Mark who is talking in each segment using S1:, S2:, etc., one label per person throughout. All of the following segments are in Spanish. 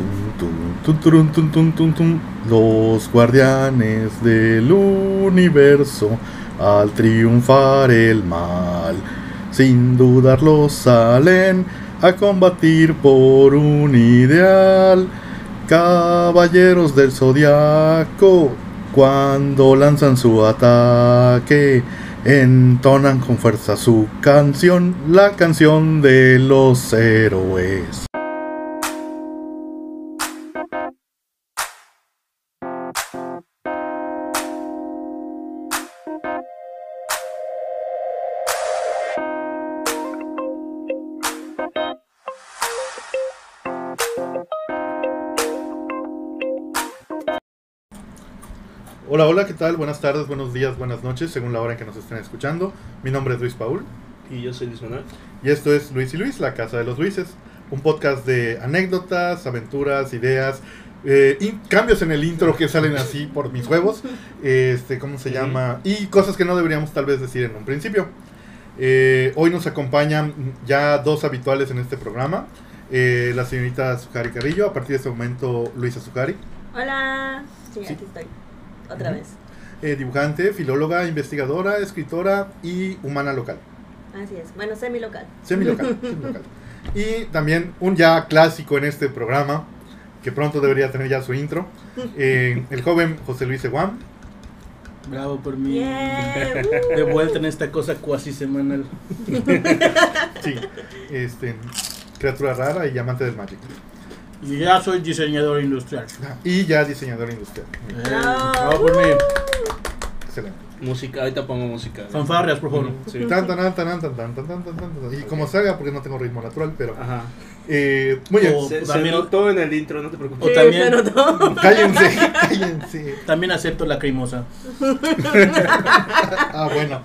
S1: Tun, tun, tun, Los guardianes del universo al triunfar el mal, sin dudarlo salen a combatir por un ideal. Caballeros del zodiaco, cuando lanzan su ataque, entonan con fuerza su canción, la canción de los héroes. Hola, hola, ¿qué tal? Buenas tardes, buenos días, buenas noches, según la hora en que nos estén escuchando. Mi nombre es Luis Paul.
S2: Y yo soy Luis Manuel.
S1: Y esto es Luis y Luis, la casa de los Luises. Un podcast de anécdotas, aventuras, ideas, eh, in- cambios en el intro que salen así por mis huevos. Este, ¿cómo se
S2: Sí.
S1: llama? Y cosas que no deberíamos tal vez decir en un principio. Eh, hoy nos acompañan ya dos habituales en este programa. Eh, la señorita Zucari Carrillo, a partir de este momento Luisa Zucari.
S3: Hola. Sí,
S1: Sí.
S3: aquí estoy. Otra
S1: Ujú.
S3: vez.
S1: eh, dibujante, filóloga, investigadora, escritora y humana local.
S3: Así es. Bueno, semi-local.
S1: Semilocal. semilocal. Y también un ya clásico en este programa, que pronto debería tener ya su intro, eh, el joven José Luis Eguán.
S2: Bravo por mí.
S3: Yeah. Uh.
S2: De vuelta en esta cosa cuasi semanal.
S1: Sí, este, criatura rara y amante del Magic.
S2: Y ya soy diseñador industrial.
S1: Y ya diseñador industrial. Muy bien,
S2: Eh,
S3: Bravo.
S2: bravo por mí.
S1: Excelente.
S4: Música, ahorita pongo música.
S2: Fanfarrias, por favor.
S4: Sí.
S1: Tan, tan, tan, tan, tan, tan, tan, tan, tan, tan. Y como salga, porque no tengo ritmo natural, pero...
S4: Ajá.
S1: eh, muy bien,
S2: O-
S4: Se, se
S2: También-
S4: notó en el intro, no te preocupes.
S2: O también-
S3: se notó.
S1: cállense, cállense.
S2: También acepto la cremosa.
S1: Ah, bueno.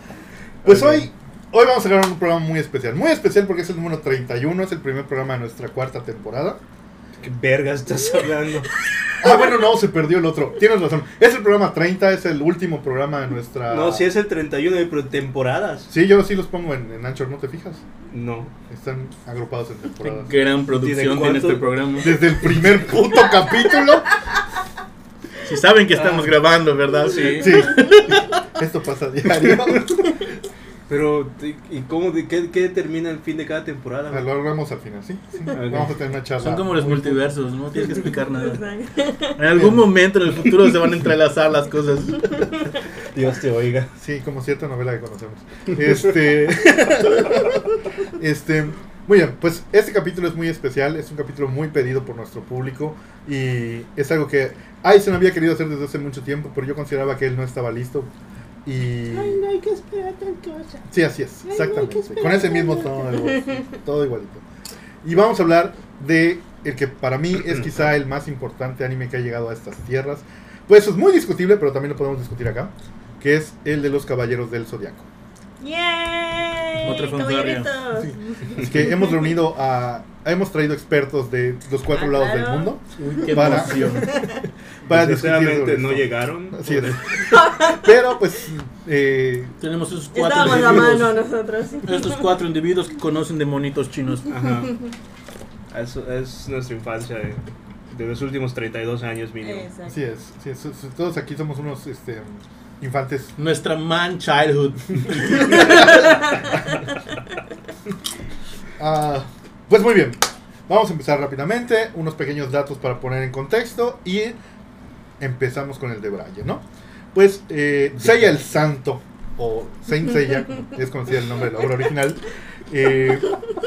S1: Pues
S4: Ok.
S1: hoy, hoy vamos a grabar un programa muy especial. Muy especial porque es el número 31, es el primer programa de nuestra cuarta temporada.
S4: ¿Qué verga estás hablando?
S1: Ah, bueno, no, se perdió el otro. Tienes razón. Es el programa 30, es el último programa de nuestra...
S4: No, si es el 31 de pro- temporadas.
S1: Sí, yo sí los pongo en, en Anchor, ¿no te fijas?
S4: No.
S1: Están agrupados en temporadas.
S2: Gran
S4: ¿Tiene
S2: producción tiene
S4: cuánto?
S2: este programa.
S1: Desde el primer puto capítulo.
S2: Si saben que estamos
S4: Ah.
S2: grabando, ¿verdad? Sí.
S1: Sí. Esto pasa a diario.
S4: Pero, ¿y- ¿y cómo? de- ¿Qué, qué determina el fin de cada temporada? güey?
S1: Lo hablamos al final, ¿sí? sí. Vamos a tener una charla.
S2: Son como los multiversos, no tienes que explicar nada.
S3: Exacto.
S2: En algún momento en el futuro se van a entrelazar las cosas.
S4: Dios te oiga.
S1: Sí, como cierta novela que conocemos. Este. este. Muy bien, pues este capítulo es muy especial, es un capítulo muy pedido por nuestro público y es algo que Aizen había querido hacer desde hace mucho tiempo, pero yo consideraba que él no estaba listo. Y...
S4: hay que esperar tal cosa.
S1: Sí, así es,
S4: Ay, no,
S1: exactamente.
S4: qué esperanza,
S1: Con ese mismo
S4: no.
S1: tono de voz, todo igualito. Y vamos a hablar de el que para mí es quizá el más importante anime que ha llegado a estas tierras. Pues es muy discutible, pero también lo podemos discutir acá, que es el de los Caballeros del Zodiaco.
S3: Yay.
S2: Otra fanfarria.
S3: caballeritos.
S1: Es que hemos reunido a. Hemos traído expertos de los cuatro
S3: Ah,
S1: lados
S3: claro.
S1: del mundo
S2: Uy, qué
S1: Para.
S2: emoción.
S1: para discutir. sobre
S4: Desgraciadamente no
S1: esto.
S4: llegaron.
S1: Así es. Pero pues. eh,
S2: Tenemos esos cuatro
S3: Estábamos a mano
S2: individuos.
S3: nosotros.
S2: Estos cuatro individuos que conocen de monitos chinos.
S4: Ajá. Eso es nuestra infancia de, de los últimos 32 años mínimo.
S3: Exacto.
S1: así es. así es. Todos aquí somos unos este, infantes.
S2: Nuestra man childhood.
S1: Ah, pues muy bien. Vamos a empezar rápidamente. Unos pequeños datos para poner en contexto. Y empezamos con el de Braille, ¿no? Pues eh, Seiya el Santo, o Saint Seiya, como es conocida el nombre de la obra original. eh,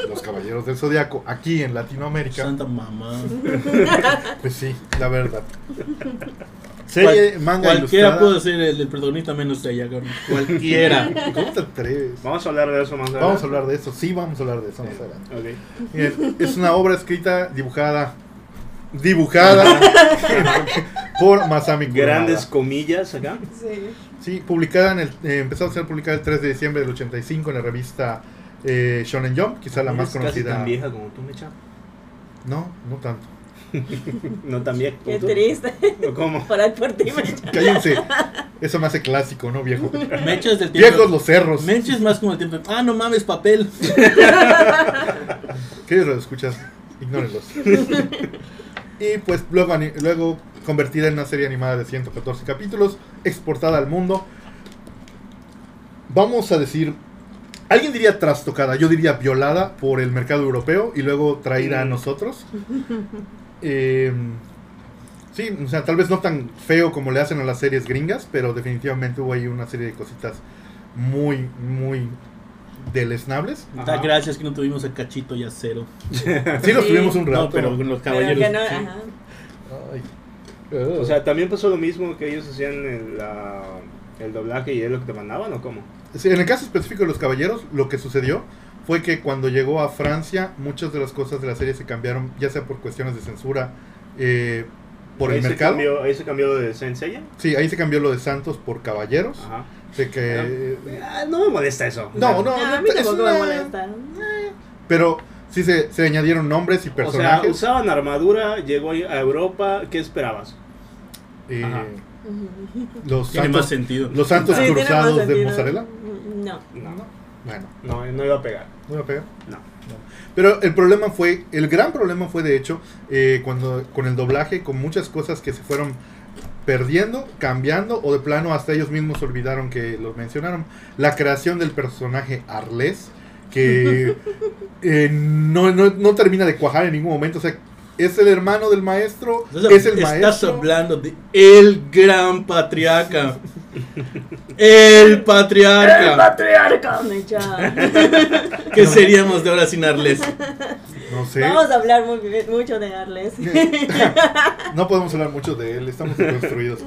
S1: los Caballeros del Zodiaco, aquí en Latinoamérica.
S2: Santa mamá.
S1: Pues sí, la verdad.
S2: Serie,
S1: Serie, manga
S2: Cualquiera
S1: ilustrada.
S2: puede ser el, el protagonista menos ella, cabrón.
S4: Cualquiera.
S1: ¿Cómo te atreves?
S4: Vamos a hablar de eso más adelante.
S1: Vamos a hablar de eso. Sí, vamos a hablar de eso más adelante.
S4: Ok.
S1: Miren, es una obra escrita, dibujada, dibujada por Masami Kurumada.
S4: Grandes comillas acá.
S3: Sí.
S1: Sí, publicada en el, eh, empezó a ser publicada el 3 de diciembre del 85 en la revista eh, Shonen Jump, quizá la más
S4: Eres casi
S1: conocida.
S4: tan vieja como tú, Mecha.
S1: No, no tanto.
S4: No tan vieja como
S3: Qué
S4: tú.
S3: triste.
S4: ¿O ¿Cómo?
S3: Por ahí por ti, Mecha.
S1: Cállense. Eso me hace clásico, ¿no, viejo?
S2: Mecha es del tiempo.
S1: Viejos los cerros.
S2: Mecha es más como el tiempo. Ah, no mames, papel.
S1: Queridos, lo escuchas, ignórenlos. Y pues luego, ani- luego convertida en una serie animada de 114 capítulos, exportada al mundo. Vamos a decir, alguien diría trastocada, yo diría violada por el mercado europeo y luego traída a
S4: Mm.
S1: nosotros. Eh, sí, o sea, tal vez no tan feo como le hacen a las series gringas, pero definitivamente hubo ahí una serie de cositas muy, muy deleznables.
S4: Ajá.
S2: Da Ah, gracias que no tuvimos el cachito y a cero.
S1: Sí, los
S3: Sí.
S1: tuvimos un rato.
S2: No, pero con los
S3: Pero
S2: caballeros.
S3: que no,
S2: sí.
S3: ajá.
S1: Ay. Oh.
S4: O sea, también pasó lo mismo que ellos hacían el, la- el doblaje y es lo que te mandaban o cómo.
S1: Sí, en el caso específico de los caballeros, lo que sucedió fue que cuando llegó a Francia, muchas de las cosas de la serie se cambiaron, ya sea por cuestiones de censura, eh, por
S4: Ahí
S1: el
S4: se
S1: mercado.
S4: cambió- ahí se cambió de Saint Seiya.
S1: Sí, ahí se cambió lo de Santos por caballeros.
S4: Ajá.
S1: De que,
S4: Ah, no me molesta eso.
S1: No, no,
S3: No, a
S1: no,
S3: mí
S1: es
S3: tampoco me
S1: una-
S3: molesta.
S1: Pero sí se, se añadieron nombres y
S4: O sea,
S1: personajes.
S4: usaban armadura, llegó a Europa, ¿qué esperabas?
S1: eh,
S4: ajá.
S1: los
S2: Tiene más
S1: santos,
S2: sentido.
S1: los santos
S3: Sí, tiene más
S1: cruzados de
S3: sentido. Mm,
S1: mozzarella.
S3: No.
S4: No,
S1: Bueno,
S4: no, no iba a pegar.
S1: voy a pegar.
S4: No.
S1: Pero el problema fue, el gran problema fue de hecho, eh, cuando con el doblaje, con muchas cosas que se fueron perdiendo, cambiando o de plano hasta ellos mismos olvidaron que los mencionaron. La creación del personaje Arles, que eh, no, no- no termina de cuajar en ningún momento, o sea, es el hermano del maestro,
S2: Estás-
S1: es el
S2: estás
S1: maestro.
S2: hablando de el gran patriarca. El patriarca.
S3: Patriarca, me chao.
S2: ¿Qué seríamos de ahora sin Arles?
S1: No sé.
S3: Vamos a hablar muy, mucho de Arles.
S1: No podemos hablar mucho de él, estamos construidos.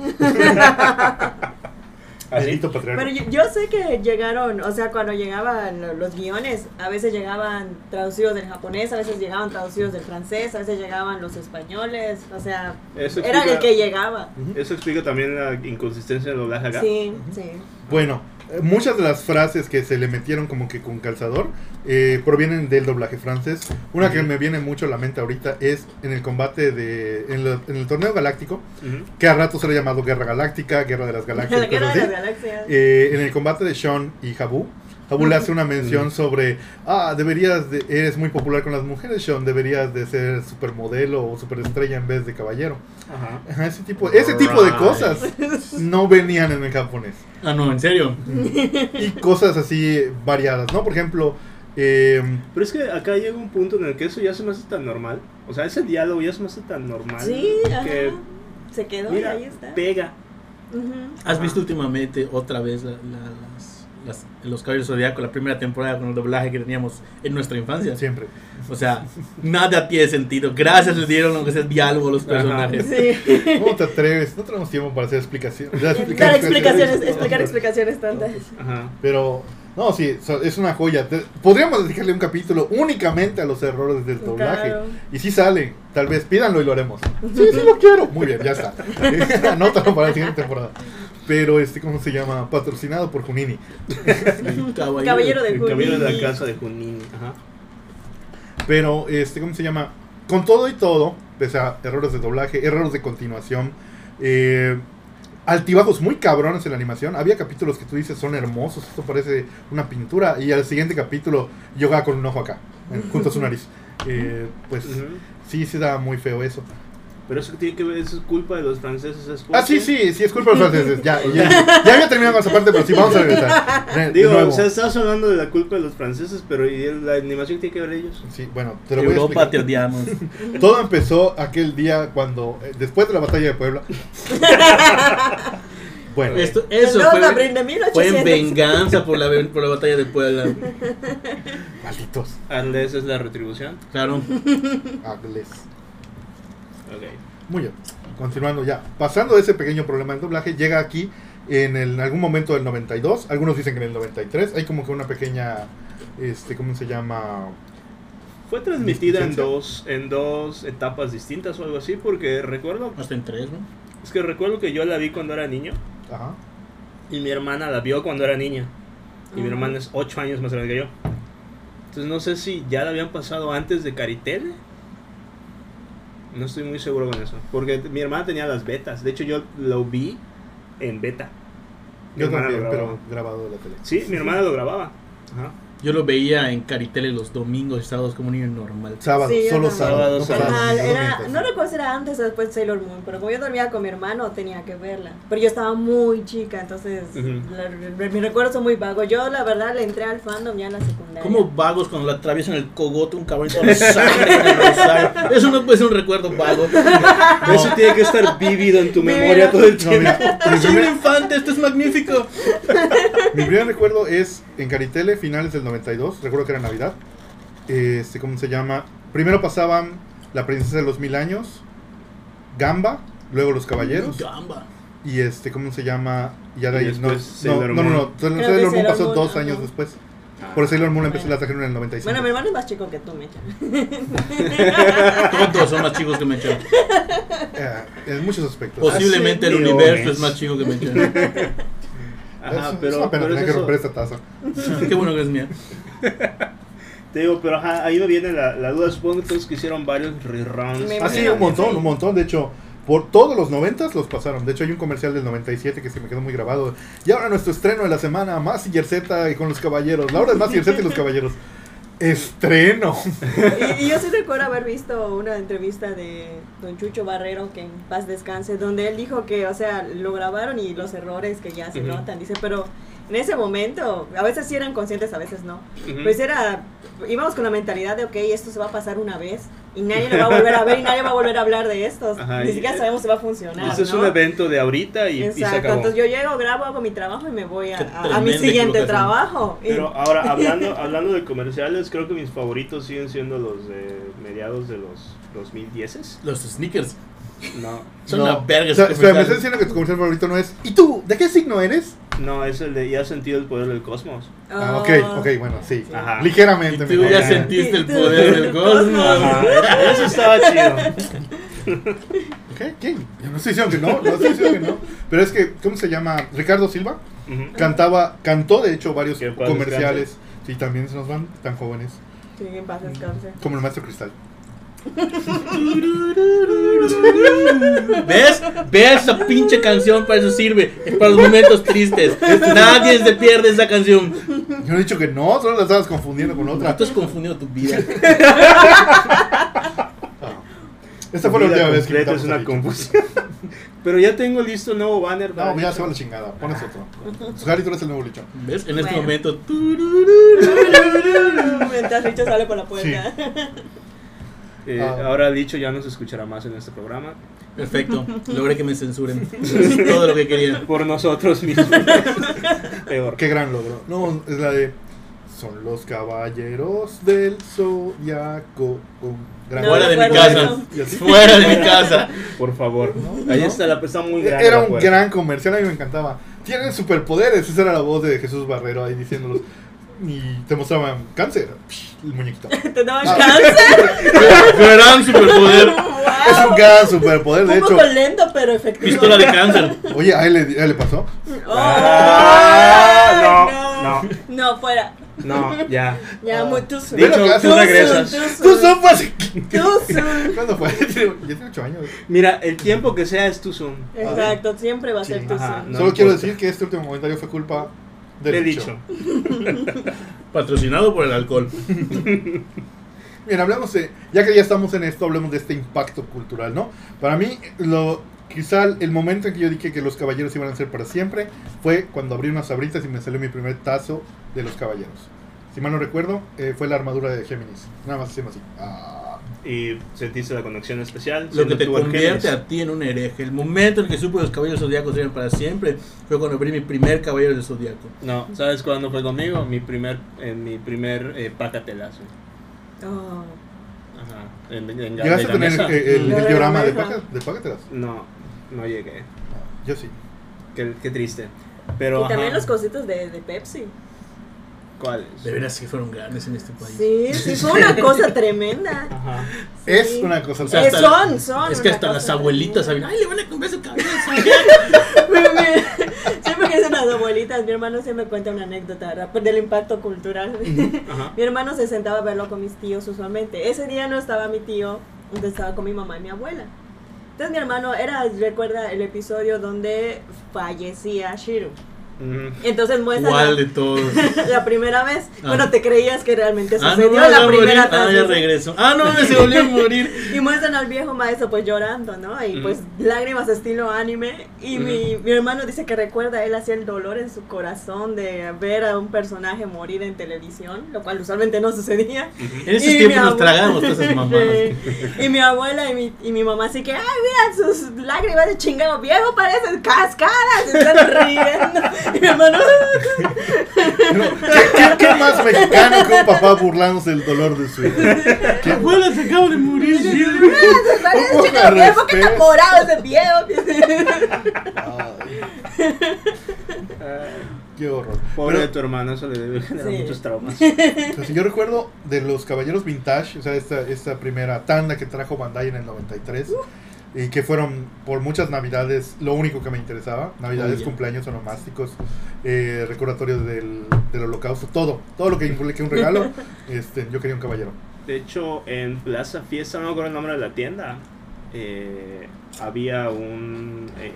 S1: Bendito patriarca.
S3: Pero yo, yo sé que llegaron, o sea, cuando llegaban los guiones, a veces llegaban traducidos del japonés, a veces llegaban traducidos del francés, a veces llegaban los españoles, o sea,
S4: Eso
S3: era
S4: explica-
S3: el que llegaba.
S4: Eso explica también la inconsistencia del doblaje acá.
S3: Sí, sí.
S1: Bueno, eh, muchas de las frases que se le metieron como que con calzador eh, provienen del doblaje francés. Una que me viene mucho a la mente ahorita es en el combate de. en, la- en el torneo galáctico,
S4: Ujú.
S1: que a rato se le ha llamado Guerra Galáctica, Guerra de las Galaxias.
S3: la guerra
S1: cosas
S3: de las
S1: así.
S3: galaxias.
S1: Eh, en el combate de Sean y Jabu, Jabu le hace una mención sobre, ah, deberías, de- eres muy popular con las mujeres, Sean, deberías de ser supermodelo o superestrella en vez de caballero.
S4: Ajá.
S1: Ajá, Ese tipo, ese tipo de
S4: Right.
S1: cosas no venían en el japonés.
S2: Ah, no, en serio.
S1: y cosas así variadas, ¿no? Por ejemplo, eh,
S4: Pero es que acá llega un punto en el que eso ya se me hace tan normal. O sea, ese diálogo ya se me hace tan normal.
S3: sí, ajá.
S4: que,
S3: se quedó y
S4: mira,
S3: ahí está.
S4: pega.
S3: Ujú.
S2: ¿Has visto últimamente otra vez la- la- las- las- los Caballeros del Zodiaco, la primera temporada con el doblaje que teníamos en nuestra infancia?
S1: siempre.
S2: O sea, nada tiene sentido. Gracias le dieron aunque sea el diálogo a los personajes.
S3: Sí.
S1: ¿Cómo te atreves? No tenemos tiempo para hacer explicaciones. Dar
S3: Dar explicaciones, explicar explicaciones tantas.
S4: Ajá.
S1: Pero, no, sí, so- es una joya. Te- Podríamos dedicarle un capítulo únicamente a los errores del doblaje.
S3: Claro.
S1: Y si sale, tal vez pídanlo y lo haremos. Sí, sí, lo quiero. Muy bien, ya está. Anótalo para la siguiente temporada. Pero, este, ¿cómo se llama? Patrocinado por Junini.
S2: El
S3: Caballero de
S4: El camino de
S3: Junín.
S4: la casa de Junín. Ajá.
S1: Pero, este, ¿cómo se llama? Con todo y todo, pese a errores de doblaje, errores de continuación, eh, altibajos muy cabrones en la animación. Había capítulos que tú dices son hermosos, esto parece una pintura, y al siguiente capítulo yoga con un ojo acá, eh, junto a su nariz. Eh, pues
S4: Ujú.
S1: sí, se da muy feo eso.
S4: Pero eso que tiene que ver, eso es culpa de los franceses. es
S1: Ah, sí,
S4: porque-
S1: sí, sí, es culpa de los franceses. Ya, ya, ya había terminado con esa parte, pero sí, vamos a regresar. De- de
S4: Digo,
S1: nuevo.
S4: o sea, estabas hablando de la culpa de los franceses, pero ¿y la animación que tiene que ver ellos?
S1: Sí, bueno, te lo voy a
S2: Europa
S1: explicar.
S2: te odiamos.
S1: Todo empezó aquel día cuando, eh, después de la batalla de Puebla. bueno,
S2: Esto- eso
S3: No, la
S2: fue,
S3: brinda,
S2: fue
S3: 1800.
S2: en venganza por la, por la batalla de Puebla.
S1: malditos
S4: Arles Ah, es la retribución.
S2: Claro.
S1: hables.
S4: Ok.
S1: Muy bien, continuando ya. Pasando de ese pequeño problema del doblaje, llega aquí en, el- en algún momento del 92. Algunos dicen que en el 93. Hay como que una pequeña. Este, ¿Cómo se llama?
S4: Fue transmitida en
S1: Displicencia.
S4: dos, en dos etapas distintas o algo así, porque recuerdo,
S2: Hasta en tres, ¿no?
S4: es que recuerdo que yo la vi cuando era niño
S1: Ajá.
S4: y mi hermana la vio cuando era niña. Y mi
S3: Ajá.
S4: hermana es 8 años más grande que yo. Entonces no sé si ya la habían pasado antes de Caritel. No estoy muy seguro con eso. Porque mi hermana tenía las betas. De hecho yo lo vi en beta. Mi
S1: Yo
S4: hermana
S1: también,
S4: lo grababa.
S1: pero grabado de la tele.
S4: Sí, mi hermana lo grababa. Ajá.
S2: Yo lo veía en Caritele los domingos y sábados como un niño normal.
S1: Sábado,
S3: Sí, yo
S1: solo
S3: también.
S1: sábado.
S4: Sábado,
S1: no
S4: sábado.
S1: pasaba,
S3: Ajá,
S1: no
S3: Ah, era,
S1: mientas.
S3: no recuerdo si era antes o después de Sailor Moon, pero como yo dormía con mi hermano tenía que verla. Pero yo estaba muy chica, entonces
S4: Ujú.
S3: la- re- mis recuerdos son muy vagos. Yo la verdad le entré al fandom ya en la secundaria.
S2: Como vagos cuando le atraviesan el cogote un cabrón y todo le sangre en el rosario. Eso no puede ser un recuerdo vago.
S4: Eso tiene que estar vívido en tu
S3: Vívido.
S4: memoria todo el
S1: No,
S4: tiempo.
S1: mira, mi,
S2: Soy un
S1: primer,
S2: infante, esto es magnífico.
S1: mi primer recuerdo es en Caritele, finales del 92. Recuerdo que era Navidad. Este, ¿Cómo se llama? Primero pasaban La Princesa de los Mil Años, Gamba, luego Los Caballeros.
S2: Gamba.
S1: Y este, ¿cómo se llama? Ya de ahí,
S4: Y
S1: no,
S4: después
S1: no,
S4: Sailor
S1: no, no, no,
S4: Moon.
S1: Sailor,
S3: que
S1: Sailor Moon
S3: Sailor
S1: pasó
S3: Moon,
S1: dos
S3: ajá.
S1: años después. Por Sailor Moon empezó,
S3: Bueno.
S1: la trajeron en el 95.
S3: Bueno, mi hermano es más chico que tú, Mecha.
S2: ¿Cuántos son más chicos que Mecha?
S1: Eh, en muchos aspectos.
S2: Posiblemente el
S4: Hace
S2: universo
S4: millones.
S2: es más chico que Mecha.
S1: es,
S4: Ajá,
S1: es una pena
S4: pero, pero es
S1: tener que
S4: eso.
S1: romper esta taza.
S2: Qué bueno que es mía.
S4: Te digo, pero ajá, ahí me viene la, la duda. Supongo que todos que hicieron varios reruns.
S3: Me
S1: Ah, sí,
S3: imagino
S1: un
S3: que
S1: montón,
S3: sí.
S1: un montón. De hecho, por todos los 90 los pasaron. De hecho, hay un comercial del 97 que se me quedó muy grabado. Y ahora nuestro estreno de la semana, Massinger Z y con los caballeros. La hora es Massinger Z y los caballeros. Estreno.
S3: Y, y yo sí recuerdo haber visto una entrevista de don Chucho Barrero, que en paz descanse, donde él dijo que, o sea, lo grabaron y los errores que ya se
S4: Ujú.
S3: notan. Dice, pero en ese momento, a veces sí eran conscientes, a veces no.
S4: Ujú.
S3: Pues era, íbamos con la mentalidad de, ok, esto se va a pasar una vez y nadie lo va a volver a ver y nadie va a volver a hablar de esto.
S4: Ajá,
S3: Ni
S4: y-
S3: siquiera sabemos si va a funcionar.
S4: Ese es
S3: ¿no?
S4: un evento de ahorita y, y se
S3: Exacto,
S4: acabó.
S3: entonces yo llego, grabo, hago mi trabajo y me voy a,
S2: Qué
S3: a- a mi
S2: tremenda
S3: siguiente
S2: equivocación.
S3: trabajo. Y-
S4: Pero ahora, hablando, hablando de comerciales, creo que mis favoritos siguen siendo los de mediados de los 2010s.
S2: Los sneakers
S4: No,
S2: son una verga.
S1: O sea,
S2: esos
S1: espera, me estás
S2: comerciales.
S1: diciendo que tu comercial favorito no es. ¿Y tú? ¿De qué signo eres?
S4: no, es el de Ya has sentido el poder del cosmos.
S1: Ah, ok, ok, bueno, sí.
S4: Ajá.
S2: Y
S1: Ligeramente.
S2: tú
S1: mejor.
S2: ya
S4: Ajá.
S2: sentiste el poder del cosmos.
S4: Ajá, eso estaba chido.
S1: ¿Qué? ¿Quién? Yo no estoy diciendo que no, no estoy diciendo que no. Pero es que, ¿cómo se llama? Ricardo Silva
S4: Ujú.
S1: cantaba, cantó de hecho varios
S4: Que en paz
S1: comerciales. Y también se nos van tan jóvenes.
S3: Sí, en paz descanse.
S1: Como el maestro Cristal.
S2: ¿Ves? ¿Ves esa pinche canción? Para eso sirve. Es para los momentos tristes.
S1: Este
S2: Nadie se pierde esa canción.
S1: Yo no he dicho que no, solo la estabas confundiendo con otra.
S2: Tú has confundido tu vida.
S1: Ah. Esta fue la
S4: Vida
S1: última vez que
S4: completa
S1: invitamos
S4: es
S1: a
S4: una
S1: Richo.
S4: confusión. Pero ya tengo listo el nuevo banner. para
S1: No, ya
S4: Richo.
S1: se va la chingada. Pones otro. Sujari, tú eres el nuevo Licho.
S2: ¿Ves? En este
S3: Bueno.
S2: momento.
S3: Mientras Richo sale por la puerta.
S4: Eh,
S1: Ah.
S4: Ahora dicho, ya no se escuchará más en este programa.
S2: Perfecto. Logré que me censuren. Es todo lo que quería.
S4: Por nosotros mismos. Peor.
S1: Qué gran logro. No, es la de. Son los caballeros del zodiaco. Con gran
S3: No,
S2: Fuera de mi
S3: recuerdo
S2: casa.
S1: Y así.
S2: Fuera de mi casa.
S4: Por favor.
S1: No,
S4: Ahí
S1: no.
S4: está la pesa muy grande.
S1: Eh, Era un
S4: afuera.
S1: gran comercial, a mí me encantaba. Tienen superpoderes, esa era la voz de Jesús Barrero ahí diciéndolos. Y te mostraban cáncer, Psh, el muñequito.
S3: Te daban
S1: Ah.
S3: cáncer.
S2: Gran superpoder.
S3: Wow.
S1: Es un gran superpoder, de
S3: Un
S1: hecho.
S3: poco lento, pero efectivo.
S2: Pistola de cáncer.
S1: Oye, a él le, a él le pasó.
S3: Oh,
S4: Ah, no,
S3: no. No, fuera.
S4: No, ya.
S3: Ya,
S1: Ah.
S3: muy tú soon.
S1: Ve lo que
S4: Dicho,
S1: hace.
S4: tú regresas.
S1: Tú Pues, son fácil.
S3: Tú soon.
S1: ¿Cuándo fue? Ya tiene 8 años.
S4: Mira, el tiempo que sea es tu Zoom.
S3: Exacto, siempre va a ser
S1: Sí.
S3: tú
S4: Ajá,
S3: soon.
S4: No
S1: Solo quiero
S4: importa.
S1: decir que este último comentario fue culpa
S4: Te he
S1: del dicho.
S4: dicho.
S2: Patrocinado por el alcohol.
S1: Bien, hablemos de, ya que ya estamos en esto, hablemos de este impacto cultural, ¿no? Para mí, lo, quizá el momento en que yo dije que los caballeros iban a ser para siempre fue cuando abrí unas sabritas y me salió mi primer tazo de los caballeros. Si mal no recuerdo, eh, fue la armadura de Géminis. Nada más hacemos así. Ah,
S4: Y sentiste la conexión especial.
S2: Lo que te
S4: siendo tú
S2: convierte
S4: Argenis.
S2: a ti en un hereje. El momento en el que supe que los caballeros zodiacos eran para siempre fue cuando abrí mi primer caballero del zodiaco.
S4: No, ¿sabes cuándo fue conmigo? Mi primer, en mi primer eh, pácatelazo.
S3: Oh.
S4: Ajá. En, en, en
S1: ¿Llegaste a tener
S4: Gamesa.
S1: eh, el,
S3: Mm.
S1: el diorama de,
S3: Ajá.
S1: paca, de Pácatelas?
S4: No, no llegué.
S1: Yo sí.
S4: Qué, qué triste. Pero,
S3: Y también
S4: ajá.
S3: los cositos de, de Pepsi.
S4: ¿Cuáles?
S2: De veras que fueron grandes en este país.
S3: Sí, sí, fue una cosa tremenda.
S4: Ajá.
S3: Sí.
S1: Es una cosa.
S2: O sea,
S3: Eh,
S2: hasta-
S3: son, son.
S2: Es que
S3: una
S2: hasta
S3: cosa
S2: las
S3: tremenda.
S2: abuelitas sabían, ay, le van a comprar su cabello.
S3: Me- me- Siempre que dicen las abuelitas, mi hermano siempre cuenta una anécdota ¿verdad? Por- del impacto cultural.
S4: Ajá.
S3: Mi hermano se sentaba a verlo con mis tíos usualmente. Ese día no estaba mi tío, entonces estaba con mi mamá y mi abuela. Entonces mi hermano era, recuerda el episodio donde fallecía Shiro.
S4: Mm.
S3: Entonces muestra
S2: ¿Cuál de
S3: la,
S2: todos?
S3: la primera vez.
S2: Ah.
S3: Bueno, te creías que realmente
S2: Ah,
S3: sucedió
S2: no, ya
S3: la
S2: morí.
S3: primera
S2: Ah, ya
S3: transmisión.
S2: regreso. Ah, no, se volvió a morir.
S3: Y muestran al viejo maestro pues llorando, ¿no? Y
S4: Ujú.
S3: pues lágrimas estilo anime. Y mi, mi hermano dice que recuerda él hacía el dolor en su corazón de ver a un personaje morir en televisión, lo cual usualmente no sucedía.
S2: En esos
S3: Y mi
S2: tiempos nos
S3: abue-
S2: tragamos todas esas mamás.
S3: Sí. y mi abuela y mi, y mi mamá así que, ay, mira, sus lágrimas de chingado viejo parecen cascadas, se están riendo. Y mi hermano, "Ah".
S1: ¿Qué, qué más mexicano que un papá burlándose del dolor de su hijo?
S2: Tu abuela se acaba de
S3: "Ah,
S2: morir.
S3: sus lágrimas de
S1: Un poco
S3: chingado
S1: de
S3: viejo, que
S1: respeto.
S3: enamorado ese viejo.
S1: Qué horror.
S4: Eh, Pobre
S1: Pero-
S4: de tu hermano, eso le debe generar
S3: Sí.
S4: muchos traumas.
S1: O sea, yo recuerdo de los Caballeros Vintage, o sea, esta, esta primera tanda que trajo Bandai en el 93, y que fueron por muchas navidades lo único que me interesaba, navidades,
S2: Oye.
S1: cumpleaños onomásticos, eh, recordatorios del, del holocausto, todo, todo lo que implique un regalo, este, yo quería un caballero.
S4: De hecho, en Plaza Fiesta, no me acuerdo el nombre de la tienda, eh, había un... eh,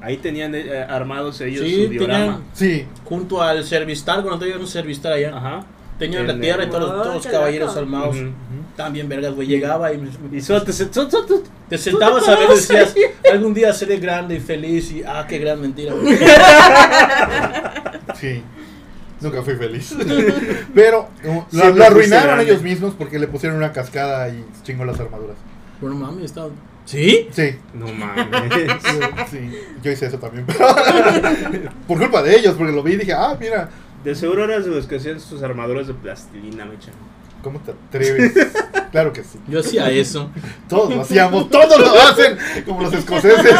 S4: ahí tenían eh, armados ellos
S2: Sí,
S4: su diorama.
S2: tenían
S1: Sí,
S2: junto al Servistar, cuando todavía era un Servistar allá.
S4: Ajá.
S2: Tenían la
S4: En
S2: tierra y
S4: el-
S2: todos, los-
S3: Oh,
S2: todos los
S3: qué
S2: caballeros
S3: loco.
S2: armados.
S4: Ujú.
S1: ujú.
S2: También, vergas, güey. Llegaba y me,
S4: Y solo te se- so- so- so-
S2: te sentabas a ver y decías, algún día seré grande y feliz. Y ah, qué gran mentira, güey.
S1: sí. Nunca fui feliz. Pero no, lo,
S4: Siempre
S1: lo
S4: fuiste
S1: arruinaron
S4: grande.
S1: ellos mismos porque le pusieron una cascada y chingó las armaduras.
S2: Bueno, mami, estaba. ¿Sí?
S1: Sí.
S4: No mames.
S1: Sí, yo hice eso también. pero- por culpa de ellos, porque lo vi y dije, ah, mira,
S4: De seguro eras de los que hacían sus armaduras de plastilina, mecha.
S1: ¿cómo te atreves? Claro que sí.
S2: Yo hacía eso.
S1: Todos lo hacíamos, todos lo hacen, como los escoceses.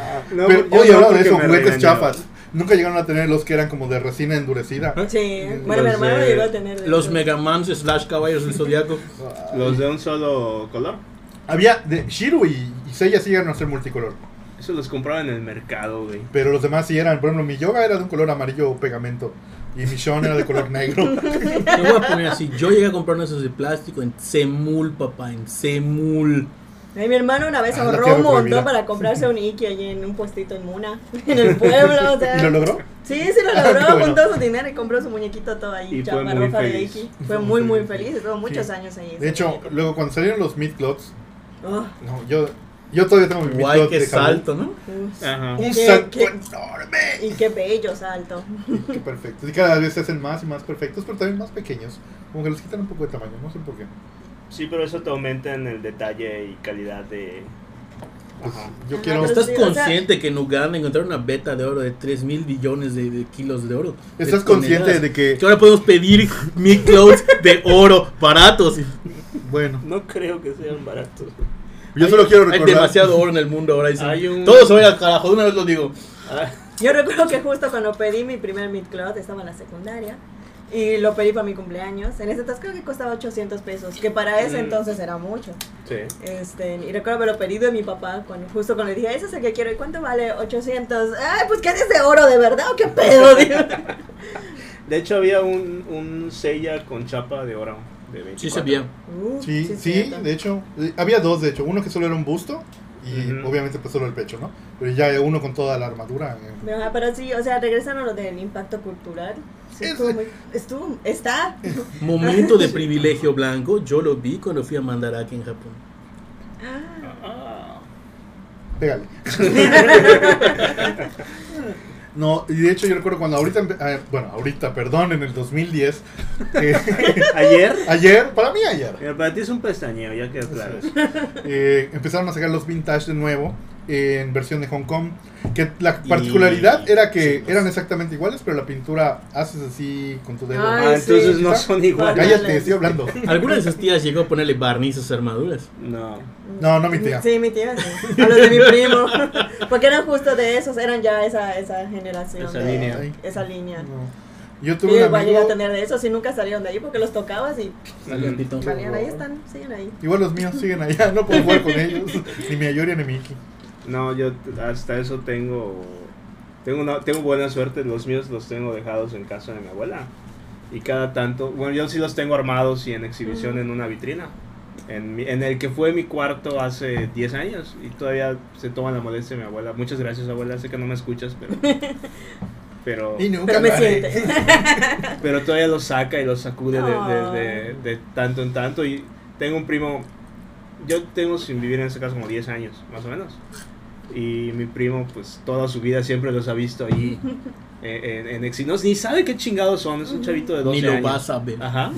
S1: Ah,
S4: No,
S1: pero,
S4: yo
S1: oye,
S4: no,
S1: hablando de
S4: porque
S1: eso,
S4: me
S1: juguetes
S4: regañaron.
S1: chafas. Nunca llegaron a tener los que eran como de resina endurecida.
S3: Sí, bueno, mi
S4: Los,
S3: hermano
S4: eh,
S3: llegó a tener. de
S2: Los
S3: esos.
S2: Megamans slash caballeros del zodiaco.
S4: Los de un solo color.
S1: Ah, Había, de Shiru y, y Seiya sí llegaron a ser multicolor,
S4: Eso los compraba en el mercado, güey.
S1: pero los demás sí eran, por ejemplo, mi yoga era de un color amarillo o pegamento y mi Sean era de color negro.
S2: Te voy a poner así. Yo llegué a comprar uno de esos de plástico en Semul, papá, en Semul.
S3: Ay, Eh, mi hermano una vez
S1: Ah, la
S3: ahorró
S1: quiero
S3: un montón
S1: prohibida.
S3: para comprarse un Iki allí en un puestito en Muna, en el pueblo. O sea,
S1: ¿Y lo logró?
S3: Sí, sí lo
S1: Ah,
S3: logró,
S1: qué bueno.
S3: juntó su dinero y compró su muñequito todo ahí,
S4: Y fue muy
S3: chaparroja de
S4: feliz.
S3: Iki. Fue muy, muy feliz, estuvo muchos
S1: Sí.
S3: años ahí.
S1: De
S3: ese
S1: hecho,
S3: muñeco.
S1: luego cuando salieron los Meat Clots,
S3: Oh,
S1: No, yo, yo todavía tengo mi
S2: Guay,
S1: bichot
S2: qué
S1: de jabón.
S2: salto, ¿no?
S3: uf.
S4: Ajá.
S1: Un
S3: Qué-
S1: salto
S3: qué-
S1: enorme.
S3: Y qué bello salto.
S1: Qué perfecto. Y cada vez se hacen más y más perfectos, pero también más pequeños. Como que les quitan un poco de tamaño, no sé por qué.
S4: Sí, pero eso te aumenta en el detalle y calidad de. Ajá.
S1: Pues, Yo
S3: Ajá,
S1: quiero.
S3: pero
S2: ¿Estás
S3: Pues sí, o sea-
S2: consciente que en Uganda encontraron una beta de oro de 3 mil billones de, de kilos de oro? De
S1: ¿Estás consciente
S2: toneladas.
S1: de que.
S2: Que ahora podemos pedir mi clothes de oro baratos.
S1: Bueno,
S4: No creo que sean baratos. güey.
S1: yo solo quiero
S2: Hay
S1: recordar.
S2: demasiado oro en el mundo ahora. dicen.
S4: Hay un-
S2: Todo se va a ir al carajo, de una vez lo digo.
S4: Ah,
S3: Yo recuerdo que justo cuando pedí mi primer Meat Cloth, estaba en la secundaria. Y lo pedí para mi cumpleaños. En ese entonces creo que costaba 800 pesos, que para ese
S4: Mm.
S3: entonces era mucho.
S4: sí.
S3: Este, y recuerdo haberlo pedido de mi papá cuando, justo cuando le dije, ese es el que quiero, ¿y cuánto vale? 800. Ay, pues que eres de oro, ¿de verdad o qué pedo? Digo.
S4: De hecho, había un, un sella con chapa de oro. De 24.
S2: Sí, sabía.
S3: Uh,
S1: Sí, sí,
S3: es cierto.
S1: de hecho. eh, Había dos, de hecho. Uno que solo era un busto y
S4: Ujú.
S1: obviamente pues solo el pecho, ¿no? Pero ya uno con toda la armadura. eh.
S3: Ajá, pero sí, o sea, regresando a lo del impacto cultural. Sí,
S1: Es-
S3: estuvo, muy- estuvo- está.
S2: Momento de privilegio blanco, yo lo vi cuando fui a Mandarake en Japón.
S3: Ah,
S4: Ah,
S1: Pégale. No, y de hecho yo recuerdo cuando ahorita, empe- eh, bueno, ahorita, perdón, en el 2010, eh,
S4: Ayer.
S1: ayer, para mí ayer,
S4: Mira, para ti es un pestañeo, ya queda claro. eso.
S1: Eh, empezaron a sacar los vintage de nuevo eh, en versión de Hong Kong. Que la particularidad
S2: Y-
S1: era que
S2: sí,
S4: pues.
S2: no
S1: eran
S2: sé.
S1: exactamente iguales, pero la pintura haces así con tu dedo.
S3: Ay,
S4: Ah, entonces
S3: sí.
S4: no son iguales.
S1: Cállate, estoy hablando.
S2: Alguna de esas tías llegó a ponerle barniz a sus armaduras.
S4: No.
S1: No, no mi tía.
S3: Sí, mi tía, sí. A los de mi primo. Porque eran justo de esos, eran ya esa, esa generación.
S4: Esa
S3: de-
S4: línea.
S1: Ay,
S3: Esa línea.
S1: no. Yo
S3: Yo
S1: tuve un
S3: igual llegué a
S1: amigo,
S3: tener de esos y nunca salieron de ahí porque los tocabas y
S2: Salió
S4: Ujú.
S2: Tito.
S3: valían, ahí están, siguen ahí.
S1: igual los míos siguen allá, no puedo jugar con ellos, ni mi Ayori ni mi Iki.
S4: No, yo t- hasta eso tengo. Tengo, una- tengo buena suerte, los míos los tengo dejados en casa de mi abuela. Y cada tanto, bueno, yo sí los tengo armados y en exhibición en una vitrina. en, mi- en el que fue mi cuarto hace 10 años y todavía se toma la molestia de mi abuela. Muchas gracias, abuela. Sé que no me escuchas, pero. Pero,
S1: Y nunca
S3: Pero me
S1: lo haré.
S3: siente.
S4: pero todavía lo saca y lo sacude de, de- de-
S3: Oh.
S4: de tanto en tanto. Y tengo un primo. Yo tengo sin vivir en esa casa como 10 años, más o menos. Y mi primo, pues toda su vida siempre los ha visto ahí eh, en, en Exinos. Ni sabe qué chingados son. Es un chavito de 12
S2: Ni lo
S4: años.
S2: vas a ver.
S4: Ajá.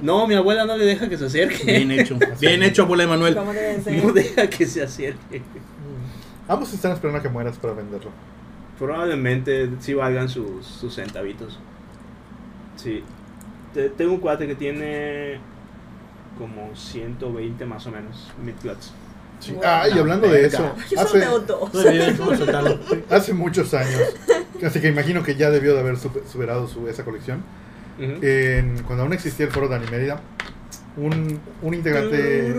S4: No, mi abuela no le deja que se acerque.
S2: Bien hecho. Bien hecho, abuela Emanuel.
S3: ¿Cómo debe ser?
S4: No deja que se acerque.
S1: Mm. Ambos están esperando a que mueras para venderlo.
S4: Probablemente sí valgan sus, sus centavitos. Sí. Te- tengo un cuate que tiene como 120 más o menos midclats.
S1: Sí.
S3: Wow.
S1: Ah, y hablando de eso,
S3: Yo solo
S1: hace,
S3: tengo dos.
S2: Muy bien, vamos a soltarlo.
S1: hace muchos años, así que imagino que ya debió de haber super- superado su, esa colección. Eh, en- cuando aún existía el foro de Animérida, un, un integrante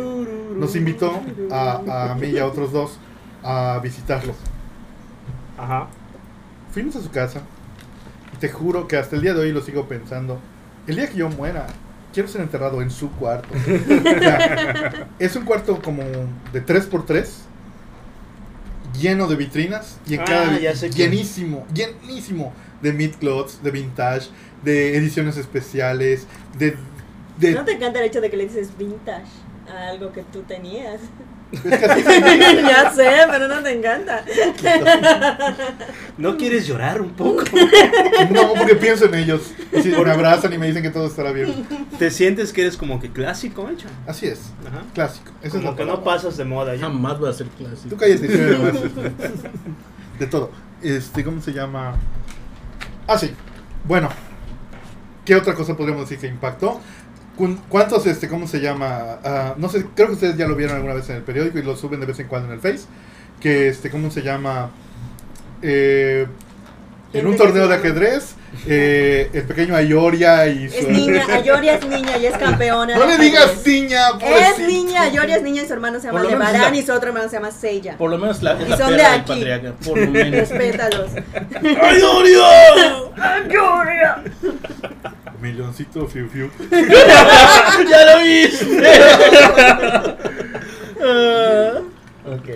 S1: nos invitó a, a mí y a otros dos a visitarlo.
S4: Ajá.
S1: Fuimos a su casa y te juro que hasta el día de hoy lo sigo pensando. El día que yo muera, quiero ser enterrado en su cuarto. O sea, es un cuarto como de 3x3, lleno de vitrinas y en
S4: Ah,
S1: cada vi-
S4: ya sé quién.
S1: llenísimo, llenísimo de mid-clothes, de vintage, de ediciones especiales, de... de-
S4: Ah.
S3: ¿No te encanta el hecho de que le dices vintage a algo que tú tenías?
S1: es que así se
S3: ya sé, pero no te encanta.
S4: ¿No quieres llorar un poco?
S1: No, porque pienso en ellos. Y si me abrazan y me dicen que todo estará bien.
S4: ¿Te sientes que eres como que clásico, hecho?
S1: Así es,
S4: Ajá.
S1: clásico. Eso es
S4: Como
S1: lo
S4: que no pasas de moda. ya.
S2: Jamás voy a ser
S1: Tú
S2: clásico.
S1: cállate, sí, además, este, De todo. Este, ¿cómo se llama? Ah, sí. Bueno, ¿qué otra cosa podríamos decir que impactó? Cu- ¿Cuántos, este, cómo se llama? Ah, no sé, creo que ustedes ya lo vieron alguna vez en el periódico y lo suben de vez en cuando en el Face. Que, este, ¿cómo se llama? Eh, en un
S3: Gente que
S1: torneo
S3: se
S1: de
S3: llama-
S1: ajedrez, eh, el pequeño Ayoria y su.
S3: Es niña, Ayoria es niña y es campeona.
S1: No
S3: de
S1: le
S3: ajedrez.
S1: digas niña,
S3: Es
S1: pobrecito.
S3: niña, Ayoria es niña y su hermano se llama
S2: Por lo menos
S3: Levarán
S2: la-
S3: y su otro hermano se llama Seiya.
S2: Por lo menos la, es
S3: Y
S2: la
S3: son
S2: perra
S3: de
S2: del
S3: aquí.
S2: patriarca. Por lo menos.
S3: Respétalos.
S4: ¡Ay, Oreo!
S3: ¡Ayoria!
S1: Milloncito Fiu Fiu.
S2: ¡Ya lo viste!
S4: Ok.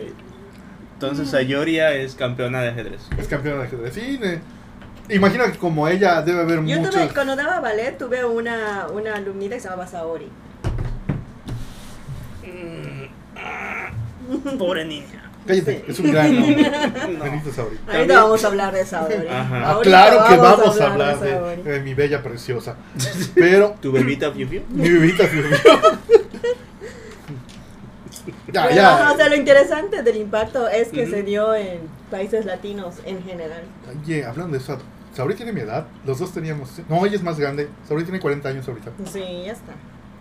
S4: Entonces Ayoria es campeona de ajedrez.
S1: Es campeona de ajedrez. Sí, ne- imagino que como ella debe haber
S3: Yo
S1: muchos.
S3: tuve, cuando daba ballet, tuve una, una alumnita que se llamaba Saori.
S4: Pobre niña.
S1: Cállate, es un gran nombre. Benito Sauri.
S3: Ahorita vamos a hablar de Saori.
S4: Ajá.
S1: Ah,
S3: Ahorita
S1: claro que vamos a hablar
S3: de
S1: de, eh,
S3: Saori.
S1: de mi bella preciosa. Pero
S4: ¿Tu bebita Piu Piu?
S1: mi bebita Fiu Fiu. ya,
S3: Pero, ajá,
S1: ya.
S3: o sea, lo interesante del impacto es que
S4: Ujú.
S3: se dio en países latinos en general.
S1: Oye, hablando de eso, Sauri tiene mi edad. Los dos teníamos. No, ella es más grande. Sauri tiene 40 años ahorita.
S3: Sí, ya está.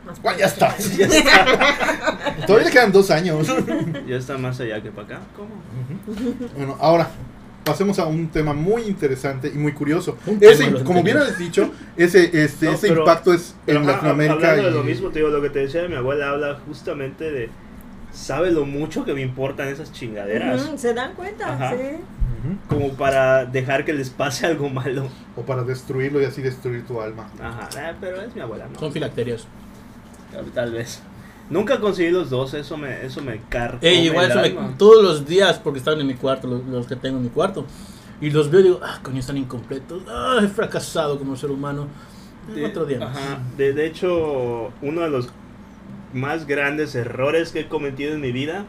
S3: Más
S1: Bueno, ya está.
S3: profesional.
S4: Ya está.
S1: Todavía le quedan dos años.
S4: Ya está más allá que para acá. ¿Cómo?
S1: Ujú. Bueno, ahora pasemos a un tema muy interesante y muy curioso.
S2: Un tema
S1: Ese,
S2: lo
S1: como bien
S2: entendí.
S1: has dicho, ese, este,
S4: No,
S1: ese
S4: pero-
S1: impacto es en
S4: Ajá,
S1: Latinoamérica.
S4: hablando de
S1: y-
S4: lo mismo, te digo, lo que te decía de mi abuela habla justamente de. Sabe lo mucho que me importan esas chingaderas.
S3: Ujú, ¿Se dan cuenta?
S4: Ajá.
S3: Sí.
S1: Ujú.
S4: Como para dejar que les pase algo malo.
S1: O para destruirlo y así destruir tu alma.
S4: Ajá, ah, pero es mi abuela, ¿no?
S2: Son filacterias.
S4: Tal, tal vez. Nunca conseguí los dos, eso me, eso me carga.
S2: Ey, igual eso me- todos los días, porque están en mi cuarto, los, los que tengo en mi cuarto. Y los veo y digo, ah, coño, están incompletos. Ah, he fracasado como ser humano.
S4: De,
S2: Otro día más.
S4: ajá, de, de hecho, uno de los más grandes errores que he cometido en mi vida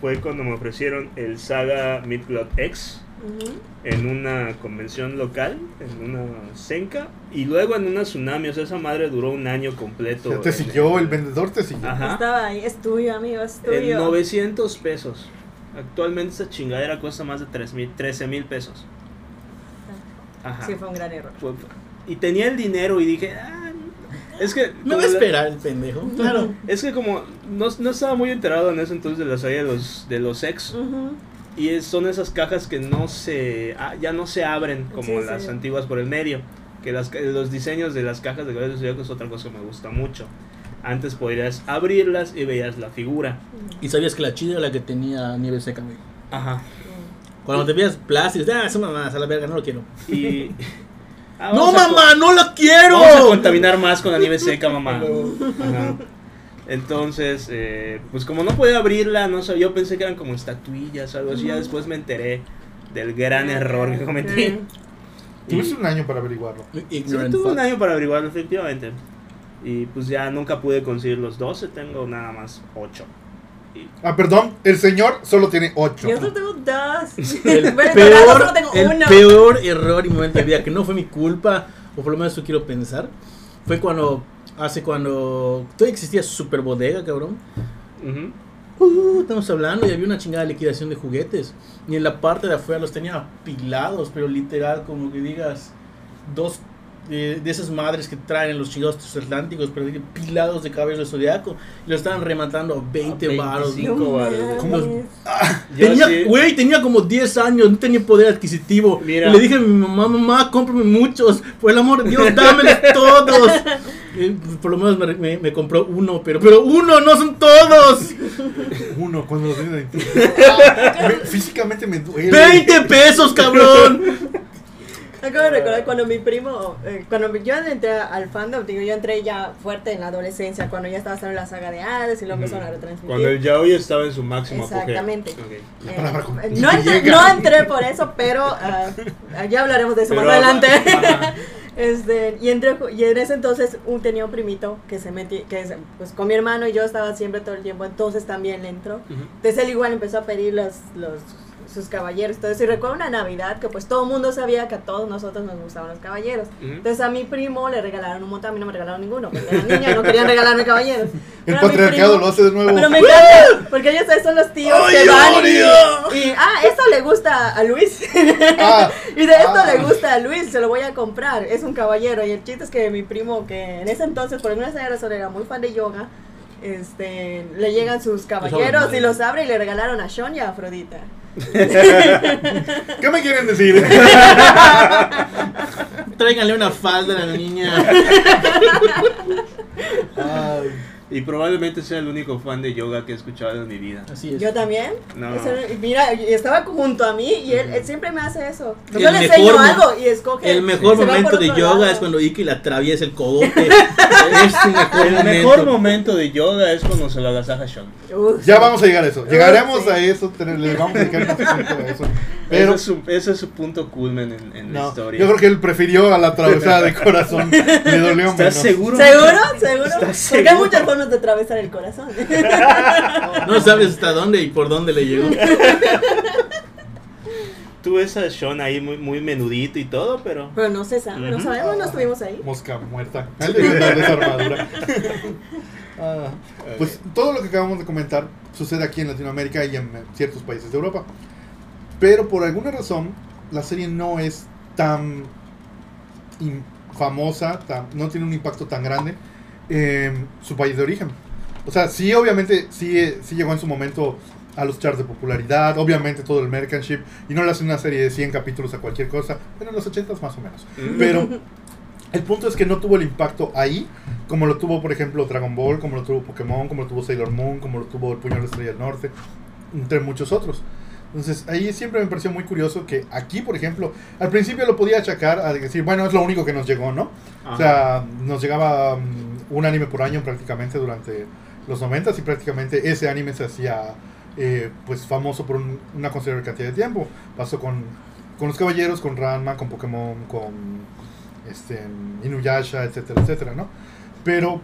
S4: fue cuando me ofrecieron el Saga Midblood X
S3: Ujú.
S4: en una convención local, en una senca, y luego en una tsunami. O sea, esa madre duró un año completo.
S1: O sea, te
S4: en-
S1: siguió,
S4: en-
S1: el vendedor te siguió.
S4: Ajá.
S3: Estaba ahí. Es tuyo, amigo, es
S4: En
S3: tuyo.
S4: 900 pesos. Actualmente esa chingadera cuesta más de 3 mil, 13 mil pesos. Ajá.
S3: Ah. Sí, fue un gran error.
S4: Fue- Y tenía el dinero y dije, "Ah, es que...
S2: Me va a
S4: como la-
S2: esperar el pendejo. Claro.
S4: Es que como no, no estaba muy enterado en eso entonces de la salida de los, de los ex
S3: Ujú.
S4: y es- son esas cajas que no se ah, ya no se abren como
S3: Sí, sí.
S4: las antiguas por el medio, que las, ca- los diseños de las cajas de Guardianes del Zodiaco es otra cosa que me gusta mucho. Antes podrías abrirlas y veías la figura.
S2: Y sabías que la chida era la que tenía nieve seca, güey.
S4: Ajá.
S2: Cuando te veías plásticos, ah, esa mamá, a la verga, no lo quiero.
S4: Y Ah,
S2: ¡No,
S4: vamos a co-
S2: mamá, no la quiero!
S4: Vamos a contaminar más con la nieve seca, mamá. Ajá. Entonces, eh, pues como no podía abrirla, no sé, yo pensé que eran como estatuillas o algo así. Ya
S3: Ujú.
S4: después me enteré del
S3: Ah,
S4: gran error que cometí.
S3: Sí.
S4: Y-
S1: Tuviste un año para averiguarlo.
S4: Sí,
S2: Ignorant
S4: tuve un
S2: fuck.
S4: año para averiguarlo, efectivamente. Y pues ya nunca pude conseguir los 12, tengo nada más 8.
S1: Ah, perdón, el señor solo tiene 8.
S3: Yo solo tengo dos.
S2: El
S3: Bueno,
S2: peor,
S3: solo tengo
S2: el
S3: uno.
S2: peor error y momento de vida que no fue mi culpa, o por lo menos eso quiero pensar, fue cuando, hace cuando todavía existía Super Bodega, cabrón. Uh, estamos hablando y había una chingada liquidación de juguetes. Y en la parte de afuera los tenía apilados, pero literal, como que digas, dos eh, de esas madres que traen en los chingados transatlánticos, pero de- pilados de cabello de zodiaco. Y lo estaban rematando a 20 baros.
S4: 25
S3: No
S4: varos,
S3: mames.
S2: ¿Cómo?
S4: Yo
S2: Tenía,
S4: sí-
S2: güey, tenía como 10 años, no tenía poder adquisitivo.
S4: Mira.
S2: Y le dije a mi mamá, mamá, cómprame muchos. Por el amor de Dios, dámelos todos. Eh, por lo menos me, me- me compró uno, pero, pero uno, no son todos.
S1: Uno, cuando lo tiene de- Me- Físicamente me duele.
S2: 20 pesos, cabrón.
S3: Acabo de recordar cuando mi primo, eh, cuando mi- yo entré al fandom, digo, yo entré ya fuerte en la adolescencia, cuando ya estaba haciendo la saga de Hades y lo empezaron a retransmitir. Eh,
S4: Cuando el yaoi estaba en su máximo apogeo.
S3: Exactamente.
S4: Ok.
S3: Eh,
S1: palabra con-
S3: no, entré,
S1: llega.
S3: no entré por eso, pero ah, ya hablaremos de eso
S4: Pero
S3: más
S4: habla-
S3: adelante.
S4: Ajá.
S3: Este, y, entre, y en ese entonces un, tenía un primito que se metía, que se- pues con mi hermano y yo estaba siempre todo el tiempo, entonces también le entró.
S4: Ujú.
S3: Entonces él igual empezó a pedir los, los, sus caballeros, y todo eso. Y recuerdo una Navidad que pues todo el mundo sabía que a todos nosotros nos gustaban los caballeros.
S4: Ujú.
S3: Entonces a mi primo le regalaron un montón, a mí no me regalaron ninguno, porque era niña, no querían regalarme caballeros.
S1: El
S3: Pero a mi
S1: patriarcado
S3: primo-
S1: lo hace de nuevo.
S3: pero me encanta, porque ellos son los tíos
S2: ¡Ay,
S3: que van
S2: Oreo!
S3: y, y, Ah, esto le gusta a Luis.
S1: Ah,
S3: y de esto
S1: ah.
S3: le gusta a Luis, se lo voy a comprar. Es un caballero. Y el chiste es que mi primo, que en ese entonces, por alguna extraña razón, era muy fan de yoga, este, le llegan
S2: Pues
S3: sus caballeros y los abre y le regalaron a Sean y a Afrodita.
S1: ¿Qué me quieren decir?
S2: Tráiganle una falda a la niña.
S1: Ay,
S4: Y probablemente sea el único fan de yoga que he escuchado en mi vida.
S2: Así es.
S3: Yo también.
S4: No.
S3: Eso- mira, y estaba junto a mí y él, él siempre me hace eso. Yo
S2: El
S3: le enseño
S2: mejor mo-
S3: algo y escoge.
S2: El mejor
S3: se va
S2: momento
S3: por
S2: de
S3: otro
S2: yoga
S3: lado.
S2: es cuando Iki le atraviesa el cogote. es su mejor
S4: El
S2: momento.
S4: mejor momento de yoga es cuando se lo agasaja Sean.
S3: Uf.
S1: ya vamos a llegar a eso. Llegaremos
S3: Sí.
S1: a eso. te- Le vamos a dedicar más tiempo a eso.
S4: Pero
S1: Pero
S4: ese es su, ese es su punto culmen en, en la
S1: no,
S4: historia.
S1: yo creo que él prefirió a la atravesada de corazón. Le dolió menos.
S4: ¿Estás seguro?
S3: ¿Seguro? ¿Seguro?
S4: ¿Estás
S3: Porque hay
S4: seguro?
S3: muchas formas de atravesar el corazón.
S2: No sabes hasta dónde y por dónde le llegó.
S4: Tú ves a Sean ahí muy, muy menudito y todo, pero.
S3: Pero no se sabe, no
S4: Ujú.
S3: sabemos, no estuvimos ahí.
S1: Mosca muerta. Alguien le darle esa armadura. Ah, pues todo lo que acabamos de comentar sucede aquí en Latinoamérica y en ciertos países de Europa. Pero por alguna razón, la serie no es tan in- famosa, tan- no tiene un impacto tan grande en su país de origen. O sea, sí, obviamente, sí, eh, sí llegó en su momento a los charts de popularidad, obviamente todo el mercanship, y no le hacen una serie de 100 capítulos a cualquier cosa, pero en los 80s más o menos.
S4: Mm.
S1: Pero el punto es que no tuvo el impacto ahí, como lo tuvo, por ejemplo, Dragon Ball, como lo tuvo Pokémon, como lo tuvo Sailor Moon, como lo tuvo El Puño de la Estrella del Norte, entre muchos otros. Entonces, ahí siempre me pareció muy curioso que aquí, por ejemplo, al principio lo podía achacar a decir, bueno, es lo único que nos llegó, ¿no?
S4: Ajá.
S1: O sea, nos llegaba mm, un anime por año prácticamente durante los 90 y prácticamente ese anime se hacía eh, pues famoso por un- una considerable cantidad de tiempo. Pasó con, con los caballeros, con Ranma, con Pokémon, con este, Inuyasha, etcétera, etcétera, ¿no? Pero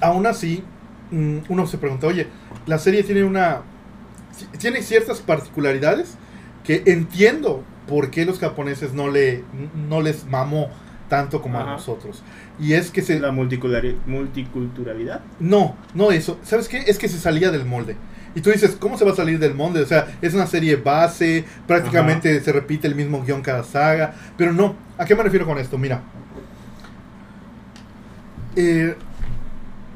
S1: aún así, mm, uno se pregunta, oye, la serie tiene una. ci- tiene ciertas particularidades que entiendo por qué los japoneses no, le, no les mamó tanto como
S4: Ajá.
S1: a nosotros. Y es que se.
S4: la multiculari- multiculturalidad.
S1: No, no eso. ¿Sabes qué? Es que se salía del molde. Y tú dices, ¿cómo se va a salir del molde? O sea, es una serie base, prácticamente se repite el mismo guión cada saga. Pero no, ¿a qué me refiero con esto? Mira. Eh,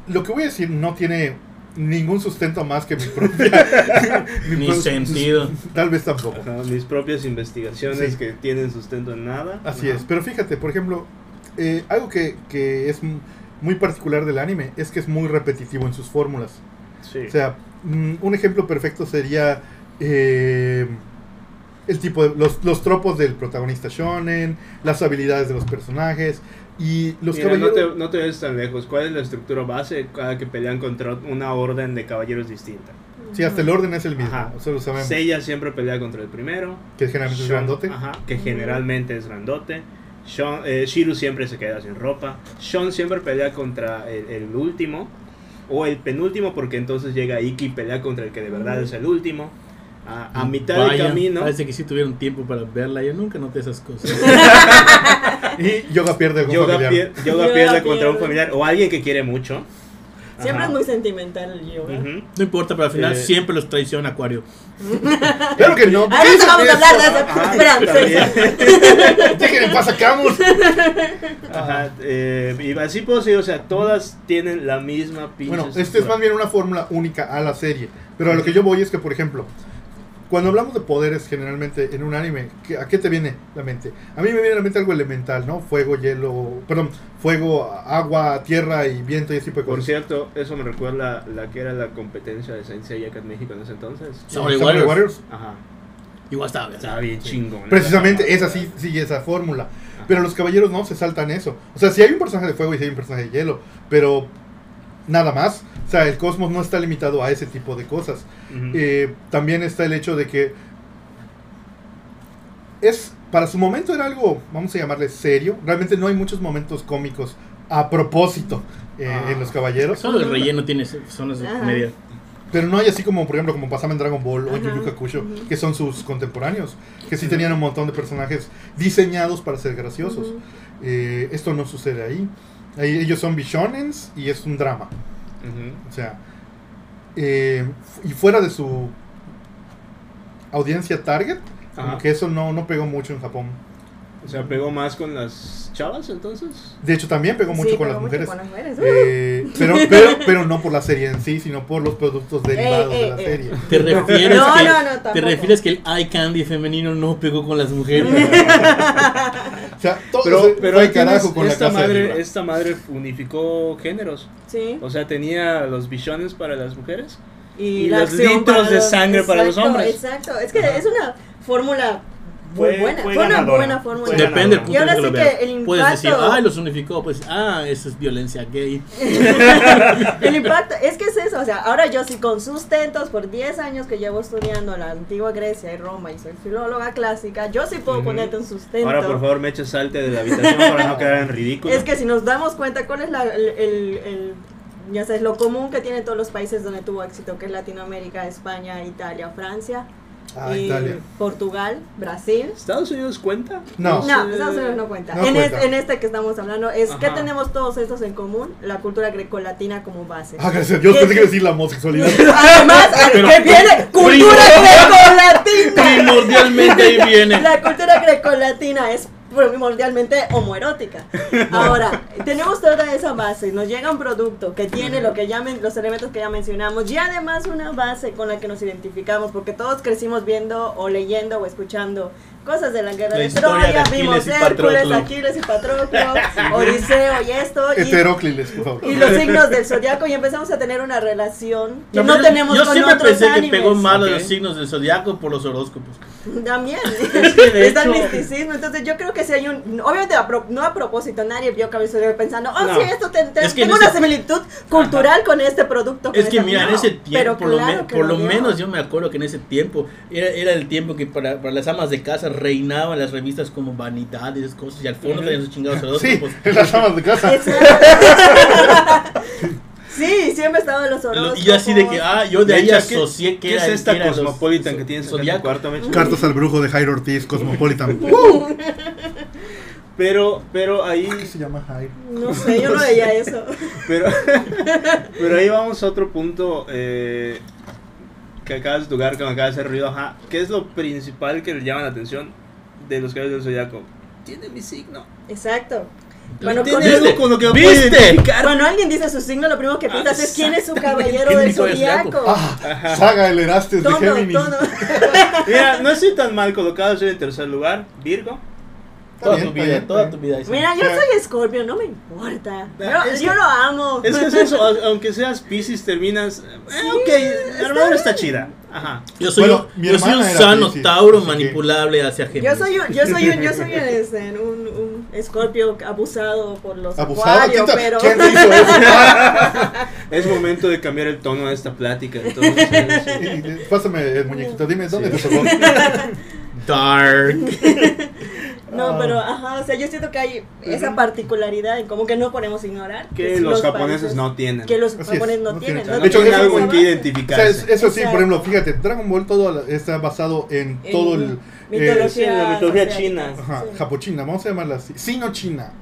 S1: lo que voy a decir no tiene ningún sustento más que mi propia... mi
S2: Ni
S4: Pues,
S1: propia-
S2: sentido.
S1: Tal vez tampoco.
S4: Ajá, mis propias investigaciones
S1: Sí.
S4: que tienen sustento en nada.
S1: Así
S4: Ajá.
S1: es, pero fíjate, por ejemplo, eh, algo que, que es m- muy particular del anime es que es muy repetitivo en sus fórmulas.
S4: Sí.
S1: O sea, mm, un ejemplo perfecto sería eh, el tipo de, los, los tropos del protagonista shonen, las habilidades de los personajes y los
S4: Mira, no,
S1: caballeros
S4: te, no te ves tan lejos. ¿Cuál es la estructura base cada que pelean contra una orden de caballeros distinta?
S1: Sí, hasta el orden es el mismo,
S4: Ajá.
S1: eso lo sabemos,
S4: Seiya siempre pelea contra el primero.
S1: que es generalmente es
S4: Shon-
S1: grandote.
S4: Ajá, que generalmente es grandote. Shon- eh, Shiru siempre se queda sin ropa. Sean siempre pelea contra el, el último. O el penúltimo, porque entonces llega Iki y pelea contra el que de
S1: Mm.
S4: verdad es el último. A, a mitad
S2: Vaya,
S4: de camino.
S2: Parece que sí tuvieron tiempo para verla. Yo nunca noté esas cosas.
S1: Y Yoga pierde algún
S4: Yoga,
S1: familiar.
S4: pier- Yoga
S3: Yoga
S4: pierde contra un
S3: pierde.
S4: familiar o alguien que quiere mucho.
S3: Siempre
S4: Ajá.
S3: es muy sentimental el yoga.
S4: Ujú.
S2: No importa, pero al final
S1: Eh.
S2: siempre los traiciona Acuario.
S4: eh,
S1: Claro que no.
S3: Ahora
S1: ¿qué
S3: vamos a
S1: dicen
S3: hablar de
S1: eso?
S3: eso.
S4: Ajá,
S3: Espera,
S4: Ah, también.
S1: Dejen en paz a Camus.
S4: Ajá, eh, y así puedo decir, o sea, todas tienen la misma pinche
S1: Bueno, este es
S4: estructura.
S1: más bien una fórmula única a la serie. Pero a lo que yo voy es que, por ejemplo, cuando hablamos de poderes generalmente en un anime, ¿qué- ¿a qué te viene la mente? A mí me viene a la mente algo elemental, ¿no? Fuego, hielo, perdón, fuego, agua, tierra y viento y ese tipo de
S4: Por
S1: cosas.
S4: cierto, eso me recuerda la que era la competencia de Saint Seiya acá en México en ese entonces.
S1: Samurai
S2: Samurai Warriors.
S1: Warriors.
S4: Ajá.
S2: Igual estaba bien.
S4: Estaba bien chingón.
S1: Precisamente esa sí sigue esa fórmula. Pero los caballeros no se saltan eso. O sea, si hay un personaje de fuego y si hay un personaje de hielo, pero nada más. O sea, el cosmos no está limitado a ese tipo de cosas.
S4: Ujú.
S1: Eh, también está el hecho de que es para su momento era algo, vamos a llamarle serio. Realmente no hay muchos momentos cómicos a propósito eh,
S4: Ah.
S1: en los caballeros,
S2: Solo el relleno tiene son las
S3: Ajá.
S2: medias.
S1: pero no hay así como, por ejemplo, como pasaba en Dragon Ball o en
S3: Ajá.
S1: Yu Yu Hakusho,
S3: Ujú.
S1: que son sus contemporáneos, que sí tenían un montón de personajes diseñados para ser graciosos.
S3: Ujú.
S1: Eh, esto no sucede ahí. Ahí ellos son bishonens y es un drama.
S4: Ujú.
S1: O sea, eh, y fuera de su audiencia target, como
S4: Ajá.
S1: que eso no, no pegó mucho en Japón.
S4: O sea, pegó más con las chavas entonces.
S1: De hecho, también pegó mucho
S3: Sí,
S1: con
S3: pegó
S1: las
S3: mucho
S1: mujeres.
S3: con las mujeres.
S1: Eh, pero, pero, pero no por la serie en sí, sino por los productos
S3: Eh,
S1: derivados
S3: ey,
S1: de la
S3: ey.
S1: serie.
S2: ¿Te refieres,
S3: No,
S2: que,
S3: no, no, tampoco.
S2: ¿Te refieres que el eye candy femenino no pegó con las mujeres?
S1: O sea, todo
S4: Pero,
S1: se
S4: pero
S1: fue
S4: ahí
S1: al carajo
S4: tienes,
S1: con la
S4: esta,
S1: casa de Libra.
S4: madre, esta madre unificó géneros.
S3: Sí.
S4: O sea, tenía los bichones para las mujeres.
S3: Y,
S4: y
S3: la
S4: los
S3: acción
S4: litros
S3: para
S4: de sangre para los
S3: Exacto,
S4: hombres.
S3: Exacto. Es que
S4: Ajá.
S3: es una fórmula muy
S4: Fue-
S3: buena.
S4: fue
S3: Fue, una
S4: ganadora.
S3: buena fórmula.
S4: Fue
S2: Depende
S4: ganadora.
S2: del punto
S3: Y ahora
S2: de que lo
S3: sí
S2: veas.
S3: que el
S2: Puedes decir,
S3: impacto-
S2: ah, los unificó, pues, ah, eso es violencia gay.
S3: El impacto, es que es eso, o sea, ahora yo sí con sustentos por 10 años que llevo estudiando la antigua Grecia y Roma y soy filóloga clásica, yo sí puedo
S4: Ujú.
S3: ponerte un sustento.
S4: Ahora, por favor, me eches salte de la habitación para no quedar en ridículo.
S3: Es que si nos damos cuenta cuál es la, el, el- el- ya sabes, lo común que tienen todos los países donde tuvo éxito, que es Latinoamérica, España, Italia, Francia,
S1: Ah,
S3: y
S1: Italia.
S3: Portugal, Brasil.
S4: ¿Estados Unidos cuenta?
S1: No.
S3: No,
S4: sé.
S3: Estados Unidos no cuenta.
S1: No
S3: en,
S1: cuenta.
S3: Este, en este que estamos hablando es que
S4: Ajá.
S3: tenemos todos estos en común, la cultura grecolatina como base.
S1: Ah, gracias a Dios, pensé que iba a decir la homosexualidad.
S3: Además, ¿qué viene? Cultura grecolatina.
S2: Primordialmente ahí viene.
S3: La cultura grecolatina es primordialmente homoerótica. Ahora, tenemos toda esa base, nos llega un producto que tiene lo que llamen los elementos que ya mencionamos y además una base con la que nos identificamos porque todos crecimos viendo o leyendo o escuchando cosas de la guerra
S2: La
S3: de
S2: historia de
S3: Troya,
S2: Aquiles
S3: vimos
S2: y
S3: Hércules,
S2: Patroclo.
S3: Aquiles y Patroclo, Odiseo y esto
S1: Este
S3: y,
S1: Heterócliles, por favor.
S3: y los signos del zodiaco y empezamos a tener una relación que no,
S2: Yo-
S3: tenemos
S2: Yo
S3: con
S2: siempre
S3: otros
S2: pensé que
S3: animes.
S2: pegó mal a
S4: Ok.
S2: los signos del zodiaco por los horóscopos.
S3: También.
S4: que de
S3: Está el
S4: hecho-
S3: misticismo. Entonces yo creo que si hay un... Obviamente a pro- no a propósito, nadie vio cabeza de pensando, oh,
S4: No.
S3: sí, esto te- te-
S2: Es que en
S3: tengo una
S2: ese-
S3: similitud cultural con este producto. con
S2: Es que
S3: esta-
S2: mira, en
S3: No,
S2: ese tiempo,
S3: pero
S2: por, lo, me-
S3: claro que
S2: por lo
S3: vio.
S2: menos yo me acuerdo que en ese tiempo era, era el tiempo que para, para las amas de casa reinaban las revistas como Vanidad y esas cosas, y al fondo
S4: Ujú.
S2: tenían sus chingados
S1: Sí,
S2: horóscopos.
S1: en las amas de casa.
S3: Exacto. sí, siempre estaba en los
S2: Lo-
S3: horóscopos.
S2: Y yo así de que, ah, yo de ahí
S4: Mecha, ¿qué-
S2: asocié que
S4: ¿Qué
S2: era
S4: es esta
S2: que era los-
S4: cosmopolitan que
S2: zo-
S4: tienes acá en tu
S2: zodiaco.
S4: cuarto, Mecha?
S1: Cartas al brujo de Jairo Ortiz, Cosmopolitan.
S4: Pero, pero ahí,
S1: ¿Qué se llama Jairo?
S3: No sé, yo no veía eso.
S4: pero, pero ahí vamos a otro punto eh, que acabas de tocar, que me acaba de hacer ruido, ajá. ¿Qué es lo principal que le llama la atención de los caballos del zodiaco? Tiene mi signo.
S3: Exacto. Bueno,
S4: Tiene
S3: con- este,
S2: ¿Viste?
S4: algo con lo que me puedo
S2: ¿Viste?
S3: Cuando alguien dice su signo, lo primero que
S4: Ah,
S3: piensas es quién es su caballero
S2: ¿Quién
S3: del
S2: es su zodiaco?
S3: zodiaco.
S1: Ah, Saga el Erastes de
S3: Todo,
S1: Géminis.
S3: todo.
S4: Mira, no estoy tan mal colocado, soy en tercer lugar, Virgo.
S2: Toda
S1: bien,
S2: tu
S1: está
S2: vida,
S1: bien,
S2: toda
S1: está
S2: tu vida. ahí sí.
S3: Mira, yo
S1: Ya.
S3: soy Scorpio, no me importa.
S4: Ah,
S3: Yo,
S4: es
S3: yo
S4: que-
S3: lo amo.
S4: Es que es eso, a- aunque seas Pisces, terminas. eh, ok, la armadura está chida. Ajá.
S2: Yo soy,
S1: Bueno,
S2: un-
S1: mi
S2: yo soy un
S1: hermana era
S2: sano
S1: Piscis,
S2: Tauro
S1: así que-
S2: manipulable hacia
S3: Yo
S2: Géminis.
S3: soy un, yo soy un, yo soy un, este, un, un Scorpio abusado por los
S1: Abusado. ¿Quién
S3: acuarios,
S1: te,
S3: pero
S1: quién te hizo eso?
S4: Es momento de cambiar el tono de esta plática. Entonces,
S1: Y-
S4: eh,
S1: y- Pásame el muñequito, dime dónde
S4: Sí.
S1: te tocó.
S2: Dark.
S3: no,
S1: Ah.
S3: pero ajá, o sea, yo siento que hay esa particularidad en como que no podemos ignorar
S4: sí, que los japoneses
S3: países-
S4: no tienen.
S3: que los
S1: Así es,
S3: japoneses no,
S1: no tienen.
S3: tienen.
S4: O sea,
S3: no
S4: no
S1: hecho,
S4: tienen
S3: tienen
S4: algo
S3: esa
S4: en eh, que
S3: base.
S1: O sea, es-
S4: identificarse.
S1: eso sí,
S3: Exacto.
S1: por ejemplo, fíjate, Dragon Ball todo la- está basado en
S3: En
S1: todo el
S3: mitología,
S4: sí, la mitología
S3: asiática,
S4: china.
S1: ajá,
S3: sí.
S1: Japochina, vamos a llamarla así, sino China.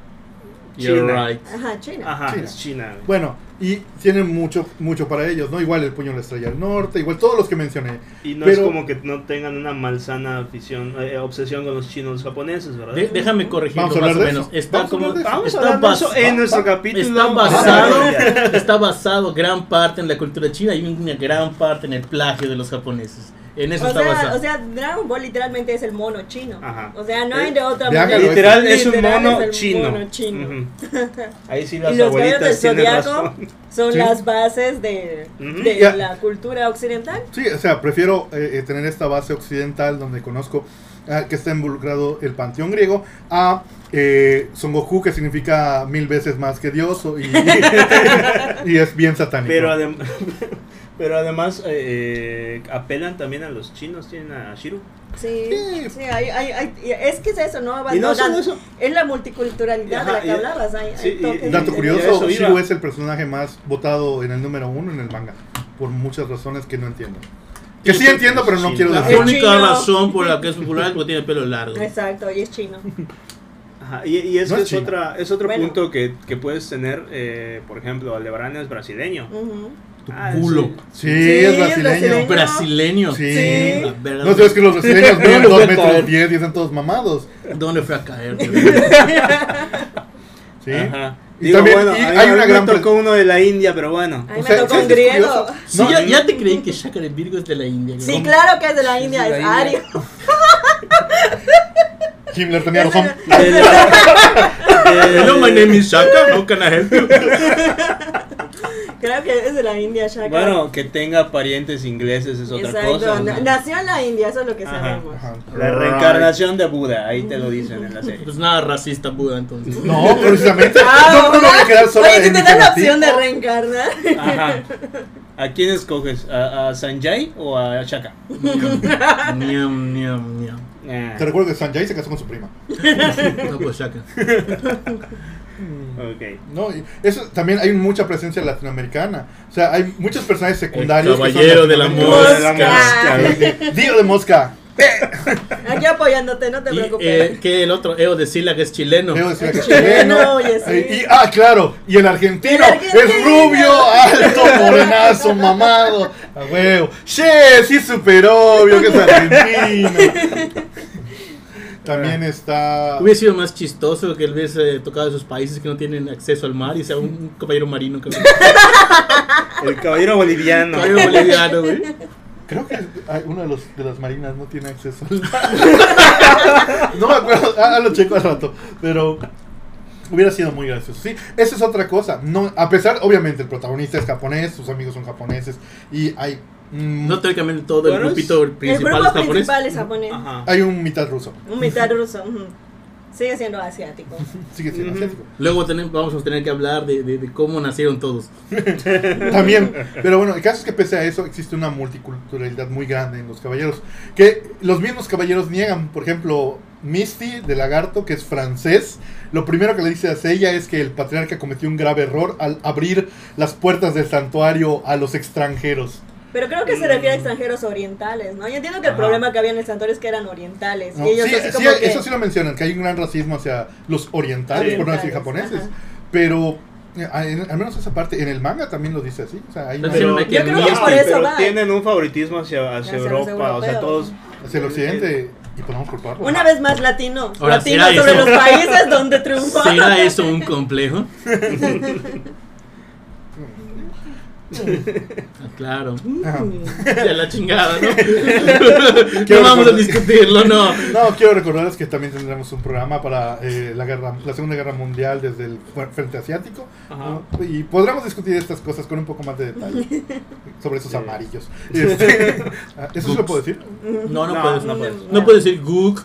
S2: You're
S4: China.
S2: right.
S3: Ajá, China.
S4: Ajá,
S1: China.
S4: es China. güey.
S1: Bueno, y tienen mucho mucho para ellos, ¿no? Igual el puño de la estrella del norte, igual todos los que mencioné.
S4: Y no es
S1: pero-
S4: como que no tengan una malsana afición, eh, obsesión con los chinos japoneses, ¿verdad?
S2: De- déjame corregirlo
S1: Vamos a
S2: más
S1: hablar
S2: o
S1: de
S2: menos.
S1: eso.
S2: Está
S1: Vamos a
S2: como
S1: hablar de
S4: Vamos a
S2: está
S4: hablar de eso
S2: bas-
S4: en nuestro capítulo.
S2: está
S4: Ah,
S2: basado,
S4: ya.
S2: está basado gran parte en la cultura china y una gran parte en el plagio de los japoneses. En eso
S3: O
S2: está
S3: sea,
S2: basado.
S3: o sea, Dragon Ball literalmente es el mono chino.
S4: Ajá. Eh,
S3: O sea, no hay de otra
S1: Vean
S3: manera.
S1: que lo
S4: Literal es un
S3: Literal
S4: mono
S3: es el
S4: chino.
S3: mono chino.
S4: Ujú. Ahí sí
S3: Y
S4: las
S3: los caballos del
S4: abuelitas tienen
S3: zodiaco
S4: razón.
S3: son
S1: Sí.
S3: las bases de,
S4: Ujú.
S3: de
S1: Ya.
S3: la cultura occidental.
S1: Sí, o sea, prefiero eh, eh, tener esta base occidental donde conozco ah, que está involucrado el panteón griego a eh, Son Goku, que significa mil veces más que Dios o- y, y es bien satánico.
S4: Pero, adem- pero además eh, eh, apelan también a los chinos, tienen a Shiro.
S3: Sí,
S1: Sí.
S3: sí, hay- hay- hay- y es que es eso, ¿no?
S4: Y no
S3: Abandonan-
S4: solo eso.
S3: Es la multiculturalidad de
S4: Ajá,
S3: la que
S4: y-
S3: hablabas. Hay, hay
S4: sí, y-
S3: toques
S1: Dato
S4: Eh,
S3: de-
S4: a
S1: curioso,
S4: eso iba.
S1: Shiryu es el personaje más votado en el número uno en el manga, por muchas razones que no entiendo. Que sí entiendo, pero no quiero
S2: La
S1: decir.
S2: única
S3: chino.
S2: razón por la que es popular es porque tiene pelo largo.
S3: Exacto, y es chino.
S4: Ajá, y, y es
S1: No
S4: que
S1: es
S4: es,
S1: chino.
S4: otra, es otro
S3: Bueno.
S4: punto que, que puedes tener, eh, por ejemplo, Aldebarán es brasileño.
S3: Ujú.
S2: Tu
S4: Ah,
S2: culo.
S1: Sí, es
S3: Sí, es
S1: brasileño.
S3: brasileño.
S2: Brasileño.
S1: Sí.
S3: Sí.
S2: La verdad.
S1: No sabes que los brasileños miden
S2: No lo voy
S1: 2
S2: a
S1: metros
S2: caer.
S1: 10 y están todos mamados.
S2: ¿Dónde fue a caer? güey?
S1: Sí.
S4: Ajá.
S1: Y
S4: Digo,
S1: también-
S4: bueno,
S1: y
S4: a
S1: hay
S4: mí- a mí
S1: una
S4: me
S1: gran
S4: tocó uno de la India, pero bueno.
S3: A
S1: O
S3: mí
S1: sea,
S3: me tocó
S1: ¿sabes
S3: un
S1: qué es
S3: griego.
S1: curioso?
S2: Sí,
S4: No,
S2: ya,
S4: no.
S2: ya te creí que Shaka de Virgo es de la India. güey.
S3: Sí, claro que es de la
S4: Sí,
S3: India,
S4: es de
S3: es
S4: la India.
S3: Ario.
S1: Himmler tenía
S3: Es de-
S1: razón.
S4: De la- de-
S2: Hello, Eh, my name is Shaka. How can I help you?
S3: Creo que es de la India, Shaka.
S4: Bueno, que tenga parientes ingleses es otra
S3: Exacto,
S4: cosa.
S3: na-
S4: ¿no?
S3: nació en la India, eso es lo que
S4: Ajá.
S3: sabemos.
S1: Ajá.
S4: La reencarnación de Buda, ahí te lo dicen en la serie.
S2: Pues nada racista, Buda, entonces.
S1: No, precisamente.
S3: Ah,
S1: no, no me voy a quedar solo.
S3: Oye, si
S1: en
S3: te
S1: mi
S3: dan la
S1: fanatismo.
S3: opción de reencarnar.
S4: Ajá. ¿A quién escoges? ¿A, a Sanjay o a Shaka?
S2: Ñam, ñam, ñam, ñam.
S4: Ah,
S1: Te recuerdo que Sanjay se casó con su prima.
S2: No, pues Shaka.
S3: Mm.
S4: ok.
S1: No, y eso también hay mucha presencia latinoamericana. O sea, hay muchos personajes
S2: El
S1: secundarios. que son
S2: caballero de la
S1: latinoamericanos.
S3: la
S2: mosca.
S1: Dio de mosca.
S3: Aquí apoyándote, no te
S2: Y,
S3: preocupes.
S2: eh, que el otro, Eo de Sila, que es chileno.
S1: Debo decir que es
S3: Chileno,
S1: chileno.
S3: oye, sí.
S1: Eh, y- ah, claro. Y el argentino,
S3: El argentino.
S1: es rubio, alto, morenazo, mamado. A huevo. Che, sí, super obvio que es argentino. También está.
S2: Hubiera sido más chistoso que él hubiese tocado esos países que no tienen acceso al mar y sea un, un caballero marino. cabrón.
S4: El caballero boliviano.
S2: Caballero boliviano, güey.
S1: Creo que hay- uno de, los, de las marinas no tiene acceso al No me acuerdo, ah, lo checo al rato, pero hubiera sido muy gracioso. Sí, esa es otra cosa. No, a pesar, obviamente, el protagonista es japonés, sus amigos son japoneses y hay, mm,
S2: No teóricamente todo el
S4: Bueno, es-
S2: grupito
S3: el
S2: principal
S3: grupo
S2: es japonés.
S3: principal es japonés.
S4: Ajá.
S1: hay un mitad ruso.
S3: Un mitad ruso. ujú. Sigue siendo asiático.
S1: Sigue siendo
S4: Ujú.
S1: asiático.
S2: Luego tenemos, vamos a tener que hablar de, de- de cómo nacieron todos.
S1: También, pero bueno, el caso es que pese a eso existe una multiculturalidad muy grande en los caballeros. Que los mismos caballeros niegan, por ejemplo, Misty de Lagarto, que es francés, lo primero que le dice a ella es que el patriarca cometió un grave error al abrir las puertas del santuario a los extranjeros.
S3: Pero creo que se refiere a extranjeros orientales, ¿no? Yo entiendo que el
S4: Ajá.
S3: problema que había en el santuario es que eran orientales.
S1: ¿no?
S3: y ellos
S1: Sí,
S3: así
S1: sí,
S3: como que-
S1: eso sí lo mencionan, que hay un gran racismo hacia los orientales,
S4: Sí.
S1: por no decir
S3: Orientales,
S1: japoneses.
S3: ajá.
S1: Pero, eh, en- al menos esa parte, en el manga también lo dice así. O sea, hay
S2: Pero-
S1: una-
S2: Yo creo
S4: No,
S2: que
S3: por eso
S4: pero
S3: va.
S4: tienen un favoritismo hacia, hacia
S3: Hacia los
S4: Europa, o sea,
S3: europeos.
S4: todos...
S1: hacia el occidente y podemos culparlo.
S3: Una vez más, latino.
S2: Ahora,
S3: latino
S2: ¿será
S3: sobre
S2: eso?
S3: los países donde triunfó.
S2: ¿Será eso un complejo? Ah, claro.
S1: Ajá.
S2: Ya la chingada, ¿no?
S1: Quiero
S2: no vamos a
S1: recordar-
S2: discutirlo, no.
S1: No, quiero recordarles que también tendremos un programa para eh, la, guerra, la Segunda Guerra Mundial desde el fu- Frente Asiático.
S4: Ajá.
S1: ¿no? Y podremos discutir estas cosas con un poco más de detalle sobre esos
S4: Sí.
S1: amarillos. Este, ah, ¿Eso se lo puedo decir?
S2: No, no,
S4: No,
S2: puedes.
S4: no
S2: No,
S4: puedes.
S2: puedes decir gook,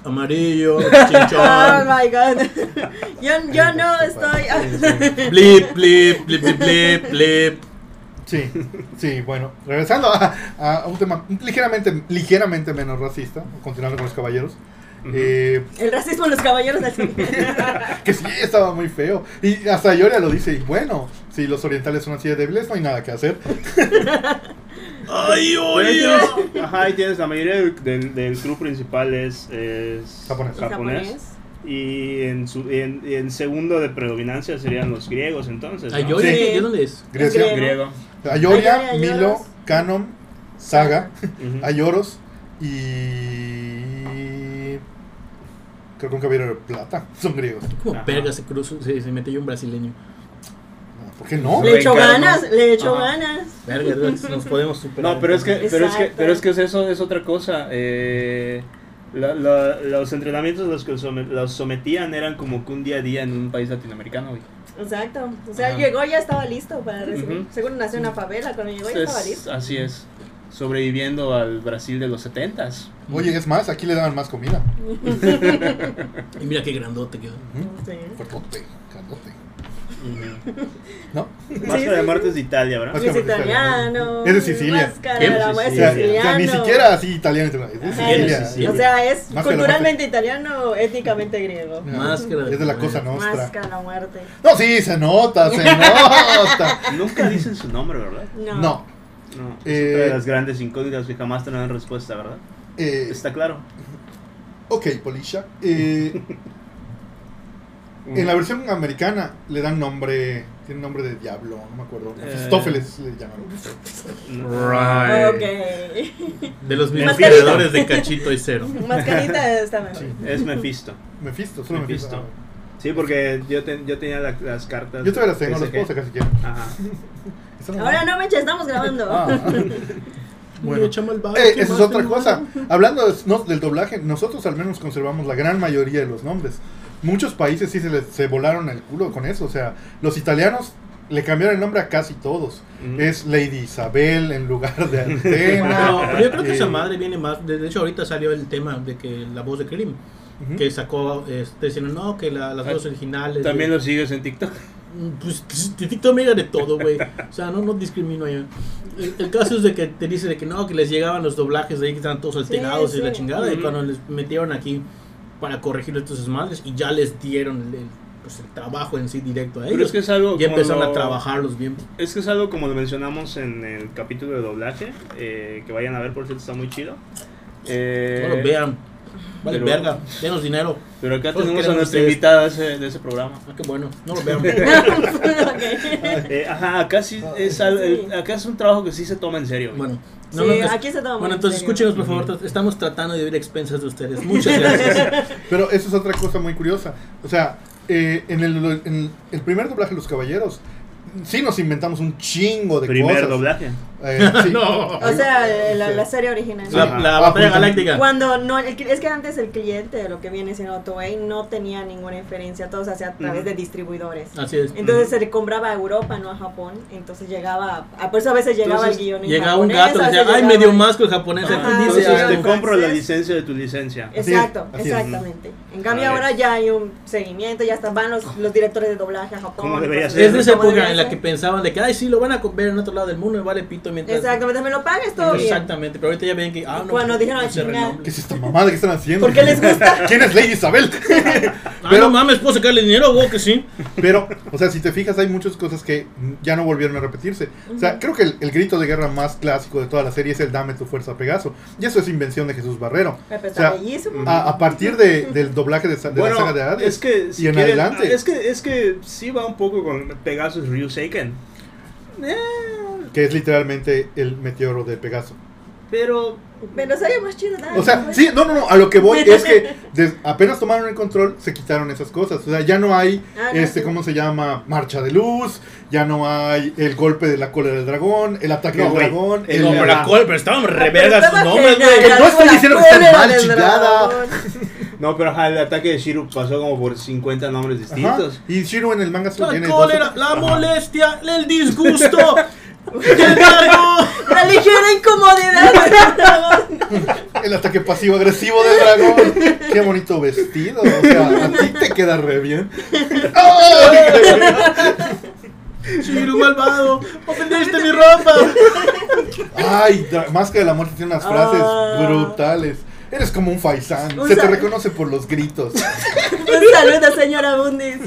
S2: amarillo,
S3: Oh
S2: chinchón,
S3: my god. Yo, yo no estoy.
S2: blip, blip, blip, blip, blip, blip.
S1: Sí, sí, bueno. Regresando a, a un tema ligeramente, ligeramente menos racista, continuando con los caballeros.
S4: Ujú.
S1: eh,
S3: El racismo en los caballeros del
S1: que sí, estaba muy feo. Y hasta Yoria lo dice, y bueno, si los orientales son así de débiles, no hay nada que hacer.
S2: Ay,
S4: Pero ahí
S2: oye.
S4: tienes- Ajá, ahí tienes la mayoría del, del, del crew principal es, es
S1: Japonés.
S4: Y en, su, en, en segundo de predominancia serían los griegos, entonces.
S2: Ay,
S4: ¿no?
S2: oye,
S3: Sí.
S2: ¿de dónde es?
S1: Grecia,
S4: Griego.
S3: Griego.
S1: Ayoria,
S3: Ayoria,
S1: Milo,
S3: Ayoros.
S1: Canon, Saga,
S4: Ujú.
S1: Ayoros y... Creo que un caballero de plata. Son griegos.
S2: Como
S4: Ajá.
S2: perga se cruzó, se, se metió un brasileño.
S1: No, ¿Por qué no?
S3: Le echo
S4: Reencarnó.
S3: ganas, le echo
S4: Ajá.
S3: ganas.
S2: Verga, nos nos podemos superar.
S4: No, pero es que, pero es que,
S3: Exacto.
S4: pero es que es eso es otra cosa. eh, la- la- los entrenamientos a los que some- los sometían eran como que un día a día en un país latinoamericano. güey.
S3: Exacto. O sea,
S4: Ajá.
S3: llegó ya estaba listo para recibir.
S4: Ujú.
S3: Seguro nació en una favela cuando llegó ya estaba
S4: Es-
S3: listo.
S4: así es. Sobreviviendo al Brasil de los 70s.
S1: Oye, es más, aquí le daban más comida.
S2: Y mira qué grandote quedó.
S3: Sí.
S1: Fuertote, grandote,
S4: Ujú.
S1: ¿no?
S3: Sí,
S4: Máscara de
S3: sí,
S4: martes de Italia,
S1: Más
S4: ¿verdad?
S1: que
S3: Es italiano.
S1: Es de Sicilia.
S3: Máscara
S2: ¿Qué?
S3: de la ma-
S1: O
S3: es
S1: sea,
S4: Sí,
S1: o sea, ni
S3: siciliano.
S1: siquiera así italiano. Es de
S3: Ajá,
S1: Sicilia.
S2: es de Sicilia.
S3: O sea, es
S1: Máscara de la
S3: culturalmente italiano, étnicamente griego.
S1: Ya,
S2: Máscara de
S1: Es de la
S2: muerte.
S1: cosa nostra.
S3: Máscara la muerte.
S1: No, sí, se nota, se nota.
S4: Nunca dicen su nombre, ¿verdad?
S3: No.
S1: No,
S4: No. Es
S1: Eh,
S4: otra de las grandes incógnitas que jamás tendrán respuesta, ¿verdad?
S1: eh,
S4: Está claro.
S1: ok, Polisha. Eh, En la versión americana le dan nombre, tiene nombre de diablo, no me acuerdo.
S4: Eh.
S1: Aristófeles le llamaron.
S2: Right.
S3: Ok.
S2: De los mismos
S3: Mascarita.
S2: creadores de Cachito y Cero.
S3: Mascarita está mejor.
S1: Sí.
S4: Es Mephisto.
S1: Mephisto, solo Mephisto.
S4: Mephisto. Sí, porque yo, ten- yo tenía la- las cartas.
S1: Yo todavía las tengo,
S4: de
S1: las
S4: SG.
S1: puedo sacar si quiero.
S4: Ajá.
S1: Eso no
S3: Ahora
S1: va.
S3: no, mecha, estamos grabando.
S1: Ah. Bueno.
S2: Bueno, echamos el
S1: Eh, esa es otra cosa. Hablando de- no, del doblaje, nosotros al menos conservamos la gran mayoría de los nombres. Muchos países sí se, les, se volaron el culo con eso. O sea, los italianos le cambiaron el nombre a casi todos.
S2: Mm.
S4: Ujú.
S1: Es Lady Isabel en lugar de Antena.
S2: No, pero yo creo que
S1: Eh,
S2: esa madre viene más. De de hecho, ahorita salió el tema de que la voz de Krim,
S1: ujú.
S2: que sacó, este, diciendo, no, que la- las
S4: Ah,
S2: voces originales.
S4: También
S2: de-
S4: lo sigues en TikTok.
S2: Pues de TikTok me llega de todo, güey. O sea, no, no discrimino yo. El, el caso es de que te dice de que no, que les llegaban los doblajes de ahí que estaban todos alterados y
S3: sí.
S2: la chingada. Y
S4: Ujú.
S2: cuando les metieron aquí para corregir estos madres y ya les dieron el, el, pues, el trabajo en sí directo a ellos.
S4: Pero es que es algo.
S2: ya empezaron
S4: como-
S2: a trabajarlos bien.
S4: Es que es algo como lo mencionamos en el capítulo de doblaje. eh, que vayan a ver, por cierto, está muy chido. Eh,
S2: Bueno, vean. Vale,
S4: pero-
S2: verga. Denos dinero.
S4: Pero acá
S2: Todos
S4: tenemos a
S2: queremos
S4: nuestra
S2: ustedes.
S4: invitada de ese, de ese programa.
S2: Ah, qué bueno. No lo vean.
S3: Ok.
S4: Eh, ajá, acá sí es, al- el- acá es un trabajo que sí se toma en serio. güey.
S2: Bueno,
S3: Sí,
S2: no, no, entonces-
S3: aquí se toma.
S2: bueno,
S3: muy en
S2: entonces
S3: serio.
S2: escúchenos por favor. tra- Estamos tratando de vivir a expensas de ustedes. Muchas gracias.
S1: Pero eso es otra cosa muy curiosa. O sea, eh, en, el, en el primer doblaje de Los Caballeros, sí nos inventamos un chingo de
S4: Primer
S1: cosas.
S4: doblaje.
S1: Eh, sí.
S2: No.
S3: O sea,
S1: Sí.
S3: la, la serie original.
S2: La, la
S1: Ah,
S2: batalla
S1: justamente.
S2: galáctica.
S3: Cuando no, el cli- es que antes el cliente de lo que viene siendo Toei no tenía ninguna inferencia, todos hacía a través
S4: Ujú.
S3: de distribuidores.
S2: Así es.
S3: Entonces se le compraba a Europa, no a Japón. Entonces llegaba, a, por eso a veces llegaba
S4: Entonces,
S3: el guion. en
S2: Llegaba un
S3: japonés,
S2: gato
S3: a
S2: que
S3: veces
S2: decía, ay,
S3: llegaba
S2: medio
S3: en-
S2: más que el japonés.
S3: Ajá.
S2: Aquí dice,
S4: Entonces
S3: Entonces,
S4: te
S3: ah,
S4: compro la
S3: francés.
S4: licencia de tu licencia.
S1: Así es,
S3: Exacto,
S1: así es.
S3: exactamente. En cambio
S4: Vale.
S3: ahora ya hay un seguimiento, ya están, van los, los directores de doblaje a Japón.
S4: Como debería
S3: entonces,
S4: ser.
S2: es de esa
S3: como
S2: época
S3: debería
S2: en la que
S3: ser.
S2: pensaban de que, ay, sí, lo van a comer en otro lado del mundo, me vale pito mientras.
S3: Exactamente, me lo pagues todo bien.
S2: Exactamente, pero ahorita ya ven que. Ah, no.
S3: Cuando dijeron,
S2: se
S3: "Ah, chingada".
S2: renombre.
S1: ¿Qué es esta mamada que están haciendo?
S3: ¿Por qué les gusta?
S1: ¿Quién es Lady Isabel?
S2: Ah,
S1: Pero-
S2: no mames, puedo sacarle dinero, vos que sí.
S1: Pero, o sea, si te fijas, hay muchas cosas que ya no volvieron a repetirse. O sea, creo que el, el grito de guerra más clásico de toda la serie es el Dame tu fuerza, Pegaso. Y eso es invención de Jesús Barrero.
S3: Pepe,
S1: O sea, mm.
S3: está bellísimo.
S1: A, a partir de- del doblaje de, sa- de la saga de Hades.
S4: es que si
S1: y en
S4: quieren-
S1: adelante.
S4: Es que, es que sí va un poco con Pegasus Ryuseiken. Eh,
S1: Que es literalmente el meteoro de Pegaso.
S4: Pero
S3: Pero se oye más chido, ¿no?
S1: O sea, sí, no, no, no, a lo que voy es que des- apenas tomaron el control, se quitaron esas cosas. O sea, ya no hay,
S3: Ah, no,
S1: este,
S3: sí.
S1: ¿cómo se llama? Marcha de luz, ya no hay el golpe de la cola del dragón, el ataque
S4: No,
S1: del
S4: güey,
S1: dragón.
S4: el
S1: el-
S2: No, pero la
S1: ajá.
S2: col, pero estaban
S3: Pero
S2: revergas
S3: estaba
S2: sus nombres,
S3: genial,
S1: güey. Que no
S3: la
S1: estoy diciendo que
S3: cola
S1: estén mal,
S3: del
S1: chingada.
S3: dragón.
S4: No, pero ajá, el ataque de Shiru pasó como por 50 nombres distintos.
S1: Y Shiro en el manga solo tiene
S2: La
S1: dos-
S2: cólera, la molestia, el disgusto, el cargo.
S3: La ligera incomodidad del dragón.
S1: el ataque pasivo agresivo del dragón. Qué bonito vestido, o sea, a ti te queda re bien. ¡Ay!
S2: Shiru malvado, ofendiste mi ropa.
S1: Ay, Dra- Máscara de la Muerte tiene unas frases
S3: Ah.
S1: brutales. Eres como un faisán,
S3: Un
S1: se te
S3: sa-
S1: reconoce por los gritos.
S3: Un saludo, señora Bundis.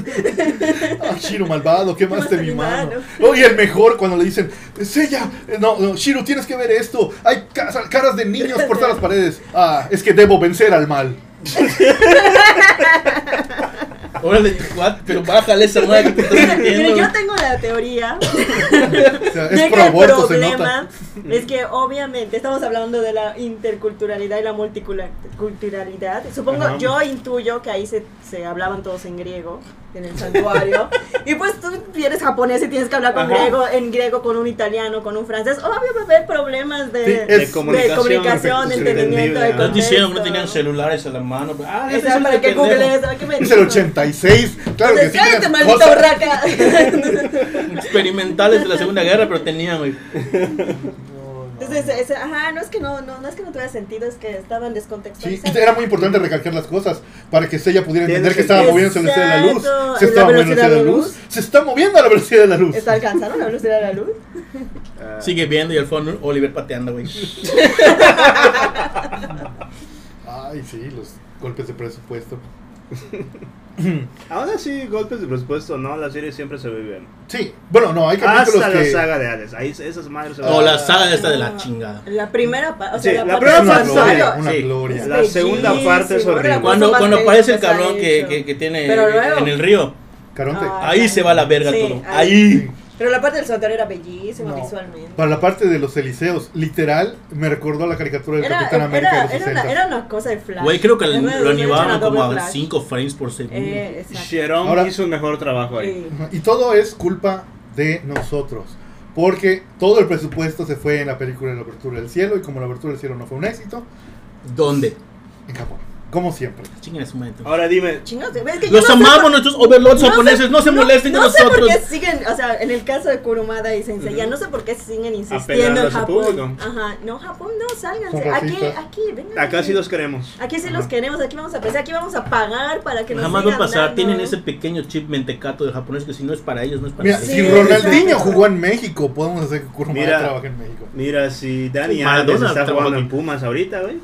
S1: Ah, Shiro malvado, quemaste
S3: Quemaste
S1: mi
S3: mi
S1: mano.
S3: mano.
S1: Oye, el mejor cuando le dicen, es ella. Eh, No, no, Shiro, tienes que ver esto. Hay ca- caras de niños por todas las paredes. Ah, es que debo vencer al mal.
S2: Órale, what? pero bájale esa madre que te
S3: Mira,
S2: estás metiendo.
S3: yo tengo la teoría
S1: O sea,
S3: de
S1: es
S3: que
S1: pro
S3: el
S1: aborto, se nota.
S3: problema es que obviamente estamos hablando de la interculturalidad y la multiculturalidad. Supongo,
S4: Ajá.
S3: yo intuyo que ahí se, se hablaban todos en griego en el santuario. y pues tú eres japonés y tienes que hablar con
S4: Ajá.
S3: griego, en griego con un italiano, con un francés. Obvio va a haber problemas de...
S1: Sí, es-
S4: de comunicación,
S3: de comunicación,
S4: perfecto,
S3: entendimiento,
S4: entendible,
S3: de
S4: ajá.
S2: Estás diciendo que no tenían celulares a la mano. Ah,
S3: o
S2: este
S3: sea,
S2: es
S3: para que
S2: pendejo.
S3: googlees, hay que ver.
S1: Es el 86. Claro que
S3: Entonces,
S1: sí.
S3: cállate,
S1: tienes
S3: maldita
S1: cosas.
S3: borraca.
S2: Experimentales de la Segunda Guerra, pero tenían, güey.
S3: Entonces, ese- ajá, no es que no, no, no es que no tuviera sentido, es que estaban
S1: Sí,
S3: descontextualizados.
S1: y era muy importante recalcar las cosas para que Sella pudiera
S4: Tiene
S1: entender que estaba
S4: sentido.
S1: moviéndose a la velocidad de la luz.
S3: Exacto,
S1: Se
S3: ¿la
S1: estaba moviendo a
S3: velocidad
S1: la velocidad de la
S3: de la
S1: luz. Se está moviendo a la velocidad de la luz.
S3: ¿Está alcanzaron la velocidad de la luz?
S4: Ah,
S2: Sigue viendo y al fondo Oliver pateando, güey.
S1: Ay, sí, los golpes de presupuesto.
S4: Ah, Aún así, golpes de presupuesto, ¿no? Las series siempre se viven.
S1: Sí, bueno, no, hay capítulos
S4: Hasta
S1: que.
S4: la saga de Hades. Ahí esas madres se
S2: O
S4: van.
S2: la saga esta de
S3: Ah.
S2: la chingada.
S3: La primera parte, o sea,
S4: Sí,
S3: la,
S4: la
S3: parte
S1: Es una
S4: primera
S3: del
S4: parte está
S1: gloria,
S3: santuario.
S1: una
S2: Sí.
S1: gloria.
S4: La segunda
S3: Bellísimo,
S4: parte es
S3: era
S4: horrible.
S3: cosa
S2: Cuando,
S3: más
S2: cuando
S3: bella
S2: aparece el
S3: que se ha
S2: cabrón que,
S3: hecho.
S2: que, que tiene
S3: Pero luego-
S2: en el río,
S1: Caronte.
S3: Ah,
S2: ahí se va la verga
S3: Sí,
S2: todo.
S3: ahí.
S2: Ahí.
S3: Pero la parte del santuario era bellísima
S1: No.
S3: visualmente.
S1: Para la parte de los Eliseos, literal, me recordó a la caricatura del
S3: Era,
S1: Capitán
S3: era,
S1: América
S3: era,
S1: de los 60.
S3: una, era una cosa de flash.
S2: Güey, creo que
S3: Era una- una
S2: lo animaron como
S3: doble
S2: a
S3: flash.
S2: 5 frames por segundo.
S3: Eh, exacto.
S4: Sharon
S1: Ahora-
S4: hizo un mejor trabajo ahí.
S3: Sí.
S1: Ajá, Y todo es culpa de nosotros. Porque todo el presupuesto se fue en la película de la apertura del cielo. Y como la apertura del cielo no fue un éxito,
S2: ¿Dónde?
S1: en Japón. Como siempre.
S2: Chinga su madre.
S4: Ahora dime,
S3: Chingados, es que yo
S2: Los
S3: no sé por-
S2: amamos, nuestros overlords
S3: no sé-
S2: japoneses. No se molesten
S3: no
S2: con
S3: sé por
S2: nosotros.
S3: qué siguen, o sea, en el caso de Kurumada y Sensei, ya no sé por qué siguen insistiendo
S4: Apelando
S3: en
S4: a su
S3: Japón.
S4: público.
S3: Ajá, no, Japón no, sálganse.
S1: Son
S3: Aquí,
S1: racistas.
S3: aquí, vengan.
S4: acá
S3: aquí.
S4: sí los queremos.
S3: Aquí sí
S1: Ajá.
S3: los queremos, aquí vamos a apreciar, aquí vamos a pagar para que nos
S2: Jamás va a
S3: sigan
S2: pasar.
S3: dando.
S2: Tienen ese pequeño chip mentecato del japonés que si no es para ellos, no es para
S1: Mira,
S2: ellos.
S3: Sí,
S1: si Ronaldinho
S3: exacto.
S1: jugó en México, podemos hacer que Kurumada
S4: Mira.
S1: trabaje en México.
S4: Mira, si Dani
S2: Maradona
S4: Alves está
S2: trabaja
S4: jugando
S2: aquí.
S4: en Pumas ahorita, güey.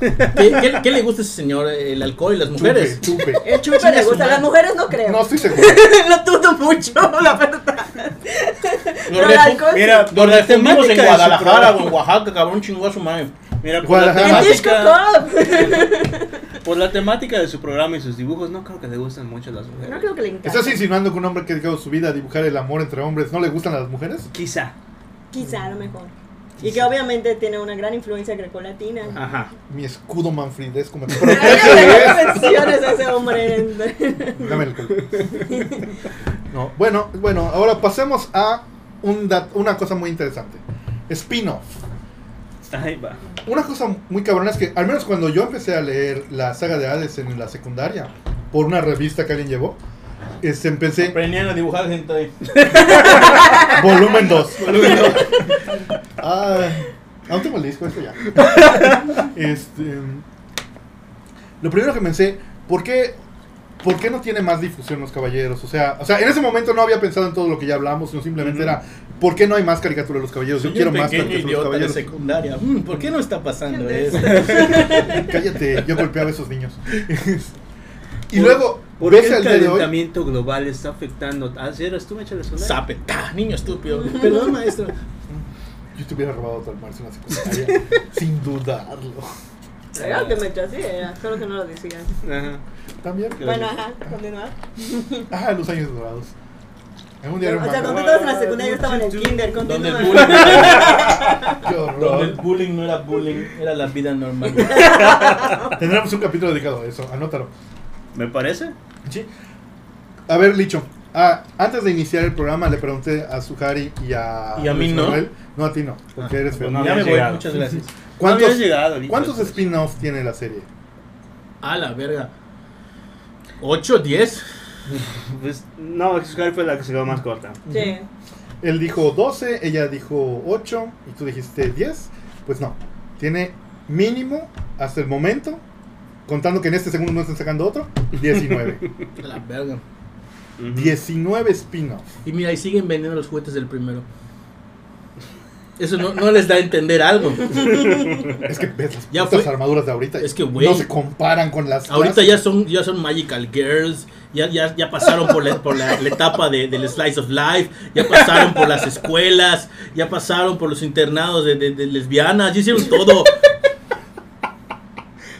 S2: ¿Qué, qué, qué le gusta a ese señor? ¿El alcohol y las mujeres?
S1: Chupe, chupe.
S3: El chupe
S2: Chinga
S3: le
S2: su
S3: gusta, a
S2: madre.
S3: las mujeres no creo.
S1: No estoy seguro.
S3: Lo dudo mucho, la verdad. Pero el
S2: refu-
S3: alcohol sí.
S4: Mira, por
S2: Donde
S4: la
S2: estemos en
S4: temática de su
S2: Guadalajara o en
S4: programa-
S2: Oaxaca, cabrón, chingó a su madre.
S4: Mira, por la,
S1: Guadalajara.
S3: El disco
S4: temática,
S3: club.
S4: por la temática de su programa y sus dibujos, no creo que le gusten mucho las mujeres.
S3: No creo que le encante.
S1: ¿Estás insinuando que un hombre que ha dedicado su vida a dibujar el amor entre hombres no le gustan a las mujeres?
S4: Quizá.
S3: Quizá a lo mejor. Y que obviamente tiene una gran influencia grecolatina.
S4: Ajá.
S1: Mi escudo manfredesco me
S3: Ay,
S1: protege de
S3: ¿qué
S1: esto.
S3: menciones a ese hombre? en-
S1: Dame el coco. No, bueno, bueno, ahora pasemos a un dat- una cosa muy interesante. Spin-off.
S4: Ahí va.
S1: Una cosa muy cabrona es que, al menos cuando yo empecé a leer la saga de Hades en la secundaria, por una revista que alguien llevó, este, empecé
S2: Aprendían a dibujar gente ahí.
S1: volumen 2. Ah, aún tengo el disco, esto ya. Este, lo primero que pensé, ¿por qué, ¿por qué no tiene más difusión los caballeros? O sea, o sea, en ese momento no había pensado en todo lo que ya hablamos, sino simplemente
S4: Ujú.
S1: era, ¿por qué no hay más caricatura de los caballeros? Yo
S2: Soy
S1: quiero
S2: un
S1: más
S2: pequeño
S1: caricatura de los
S2: idiota de
S1: caballeros.
S2: secundaria. Mm, ¿Por qué no está pasando
S3: ¿Qué es
S2: esto?
S1: Cállate, yo golpeaba a esos niños. y
S4: Por-
S1: luego,
S4: ¿Por qué
S1: ves al
S4: el
S1: día de hoy.
S4: calentamiento global está afectando? Ah, sí, eras tú, me echas la
S2: Sape, ta, niño estúpido. Perdón, maestro.
S1: Yo te hubiera robado tu almuerzo en la secundaria, sin dudarlo.
S3: Creo que me echó así, era, solo que no lo decías.
S4: Ajá.
S1: También.
S3: Bueno, ajá, continúa.
S1: Ah, los años dorados. Algún día era un
S3: O sea,
S1: manga.
S3: cuando tú estabas en la secundaria, yo estaba en el kinder,
S2: Donde el
S3: continúa.
S2: bullying,
S1: Qué
S2: Donde
S1: horror.
S2: el bullying no era bullying, era la vida normal.
S1: Tendremos un capítulo dedicado a eso, anótalo.
S4: ¿Me parece?
S1: Sí. A ver, Licho. ah, antes de iniciar el programa le pregunté a Suhari y a.
S2: ¿Y a mí
S1: Luis
S2: no?
S1: Manuel. No, a ti no, porque
S2: Ah,
S1: eres feo.
S4: pues no.
S2: ya me
S4: habías
S2: voy,
S4: llegado.
S2: muchas gracias.
S4: ¿Cuántos,
S1: ¿Cuántos,
S4: llegado, pues, Licho.
S1: ¿Cuántos spin-offs tiene la serie?
S2: A la verga. ¿8, 10?
S4: Pues, no, Sky fue la que se quedó más corta.
S3: Sí.
S1: Él dijo 12, ella dijo 8 y tú dijiste 10. Pues no. Tiene mínimo hasta el momento, contando que en este segundo no están sacando otro, 19.
S2: A la verga.
S4: Ujú.
S1: 19 spin-offs.
S2: Y mira, y siguen vendiendo los juguetes del primero. Eso no, no les da a entender algo.
S1: Es que ves las
S2: Ya
S1: putas
S2: fue.
S1: armaduras de ahorita.
S2: Es que, güey.
S1: No se comparan con las.
S2: Ahorita
S1: clásicas.
S2: ya son, ya son Magical Girls, ya, ya, ya pasaron por, la, por la, la etapa de- del Slice of Life, ya pasaron por las escuelas, ya pasaron por los internados de, de- de lesbianas, ya hicieron todo.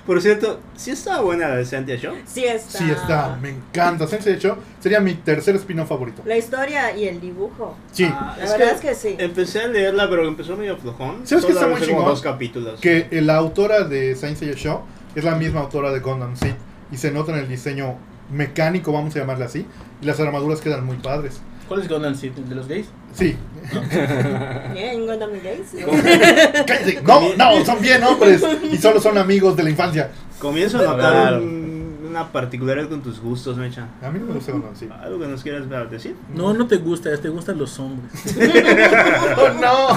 S4: Por cierto, ¿sí estaba buena la de Santia Show?
S3: Sí está.
S1: Sí está, me encanta. Sensei, de hecho, sería mi tercer spin-off favorito.
S3: La historia y el dibujo.
S1: Sí.
S4: Ah,
S3: La verdad es que sí.
S4: Empecé a leerla, pero empezó medio flojón.
S1: ¿Sabes qué está
S4: Solo
S1: muy
S4: avancé como
S1: chingón?
S4: dos capítulos.
S1: que la autora de Saint Seiya Show es la misma autora de Gundam Seed y se nota en el diseño mecánico, vamos a llamarle así, y las armaduras quedan muy padres.
S2: ¿Cuál es Gundam Seed? ¿De los gays?
S1: Sí.
S3: Bien, Gundam Gates.
S1: Cállate. No, no, son bien hombres y solo son amigos de la infancia.
S4: Comienzo a notar
S2: Claro.
S4: un- una particularidad con tus gustos, Mecha.
S1: A mí no me gusta Gundam Seed.
S4: ¿Algo que nos quieras decir?
S2: No, no te gusta, te gustan los hombres.
S1: Oh, no.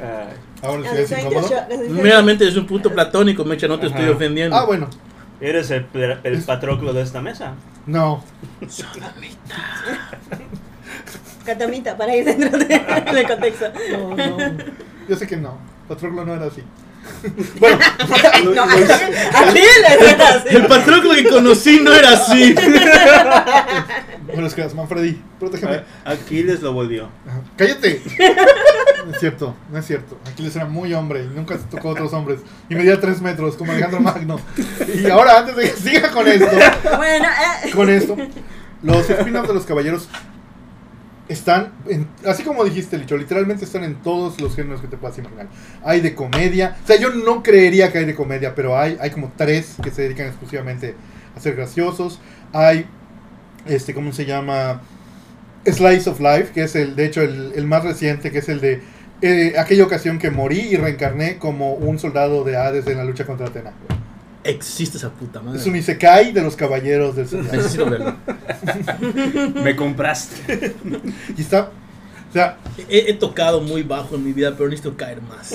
S4: Ah,
S1: Ahora sí
S3: Así
S1: es
S3: soy
S1: incómodo.
S3: yo, así soy yo.
S2: Meramente es un punto platónico, Mecha, no te estoy
S4: Ajá.
S2: ofendiendo.
S1: Ah, bueno.
S4: Eres el, pl- el patroclo de esta mesa.
S1: No.
S3: Catamita, para ir dentro de- del contexto.
S1: No, no. Yo sé que no. Patroclo no era así. Bueno,
S3: No, a mí le suena así.
S2: El patrón que conocí no era así.
S1: bueno, es que Manfredi, protégeme.
S4: A- Aquiles lo volvió.
S1: Ajá. ¡Cállate! No es cierto, no es cierto. Aquiles era muy hombre y nunca se tocó a otros hombres. Y medía 3 metros, como Alejandro Magno. Y ahora, antes de que siga con esto,
S3: Bueno, eh,
S1: con esto, los spin-offs de los caballeros están, en- así como dijiste, Licho, literalmente están en todos los géneros que te puedas imaginar. Hay de comedia, o sea, yo no creería que hay de comedia, pero hay, hay como tres que se dedican exclusivamente a ser graciosos. Hay, este, ¿cómo se llama? Slice of Life, que es el, de hecho, el, el más reciente, que es el de eh, aquella ocasión que morí y reencarné como un soldado de Hades en la lucha contra Atena.
S2: Existe esa puta madre.
S1: Es un Isekai de los caballeros del zodiaco.
S2: Necesito verlo.
S4: Me compraste.
S1: Y está, o sea,
S2: He, he tocado muy bajo en mi vida, pero necesito caer más.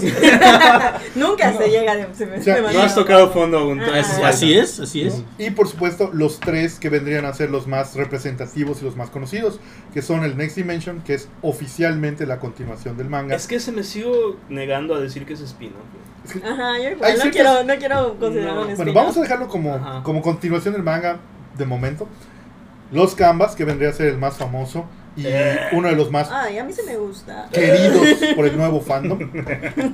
S3: nunca se llega de, se-
S1: O sea,
S3: de
S4: No
S3: manera-
S4: has tocado fondo aún.
S3: Ah.
S2: Así, así es, así es.
S1: Y por supuesto, los tres que vendrían a ser los más representativos y los más conocidos, que son el Next Dimension, que es oficialmente la continuación del manga.
S4: Es que se me sigo negando a decir que es spin-off.
S3: Ajá, yo
S1: Hay
S3: igual. No
S1: ciertas-
S3: quiero, no quiero considerar
S4: No.
S3: un
S1: bueno,
S3: spin-off.
S1: vamos a dejarlo como,
S4: Ajá.
S1: como continuación del manga de momento. Los Canvas, que vendría a ser el más famoso y
S4: Eh.
S1: uno de los más
S3: Ay, a mí se me gusta.
S1: queridos por el nuevo fandom.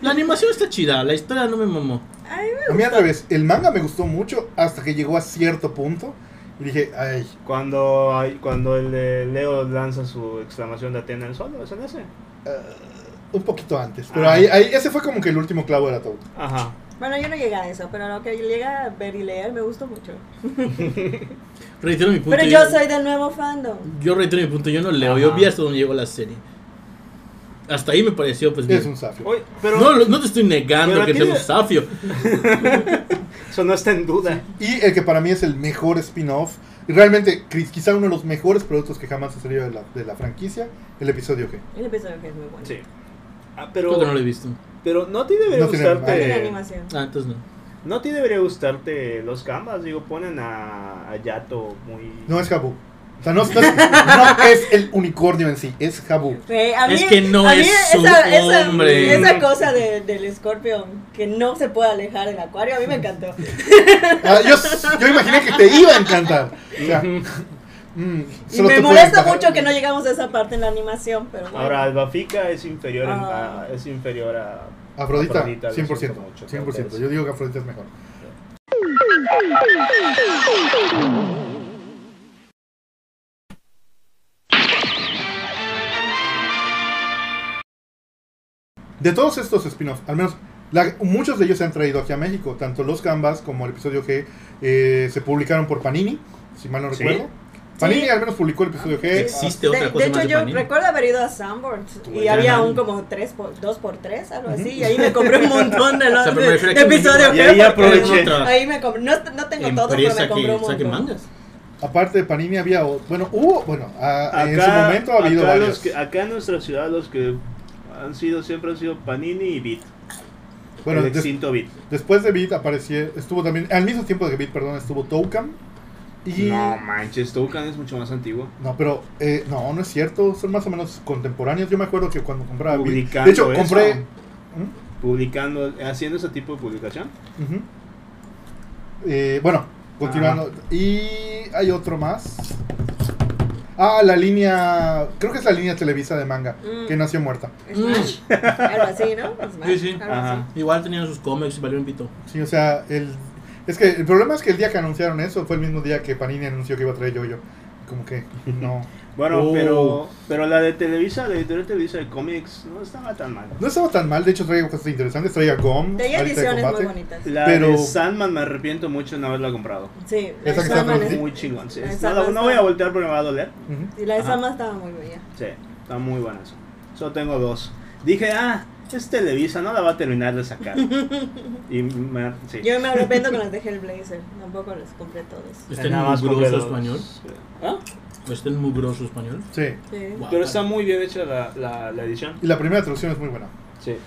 S2: La animación está chida, la historia no me mamó.
S3: Ay,
S1: A mí al revés, el manga me gustó mucho hasta que llegó a cierto punto y dije, ay,
S4: Cuando, hay- cuando el de Leo lanza su exclamación de Atena al sol, ¿es en ese?
S1: un poquito antes.
S4: Ah.
S1: Pero ahí, ahí- ese fue como que el último clavo del ataúd.
S4: Ajá.
S3: bueno, yo no llegué a eso, pero lo que llega a ver y leer me gustó mucho.
S2: Reitero mi punto.
S3: Pero yo soy del nuevo fandom.
S2: yo reitero mi punto, yo no leo, yo
S4: Ajá.
S2: vi hasta donde llegó la serie. Hasta ahí me pareció, pues bien.
S1: Es un zafio.
S4: Oye, pero
S2: no, lo- no te estoy negando
S4: Pero
S2: que
S4: aquí
S2: sea un
S4: le-
S2: zafio.
S4: eso no está en duda.
S1: Y el que para mí es el mejor spin-off, y realmente cri- quizá uno de los mejores productos que jamás ha salido de la, de la franquicia, el episodio G.
S3: El episodio que es muy bueno.
S4: Sí. Ah,
S2: Creo
S4: pero,
S2: que no lo he visto.
S4: pero no te debería
S1: No tiene-
S3: No tiene
S4: gustarte.
S3: animación.
S2: Ah, entonces no.
S4: No te debería gustarte los canvas, digo, ponen a, a Yato muy.
S1: No es Jabu. O sea, no, no es, no es el unicornio en sí, es Jabu.
S3: Güey, Eh, a
S2: Es
S3: mí-
S2: que no
S3: a mí
S2: es su hombre.
S3: Esa, cosa de- del Scorpion que no se puede alejar del acuario, a mí me encantó.
S1: Ah, yo, yo imaginé que te iba a encantar. O sea, mm,
S3: Y
S1: solo
S3: me
S1: te
S3: molesta
S1: pueden-
S3: mucho que no llegamos a esa parte en la animación, pero bueno.
S4: Ahora, Albafica es inferior, en-
S3: Ah.
S4: a- es inferior a.
S1: Afrodita,
S4: Afrodita, lo
S1: 100%.
S4: siento mucho,
S1: 100%.
S4: Afrodita.
S1: Yo digo que Afrodita es mejor. De todos estos spin-offs, al menos la- muchos de ellos se han traído aquí a México, tanto los Canvas como el episodio G eh, se publicaron por Panini, si mal no
S4: ¿Sí?
S1: recuerdo. Panini
S3: Sí.
S1: al menos publicó el episodio G.
S2: Existe.
S3: Eh, De,
S2: otra
S3: de
S2: cosa
S3: hecho,
S2: más de
S3: yo
S2: Panini.
S3: recuerdo haber ido a Sanborns
S4: Tú,
S3: y
S4: ya
S3: había
S2: no.
S3: un como 3 por, 2 por 3 algo así.
S1: Ujú.
S3: Y ahí me compré un montón de,
S2: O sea,
S3: los
S2: pero me
S3: de,
S2: refiero
S3: de
S2: a que
S3: episodios.
S4: Y ahí
S3: pero-
S4: aproveché.
S3: Ahí me compré. No, no tengo todos, pero me
S2: Empresa
S3: compré un
S2: que saque
S3: montón.
S2: mangas.
S1: a- aparte de Panini había, o- bueno, hubo, bueno, a- en su momento ha habido
S4: acá
S1: varios.
S4: los que- acá en nuestra ciudad los que han sido siempre han sido Panini y Bit.
S1: bueno,
S4: el
S1: des-
S4: extinto Bit.
S1: después de Beat apareció, estuvo también, al mismo tiempo de Beat, perdón, estuvo Toucan. Y
S4: No manches, Toucan es mucho más antiguo.
S1: No, pero eh, no, no es cierto. Son más o menos contemporáneos. Yo me acuerdo que cuando compraba. Beat-
S4: Publicando
S1: de hecho,
S4: eso.
S1: compré.
S4: Publicando, haciendo ese tipo de publicación.
S1: ¿Mm? Ujú. Eh, bueno, continuando. Y hay otro más. Ah, la línea. Creo que es la línea Televisa de manga.
S3: Mm.
S1: Que nació muerta.
S3: Smash. algo así, ¿no? Smash,
S2: Mm. Sí, sí.
S3: algo
S4: Ajá.
S3: así.
S2: Igual tenían sus cómics y valió un pito.
S1: Sí, o sea, el. Es que el problema es que el día que anunciaron eso fue el mismo día que Panini anunció que iba a traer yo-yo. Como que no.
S4: Bueno,
S2: Oh.
S4: pero pero la de Televisa, la editorial Televisa de cómics no estaba tan mal.
S1: No estaba tan mal. De hecho, traía cosas interesantes. Traía GOM.
S3: Tenía
S1: Alta de
S3: ediciones muy
S1: combate.
S3: bonitas.
S4: La
S1: Pero-
S4: de Sandman me arrepiento mucho de no haberla comprado.
S3: Sí, la
S1: Esa
S3: de
S1: que está
S3: Sandman
S1: con-
S3: es-
S4: Muy chingón, sí.
S3: Esa
S4: No, la-
S3: no
S4: no voy a
S3: está-
S4: voltear porque me va a doler.
S1: Ujú.
S3: y la de
S4: Ajá.
S3: Sandman estaba muy bella.
S4: Sí, está muy buena eso. Solo tengo dos. Dije, ah, es Televisa, no la va a terminar de sacar. y me, sí.
S3: Yo me arrepiento que las dejé el blazer. Tampoco los compré todos.
S2: Está en
S4: Nada más compré
S2: Este mugroso
S4: dos.
S2: español.
S4: Sí. ¿Ah?
S2: Está en mugroso español.
S1: Sí.
S3: Sí.
S2: Guau,
S4: Pero está muy bien hecha la, la, la edición.
S1: Y la primera traducción es muy buena.
S4: Sí.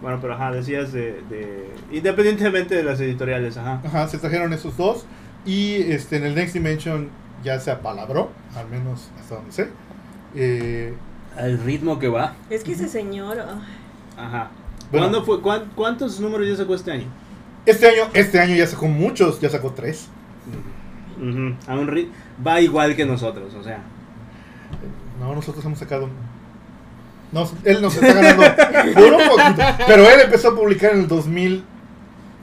S4: Bueno, pero ajá, decías de, de- Independientemente de las editoriales, ajá.
S1: Ajá, se trajeron esos dos. Y este, en el Next Dimension ya se apalabró, al menos hasta donde sé. Eh,
S4: Al ritmo que va.
S3: Es que ese señor. ah,
S4: Ajá.
S1: Bueno.
S4: ¿Cuándo fue, cuán- ¿Cuántos números ya sacó este año?
S1: este, año, este año ya sacó muchos, ya sacó tres.
S4: Ujú, A un ri- va igual que nosotros, o sea.
S1: No, nosotros hemos sacado. No, él nos está ganando por un poquito. Pero él empezó a publicar en el 2006.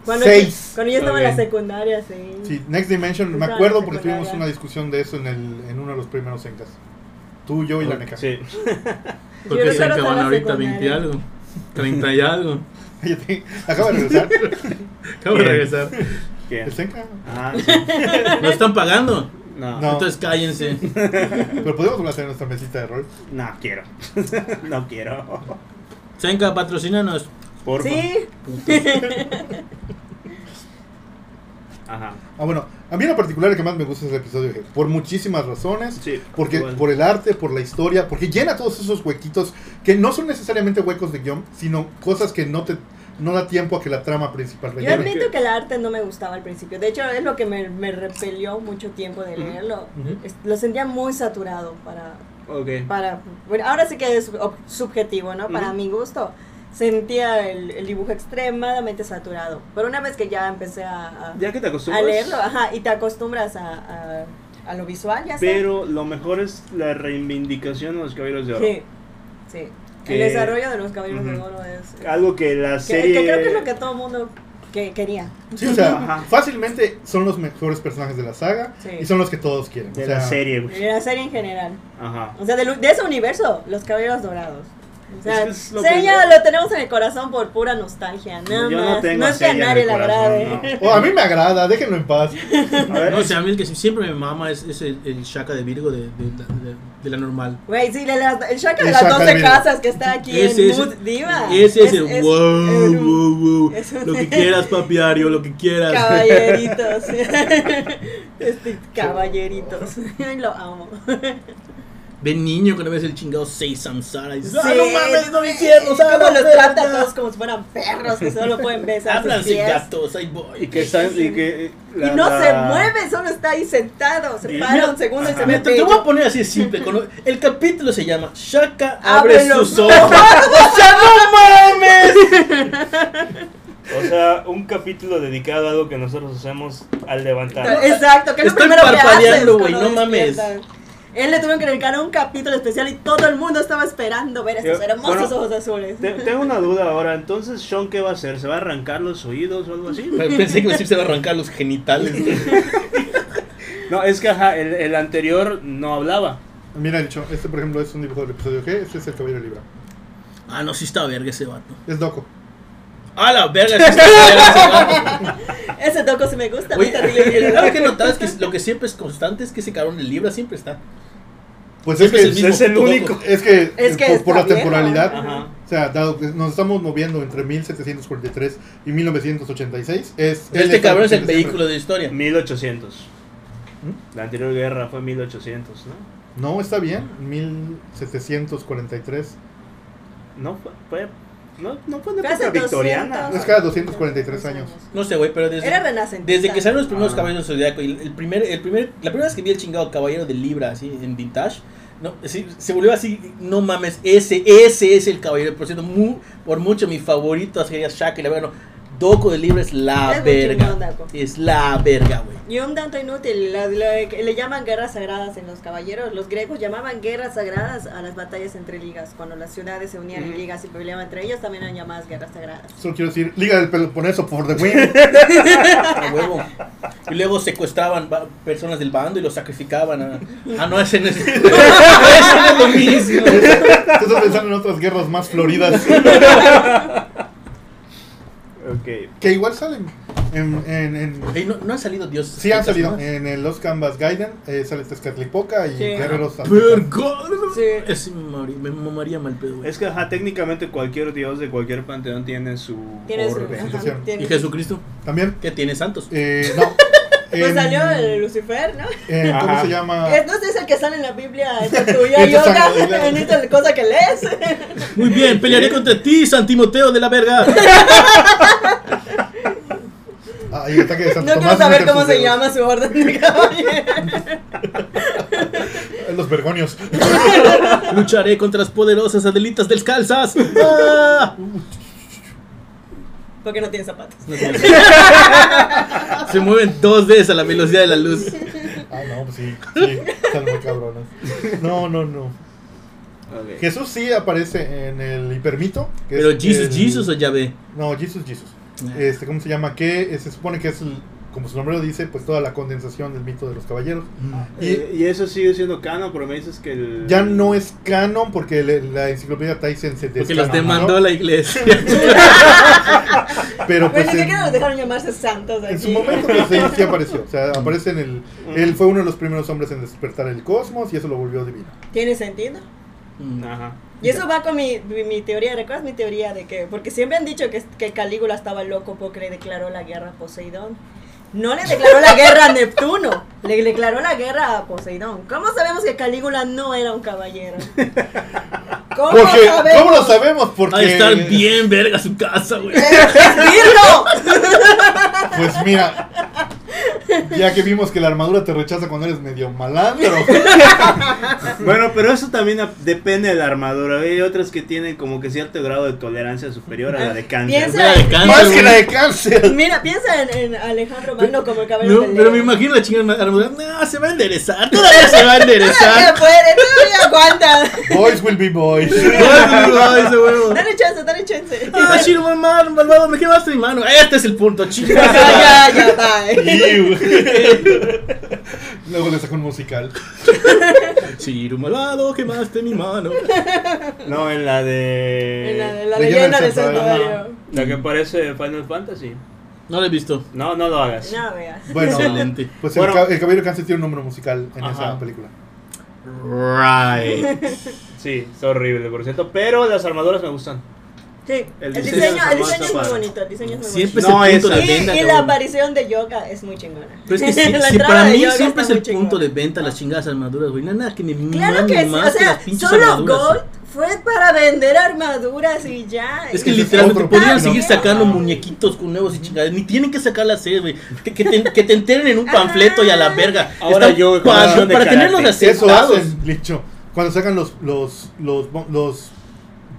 S3: Cuando, yo, cuando yo estaba en la
S4: Ok.
S3: secundaria, sí.
S1: Sí, Next Dimension, me
S3: Estaba en
S1: acuerdo
S3: la
S1: porque
S3: secundaria.
S1: tuvimos una discusión de eso en, el, en uno de los primeros encas. Tú, yo y la NECA.
S4: Sí.
S2: Porque
S3: Yo
S2: se
S3: recuerdo
S2: acaban
S3: toda la
S2: ahorita
S3: secundaria.
S2: 20 y algo. 30 y algo.
S1: Cállate, Acaba de regresar.
S2: Acabo de
S4: Bien.
S2: regresar.
S4: ¿Quién?
S1: El Senka.
S4: Ah, sí.
S2: No están pagando.
S4: No,
S1: No.
S4: no,
S2: Entonces cállense.
S1: Pero podemos hablar en nuestra mesita de rol.
S4: quiero. no quiero.
S2: Senka, patrocínanos.
S4: Por
S3: Sí,
S4: Ajá.
S1: Ah, bueno, a mí en lo particular el que más me gusta es el episodio G, por muchísimas razones.
S4: Sí.
S1: Porque
S4: igual.
S1: por el arte, por la historia, porque llena todos esos huequitos que no son necesariamente huecos de guión, sino cosas que no te no da tiempo a que la trama principal
S3: yo
S1: rellene.
S3: admito que el arte no me gustaba al principio. De hecho, es lo que me, me repelió mucho tiempo de leerlo.
S1: Ujú.
S3: Es- Lo sentía muy saturado para.
S4: Ok.
S3: para bueno, ahora sí que es ob- subjetivo, ¿no? Para
S4: Ujú.
S3: mi gusto. Sentía el, el dibujo extremadamente saturado. Pero una vez que ya empecé a, a-
S4: Ya que te acostumbras.
S3: a leerlo, ajá, y te acostumbras a, a- a lo visual, ya sé.
S4: Pero lo mejor es la reivindicación de los caballeros de oro.
S3: Sí, sí. El
S4: Que-
S3: desarrollo de los caballeros de
S4: Ujú.
S3: oro es.
S4: Algo que la
S3: Que,
S4: serie.
S3: que creo que es lo que todo el mundo que, quería.
S1: Sí, o sea,
S4: Ajá.
S1: fácilmente son los mejores personajes de la saga
S3: Sí.
S1: y son los que todos quieren.
S4: De
S1: o sea,
S4: la serie, güey.
S3: De la serie en general.
S4: Ajá.
S3: O sea, de, de ese universo, los caballeros dorados. O sea,
S4: Es que es lo
S3: Seiya
S4: primero.
S3: lo tenemos en el corazón por pura nostalgia. Nada
S4: Yo no
S3: más.
S4: tengo
S3: es que a
S4: Seiya en
S3: nadie
S4: el
S3: le
S4: corazón,
S3: agrade.
S1: oh, a mí me agrada, déjenlo en paz.
S4: A ver,
S2: No, o sea, a mí el que siempre me mama es, es el, el Shaka de Virgo de, de, de- de la normal.
S3: Güey, sí, de las- el Shaka
S1: El
S3: de las
S1: Shaka
S3: 12
S1: de-
S3: casas que está aquí
S2: Ese
S3: en
S2: es-
S3: Mood Diva.
S2: Ese es, el
S3: Ah, Es- es-
S2: wow,
S3: es un
S2: wow, wow.
S3: es un-
S2: Lo que quieras, papi Ario, lo que quieras.
S3: Caballeritos. Este, caballeritos. Ay, lo amo.
S2: Ah, De niño, cuando ves el chingado 6 Samsara, dices,
S3: Sí,
S2: ¡Ah, no mames, no me
S3: es
S2: entiendo!
S3: como los trata a todos como si fueran perros que solo pueden besar sus
S2: Hablan sin
S3: pies.
S2: gatos, ahí voy.
S4: y que están. Y que. eh,
S3: Y no se mueve, solo está ahí sentado. Se
S4: Y-
S3: para un segundo y se
S4: Ajá.
S3: ve
S2: Mira, te, te voy a
S3: bello.
S2: poner así de simple. cuando- el capítulo se llama Shaka abre
S3: Ábrelo.
S2: sus ojos. ¡O sea, no mames!
S4: O sea, un capítulo dedicado a algo que nosotros hacemos al levantar.
S3: Exacto, que es lo
S2: Estoy
S3: primero que
S2: parpadeando,
S3: haces
S2: güey,
S3: cuando
S2: no mames.
S3: despiertas. Él le tuvieron que dedicar un capítulo especial y todo el mundo estaba esperando ver estos
S4: Yo-
S3: hermosos
S4: bueno,
S3: ojos azules.
S4: Te- Tengo una duda ahora, entonces Sean qué va a hacer? ¿Se va a arrancar los oídos o algo así?
S1: Pues,
S2: Pensé que me se iba a arrancar los genitales.
S4: No, es que ajá, el, el anterior no hablaba.
S1: Mira, dicho, este por ejemplo es un dibujo del episodio G, este es el caballero Libra.
S2: Ah, no, sí está verga ese vato.
S1: Es loco.
S2: Ah, la verga, sí está verga ese vato.
S3: Ese toco sí me gusta.
S2: Oye,
S3: me está
S2: el
S3: riendo.
S2: error que notas que lo que siempre es constante es que ese cabrón de Libra siempre está.
S1: Pues es
S2: Siempre
S1: que
S2: es el mismo.
S1: es,
S4: Es el
S2: Todo-
S4: único.
S1: es que,
S3: Es que
S1: por,
S3: está
S1: por la
S3: viejo.
S1: temporalidad,
S4: Ajá.
S1: o sea, dado que nos estamos moviendo entre 1743 y 1986, es él
S2: Este
S1: está
S2: cabrón es el
S1: siempre-
S2: vehículo de historia.
S4: 1800.
S1: ¿Mm?
S4: La anterior guerra fue 1800, ¿no?
S1: No, está bien, 1743.
S4: No fue, fue- no, no fue
S3: Fue
S4: una
S3: hace
S4: época victoriana.
S3: 200.
S1: Es cada 243 años.
S2: No sé, güey, pero
S3: Era
S2: desde,
S3: renacentista.
S2: desde que salieron los primeros
S4: Ah.
S2: caballeros del Zodiaco y el primer, el primer, la primera vez que vi el chingado caballero de Libra así en vintage, no, sí, se volvió así, no mames, ese, ese es el caballero. Por cierto, mu- por mucho mi favorito sería Shaq y la verga. No, Doco de Libra es la
S3: Es muy chingón,
S2: verga.
S3: Daco.
S2: Es la verga, güey.
S3: Y un tanto inútil, la- la- que le llaman guerras sagradas en los caballeros. Los griegos llamaban guerras sagradas a las batallas entre ligas. Cuando las ciudades se unían en
S4: Ujú.
S3: ligas y peleaban entre ellas, también eran llamadas guerras sagradas.
S1: Solo quiero decir, Liga del Peloponeso por the win.
S2: A huevo. Y luego secuestraban ba- personas del bando y los sacrificaban a. Ah, no, ese no es, ese no es lo mismo.
S1: Tú estás pensando en otras guerras más floridas.
S4: Ok.
S1: Que igual salen. En, en, en-
S2: Ey, no, no han salido Dios.
S1: sí han salido. En el Los Canvas Gaiden eh, sale Tezcatlipoca y
S3: Sí.
S1: Guerreros Aztecas.
S2: Verga.
S3: Sí.
S2: Ese me mamaría- me mamaría mal pedo, güey.
S4: Es que ajá, técnicamente cualquier dios de cualquier panteón tiene su
S3: Tiene su-
S4: orden.
S3: ajá,
S1: Sensación.
S3: tiene-
S2: ¿Y Jesucristo?
S1: También.
S2: ¿Qué tiene Santos?
S1: eh, no.
S3: Pues
S1: En-
S3: salió el Lucifer, ¿no?
S1: en- ¿Cómo
S4: Ajá.
S1: se llama?
S3: Es- No sé, es el que sale en la Biblia, es el tuyo,
S1: Ah. Esto es
S3: yoga,
S1: algo-
S3: en esta cosa que lees.
S2: Muy bien, pelearé contra ti, San Timoteo de la verga.
S1: Ah, y el ataque de Santo
S3: No quiero
S1: Tomás,
S3: saber
S1: meten
S3: cómo
S1: sus
S3: se
S1: dedos.
S3: llama su orden de caballero.
S1: Eh, Los Vergonios.
S2: Lucharé contra las poderosas adelitas del calzas. Ah.
S3: Porque no tiene zapatos.
S1: Pues
S2: No tiene- Se mueven dos veces a la velocidad de la luz.
S1: Ah, no, pues sí. sí están muy cabrones. No, no, no.
S4: Ok.
S1: Jesús sí aparece en el Hipermito. que es
S2: Pero Jesus,
S1: el-
S2: Jesus o Ah. Yahvé.
S1: No, Jesus, Jesus. Este, ¿Cómo se llama? Que se supone que es, el- como su nombre lo dice, pues toda la condensación del mito de los caballeros.
S2: Mm.
S1: Y-
S4: Eh, Y, eso sigue siendo canon, pero me dices que el...
S1: Ya no es canon porque le- la enciclopedia Tyson se
S2: Porque los
S1: descanonizó,
S2: demandó la iglesia.
S1: Pero
S3: Pues
S1: pues
S3: ni
S1: en,
S3: siquiera los dejaron llamarse santos
S1: en
S3: aquí.
S1: su momento pues, sí, sí apareció. O sea, aparece en el... Él fue uno de los primeros hombres en despertar el cosmos y eso lo volvió divino.
S3: Tiene sentido.
S4: Ajá.
S3: Y eso va con mi, mi, mi teoría, ¿recuerdas mi teoría de que? Porque siempre han dicho que, que Calígula estaba loco porque le declaró la guerra a Poseidón. No le declaró la guerra a Neptuno, le declaró la guerra a Poseidón. ¿Cómo sabemos que Calígula no era un caballero? ¿Cómo
S1: Porque,
S3: sabemos?
S1: ¿Cómo lo sabemos? Porque...
S2: Va a estar bien verga su casa, güey.
S3: ¡Es Virgo!
S1: Pues mira, ya que vimos que la armadura te rechaza cuando eres medio malandro.
S3: Ah.
S4: Bueno, pero eso también ap- depende de la armadura. Hay otras que tienen como que cierto grado de tolerancia superior a la de cáncer.
S3: Ah, Piensa-
S2: Verga de cáncer,
S1: Más que
S2: güey.
S1: la de cáncer.
S3: Mira, piensa en, en Alejandro Magno como el caballero
S2: No,
S3: del
S2: pero
S3: León.
S2: me imagino la chingada armadura. No, se va a enderezar. Todavía se va a
S3: Todavía
S2: enderezar.
S3: puede, todavía aguanta.
S1: Boys will be boys.
S2: Ay, ese huevo.
S3: Dale chance, dale chance.
S2: Ah, Shiro, mal- malvado, me quemaste mi mano. Este es el punto,
S3: Ya,
S2: chingada.
S3: ya, ya, bye.
S1: Ew. Luego le saco un musical.
S2: Shiro, malvado, quemaste mi mano.
S4: No, en la de...
S3: En la, de la
S1: Leyenda
S3: leyenda
S1: del
S3: de
S1: Santo
S3: Santo
S4: Ajá.
S3: Darío.
S4: La que parece Final Fantasy.
S2: No lo he visto.
S4: No, no lo hagas.
S3: No veas.
S1: Bueno,
S2: Excelente.
S1: pues
S4: Bueno.
S1: el, ca- el Caballero de Cáncer tiene un número musical en
S4: Ajá.
S1: esa película.
S2: Right.
S4: Sí, es horrible, por cierto. Pero las armaduras me gustan.
S3: Sí, el
S4: El
S3: diseño,
S4: diseño
S3: el
S4: está
S3: diseño es muy
S4: padre.
S3: bonito, el diseño es muy
S2: Siempre
S4: No,
S2: es el punto
S4: esa.
S2: de
S3: bonito.
S2: venta.
S3: Y, y la
S2: cabrón.
S3: aparición de yoga es muy chingona.
S2: Pero es que sí,
S3: La
S2: sí,
S3: entrada
S2: para
S3: de
S2: mí
S3: yoga
S2: siempre es
S3: está
S2: el
S3: muy
S2: punto de
S3: chingona.
S2: venta las chingadas armaduras, güey. Nada que me
S3: Claro
S2: mamen
S3: que sí,
S2: más
S3: o
S2: que las
S3: sea,
S2: pinches
S3: solo
S2: armaduras.
S3: Gold fue para vender armaduras y ya.
S2: Es que
S1: Ese es
S2: literalmente
S1: otro
S2: podrían
S1: punto.
S2: seguir sacando muñequitos con nuevos y chingadas. Ni tienen que sacar la serie, güey. Que, que te, que te enteren en un panfleto y a la verga.
S4: Ahora
S2: Está
S4: yo,
S2: pa-
S4: canción de
S2: para tenerlos
S4: karate.
S1: Eso
S2: aceptados.
S1: hacen, Licho. Cuando sacan los los los bon- los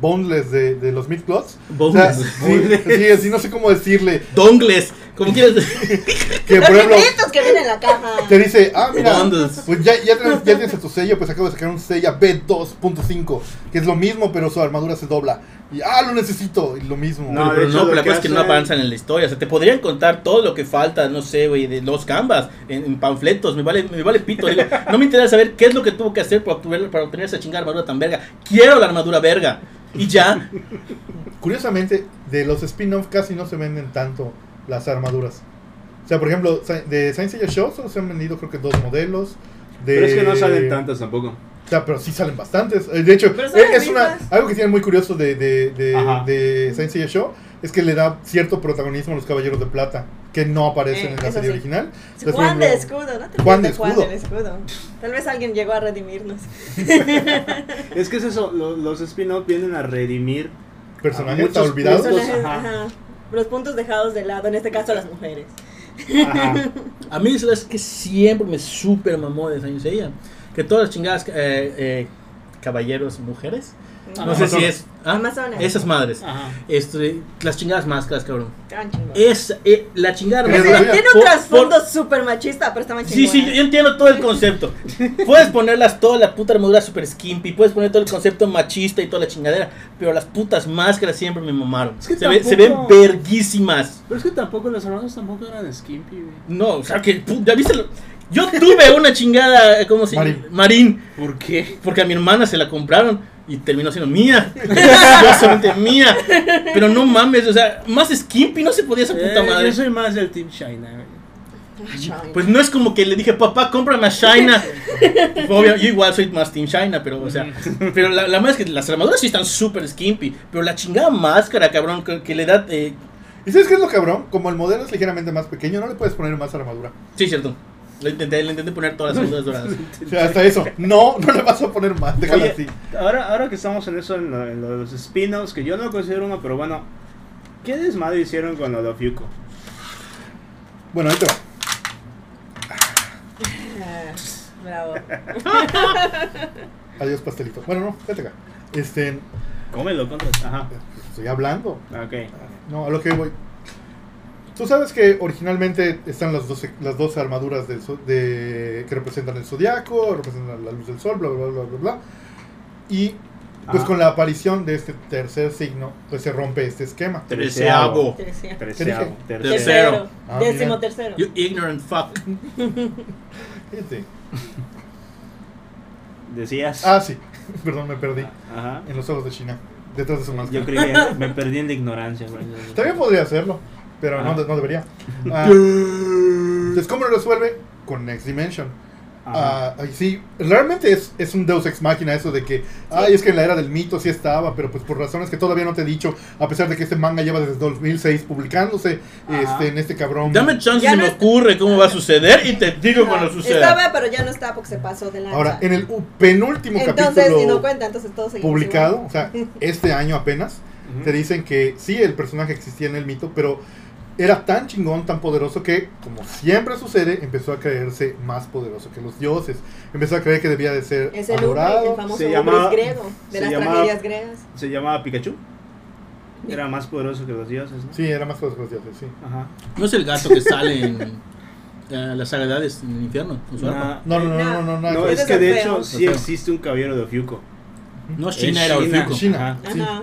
S1: boneless de, de los meat cloths.
S2: Boneless.
S1: sí, sí, así no sé cómo decirle.
S2: Dongles, como quieras decir.
S1: Que por
S3: Los
S1: ejemplo
S3: libritos que vienen en la caja.
S1: te dice, ah mira,
S2: Boneless.
S1: Pues ya, ya, tienes, ya tienes tu sello, pues acabo de sacar un sello B2.5, que es lo mismo, pero su armadura se dobla. Y ah, lo necesito, y lo mismo.
S4: No, de
S2: pero
S4: hecho,
S2: no,
S4: lo
S2: pero la
S4: que
S2: cosa es que no
S4: hacen-
S2: avanzan en la historia. O sea, te podrían contar todo lo que falta, no sé, güey, de los canvas, en, en panfletos. Me vale, me vale pito. digo, no me interesa saber qué es lo que tuvo que hacer para obtener, para obtener esa chingada armadura tan verga. Quiero la armadura verga. Y ya.
S1: Curiosamente, de los spin-offs casi no se venden tanto las armaduras. O sea, por ejemplo, Sa- de Saint Seiya Show solo se han vendido creo que dos modelos. De...
S4: Pero es que no salen tantas tampoco.
S1: O sea, pero sí salen bastantes. Eh, De hecho,
S3: Pero
S1: es,
S3: son las
S1: es una,
S3: mismas.
S1: algo que tienen muy curioso de, de, de,
S4: Ajá.
S1: de Saint Seiya Show es que le da cierto protagonismo a los Caballeros de Plata, que no aparecen
S3: Eh,
S1: en la
S3: eso
S1: serie
S3: sí.
S1: original. Entonces, por
S3: Juan de
S1: ejemplo,
S3: escudo, ¿no? Te
S1: Juan de
S3: olvides Juan
S1: escudo.
S3: del escudo. Tal vez alguien llegó a redimirnos.
S4: Es que es eso, lo- los spin-off vienen a redimir.
S1: Personajes
S4: Ah, muchos
S1: olvidados.
S4: Los-
S3: Personajes,
S4: ajá.
S3: ajá. Los puntos dejados de lado, en este caso las mujeres.
S4: Ajá.
S2: A mí eso es que siempre me super mamó de Saint Seiya. Que todas las chingadas eh, eh, caballeros, mujeres. No sé si es. ¿ah?
S3: Amazonas.
S2: Esas madres.
S4: Ajá.
S2: Este, las chingadas máscaras, cabrón.
S3: Tan chingón.
S2: Es eh, la chingada
S1: Pero
S2: armadura.
S1: Oiga,
S3: Tiene
S2: por-
S3: un trasfondo súper machista, pero está más
S2: Sí, sí, eh, yo, yo entiendo todo el concepto. Puedes ponerlas toda la puta armadura super skimpy, puedes poner todo el concepto machista y toda la chingadera, pero las putas máscaras siempre me mamaron.
S4: Es que
S2: se, ve- se ven
S4: tampoco-
S2: verguísimas.
S4: Pero es que tampoco los hermanos tampoco eran skimpy, güey.
S2: No, o sea que, pu- ya viste, lo- yo tuve una chingada, eh, ¿cómo se llama?
S1: Marín.
S2: Marín,
S4: ¿Por qué?
S2: porque a mi hermana se la compraron y terminó siendo mía. Curiosamente mía. Pero no mames, o sea, más skimpy no se podía esa puta madre.
S4: Eh, Yo soy más del Team China, güey.
S2: Pues no es como que le dije, papá, cómprame a China. Obvio, yo igual soy más Team China, pero, o sea, pero la, la madre es que las armaduras sí están súper skimpy, pero la chingada máscara, cabrón, que, que le da. eh,
S1: ¿Y sabes qué es lo cabrón? Como el modelo es ligeramente más pequeño, no le puedes poner más armadura.
S2: Sí, cierto. Le intenté, le intenté poner todas las armaduras doradas.
S1: O sea, hasta eso. No, no le vas a poner más. Déjalo
S4: Oye,
S1: así.
S4: Ahora, ahora que estamos en eso, en, lo- en los spin-offs, que yo no considero uno, pero bueno, ¿qué desmadre hicieron con lo de Fyuko?
S1: Bueno, ahí te va.
S2: pues,
S3: Ah, Bravo.
S1: Adiós, pastelito. Bueno, no, vete acá. Este,
S4: Cómelo, contra. Ajá.
S1: estoy hablando.
S4: Ok.
S1: No, a lo que voy. Tú sabes que originalmente están las 12, las 12 armaduras del zo- de, que representan el zodiaco, representan la luz del sol, bla, bla, bla, bla, bla. Y pues
S4: Ajá.
S1: con la aparición de este tercer signo, pues se rompe este esquema.
S2: Treceavo.
S3: Te decía.
S4: Treceavo. Tercero.
S3: Tercero.
S1: Ah,
S3: Décimo
S1: mira.
S3: tercero.
S2: You ignorant fuck.
S1: Fíjate.
S4: Decías.
S1: Ah, sí. Perdón, me perdí.
S4: Ajá.
S1: En los ojos de China. Detrás de su máscara.
S4: Yo creí que me perdí en la ignorancia, güey.
S1: También podría hacerlo, pero no,
S4: Ah.
S1: de- no debería. Ah, entonces, ¿cómo lo resuelve? Con Next Dimension.
S4: Ajá.
S1: Ah, ay, sí, realmente es, es un Deus Ex Máquina eso de que, ay, es que en la era del mito sí estaba, pero pues por razones que todavía no te he dicho, a pesar de que este manga lleva desde 2006 publicándose
S4: Ajá.
S1: este, en este cabrón.
S2: Dame chance
S3: Ya
S2: si
S3: no
S2: me
S3: es-
S2: ocurre cómo va a suceder y te digo cuando suceda.
S3: Ah, Estaba, pero ya no está porque se pasó de lanza.
S1: Ahora, en el u- penúltimo
S3: entonces, si
S1: capítulo
S3: no cuenta, entonces todo seguimos
S1: publicado,
S3: igual.
S1: o sea, este año apenas,
S4: Ujú.
S1: te dicen que sí, el personaje existía en el mito, pero era tan chingón, tan poderoso que, como siempre sucede, empezó a creerse más poderoso que los dioses. Empezó a creer que debía de ser
S3: Es el Ubris, el
S1: adorado.
S3: famoso
S4: se
S3: Ubris
S4: llamaba-
S3: griego, de
S4: se
S3: las
S4: llamaba-
S3: tragedias griegas.
S4: Se llamaba Pikachu. Era más poderoso que los dioses, ¿no?
S1: Sí, era más poderoso que los dioses, sí.
S4: Ajá.
S2: No es el gato que sale en eh, las sagrades en el infierno. con su arpa.
S4: Nah.
S1: No, no, no, no, no, no, nada
S4: eh, No,
S1: que
S4: es
S1: ver.
S4: que de
S3: Feo.
S4: hecho sí
S2: Feo.
S4: existe un caballero de Fyuko.
S2: No, es
S4: Es
S2: China, era
S4: China.
S2: Orfiuco.
S1: China.
S4: Ajá.
S1: Sí.
S3: Ajá.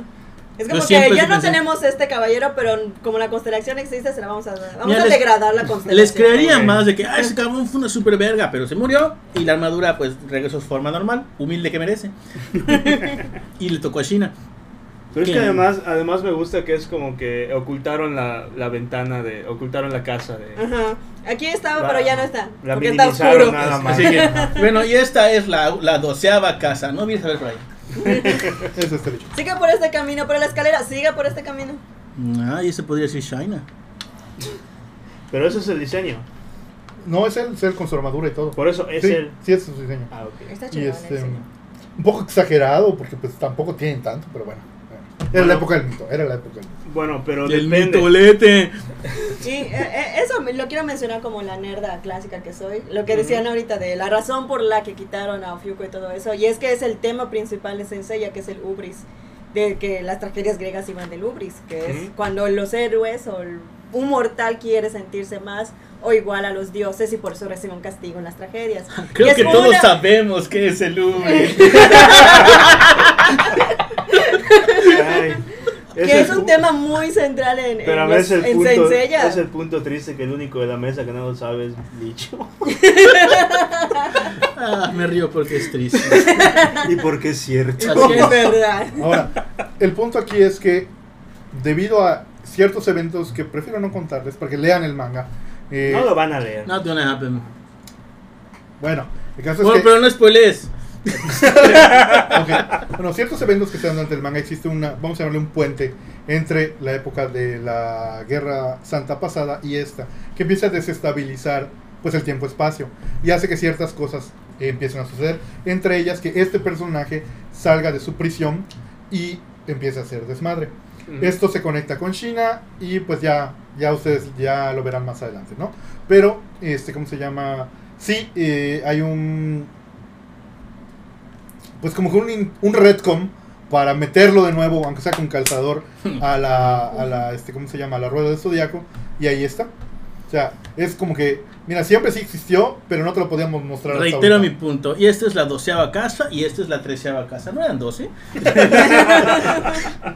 S3: Es
S2: Yo
S3: como
S2: siempre
S3: que ya
S2: sí
S3: no
S2: pensé-
S3: tenemos este caballero, pero como la constelación existe, se la vamos a Vamos
S2: Mira,
S3: a
S2: les-
S3: degradar la constelación.
S2: Les creería
S4: Ok.
S2: más de que, ah, ese cabrón fue una super verga, pero se murió y la armadura pues regresó a su forma normal, humilde que merece. y le tocó a China.
S4: Pero es que
S2: Bien.
S4: además, además me gusta que es como que ocultaron la, la ventana de. ocultaron la casa de.
S3: Ajá. Aquí estaba,
S4: La-
S3: pero ya no está.
S4: La
S3: porque está
S4: minimizaron
S3: oscuro.
S4: nada más.
S2: Así que, bueno, y esta es la, la doceava casa, no vienes a ver por ahí.
S1: Eso está hecho.
S3: Siga por este camino, por la escalera, siga por este camino.
S2: Ah, y ese podría ser China.
S4: Pero ese es el diseño.
S1: No, es él, es él con su armadura y todo.
S4: Por eso es
S1: sí,
S4: el.
S1: sí, es su diseño.
S4: Ah, ok.
S3: Está
S1: Y
S3: chingón.
S1: este,
S3: ese.
S1: un poco exagerado, porque pues tampoco tienen tanto, pero bueno. eh, Era la
S4: Bueno.
S1: época del mito, era la época del mito.
S4: Bueno, pero
S2: el
S4: depende.
S2: mitolete.
S3: Y eh, eh, eso me- lo quiero mencionar como la nerda clásica que soy. Lo que
S4: Ujú.
S3: decían ahorita de la razón por la que quitaron a Ofiuco y todo eso. Y es que es el tema principal de Senseiya, que es el Ubris. De que las tragedias griegas iban del Ubris, que es
S4: Ujú.
S3: cuando los héroes o el- un mortal quiere sentirse más o igual a los dioses y por eso recibe un castigo en las tragedias. Y
S2: Creo
S3: es
S2: que todos
S3: una-
S2: sabemos que es el Uber.
S4: Ay,
S3: Que es un tema muy central en, en,
S4: Pero a
S3: los-
S4: veces el
S3: en
S4: punto,
S3: Senseiya.
S4: es el punto triste que el único de la mesa que no lo sabe es Licho.
S2: Ah, me río porque es triste.
S4: y porque es cierto.
S2: Así
S3: Es verdad.
S1: Ahora, el punto aquí es que debido a ciertos eventos que prefiero no contarles para que lean el manga. eh,
S4: No lo van a leer.
S2: Not gonna happen.
S1: Bueno, el caso es
S2: Bueno,
S1: que
S2: pero no spoilees.
S1: ok, bueno, ciertos eventos que se dan durante el manga existe una, vamos a llamarle un puente entre la época de la Guerra Santa pasada y esta, que empieza a desestabilizar pues el tiempo-espacio y hace que ciertas cosas eh, empiecen a suceder, entre ellas que este personaje salga de su prisión y empiece a hacer desmadre. Esto se conecta con China y pues ya, ya ustedes ya lo verán más adelante, ¿no? Pero, este, ¿cómo se llama? Sí, eh, hay un... Pues como que un, in- un retcon para meterlo de nuevo, aunque sea con calzador, a la, a la este, ¿cómo se llama? A la rueda del zodiaco y ahí está. O sea, es como que, mira, siempre sí existió, pero no te lo podíamos mostrar. hasta
S2: Reitero mi
S1: ahorita.
S2: punto. Y esta es la doceava casa y esta es la treceava casa. ¿No eran doce?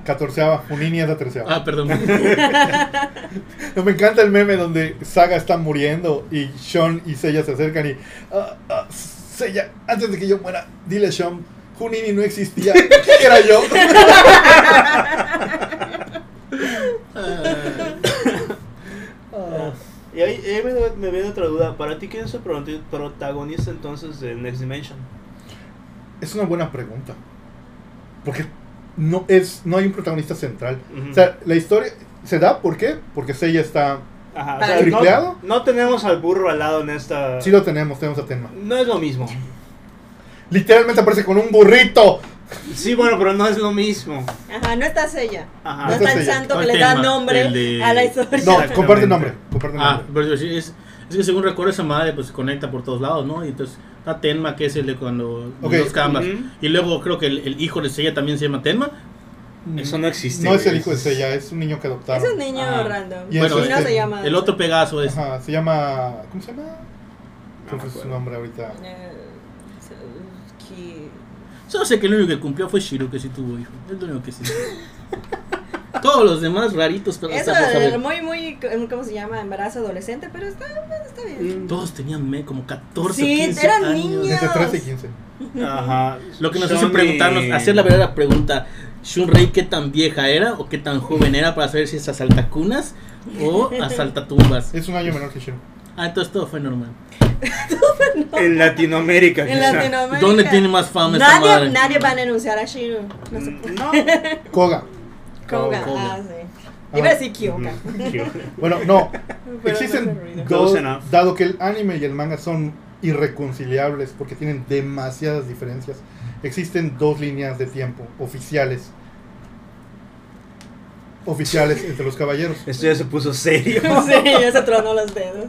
S1: Catorceava, Unini es la treceava.
S2: Ah, perdón.
S1: No, me encanta el meme donde Saga está muriendo y Sean y Seiya se acercan y. "Ah, ah, Seiya, antes de que yo muera, dile a Sean, Junini no existía. Era yo.
S2: Ah,
S4: Y ahí, ahí me, me viene otra duda. ¿Para ti quién es el prot- protagonista entonces de Next Dimension?
S1: Es una buena pregunta. Porque no, es, no hay un protagonista central.
S4: Ujú.
S1: O sea, la historia se da, ¿por qué? Porque Seiya está.
S4: Ajá, o
S3: ¿Para
S4: sea,
S1: el
S4: no,
S1: empleado?
S4: no tenemos al burro al lado en esta.
S1: Sí lo tenemos, tenemos a Tenma.
S4: No es lo mismo.
S1: Literalmente aparece con un burrito.
S4: Sí, bueno, pero no es lo mismo.
S3: Ajá, no estás ella.
S4: Ajá.
S3: No está el
S1: ella.
S3: santo que
S2: ¿Cuál
S3: le da
S2: tema? El
S3: nombre
S2: de-
S3: a la historia.
S1: No,
S4: Exactamente.
S1: comparte el nombre. Comparte el
S2: ah,
S1: nombre.
S2: pero sí, es, es que según recuerdo esa madre pues se conecta por todos lados, ¿no? Y entonces está Tenma que es el de cuando
S1: Ok.
S2: los cambas.
S4: Ujú.
S2: Y luego creo que el, el hijo de Seiya también se llama Tenma.
S4: Eso no existe.
S1: No es el
S4: güey.
S1: hijo de Seiya, es un niño que adoptaron.
S3: Es un niño
S2: Ah.
S3: random.
S1: Y
S3: Y
S1: eso
S3: no
S1: es
S3: se
S1: que-
S3: llama.
S2: El otro Pegaso es.
S1: Ajá, se llama. ¿Cómo se llama?
S4: No
S1: Creo que
S4: me
S1: es su
S4: acuerdo.
S1: nombre ahorita.
S3: Eh, Ki-
S2: Solo sé que el único que cumplió fue Shiro, que sí tuvo hijo. Es lo único que sí. Todos los demás raritos, pero
S3: Eso
S2: esa cosa de-
S3: eh, muy, muy, ¿cómo se llama? Embarazo adolescente, pero está, está bien.
S2: Todos tenían me- como 14
S3: Sí,
S2: 15
S3: eran
S2: años.
S3: niños.
S1: Entre 13 y 15.
S4: Ajá.
S2: Lo que nos
S4: Sony-
S2: hace preguntarnos, hacer la verdadera pregunta, ¿Shunrei qué tan vieja era o qué tan joven era para saber si es asaltacunas o asaltatumbas?
S1: Es un año menor que Shiro.
S2: Ah, entonces todo fue normal.
S4: En Latinoamérica,
S3: En
S4: quizá.
S3: Latinoamérica.
S2: ¿Dónde tiene más fama esta
S3: nadie,
S2: madre?
S3: nadie va a denunciar a Shiro. No sé.
S4: Mm, No.
S1: Koga.
S3: Koga.
S2: Koga.
S3: Ah, sí. Iba a decir Kyoga.
S1: Bueno, no.
S3: pero no hace
S1: Existen
S3: ruido.
S1: dos.
S4: Close enough.
S1: Dado que el anime y el manga son irreconciliables porque tienen demasiadas diferencias, existen dos líneas de tiempo oficiales. Oficiales entre los caballeros.
S4: Esto ya se puso serio.
S3: Sí, ya se tronó los dedos.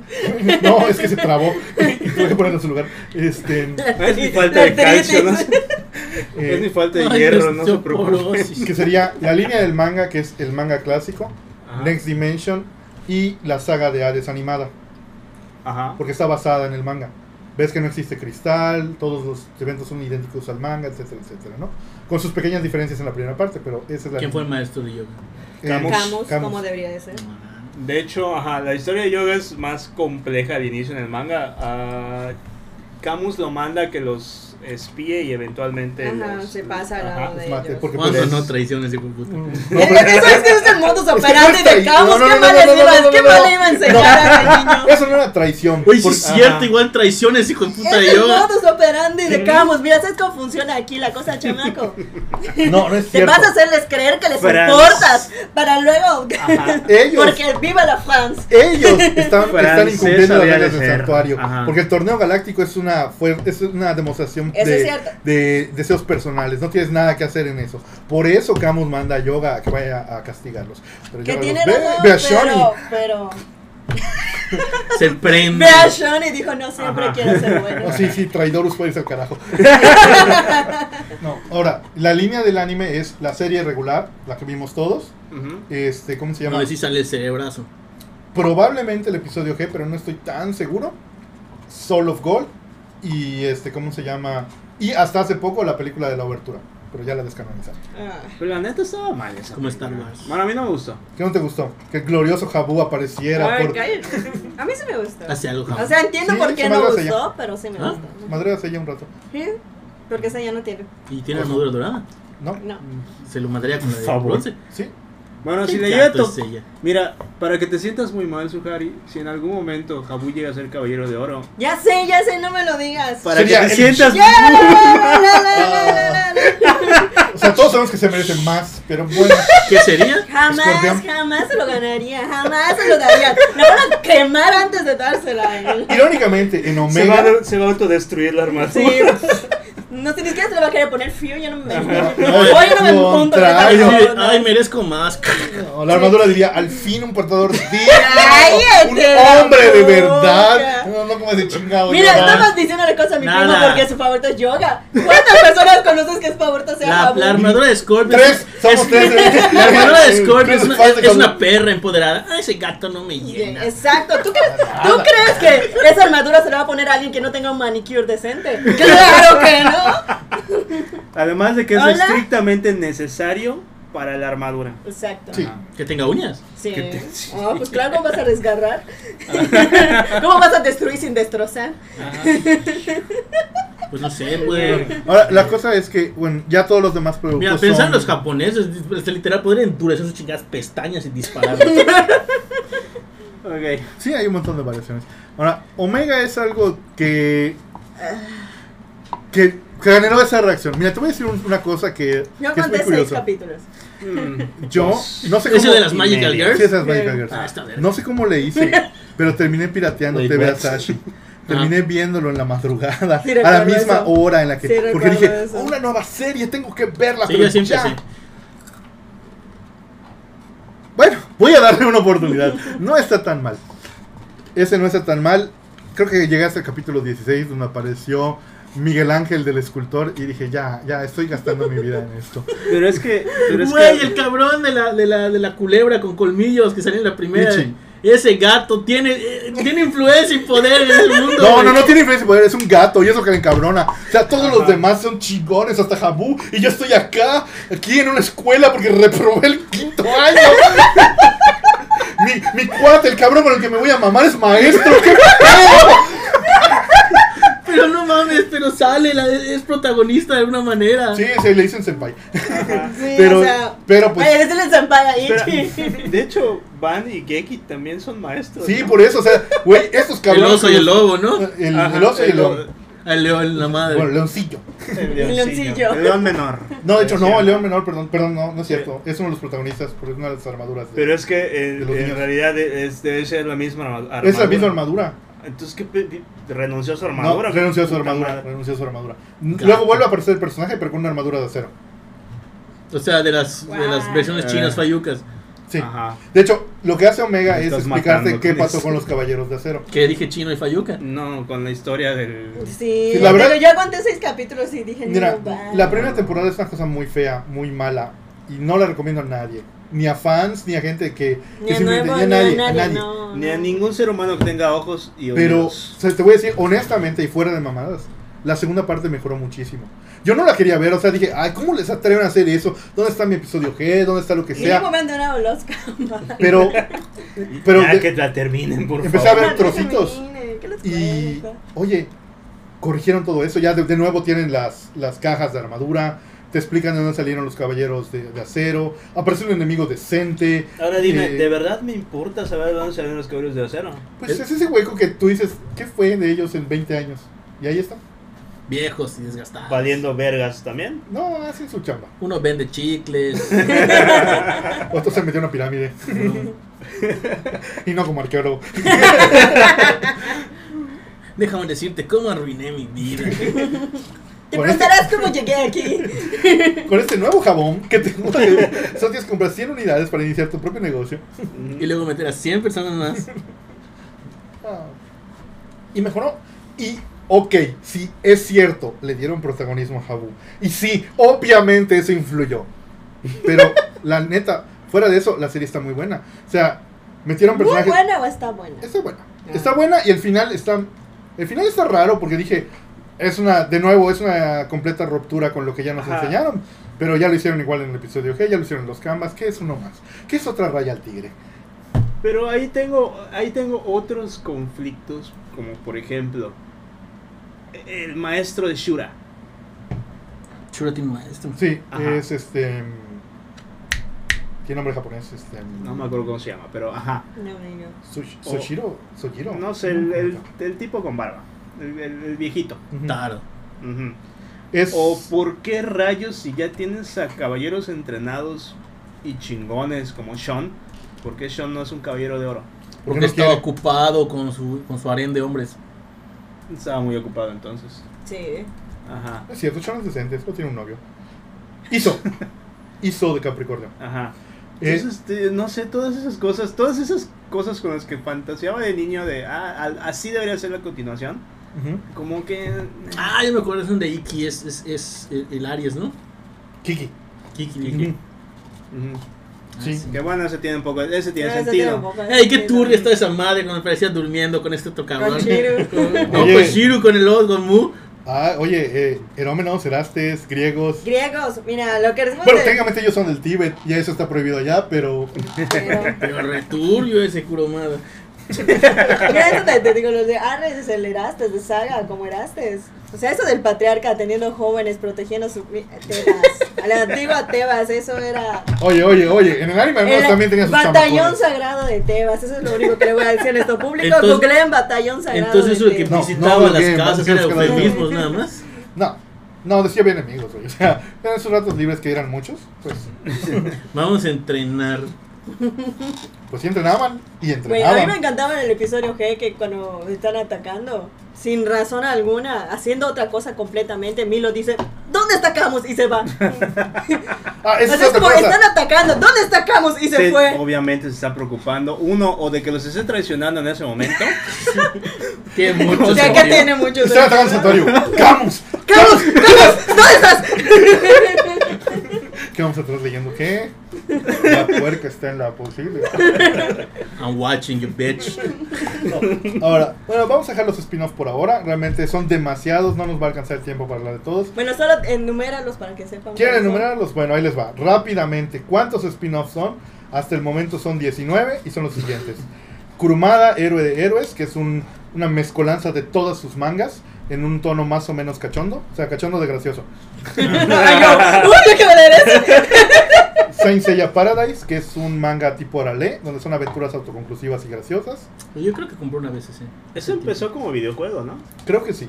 S1: No, es que se trabó. Y tuve que ponerlo en su lugar. Este.
S4: Es mi falta de
S3: La
S4: calcio, ¿no?
S3: artritis.
S4: Es mi
S1: eh,
S4: falta de
S2: Ay,
S4: hierro, no se preocupe.
S2: osteoporosis.
S1: que sería la línea del manga, que es el manga clásico.
S4: Ajá.
S1: Next Dimension y la saga de Hades animada,
S4: Ajá.
S1: porque está basada en el manga. Ves que no existe cristal, todos los eventos son idénticos al manga, etcétera, etcétera, ¿no? Con sus pequeñas diferencias en la primera parte, pero esa es la...
S2: ¿Quién fue el maestro de yoga?
S1: Eh,
S4: Camus.
S3: Camus,
S1: Camus.
S3: como debería de ser.
S4: De hecho, ajá, la historia de Yoga es más compleja al inicio en el manga. Ah, Camus lo manda a que los espíe y eventualmente.
S3: Ajá,
S4: los-
S3: se pasa al
S4: ajá.
S3: lado de
S1: los mate,
S3: ellos.
S1: porque
S2: ¿Cuándo
S1: pues-
S2: no traiciones de puta?
S1: Mm,
S3: Eh,
S1: no, pero-
S3: Eso es que es el modus operandi
S1: está ahí.
S3: de Camus.
S1: No, no,
S3: ¿Qué
S1: no,
S3: mal
S1: no,
S3: les
S1: no, no,
S3: ibas-
S1: no, no,
S3: ¿Qué
S1: no,
S3: mal
S1: no.
S3: le iba a enseñar a niño?
S1: Eso no era traición.
S2: Oye, sí
S1: por-
S2: es cierto,
S4: ajá.
S2: igual traiciones, hijo de puta
S3: Es
S2: de
S3: el
S2: yoga.
S3: modus operandi de Camus. Mira, ¿sabes cómo funciona aquí la cosa, chamaco?
S1: No, no es
S3: Te
S1: cierto.
S3: vas a hacerles creer que les
S4: Franz.
S3: importas para luego.
S1: Ah.
S4: Ajá.
S1: Ellos,
S3: Porque viva la France.
S1: ellos están, están
S4: Francés
S1: incumpliendo las
S4: había
S1: reglas
S4: de
S1: del
S4: ser.
S1: santuario.
S4: Ajá.
S1: Porque el torneo galáctico es una, fue, es una demostración
S3: Eso
S1: de,
S3: es cierto.
S1: de deseos personales. No tienes nada que hacer en eso. Por eso Camus manda a Yoga a que vaya a castigarlos. Pero
S3: Que
S1: Yoga
S3: tiene
S1: los ve,
S3: razón,
S1: ve a Shoni.
S3: pero, pero
S2: Se prende.
S1: Em.
S3: ve a Shoni dijo no siempre
S4: Ajá.
S3: quiero ser bueno.
S1: No, sí, sí, Traidorus puede irse al carajo. no, ahora, la línea del anime es la serie regular, la que vimos todos.
S4: Ujú.
S1: Este, ¿cómo se
S2: No,
S1: llama?
S2: ahí sí sale el cerebrazo.
S1: Probablemente el episodio G, pero no estoy tan seguro. Soul of Gold y este, ¿cómo se llama? Y hasta hace poco la película de la obertura. pero ya la descanonizaron.
S3: Ah,
S4: Pero la neta estaba mal esa.
S2: Como
S4: película.
S2: Star Wars.
S4: Bueno, a mí no me gustó.
S1: ¿Qué no te gustó? Que el glorioso Jabú apareciera
S3: ay,
S1: por...
S3: cállate. A mí sí me gustó.
S2: Hacia algo.
S3: O sea, entiendo
S1: Sí,
S3: por qué
S1: se
S3: no
S1: madre
S3: gustó,
S1: hacia allá.
S3: pero sí me
S2: ¿Ah?
S3: gustó.
S1: Madre hace ya un rato.
S3: Sí, Porque esa ya no tiene.
S2: y tiene armadura dorada.
S1: ¿No?
S3: No.
S2: Se lo mandaría con la de
S4: Favor.
S2: bronce.
S1: ¿Sí?
S4: Bueno, si
S2: Qué
S4: le llega
S2: gato
S4: to-
S2: es ella.
S4: Mira, para que te sientas muy mal, Suhari, si en algún momento Jabu llega a ser caballero de oro,
S3: Ya sé, ya sé, no me lo digas.
S4: para
S1: Sería
S4: que te
S1: el-
S4: sientas.
S3: ¡Ya! La, la, la, la, la, la.
S1: O sea, todos sabemos que se merecen más, pero bueno.
S2: ¿Qué sería?
S3: Jamás,
S1: Escorpión.
S3: jamás se lo ganaría, jamás se lo daría. La van a quemar antes de dársela.
S1: Irónicamente, en
S4: Se va,
S1: Omega...
S4: a, se va a autodestruir la armadura.
S3: Sí. No sé, ni siquiera se lo va a querer poner frío, yo no me.
S1: No,
S3: Hoy no me
S1: no,
S3: punto.
S2: Ay,
S1: contrario.
S2: sí, ay, merezco más.
S1: No, la armadura diría, al fin un portador digno, un
S3: Cállate la
S1: hombre de
S3: boca.
S1: verdad. No, no como de chingado.
S3: Mira,
S1: ya.
S3: estamos diciéndole cosas a mi primo
S2: Nada.
S3: porque su favorito es yoga. ¿Cuántas personas conoces que su favorito sea
S2: La,
S3: Babu?
S2: la armadura de Scorpion.
S1: Tres, somos
S2: es-
S1: tres. ¿eh?
S2: La armadura de Scorpion es
S1: Chris
S2: una,
S1: Farley
S2: es una
S1: con-
S2: perra empoderada. Ah, ese gato no me llena.
S3: Exacto, ¿Tú crees, ¿tú crees que esa armadura se la va a poner a alguien que no tenga un manicure decente? Claro que no.
S4: Además de que es
S3: Hola.
S4: estrictamente necesario para la armadura.
S3: Exacto.
S1: Sí.
S2: Que tenga uñas.
S3: Sí.
S4: Que te- sí.
S3: Ah, pues claro, ¿cómo vas a desgarrar? ¿Cómo vas a destruir sin destrozar?
S2: Pues no sé, güey.
S1: Ahora, la cosa es que, bueno, ya todos los demás productos
S2: Mira, piensa en
S1: pues, son-
S2: los japoneses. Este literal podría endurecer sus chingadas pestañas y dispararlas.
S4: Ok.
S1: Sí, hay un montón de variaciones. Ahora, Omega es algo que. que generó esa reacción. Mira, te voy a decir un- una cosa que.
S3: Yo
S1: que es muy
S3: conté seis
S1: curiosa.
S3: capítulos.
S4: Mm.
S1: Yo, no sé cómo.
S2: Pues, Ese de las
S4: y
S2: Magical
S4: media.
S2: Girls.
S1: Sí, esas Magical Girls.
S2: Ah, está bien.
S1: No sé cómo le hice, pero terminé pirateando
S4: Wait,
S1: TV
S4: what?
S1: Asahi. Terminé viéndolo en la madrugada,
S3: Sí,
S1: a la
S3: recuerdo
S1: misma
S3: eso.
S1: hora en la que.
S3: Sí,
S1: porque
S3: recuerdo
S1: dije, "Oh,
S3: eso.
S1: una nueva serie, tengo que verla.
S2: Sí,
S1: pero
S2: yo siempre
S1: ya".
S2: sí.
S1: Bueno, voy a darle una oportunidad. No está tan mal. Ese no está tan mal. Creo que llegué hasta el capítulo 16 donde apareció Miguel Ángel del escultor y dije, ya, ya, estoy gastando mi vida en esto.
S4: Pero es que. Pero es
S2: Güey,
S4: que-
S2: el cabrón de la, de, la, de la culebra con colmillos que salió en la primera.
S1: Ichi.
S2: Ese gato tiene, eh, tiene influencia y poder en el mundo.
S1: No,
S2: güey.
S1: no, no tiene influencia de poder, es un gato y eso que le encabrona. O sea, todos los
S4: Ajá.
S1: demás son chingones, hasta Jabú. Y yo estoy acá, aquí en una escuela porque reprobé el quinto año. mi, mi cuate, el cabrón con el que me voy a mamar es maestro. ¿Qué pedo?
S2: Pero no mames, pero sale, la- es protagonista de alguna manera.
S1: Sí, se le dicen senpai.
S2: Ah.
S3: Sí,
S1: Pero,
S3: o sea.
S1: pero pues.
S3: Oye, es el senpai ahí.
S4: Espera, De hecho, Van y Geki también son maestros.
S1: Sí,
S4: ¿no?
S1: por eso, o sea, güey, estos
S2: El
S1: cabrones.
S2: oso y el lobo, ¿no?
S1: El,
S4: Ajá,
S1: el oso y el lobo.
S2: El león, la madre.
S1: Bueno, leoncillo.
S4: El
S3: El leoncillo.
S4: leoncillo. El león menor.
S1: No, de hecho, no,
S4: Decía.
S1: el león menor, perdón, perdón, no, no es cierto. Es uno de los protagonistas, porque es una de las armaduras. de-
S4: Pero es que eh,
S1: De los
S4: en
S1: niños.
S4: realidad es, debe ser la misma arma- armadura.
S1: es la misma armadura.
S4: Entonces, ¿qué pe- pe- renunció a su
S1: No,
S4: armadura?
S1: renunció a su
S4: Puta
S1: armadura.
S4: madre.
S1: Renunció a su armadura. Luego vuelve a aparecer el personaje, pero con una armadura de acero.
S2: O sea, de las, de las
S3: Wow.
S2: versiones chinas
S4: Eh.
S2: fayucas.
S1: Sí.
S4: Ajá.
S1: De hecho, lo que hace Omega
S4: Ah. Me
S1: es
S4: estás
S1: explicarte
S4: matando
S1: qué
S4: con
S1: pasó
S4: eso.
S1: con los caballeros de acero.
S2: Que dije chino y fayuca.
S4: No, con la historia del.
S3: Sí,
S1: Sí, la verdad-
S3: pero yo aguanté seis capítulos y dije,
S1: Mira,
S3: no, va.
S1: la primera temporada es una cosa muy fea, muy mala. Y no la recomiendo a nadie. Ni a fans, ni a gente que.
S3: Ni
S1: que
S3: a
S1: simple-
S3: nuevo,
S1: ni a nadie, a nadie.
S3: no,
S4: Ni a
S3: no.
S4: ningún ser humano que tenga ojos y
S1: Pero o
S4: oídos.
S1: sea, te voy a decir honestamente y fuera de mamadas, la segunda parte mejoró muchísimo. Yo no la quería ver, o sea, dije, ay, ¿cómo les atreven a hacer eso? ¿Dónde está mi episodio G? ¿Dónde está lo que
S3: Mínimo
S1: sea?
S3: me han donado los camas.
S1: Pero, pero
S4: ya
S1: de-
S4: que la terminen, por
S1: Empecé a
S4: favor.
S1: ver trocitos.
S3: ¿Qué les
S1: y,
S3: cuento?
S1: oye, corrigieron todo eso, ya de, de nuevo tienen las, las cajas de armadura, te explican de dónde salieron los caballeros de, de acero, aparece un enemigo decente,
S4: Ahora dime,
S1: Eh,
S4: ¿de verdad me importa saber dónde salen los caballos de acero?
S1: pues es ese hueco que tú dices, ¿qué fue de ellos en 20 años? Y ahí está,
S2: Viejos y desgastados.
S4: Valiendo vergas también.
S1: no, hacen su chamba.
S2: Uno vende chicles.
S1: Otro se metió en una pirámide
S2: ¿no?
S1: y no como arqueólogo.
S2: Déjame decirte cómo arruiné mi vida.
S3: Te
S1: Bueno, este-
S3: preguntarás cómo llegué aquí.
S1: Con este nuevo jabón que tengo de Sotias compras 100 unidades para iniciar tu propio negocio.
S2: Y luego meter a 100 personas más.
S1: Ah. Y mejoró. Y, ok, sí, es cierto, le dieron protagonismo a Jabu. Y sí, obviamente eso influyó. Pero, la neta, fuera de eso, la serie está muy buena. O sea, metieron
S3: ¿Muy
S1: personajes...
S3: buena o está buena?
S1: Está buena. Está buena y el final está... El final está raro porque dije, es una, de nuevo, es una completa ruptura con lo que ya nos
S4: Ajá.
S1: enseñaron. Pero ya lo hicieron igual en el episodio G, ya lo hicieron en los canvas. ¿Qué es uno más? ¿Qué es otra raya al tigre?
S4: Pero ahí tengo, ahí tengo otros conflictos, como por ejemplo, el maestro de Shura.
S2: Shura tiene un maestro.
S1: Sí,
S4: Ajá.
S1: es este. Tiene nombre japonés, este.
S4: No me acuerdo cómo se llama, pero ajá.
S3: No, no, no.
S1: Sush-
S4: O-
S1: Soshiro, Sojiro.
S4: No sé, el, el- el tipo con barba, el, el- el viejito.
S1: Ujú.
S2: Taro.
S4: Ujú.
S1: Es,
S4: O por qué rayos si ya tienes a caballeros entrenados y chingones como Sean, ¿por qué Sean no es un caballero de oro?
S1: ¿por qué
S2: Porque
S1: no
S2: estaba
S1: quiere?
S2: ocupado con su, con su harén de hombres.
S4: Estaba muy ocupado entonces.
S3: Sí.
S4: Ajá,
S1: No Es cierto, Sean es decente, solo tiene un novio. Hizo. Hizo de Capricornio.
S4: ajá.
S1: Eh,
S4: Entonces, este, no sé, todas esas cosas, todas esas cosas con las que fantaseaba de niño de, ah, al- así debería ser la continuación,
S1: ujú.
S4: como que...
S2: Ah, yo me acuerdo, es donde Iki es, es, es el, el Aries, ¿no?
S1: Kiki.
S2: Kiki, Kiki.
S4: Ujú.
S2: Ah,
S1: Sí.
S4: Que bueno, ese tiene un poco, ese tiene
S3: Pero ese tiene un
S4: sentido.
S3: poco de
S2: Ey, qué
S3: sentido.
S2: turbia está esa madre cuando parecía durmiendo con este otro cabrón.
S3: Con Chiru.
S2: Con- No,
S1: Oye.
S2: con Shiru, con el otro, con Mu.
S1: Ah, oye, eh, Herómenos, Erastes, griegos.
S3: Griegos, mira, lo que decimos
S1: Bueno,
S3: de-
S1: técnicamente ellos son del Tíbet, ya eso está prohibido allá, pero.
S3: pero-
S2: Pero returbio ese Kuromada.
S3: Mira, eso te, te digo, los de Ares es el Erastes, de Saga, como Erastes. O sea, eso del patriarca teniendo jóvenes, protegiendo su mi- Tebas. A la antigua Tebas, eso era.
S1: Oye, oye, oye, en el anime además
S3: el
S1: también tenía sus
S3: batallón
S1: chamacones.
S3: sagrado de Tebas, eso es lo único que le voy a decir en esto público.
S2: Entonces-
S3: googleen batallón sagrado.
S2: Entonces eso
S3: de
S2: de que
S3: Tebas.
S1: No,
S2: visitaba
S1: no,
S2: las
S1: bien,
S2: casas
S1: vamos a
S2: era
S1: buscar la-
S2: eufemismos nada más.
S1: No, no, decía bien amigos, oye. O sea, en esos ratos libres que eran muchos, pues,
S2: Vamos a entrenar.
S1: pues sí entrenaban y
S3: Güey, a mí me
S1: entrenaban.
S3: encantaba en el episodio G que cuando están atacando, sin razón alguna, haciendo otra cosa completamente, Milo dice, ¿dónde atacamos? Y se va.
S1: Ah, eso
S3: O
S1: es
S3: sea, es
S1: otra
S3: como, están
S1: cosa.
S3: atacando, ¿dónde atacamos? Y se
S4: Se-
S3: fue.
S4: Obviamente se está preocupando, uno, o de que los esté traicionando en ese momento.
S2: Qué mucho.
S3: O sea, que
S2: sentido.
S3: tiene mucho
S1: Están atacando el
S3: sentido.
S1: santuario. ¡Camus!
S3: ¡Carlos! ¡Carlos! ¿Dónde estás?
S1: ¿Qué vamos a estar leyendo? ¿Qué? La puerca está en la posible.
S2: I'm watching you, bitch.
S1: Ahora, bueno, vamos a dejar los spin-offs por ahora. Realmente son demasiados, no nos va a alcanzar el tiempo para hablar de todos.
S3: bueno, solo enuméralos para que sepan.
S1: ¿Quieren
S3: cuáles son.
S1: enumerarlos? Bueno, ahí les va. Rápidamente, ¿cuántos spin-offs son? Hasta el momento son 19 y son los siguientes. Kurumada, Héroe de Héroes, que es un- una mezcolanza de todas sus mangas en un tono más o menos cachondo. O sea, cachondo de gracioso.
S3: Ay, no. ¡Uy, yo que me regreso!
S1: Saint Seiya Paradise, que es un manga tipo oralé, donde son aventuras autoconclusivas y graciosas.
S2: Pues Yo creo que compré una vez ese.
S4: Eso empezó como videojuego, ¿no?
S1: Creo que sí.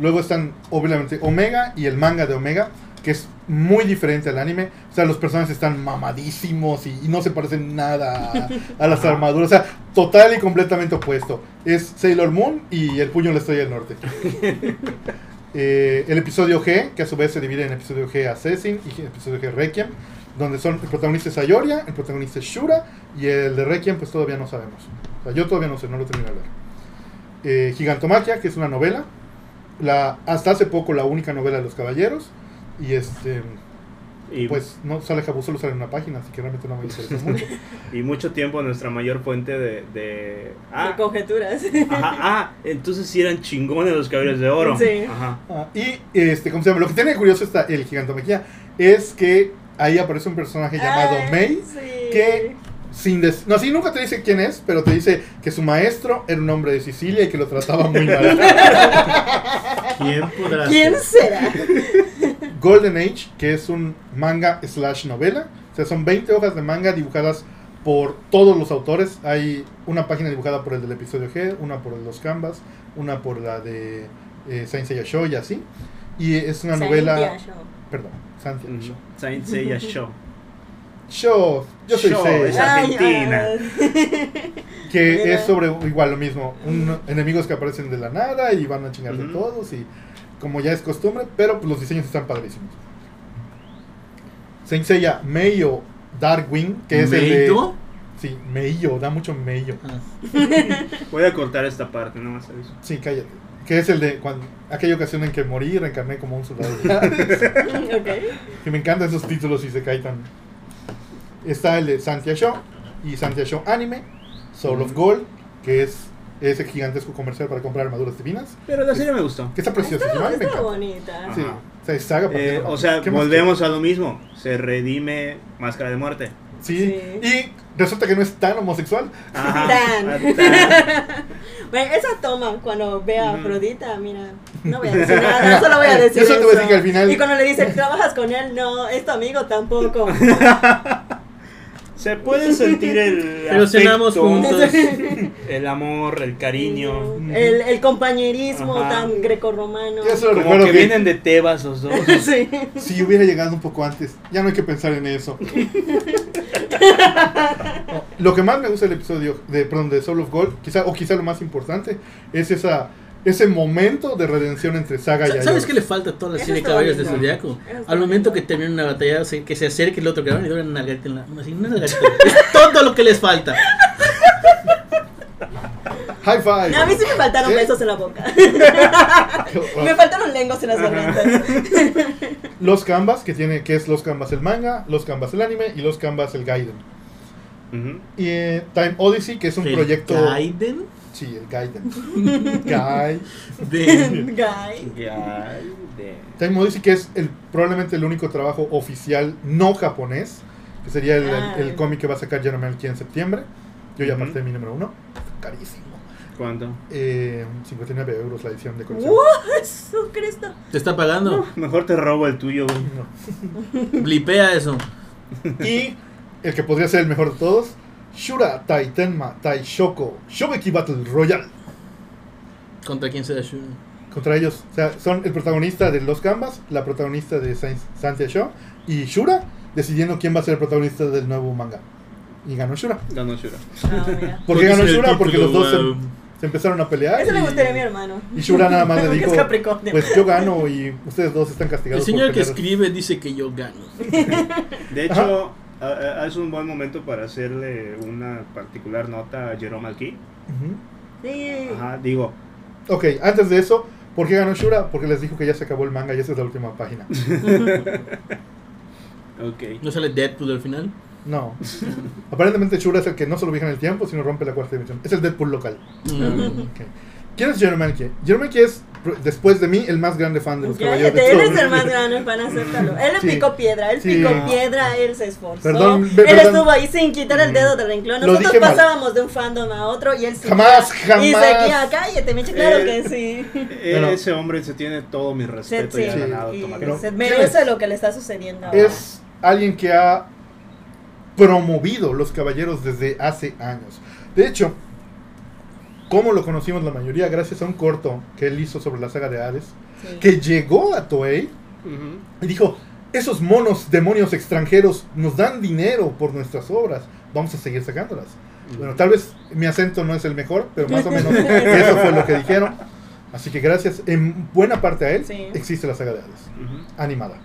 S1: Luego están, obviamente, Omega y el manga de Omega, que es muy diferente al anime. O sea, los personajes están mamadísimos y, y no se parecen nada a, a las armaduras. O sea, total y completamente opuesto. Es Sailor Moon y el puño de la estrella del norte. Eh, el episodio G, que a su vez se divide en episodio G Assassin y episodio G Requiem, donde son el protagonista es Ayoria, el protagonista es Shura y el de Requiem pues todavía no sabemos. O sea, yo todavía no sé, no lo terminé de leer. Eh, Gigantomaquia, que es una novela, la, hasta hace poco la única novela de los caballeros y este
S4: Y,
S1: pues no sale Jabu, solo sale en una página, así que realmente no me interesa mucho.
S4: y mucho tiempo nuestra mayor fuente de... de- ah,
S3: De conjeturas.
S4: ajá, ah, entonces sí eran chingones los caballeros de oro.
S3: Sí.
S4: Ajá.
S1: Ah, y este, ¿cómo se llama? Lo que tiene de curioso está el Gigantomaquia es que ahí aparece un
S3: Ah,
S1: personaje llamado
S3: Ay,
S1: May
S3: sí.
S1: que- sin des- no, sí, nunca te dice quién es, pero te dice que su maestro era un hombre de Sicilia y que lo trataba muy mal.
S2: ¿Quién podrá
S3: ¿Quién
S2: ser?
S3: será?
S1: Golden Age, que es un manga slash novela. O sea, son 20 hojas de manga dibujadas por todos los autores. Hay una página dibujada por el del episodio G, una por los Canvas, una por la de eh, Saint Seiya Show y así. Y es una novela...
S3: Santiago.
S1: Perdón, Santiago
S4: Ujú. Saint Seiya Show.
S1: Show. Yo soy
S4: Show,
S1: Seiya.
S4: Es Argentina.
S3: Ay, ay.
S1: Que es
S3: Mira.
S1: sobre igual lo mismo, un- enemigos que aparecen de la nada y van a chingar de
S4: Ujú.
S1: todos y como ya es costumbre, pero pues, los diseños están padrísimos. Saint Seiya Meio Darkwing, que es el de...
S2: ¿Meido?
S1: Sí, Meio, da mucho Meio.
S2: Ah,
S4: Voy a cortar esta parte, no más aviso.
S1: Sí, cállate. Que es el de cuando, aquella ocasión en que morí y reencarné como un soldado.
S3: ok.
S1: que me encantan esos títulos y se caen tan... Está el de Santia Show y Santia Show Anime, Soul of Gold, que es ese gigantesco comercial para comprar armaduras divinas.
S4: Pero la serie me gustó.
S1: Que está preciosísima, a mí me
S3: Está
S1: encanta.
S3: bonita.
S1: Sí,
S4: Ajá.
S1: o sea, es saga para
S4: Eh,
S1: hacer-
S4: o sea,
S1: ¿qué más
S4: volvemos a lo mismo. Se redime Máscara de Muerte.
S1: quieres? Sí, y resulta que no es tan homosexual.
S4: Ajá.
S3: Tan.
S4: Ah, tan. Mm.
S3: Bueno, esa toma cuando ve a
S4: Ujú.
S3: Afrodita, mira, no voy a decir nada, solo voy a decir
S1: Eso te voy a
S3: eso.
S1: decir que al final-
S3: Y cuando le dice, trabajas con él, no, es tu amigo tampoco.
S4: Se puede sentir el.
S2: Pero cenamos
S4: afecto,
S2: juntos.
S4: El amor, el cariño.
S3: El, el compañerismo
S4: Ajá.
S3: tan grecorromano.
S1: Ya solo
S4: Como
S1: recuerdo
S4: que
S1: que-
S4: vienen de Tebas los dos.
S3: Sí.
S1: Si hubiera llegado un poco antes, ya no hay que pensar en eso. lo que más me gusta del episodio de, perdón, de Soul of Gold, quizá, o quizá lo más importante, es esa, ese momento de redención entre Saga y Ayora.
S2: ¿Sabes qué le falta a toda la
S3: Eso
S2: serie de
S3: está
S2: caballeros de
S3: bonito.
S2: Zodiaco?
S3: Eso está
S2: Al momento
S3: bonito.
S2: que termina una batalla, se- que se acerque el otro cabrón y le da una nalgadita en la. así, una nalgadita. es todo lo que les falta.
S1: High five.
S3: No, a mí sí me faltaron
S1: ¿Eh?
S3: besos en la boca. me faltaron lenguas en las gargantas.
S1: Los Canvas, que tiene, que es Los Canvas el manga, Los Canvas el anime y Los Canvas el Gaiden.
S4: Ujú.
S1: Y eh, Time Odyssey, que es un
S2: El
S1: proyecto.
S2: Gaiden.
S1: Sí, el Gaiden. Gai-
S2: De...
S3: Guy.
S4: Ya, de-
S1: Time Odyssey, que es el, probablemente el único trabajo oficial no japonés, que sería el, el- el
S3: Ah.
S1: cómic que va a sacar Jeremy aquí en septiembre. Yo ya
S4: Ujú.
S1: aparté mi número uno. Carísimo.
S4: ¿Cuánto?
S1: Eh, 59 euros la edición de colección.
S3: ¡Wow! ¡Jesucristo!
S2: ¿Te está pagando?
S4: Mejor te robo el tuyo, güey.
S1: No.
S2: Blipea eso.
S1: Y el que podría ser el mejor de todos, Shura Taitenma Taishoko Shobeki Battle Royale.
S2: ¿Contra quién se da Shun?
S1: Contra ellos, o sea, son el protagonista de Los Canvas, la protagonista de Saint- Santia Show y Shura decidiendo quién va a ser el protagonista del nuevo manga. Y ganó Shura.
S4: Ganó Shura.
S3: Ah, mira.
S1: ¿Por qué ganó
S2: dice el
S1: Shura? Porque los
S2: título,
S1: dos se,
S2: wow.
S1: se empezaron a pelear.
S3: Eso le
S1: y-
S3: gustaría a mi hermano.
S1: Y Shura nada más le
S3: Porque
S1: dijo,
S3: es Capricornio.
S1: pues yo gano y ustedes dos están
S2: El
S1: castigados.
S2: señor
S1: por
S2: que
S1: pelear".
S2: escribe dice que yo gano.
S4: De hecho, a- a- es un buen momento para hacerle una particular nota a Jerome aquí.
S1: Ujú.
S3: Sí.
S4: Ajá, digo,
S1: Ok, antes de eso, ¿por qué ganó Shura? Porque les dijo que ya se acabó el manga y esa es la última página.
S4: ok.
S2: ¿No sale Deadpool al final?
S1: No. Aparentemente Shura es el que no solo viaja en el tiempo, sino rompe la cuarta dimensión. Es el Deadpool local.
S2: Mm.
S1: Ok. ¿Quién es Jeromelke? Jeromelke es, pr- después de mí, el más grande fan
S3: Pues
S1: de los caballeros
S3: Cállate, él
S1: del
S3: es el
S1: Zodiaco.
S3: más grande para acéptalo. Él le
S1: Sí.
S3: picó piedra, él
S1: Sí.
S3: picó
S1: Ah.
S3: piedra, él se esforzó.
S1: Perdón,
S3: él
S1: ve- perdón.
S3: estuvo ahí sin quitar el dedo del renglón.
S1: Lo
S3: Nosotros
S1: dije mal.
S3: pasábamos de un fandom a otro y él seguía.
S1: Jamás, jamás.
S3: Y seguía, cállate, Michi, claro
S4: Eh,
S3: que sí.
S4: E-
S1: Bueno.
S4: ese hombre se tiene todo mi respeto
S3: Sí,
S4: y ha
S1: sí.
S4: ganado
S3: Y
S1: Pero-
S4: automáticamente.
S3: se
S1: ¿quién
S3: merece
S1: es?
S3: lo que le está sucediendo ahora.
S1: Es alguien que ha promovido los caballeros desde hace años. De hecho, como lo conocimos la mayoría, gracias a un corto que él hizo sobre la saga de Hades,
S3: Sí.
S1: que llegó a Toei
S4: Ujú.
S1: y dijo, esos monos demonios extranjeros nos dan dinero por nuestras obras, vamos a seguir sacándolas. Bueno, tal vez mi acento no es el mejor, pero más o menos eso fue lo que dijeron. Así que gracias, en buena parte a él,
S3: Sí.
S1: existe la saga de Hades,
S4: Ujú.
S1: animada.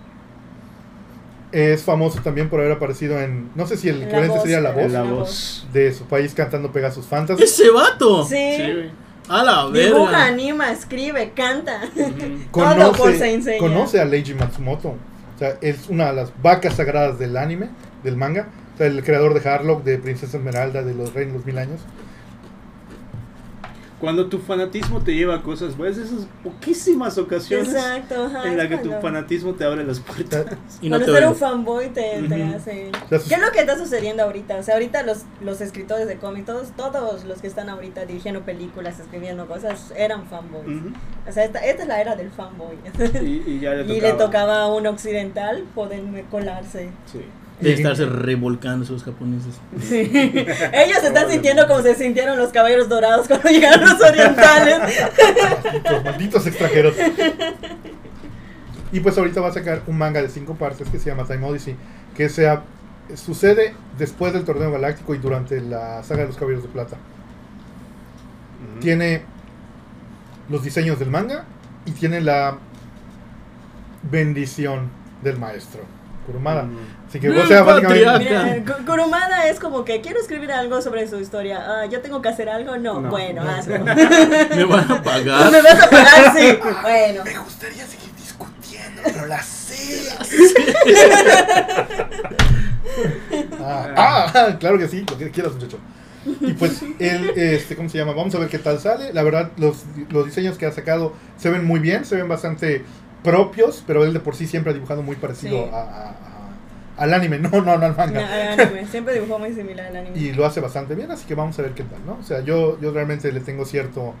S1: Es famoso también por haber aparecido en, no sé si el
S3: La
S1: equivalente
S3: voz,
S1: sería la voz
S4: La
S3: La
S4: voz.
S1: de su país cantando Pegasus Fantasy.
S2: ¡Ese vato!
S4: Sí,
S3: Sí.
S4: güey.
S2: A la
S3: Dibuja,
S2: verga.
S3: anima, escribe, canta.
S4: Ujú.
S3: todo por Saint Seiya.
S1: conoce a Leiji Matsumoto. O sea, es una de las vacas sagradas del anime, del manga. O sea, el creador de Harlock, de Princesa Esmeralda, de Los Reinos de los Mil Años.
S4: Cuando tu fanatismo te lleva a cosas, pues esas poquísimas ocasiones
S3: Exacto, ajá,
S4: en
S3: es
S4: la que tu
S3: cuando-
S4: fanatismo te abre las
S1: O
S4: puertas.
S1: sea,
S2: Y no
S3: Cuando
S2: te
S3: ser un
S2: oigo.
S3: fanboy te, te
S4: Ujú.
S3: hace.
S1: sea, sus-
S3: ¿Qué es lo que está sucediendo ahorita? O sea, ahorita los, los escritores de cómics, todos, todos los que están ahorita dirigiendo películas, escribiendo cosas, eran fanboys.
S4: Ujú.
S3: O sea, esta, esta es la era del fanboy.
S4: Y, y ya le tocaba.
S3: y le tocaba a un occidental poder colarse.
S4: Sí.
S2: De estarse revolcando esos japoneses.
S3: Sí. Ellos se están sintiendo como se sintieron los caballeros dorados cuando llegaron los orientales.
S1: Los malditos extranjeros. Y pues ahorita va a sacar un manga de cinco partes que se llama Time Odyssey, que sea, sucede después del torneo galáctico y durante la saga de los caballeros de plata.
S4: Ujú.
S1: Tiene los diseños del manga y tiene la bendición del maestro Kurumada.
S4: Ujú.
S1: Así que o sea,
S2: Mm,
S1: básicamente,
S3: Mira, Ku- Kurumada es como que quiero escribir algo sobre su historia. Ah, ¿Yo tengo que hacer algo? No.
S4: No.
S3: Bueno,
S1: No. Ah.
S3: hazlo.
S2: Me van a
S3: ¿Me
S2: pagar.
S3: vas a pagar? Sí. Bueno.
S1: Me gustaría seguir discutiendo, pero la sé. ah, ah, claro que sí, lo que quieras, muchacho. Y pues él, este, ¿cómo se llama? Vamos a ver qué tal sale. La verdad, los, los diseños que ha sacado se ven muy bien, se ven bastante propios, pero él de por sí siempre ha dibujado muy parecido
S3: Sí.
S1: a- a- a- al anime, no, no, no al manga.
S3: Na- anime. pues, Siempre dibujó muy similar al anime.
S1: Y lo hace bastante bien, así que vamos a ver qué tal, ¿no? O sea, yo, yo realmente le tengo cierto...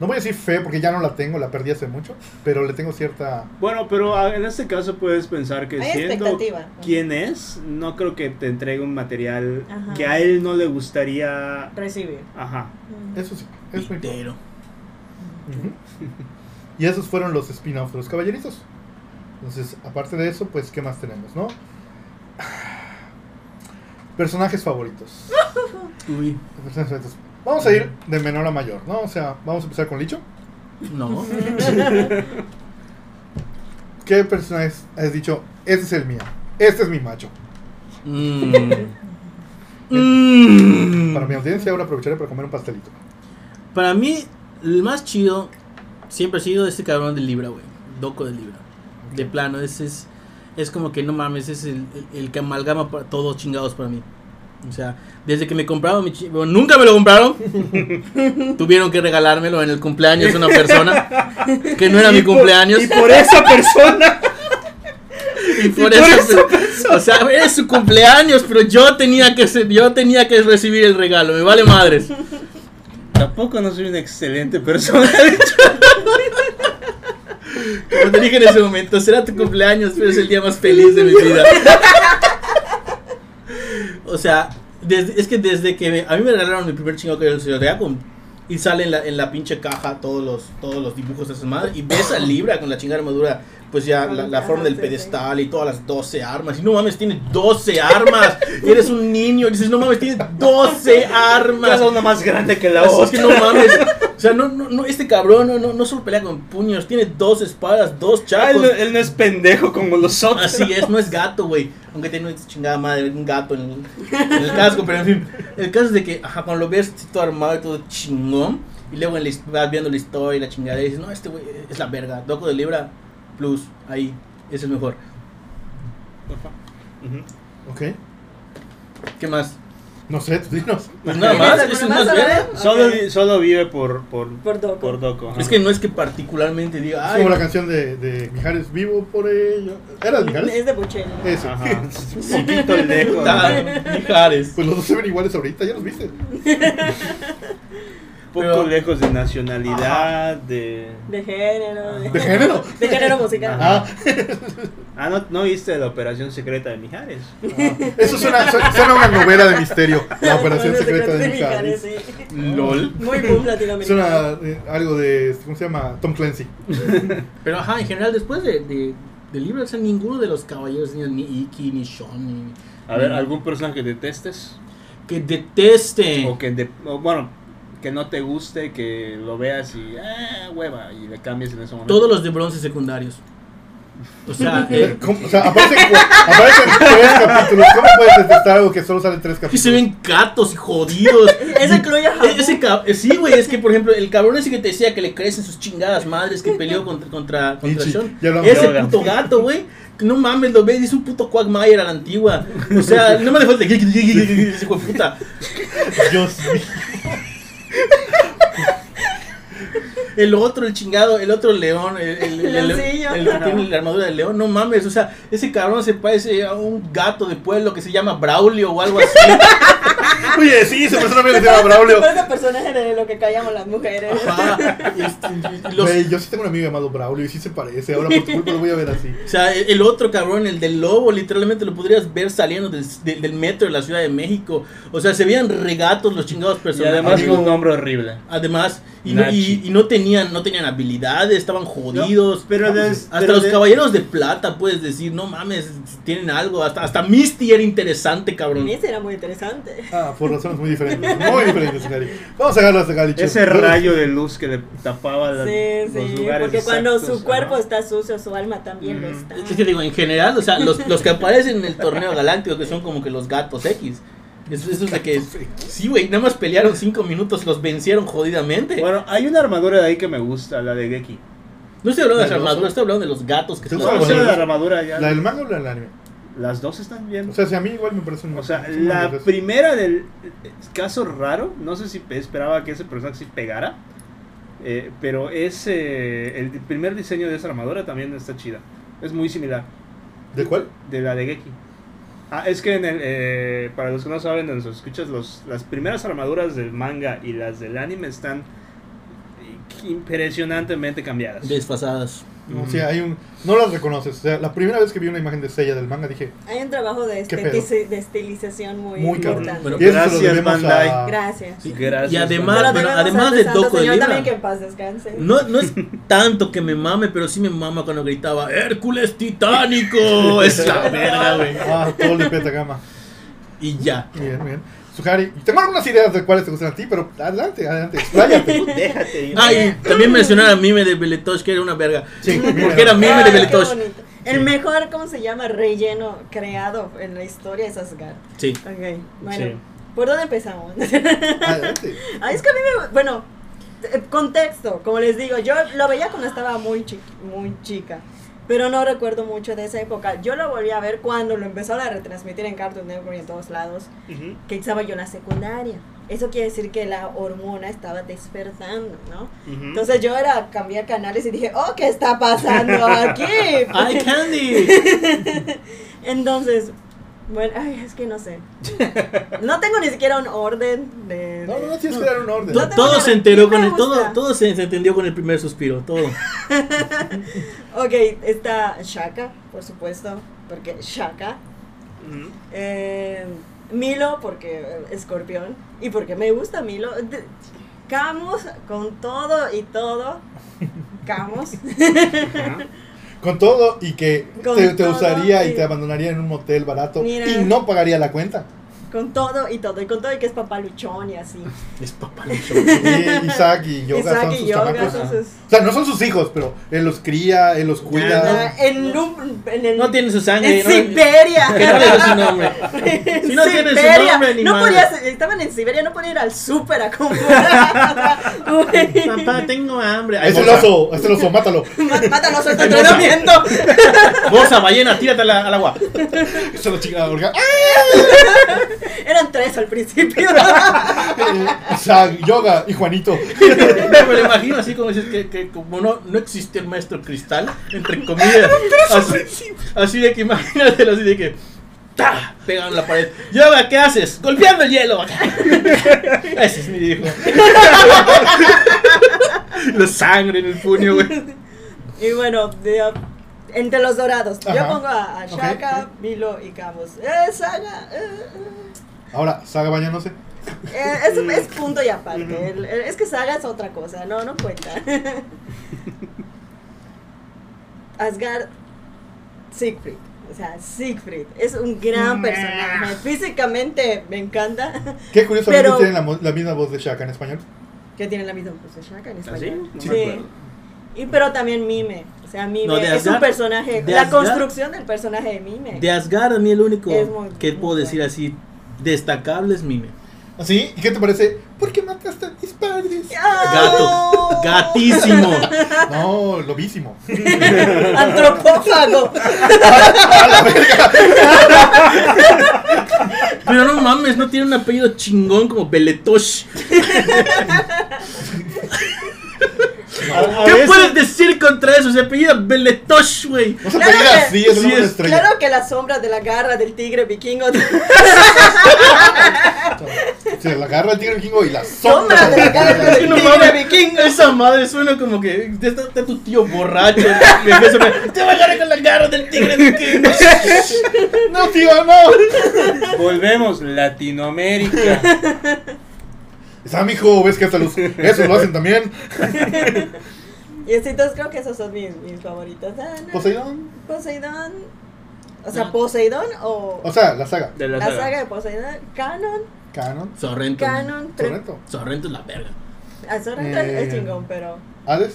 S1: No voy a decir fe, porque ya no la tengo, la perdí hace mucho, pero le tengo cierta...
S4: Bueno, pero ah, en este caso puedes pensar que
S3: Hay
S4: siendo
S3: expectativa.
S4: quién es, no creo que te entregue un material
S3: Ajá.
S4: que a él no le gustaría.
S3: Recibe.
S4: Ajá.
S1: Eso sí, es muy
S2: Pitero.
S1: Ujú. Y esos fueron los spin-offs de los caballeritos. Entonces, aparte de eso, pues, ¿qué más tenemos, no? Personajes favoritos.
S2: Uy,
S1: Personajes favoritos. Vamos a ir de menor a mayor, ¿no? O sea, vamos a empezar con Licho.
S2: no.
S1: ¿Qué personajes has dicho? Este es el mío. Este es mi macho.
S2: Mm. Mm.
S1: Para mi audiencia, ahora aprovecharé para comer un pastelito.
S2: Para mí, el más chido siempre ha sido este cabrón de Libra, güey. Doco de Libra. De plano, ese es, es como que no mames, es el, el- el que amalgama para todos chingados para mí. O sea, desde que me compraron mi chi- bueno, nunca me lo compraron. Tuvieron que regalármelo en el cumpleaños de una persona que no era
S4: Y
S2: mi
S4: por-
S2: cumpleaños.
S4: Y por esa persona.
S2: Y por
S4: por
S2: eso,
S4: eso
S2: o sea, es su cumpleaños, pero yo tenía que ser- yo tenía que recibir el regalo, me vale madres.
S4: Tampoco no soy una excelente persona.
S2: Como te dije en ese momento, será tu cumpleaños, pero es el día más feliz de mi vida. O sea, desde- es que desde que me- a mí me regalaron mi primer chingo que era el señor de Acum, y sale en la, en la pinche caja todos los, todos los dibujos de su madre y ves a Libra con la chingada armadura, pues ya la, la forma del pedestal y todas las 12 armas. Y no mames, tiene 12 armas. Y eres un niño y dices, no mames, tiene 12 armas.
S4: Cada una más grande que la
S2: Así es
S4: otra.
S2: que no mames. O sea, no, no, no, este cabrón no, no, no solo pelea con puños, tiene dos espadas, dos
S4: Ah, él,
S2: chacos.
S4: no- él no es pendejo como los otros.
S2: pues. Así es, no es gato, güey. Aunque tiene una chingada madre, un gato en el, en el casco, pero en fin. El caso es de que, ajá, cuando lo ves así todo armado y todo chingón, y luego en la his- vas viendo la historia y la chingada, y dices, no, este güey es la verga. Doco de Libra Plus, ahí, es el mejor.
S4: Ujú.
S1: ¿Ok?
S2: ¿Qué más?
S1: No sé, tú dinos.
S2: Pues nada más, es el
S3: ¿Alguna
S2: más
S3: más,
S2: verga.
S3: Abraham?
S4: Solo,
S3: Ok.
S4: vi- solo vive por, por,
S3: Por Doco.
S4: por Doco. ajá.
S2: Es que no es que particularmente diga,
S1: Es
S2: ay,
S1: como la canción de, de Mijares, vivo por ello. ¿Era de Mijares? Eh.
S3: Es de Buchel.
S1: Eso.
S4: Ajá. Un poquito lejos.
S2: puta,
S4: Un
S2: Mijares.
S1: Pues los dos se ven iguales ahorita, ya los viste.
S4: poco
S2: Pero-
S4: lejos de nacionalidad, de...
S3: De género.
S1: ¿De género?
S3: De género musical.
S1: Ah,
S4: Ah, ¿no, ¿no viste la operación secreta de Mijares?
S1: Eso suena, su- suena a una novela de misterio, La Operación
S3: Los
S1: Secreta de
S3: secretos
S1: Mijares.
S3: sí.
S2: LOL.
S3: Muy boom latinoamericano.
S1: Suena eh, algo de, ¿cómo se llama? Tom Clancy.
S2: Pero ajá, en general, después de, de, de Libra, o sea, ninguno de los caballeros, ni, ni Iki, ni Sean, ni-
S4: A
S2: Mm.
S4: ver, ¿algún personaje que detestes?
S2: que deteste.
S4: O que, de- o, bueno, que no te guste, que lo veas y... Ah, hueva, y le cambies en ese momento.
S2: Todos los de bronce secundarios. O sea, eh,
S1: ¿Cómo? O sea, aparecen, cua- aparecen tres capítulos. ¿Cómo puedes detectar algo que solo sale en tres
S2: que se
S1: capítulos?
S2: ven catos y jodidos.
S3: Eso incluye a
S2: E- Ese cab- eh, sí, güey, es que por ejemplo, el cabrón ese que te decía que le crecen sus chingadas madres que peleó contra contra, contra
S1: Ichi,
S2: Sean.
S1: ya lo
S2: Ese
S4: droga.
S2: puto gato, güey. que No mames, lo ves, es un puto Quagmire a la antigua. O sea, no me falta. Ese hijo de puta.
S1: Dios mío.
S2: El otro, el chingado, el otro león, el, el, el- el-
S3: Leoncillo.
S2: el que tiene la armadura del león, no mames, o sea, ese cabrón se parece a un gato de pueblo que se llama Braulio o algo así.
S1: Oye, sí, ese personaje se llama Braulio.
S3: Ese personaje de lo que callamos las mujeres.
S2: Ajá, este, y los-
S1: Güey, yo sí tengo un amigo llamado Braulio y sí se parece. Ahora por tu culpa lo voy a ver así.
S2: o sea, e, el el otro cabrón, el del lobo, literalmente lo podrías ver saliendo del, del- del metro de la Ciudad de México. O sea, se veían regatos los chingados
S4: Y
S2: personajes.
S4: además
S1: Amigo-
S4: un nombre horrible.
S2: Además, y, no, y-
S4: Nachi.
S2: y no tenían no tenían habilidades, estaban jodidos.
S4: pero des-
S2: hasta
S4: pero
S2: los
S4: de-
S2: caballeros de plata puedes decir, no mames, tienen algo. Hasta, hasta Misty era interesante, cabrón.
S3: Ese era muy interesante.
S1: Ah, por razones muy diferentes. Muy diferentes, Gary. Vamos a agarrar a Gary. chicos.
S4: Ese rayo de luz que le tapaba la-
S3: Sí,
S4: los
S3: sí.
S4: lugares
S3: Porque cuando
S4: exactos,
S3: su cuerpo
S4: ajá.
S3: está sucio, su alma también lo
S4: Mm.
S3: está.
S2: Es que digo, en general, o sea, los, los que aparecen en el torneo galáctico que son como que los gatos X. Es- Esos de que. Sí, güey, nada más pelearon cinco minutos, los vencieron jodidamente.
S4: Bueno, hay una armadura de ahí que me gusta, la de Geki.
S2: No estoy hablando de las armaduras, estoy hablando de los gatos que se
S1: ¿Tú
S2: las
S4: No,
S1: sabes
S4: o sea,
S2: ponen.
S1: bueno.
S4: la armadura ya.
S1: ¿La del manga o la del anime?
S4: Las dos están bien.
S1: O sea, si a mí igual me parece un
S4: O sea,
S1: es un
S4: la
S1: desastre.
S4: primera del eh, caso raro, no sé si pe- esperaba que ese personaje sí pegara, eh, pero ese, el di- primer diseño de esa armadura también está chida. Es muy similar.
S1: ¿De cuál?
S4: De la de Geki. Ah, es que en el, eh, para los que no saben, en los escuchas, los, las primeras armaduras del manga y las del anime están impresionantemente cambiadas.
S2: Desfasadas.
S1: O sea, hay un. No las reconoces. O sea, la primera vez que vi una imagen de Sella del manga dije.
S3: Hay un trabajo de,
S1: ¿Qué
S3: estetici- de estilización muy,
S1: Muy cabrón.
S3: importante.
S2: Bueno,
S1: y eso se lo
S4: gracias,
S1: debemos
S4: Bandai.
S1: a-
S3: Gracias.
S2: Sí,
S4: Gracias,
S2: Y
S4: Juan.
S2: además,
S4: Pero
S2: bueno,
S3: tenemos
S2: además
S3: al
S2: del
S3: santo
S2: doco de
S3: señor
S2: Libra.
S3: también que en paz descanse.
S2: No, no es tanto que me mame, pero sí me mama cuando gritaba Hércules Titánico. Es la verga, güey.
S1: Ah, todo el de Peta Gama.
S2: Y ya.
S1: Bien, bien. Suhari, tengo algunas ideas de cuáles te gustan a ti, pero adelante, adelante, expláyate.
S4: Déjate ir.
S2: Ay, también mencionar a Mime de Beletosh, que era una verga.
S1: Sí,
S2: Porque era mime
S3: Ay,
S2: de
S3: qué
S2: Beletosh.
S3: bonito. El
S1: Sí.
S3: mejor, ¿cómo se llama? Relleno creado en la historia es Asgard.
S2: Sí.
S3: Ok, bueno.
S4: Sí.
S3: ¿Por dónde empezamos?
S1: Adelante.
S3: Ay, es que a mí me. Bueno, eh, contexto, como les digo, yo lo veía cuando estaba muy, chi- muy chica. Pero no recuerdo mucho de esa época. Yo lo volví a ver cuando lo empezaron a retransmitir en Cartoon Network y en todos lados.
S4: Ujú.
S3: Que estaba yo en la secundaria. Eso quiere decir que la hormona estaba despertando, ¿no?
S4: Ujú.
S3: Entonces yo era cambiar canales y dije, oh, ¿qué está pasando aquí?
S2: ¡Ay, Candy!
S3: Entonces, bueno, ay, es que no sé. No tengo ni siquiera un orden de...
S1: No, no, no tienes que dar un orden.
S2: To-
S3: No te
S2: todo
S3: voy a
S2: se
S3: ver.
S2: enteró
S3: Sí
S2: con
S3: me
S2: el. Todo,
S3: gusta.
S2: todo se se entendió con el primer suspiro. Todo.
S3: Ok, está Shaka, por supuesto, porque Shaka.
S4: Ujú.
S3: Eh, Milo, porque eh, escorpión. Y porque me gusta Milo. De- Camus, con todo y todo. Camus.
S4: Ajá.
S1: Con todo y que
S3: Con
S1: te, te
S3: todo
S1: usaría y
S3: y-
S1: te abandonaría en un motel barato
S3: Mira.
S1: y no pagaría la cuenta.
S3: Con todo y todo. Y con todo y que es papaluchón y así.
S2: Es papalucho.
S1: Y Isaac y Yoga
S3: Isaac
S1: son
S3: y
S1: sus
S3: Yoga
S1: chamacos.
S3: son
S2: ajá.
S3: sus-
S1: O sea, no son sus hijos, pero él los cría, él los
S3: Ah,
S1: cuida.
S3: en, un- en el-
S2: No tiene su sangre.
S3: en
S2: no-
S3: Siberia.
S2: que no le dé su nombre. Si no tiene su nombre, ni
S3: no
S2: madre.
S3: podías- estaban en Siberia, no podían ir al súper a comprar. Güey,
S2: Papá, tengo hambre. Ay,
S1: Es el
S2: bolsa.
S1: oso, es el oso, mátalo.
S3: má- Mátanos, está
S2: Ay, bolsa.
S3: entrenamiento.
S2: Bolsa, ballena, tírate al, al agua.
S1: Se lo chica Olga.
S3: Eran tres al principio.
S1: ¡Ah! Isaac, Yoga y Juanito.
S2: Me lo imagino así como dices que, que como no, no existe el maestro cristal, entre comillas. Así, así de que imagínatelo así de que. ¡Ta! Pegan la pared. Yoga, ¿qué haces? Golpeando el hielo. Ese es mi hijo. Lo sangre en el puño, güey.
S3: Y bueno, de- entre los dorados. Yo
S1: Ajá.
S3: pongo a, a
S1: Ok,
S3: Shaka,
S1: ok.
S3: Milo y Camus. Eh, Saga. eh,
S1: Ahora, Saga bañándose.
S3: eh, eh, es, es punto y aparte. El- el- Es que Saga es otra cosa. No, no cuenta. Asgard Siegfried. O sea, Siegfried es un gran personaje. Físicamente me encanta.
S1: Qué curiosamente
S3: Pero-
S1: tienen la, mo- la misma voz de Shaka en español.
S3: Que tiene la misma voz de Shaka en
S4: ¿Ah, sí?
S3: español.
S4: No
S3: sí.
S4: me acuerdo.
S3: Y pero también Mime. O sea, Mime
S2: No, de
S3: es un
S2: Asgard-
S3: personaje.
S2: de
S3: La
S2: Asgard-
S3: construcción del personaje de Mime.
S2: De Asgard, a mí el único
S3: Es muy-
S2: que
S3: muy
S2: puedo decir
S3: bueno.
S2: así destacable es Mime.
S1: ¿Así? ¿Ah, ¿Y qué te parece? ¿Por qué mataste a mis padres?
S3: ¡Oh!
S2: Gato. Gatísimo.
S1: No, lobísimo.
S3: Antropófago.
S2: Pero no mames, no tiene un apellido chingón como Beletosh.
S4: A- a
S2: ¿Qué
S4: veces-
S2: puedes decir contra eso? Se apellida Beletosh, güey.
S1: No se
S3: Claro
S1: pega
S3: que-
S1: así, es
S2: Sí,
S1: una
S2: es-
S1: estrella.
S3: Claro que la sombra de la garra del tigre vikingo.
S1: Se la agarra el tigre vikingo y la sombra.
S3: sombra de la garra
S2: Es que
S3: del
S2: no
S3: tigre
S2: mames,
S3: vikingo.
S2: Esa madre suena como que está, está tu tío borracho. y me empieza a ver, Te va a agarrar con la garra del tigre de King".
S1: No, tío, no.
S4: Volvemos, Latinoamérica.
S1: Está mi hijo, ves que hasta los esos lo hacen también.
S3: Y así, entonces creo que esos son mis, mis favoritos. Ah, no.
S1: Poseidón.
S3: Poseidón. O sea, Poseidón o.
S1: O sea, la saga.
S4: De
S3: la saga de Poseidón. Canon.
S1: Canon.
S2: Sorrento.
S3: Canon. Tre...
S1: Sorrento.
S2: Sorrento es la verga.
S3: Azor
S1: Eh.
S3: es chingón, pero.
S1: Hades.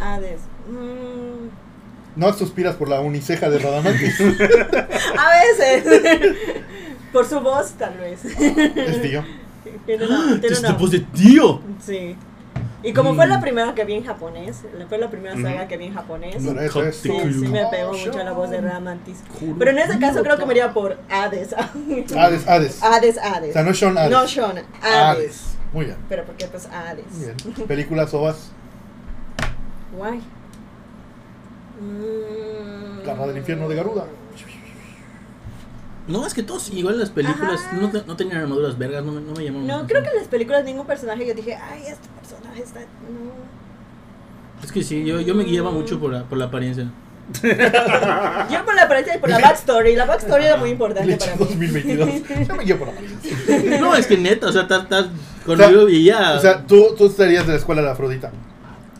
S3: Hades. mm,
S1: No suspiras por la uniceja de Radamantis.
S3: a veces. Por su voz, tal vez.
S1: Es tío.
S3: Tiene una- tiene
S2: Es
S3: una-
S2: tu voz de tío.
S3: Sí. Y como fue la
S2: Mm.
S3: primera que vi en japonés, fue la primera saga
S4: Ujú.
S3: que vi en japonés,
S1: Por eso es.
S3: sí, sí me pegó mucho la
S1: Oh.
S3: voz de Ramantis. Pero en ese caso creo que me iría por Hades.
S1: Hades, Hades.
S3: Hades,
S1: O
S3: Hades.
S1: sea, no Sean Hades.
S3: No Sean, Hades.
S1: Ah, Muy bien.
S3: Pero porque pues Hades.
S1: Muy bien. Películas ovas.
S3: Guay. Mm.
S1: Garra del infierno de Garuda.
S2: No, es que todos igual las películas
S3: Ajá.
S2: no, te- no tenían armaduras vergas, no, me- no me llamaron. la
S3: No, creo
S2: atención.
S3: que en las películas ningún personaje yo dije, ay, este personaje está... No.
S2: Es que sí, yo, yo me guiaba mucho por la, por la apariencia.
S3: Yo por la apariencia y por la backstory. La backstory era
S1: "Ah,
S3: muy importante
S1: Glitch
S3: para mí.
S1: 2022. Ya me guío por la apariencia.
S2: No, es que neta, o sea, estás estás
S1: O sea,
S2: conmigo y ya.
S1: O sea, tú, tú estarías de la escuela de Afrodita.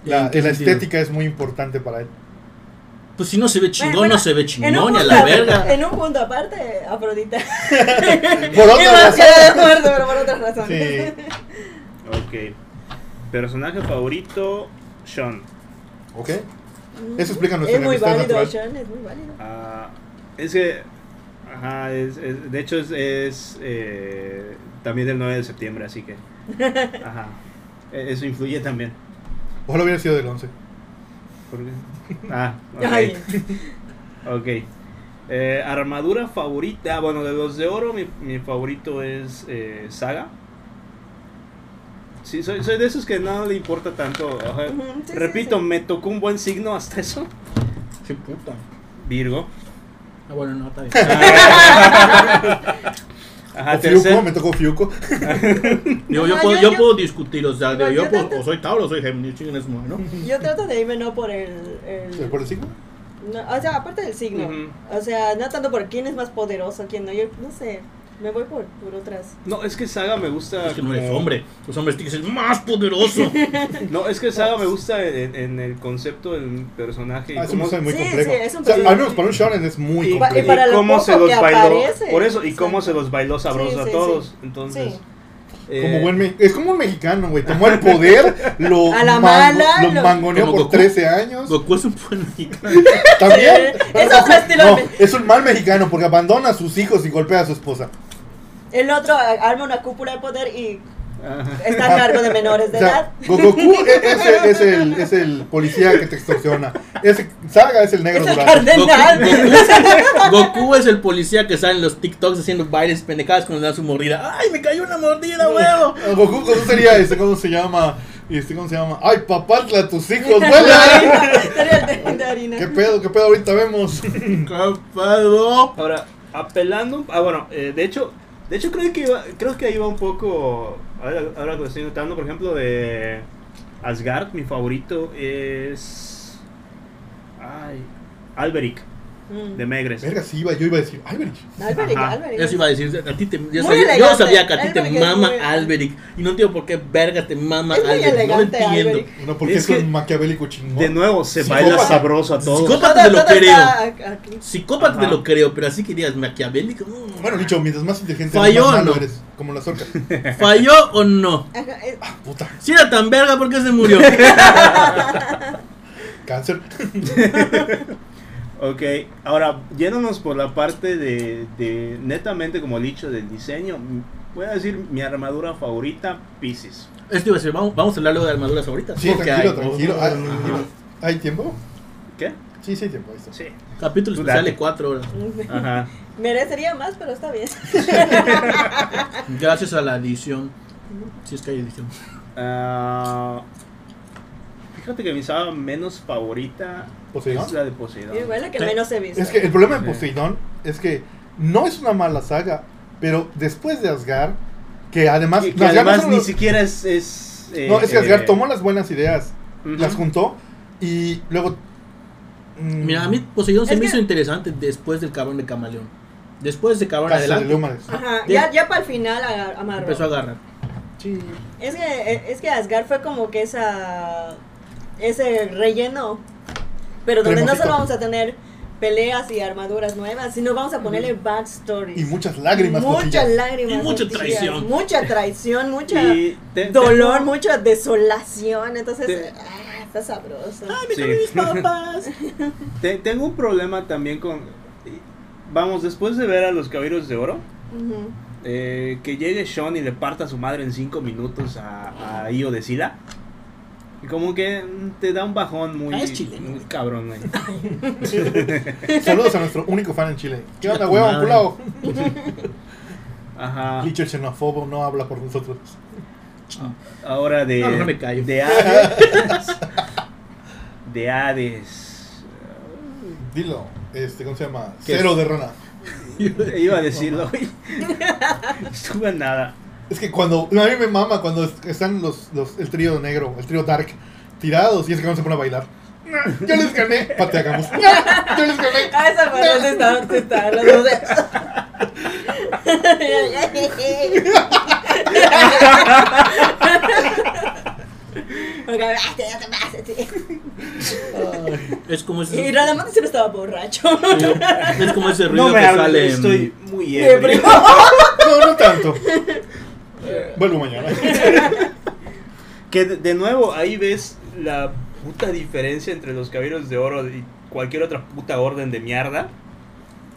S1: La,
S2: Ah. ¿En qué
S1: la
S2: sentido?
S1: estética es muy importante para él.
S2: Pues si no se ve chingón,
S3: Bueno,
S2: no se ve
S3: En un
S2: chingón, y a
S3: punto
S2: la
S3: aparte-
S2: verga.
S3: En un punto aparte, Afrodita.
S1: Por
S3: Y
S1: otra
S3: más que
S1: razón.
S3: de acuerdo, pero por otras razones.
S1: Sí.
S4: Ok. Personaje favorito, Sean.
S1: ¿Ok? Eso explica nuestra
S3: Mm. Es muy
S1: enemistad
S3: válido,
S1: natural.
S3: Sean, es muy válido.
S4: Ah, es que. Ajá, es- es- de hecho es, es, eh, también del 9 de septiembre, así que. Ajá. E- Eso influye también.
S1: Ojalá hubiera sido del 11.
S4: ¿Por qué? Ah,
S3: Ay,
S4: ok. Ok. Eh, armadura favorita. Bueno, de los de oro, mi, mi favorito es eh, Saga. Sí, soy, soy de esos que no le importa tanto. ajá.
S3: Ujú, sí, sí,
S4: Repito,
S3: sí.
S4: me tocó un buen signo hasta eso.
S2: Sí, puta.
S4: Virgo.
S2: Ah, bueno, no, está bien.
S4: Ajá,
S2: Ah,
S1: o Fiuco,
S4: tercer-
S1: me tocó Fiuco.
S2: Digo, yo,
S3: No,
S2: puedo,
S3: yo-
S2: yo
S3: yo-
S2: puedo discutir, o sea, digo,
S3: No,
S2: yo
S3: yo
S2: puedo-
S3: tanto-
S2: o soy Tauro o soy Géminis, chinguen a su madre, ¿no?
S3: Yo trato de irme no por el. el-
S1: ¿Por el signo?
S3: no, o sea, aparte del signo.
S4: Ujú.
S3: O sea, no tanto por quién es más poderoso, quién no. Yo no sé. Me voy por, por otras.
S4: No, es que Saga me gusta.
S2: Es que no eres
S4: como-
S2: hombre, los hombres tienen que ser más poderoso.
S4: No, es que Saga me gusta en, en el concepto del personaje. y
S1: Ah, es un
S4: cómo-
S1: personaje muy
S3: Sí,
S1: complejo.
S3: sí, es un
S1: O sea,
S3: personaje.
S1: al menos para un shonen es muy
S4: y,
S3: pa- y
S1: complejo.
S3: para lo
S4: cómo se
S3: poco que
S4: los bailó.
S3: aparece.
S4: Por eso, y cómo
S3: Exacto.
S4: se los bailó sabroso
S3: Sí, sí,
S4: a
S3: sí.
S4: todos. Entonces.
S3: Sí.
S4: eh,
S1: Como buen me- es como un mexicano, güey. Tomó el poder, lo,
S3: A la
S1: mango-
S3: mala,
S1: lo
S3: lo-
S1: mangoneó
S2: Como
S1: por
S2: Goku.
S1: 13 años.
S2: Goku es un buen mexicano.
S1: También.
S3: Sí,
S1: Pero
S3: es
S1: Goku-
S3: otro estilo de
S1: no,
S3: me-
S1: es un mal mexicano porque abandona a sus hijos y golpea a su esposa.
S3: El otro a- arma una cúpula de poder y
S4: ajá.
S3: está a cargo de menores
S1: O
S3: de
S1: sea,
S3: edad.
S1: Go- Goku e- ese es, el, es el policía que te extorsiona. Ese Saga es el negro
S3: Es el
S1: dorado.
S2: Goku, Goku
S3: cardenal.
S2: es, Goku es el policía que sale en los TikToks haciendo bailes pendejadas cuando le dan su mordida. ¡Ay, me cayó una mordida, huevo!
S1: Goku, Goku sería este, ¿cómo se llama? Este, ¿cómo se llama? ¡Ay, papatla, tus hijos, vuelan!
S3: Sería el de- de harina.
S1: ¿Qué pedo, qué pedo ahorita vemos?
S2: Capado.
S4: Ahora, apelando. Ah, bueno, eh, de hecho. De hecho, creo que iba, creo que iba un poco. Ahora, ahora que lo estoy notando, por ejemplo, de Asgard, mi favorito es. Ay. Alberic,
S3: Mm.
S4: de Megres.
S1: Verga, sí iba, yo iba a decir, ay, Berich.
S3: Alberic,
S4: Ajá.
S3: Alberic.
S2: Eso iba a decir, a ti te, yo,
S3: Muy
S2: sabía, yo
S3: elegante.
S2: sabía que a ti te
S3: Alberic es
S2: mama
S3: muy-
S2: Alberic. Y no entiendo por qué verga te mama
S3: Es muy
S2: Alberic. No lo
S3: elegante,
S2: entiendo.
S3: Alberic.
S1: No, porque
S4: Es
S1: es,
S4: que-
S1: un maquiavélico chingón.
S4: De nuevo, se
S1: Psicópata.
S4: baila sabroso a todos.
S2: Psicópata.
S3: Todo-
S2: te lo
S3: todo
S2: creo.
S3: está a- aquí.
S2: Psicópata te
S4: Ajá.
S2: lo creo, pero así que digas maquiavélico. mm.
S1: Bueno, dicho, mientras más inteligente
S2: Falló,
S1: más malo
S2: ¿no?
S1: eres. Como las orcas. Ah,
S2: ¿Falló o no?
S3: Ajá, eh,
S1: Puta,
S2: Si era tan verga, ¿por qué se murió?
S1: cáncer.
S4: Ok, ahora yéndonos por la parte de, de netamente como el dicho del diseño, m- voy a decir mi armadura favorita, Pisces.
S2: Esto iba a decir, vamos, vamos a hablar luego de armaduras ahorita.
S1: Sí,
S2: porque
S1: tranquilo,
S2: hay-
S1: tranquilo. Ay, tranquilo. ¿Hay tiempo?
S4: ¿Qué?
S1: Sí, sí hay tiempo. ahí está.
S4: Sí.
S2: Capítulo
S4: Tú
S2: especial
S4: date.
S2: de cuatro horas.
S4: Ajá.
S3: mm, Merecería más, pero está bien. Ah.
S2: Gracias a la edición. Si es que hay edición.
S1: Mm.
S4: Ah, fíjate que mi saga menos favorita
S1: ¿Poseidón?
S4: es la de Poseidón.
S3: Igual la que
S2: Sí.
S3: menos he visto.
S1: Es que el problema de
S4: Sí.
S1: Poseidón es que no es una mala saga, pero después de Asgard, que además.
S4: Que, que
S1: no, Asgard no
S4: además
S1: solo-
S4: ni siquiera es... es eh,
S1: No, es que Asgard
S4: eh,
S1: tomó las buenas ideas,
S4: ujú.
S1: las juntó y luego. mm,
S2: Mira, a mí Poseidón se
S3: Es
S2: me
S3: que-
S2: hizo interesante después del cabrón de Camaleón. Después de cabrón
S1: Casa de
S2: adelante,
S1: Lúmares.
S3: Ajá,
S2: Bien.
S3: ya, ya para el final aga- amarró.
S2: empezó a agarrar.
S1: Sí.
S3: Es que, eh, es que Asgard fue como que esa ese relleno, pero donde no
S1: Cremosito.
S3: solo vamos a tener peleas y armaduras nuevas, sino vamos a ponerle backstories.
S1: Y muchas lágrimas.
S3: Muchas
S1: cosillas.
S3: lágrimas.
S2: Y mucha
S3: cosillas,
S2: traición.
S3: Mucha traición, mucha
S4: Y te-
S3: dolor,
S4: tengo-
S3: mucha desolación. Entonces,
S4: Te-
S3: ah, está sabroso.
S4: Sí. Te- tengo un problema también con... Vamos, después de ver a los Caballeros de Oro,
S3: Ujú.
S4: Eh, que llegue Sean y le parta a su madre en 5 minutos a, a Io de Sila. Y como que mm, te da un bajón muy,
S2: Ah, es chileno,
S4: muy
S2: güey.
S4: cabrón, güey.
S1: Saludos a nuestro único fan en Chile. ¿Qué onda,
S2: Chinga tu
S1: huevón,
S2: madre.
S1: culao?
S4: Ajá.
S1: Licho el xenófobo no habla por nosotros.
S4: Ahora de.
S2: No, mejor me callo.
S4: De Hades. de Hades.
S1: Dilo, este, ¿cómo se llama?
S4: ¿Qué
S1: Cero
S4: es?
S1: de rana.
S4: Iba a decirlo, güey. Estuve a nada.
S1: Es que cuando. A mí me mama cuando es- están los, los- el trío negro, el trío dark, tirados y es que no se pone a bailar. Yo les gané, pateagamos. Yo les gané.
S3: Ah, esa parte se está, se está, los dos de... Porque, "Ah, te- ya te pasas, sí".
S2: Es como
S3: Y
S2: ese,
S3: Radamante siempre estaba borracho.
S2: es como ese ruido
S4: No me
S2: que
S4: hablo,
S2: sale.
S4: estoy muy
S3: De
S4: ebrio.
S3: primo.
S1: No, no tanto. Vuelvo mañana.
S4: Que de, de nuevo ahí ves la puta diferencia entre los caballeros de oro y cualquier otra puta orden de mierda.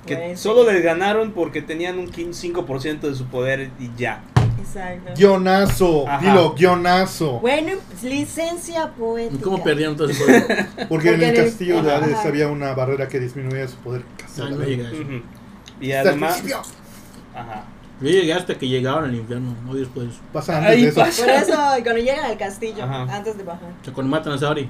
S4: Que
S3: Güey, sí.
S4: solo les ganaron porque tenían un 15 5% de su poder y ya.
S3: Exacto.
S1: Guionazo.
S4: Ajá.
S1: Dilo, guionazo.
S3: Bueno, pues, licencia poética.
S2: ¿Cómo perdieron todo ese poder?
S1: Porque en
S3: Porque
S1: el
S3: en el-
S1: castillo de Hades
S3: Ajá.
S1: había una barrera que disminuía su poder.
S2: Ah, no llegué a eso.
S4: Ujú. Y
S1: Hasta el
S4: además.
S1: principio.
S4: Ajá.
S2: Yo llegué hasta que llegaron al infierno, no después.
S1: Pasa antes
S4: Ahí
S1: de eso.
S4: pasa.
S3: Por eso, cuando llegan al castillo,
S4: Ajá.
S3: antes de bajar.
S2: O sea, cuando matan a Saori.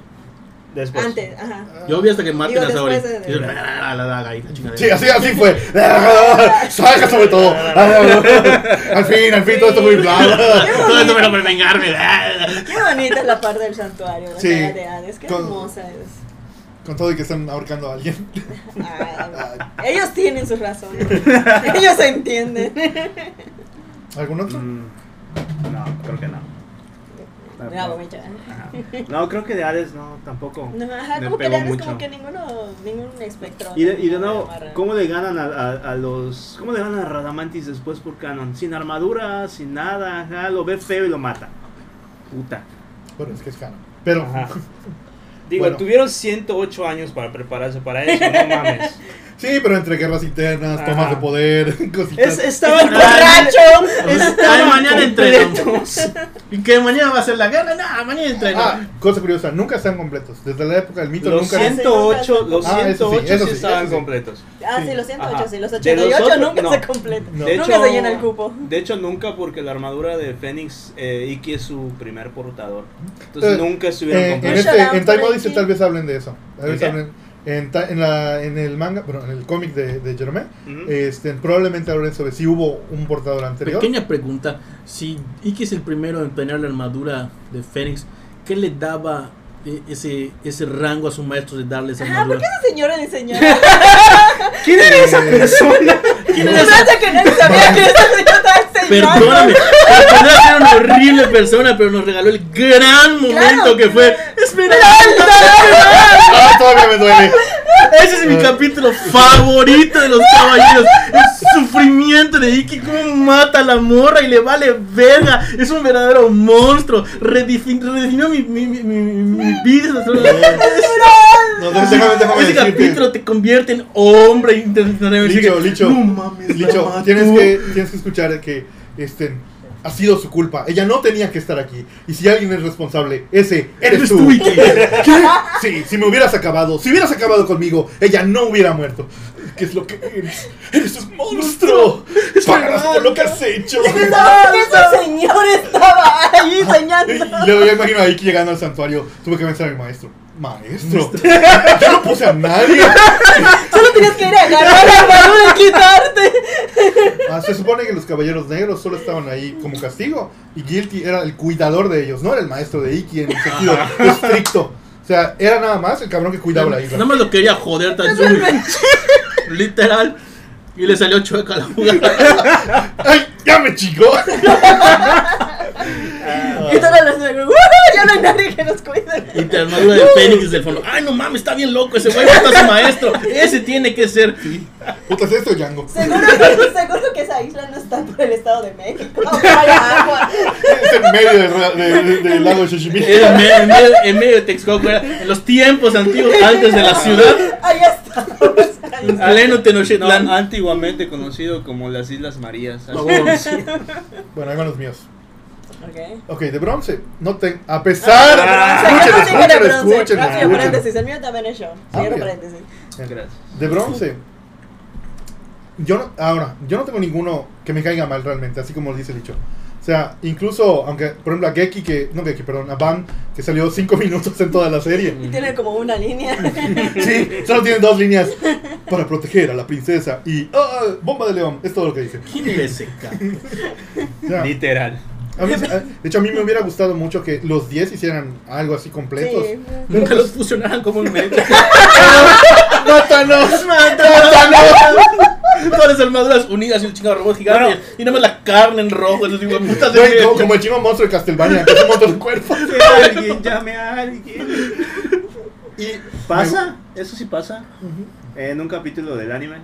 S4: Después.
S3: Antes, ajá.
S2: Yo vi hasta que maten
S3: Ah. Digo,
S2: a Saori.
S3: después de-
S2: Y yo, la la, la, la, la, la chingadera.
S1: Sí, así, así fue. Saca sobre todo. Al fin, al fin, todo esto muy blanco.
S2: Todo esto pero por vengarme.
S3: Qué bonita es la parte del santuario, la
S1: Sí.
S3: saga de Hades. Qué
S1: Con-
S3: hermosa es.
S1: Con todo y que están ahorcando a alguien.
S3: Ah, ellos tienen sus razones. ellos se entienden.
S1: ¿Algún otro?
S4: Mm, No, creo que no.
S3: Bravo, Micha.
S4: Ajá. No, creo que de Hades no, tampoco.
S3: No, ajá,
S4: Me
S3: como que
S4: pegó
S3: Hades
S4: mucho.
S3: como que ninguno, ningún espectro.
S4: Y de, y de nuevo,
S3: amarra.
S4: ¿cómo le ganan a, a- a los. ¿Cómo le ganan a Radamantis después por Canon? Sin armadura, sin nada, ajá, lo ve feo y lo mata. Puta.
S1: Bueno, es que es caro. Pero,
S4: Ajá. Digo,
S1: Bueno.
S4: tuvieron 108 años para prepararse para eso, no mames.
S1: sí, pero entre guerras internas,
S4: Ajá.
S1: tomas de poder, cositas.
S4: Es, estaban
S3: ¡Borracho!
S2: Ay, mañana entreno.
S4: completos.
S2: ¿Y que mañana va a ser la guerra? No, mañana entreno.
S1: Ah, cosa curiosa, nunca están completos. Desde la época del mito
S4: Los
S1: nunca.
S3: cien-
S4: 108, los
S1: Ah, eso sí,
S4: 108 sí,
S1: eso sí,
S4: estaban
S1: eso sí.
S4: completos.
S3: Ah,
S1: Sí.
S3: sí, los 108,
S4: Ajá.
S3: sí, los
S4: De
S3: 88
S4: los otros,
S3: nunca
S4: no.
S3: se completa.
S1: No. Eh,
S4: De
S3: nunca
S4: hecho-
S3: se llena el cupo.
S4: De hecho, nunca, porque la armadura de Fénix eh, Iki es su primer portador. Entonces,
S1: Eh,
S4: nunca estuvieron
S1: Eh, en,
S4: completos.
S1: este,
S3: Showdown
S1: en Time
S3: por
S1: Odyssey
S3: aquí.
S1: tal vez hablen de eso. Tal vez
S4: ¿De qué?
S1: hablen- en, ta- en la- en el manga, bueno, en el cómic de, de Jerome,
S4: Ujú.
S1: este, probablemente hablen sobre si hubo un portador anterior.
S2: Pequeña pregunta. Si Iki es el primero en tener la armadura de Fénix, ¿qué le daba eh, ese, ese rango a su maestro de darle esa
S3: Ajá, ¿por qué
S2: armadura?
S3: esa señora diseñaba?
S4: ¿Quién era esa
S1: Eh,
S4: persona?
S3: ¿Quién es esa que nadie sabía que esa señora estaba diseñando?
S2: Perdóname, perdóname, era una horrible persona, pero nos regaló el gran momento que fue Esmeralda.
S1: Ah, todavía me duele.
S2: Ese es mi
S1: Ah.
S2: capítulo favorito de los caballeros. El sufrimiento de Iki, cómo mata a la morra y le vale verga. Es un verdadero monstruo. Redefin- redefinió mi, mi, mi, mi, mi- mi vida.
S1: No, déjame, déjame
S2: Ese
S1: decirte.
S2: capítulo te convierte en hombre internacionalmente.
S1: Licho, Licho.
S2: No mames, la
S1: Licho,
S2: mató.
S1: tienes que, tienes que escuchar que este, ha sido su culpa. Ella no tenía que estar aquí. Y si alguien es responsable, ese eres
S2: Eres
S1: tú.
S2: tú, Iki.
S1: Sí, si me hubieras acabado, si hubieras acabado conmigo, ella no hubiera muerto. ¿Qué es lo que eres? ¡Eres un monstruo! ¡Pagarás por lo que has hecho!
S3: No, esa señora estaba ahí
S1: Y
S3: diseñando.
S1: luego ya imagino a Iki llegando al santuario. Tuve que vencer a mi maestro. Maestro, yo no puse a nadie.
S3: Solo tenías que ir a agarrar la armadura y quitarte.
S1: Ah, se supone que los caballeros negros solo estaban ahí como castigo y Guilty era el cuidador de ellos, no era el maestro de Iki en el sentido estricto. O sea, era nada más el cabrón que cuidaba la isla.
S2: Nada más lo quería joder tan suyo. Literal. Y le salió chueca la jugada.
S1: ¡Ay, ya me chicó!
S3: Y todas las negras, "Uh, ya no hay nadie que nos cuide.
S2: Y te armadura de Fénix del fondo. Ay, no mames, está bien loco ese güey. Mata a su maestro. Ese tiene que ser.
S1: Puta, ¿es esto, Django?
S3: Seguro que, seguro que esa isla no está por el Estado de México. No hay agua.
S1: Es en medio del ra- de- de- del lago de Xochimilco.
S2: eh, En medio, en medio- en medio de Texcoco. era En los tiempos antiguos, antes de la ciudad.
S3: Ahí está.
S2: Aleno
S4: No,
S2: Tenochtitlan.
S4: antiguamente conocido como las Islas Marías.
S2: Ah, huevo.
S1: Bueno, ahí van los míos.
S3: Ok.
S1: Ok, de bronce. No te, a pesar.
S4: Ah,
S1: escuchen,
S3: Yo sigo de
S1: escuchen,
S3: bronce.
S1: escuchen,
S3: Ah, sí,
S1: escuchen.
S3: paréntesis. El mío también es yo.
S1: Ah,
S3: Cierro
S1: mira.
S3: paréntesis.
S4: Gracias.
S1: De bronce. Yo no- ahora, yo no tengo ninguno que me caiga mal realmente, así como dice el dicho. O sea, incluso, aunque, por ejemplo, a Geki, que, no Geki, perdón, a Bam, que salió cinco minutos en toda la serie.
S3: Y tiene como una línea.
S1: Sí, solo tiene dos líneas. Para proteger a la princesa y. ah, ¡Bomba de león! Es todo lo que dice.
S2: ¿Quién es ese cabrón?
S1: O sea,
S4: Literal.
S1: a mí- de hecho, a mí me hubiera gustado mucho que los 10 hicieran algo así completos.
S3: Sí.
S2: Nunca los fusionaron como un medio.
S1: ¡Mátanos!
S2: Todas las armaduras unidas y un chingado robot gigante.
S4: Bueno.
S2: y nada más la carne en rojo. Esos digo, putas de
S1: Güey, como,
S2: mierda.
S1: como el chingo monstruo de Castlevania, que es un montón de cuerpos.
S4: alguien, llame a alguien.
S1: Y
S4: ¿Pasa? Eso sí pasa. Eh, En un capítulo del anime,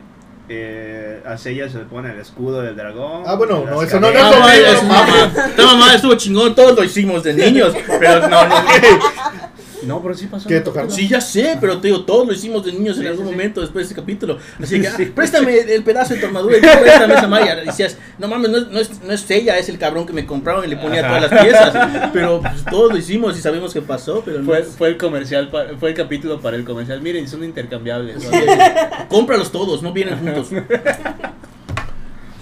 S4: eh, a Seiya se le pone el escudo del dragón.
S1: Ah, bueno, no,
S4: las
S1: eso no, no,
S2: Ah,
S4: cadenas.
S1: no,
S2: güey,
S1: no,
S2: es
S1: no,
S2: mamá. Esta mamá estuvo chingón. Todos lo hicimos de niños. Pero no, no.
S4: No, pero sí pasó.
S1: ¿Qué, tocar?
S2: Sí, ya sé, pero te digo, todos lo hicimos de niños en
S4: Sí,
S2: algún
S4: sí, sí.
S2: momento después de ese capítulo. Así que, ah,
S4: Sí.
S2: préstame el pedazo de tu armadura y tú préstame esa malla. Y decías, no mames, no, es- no es, no es ella, es el cabrón que me compraron y le ponía
S4: Ajá.
S2: todas las piezas. Pero pues, todos lo hicimos y sabemos qué pasó, pero no.
S5: Fue,
S2: es-
S5: fue el comercial, pa- fue el capítulo para el comercial. Miren, son intercambiables. ¿no?
S2: Sí, cómpralos todos, no vienen juntos.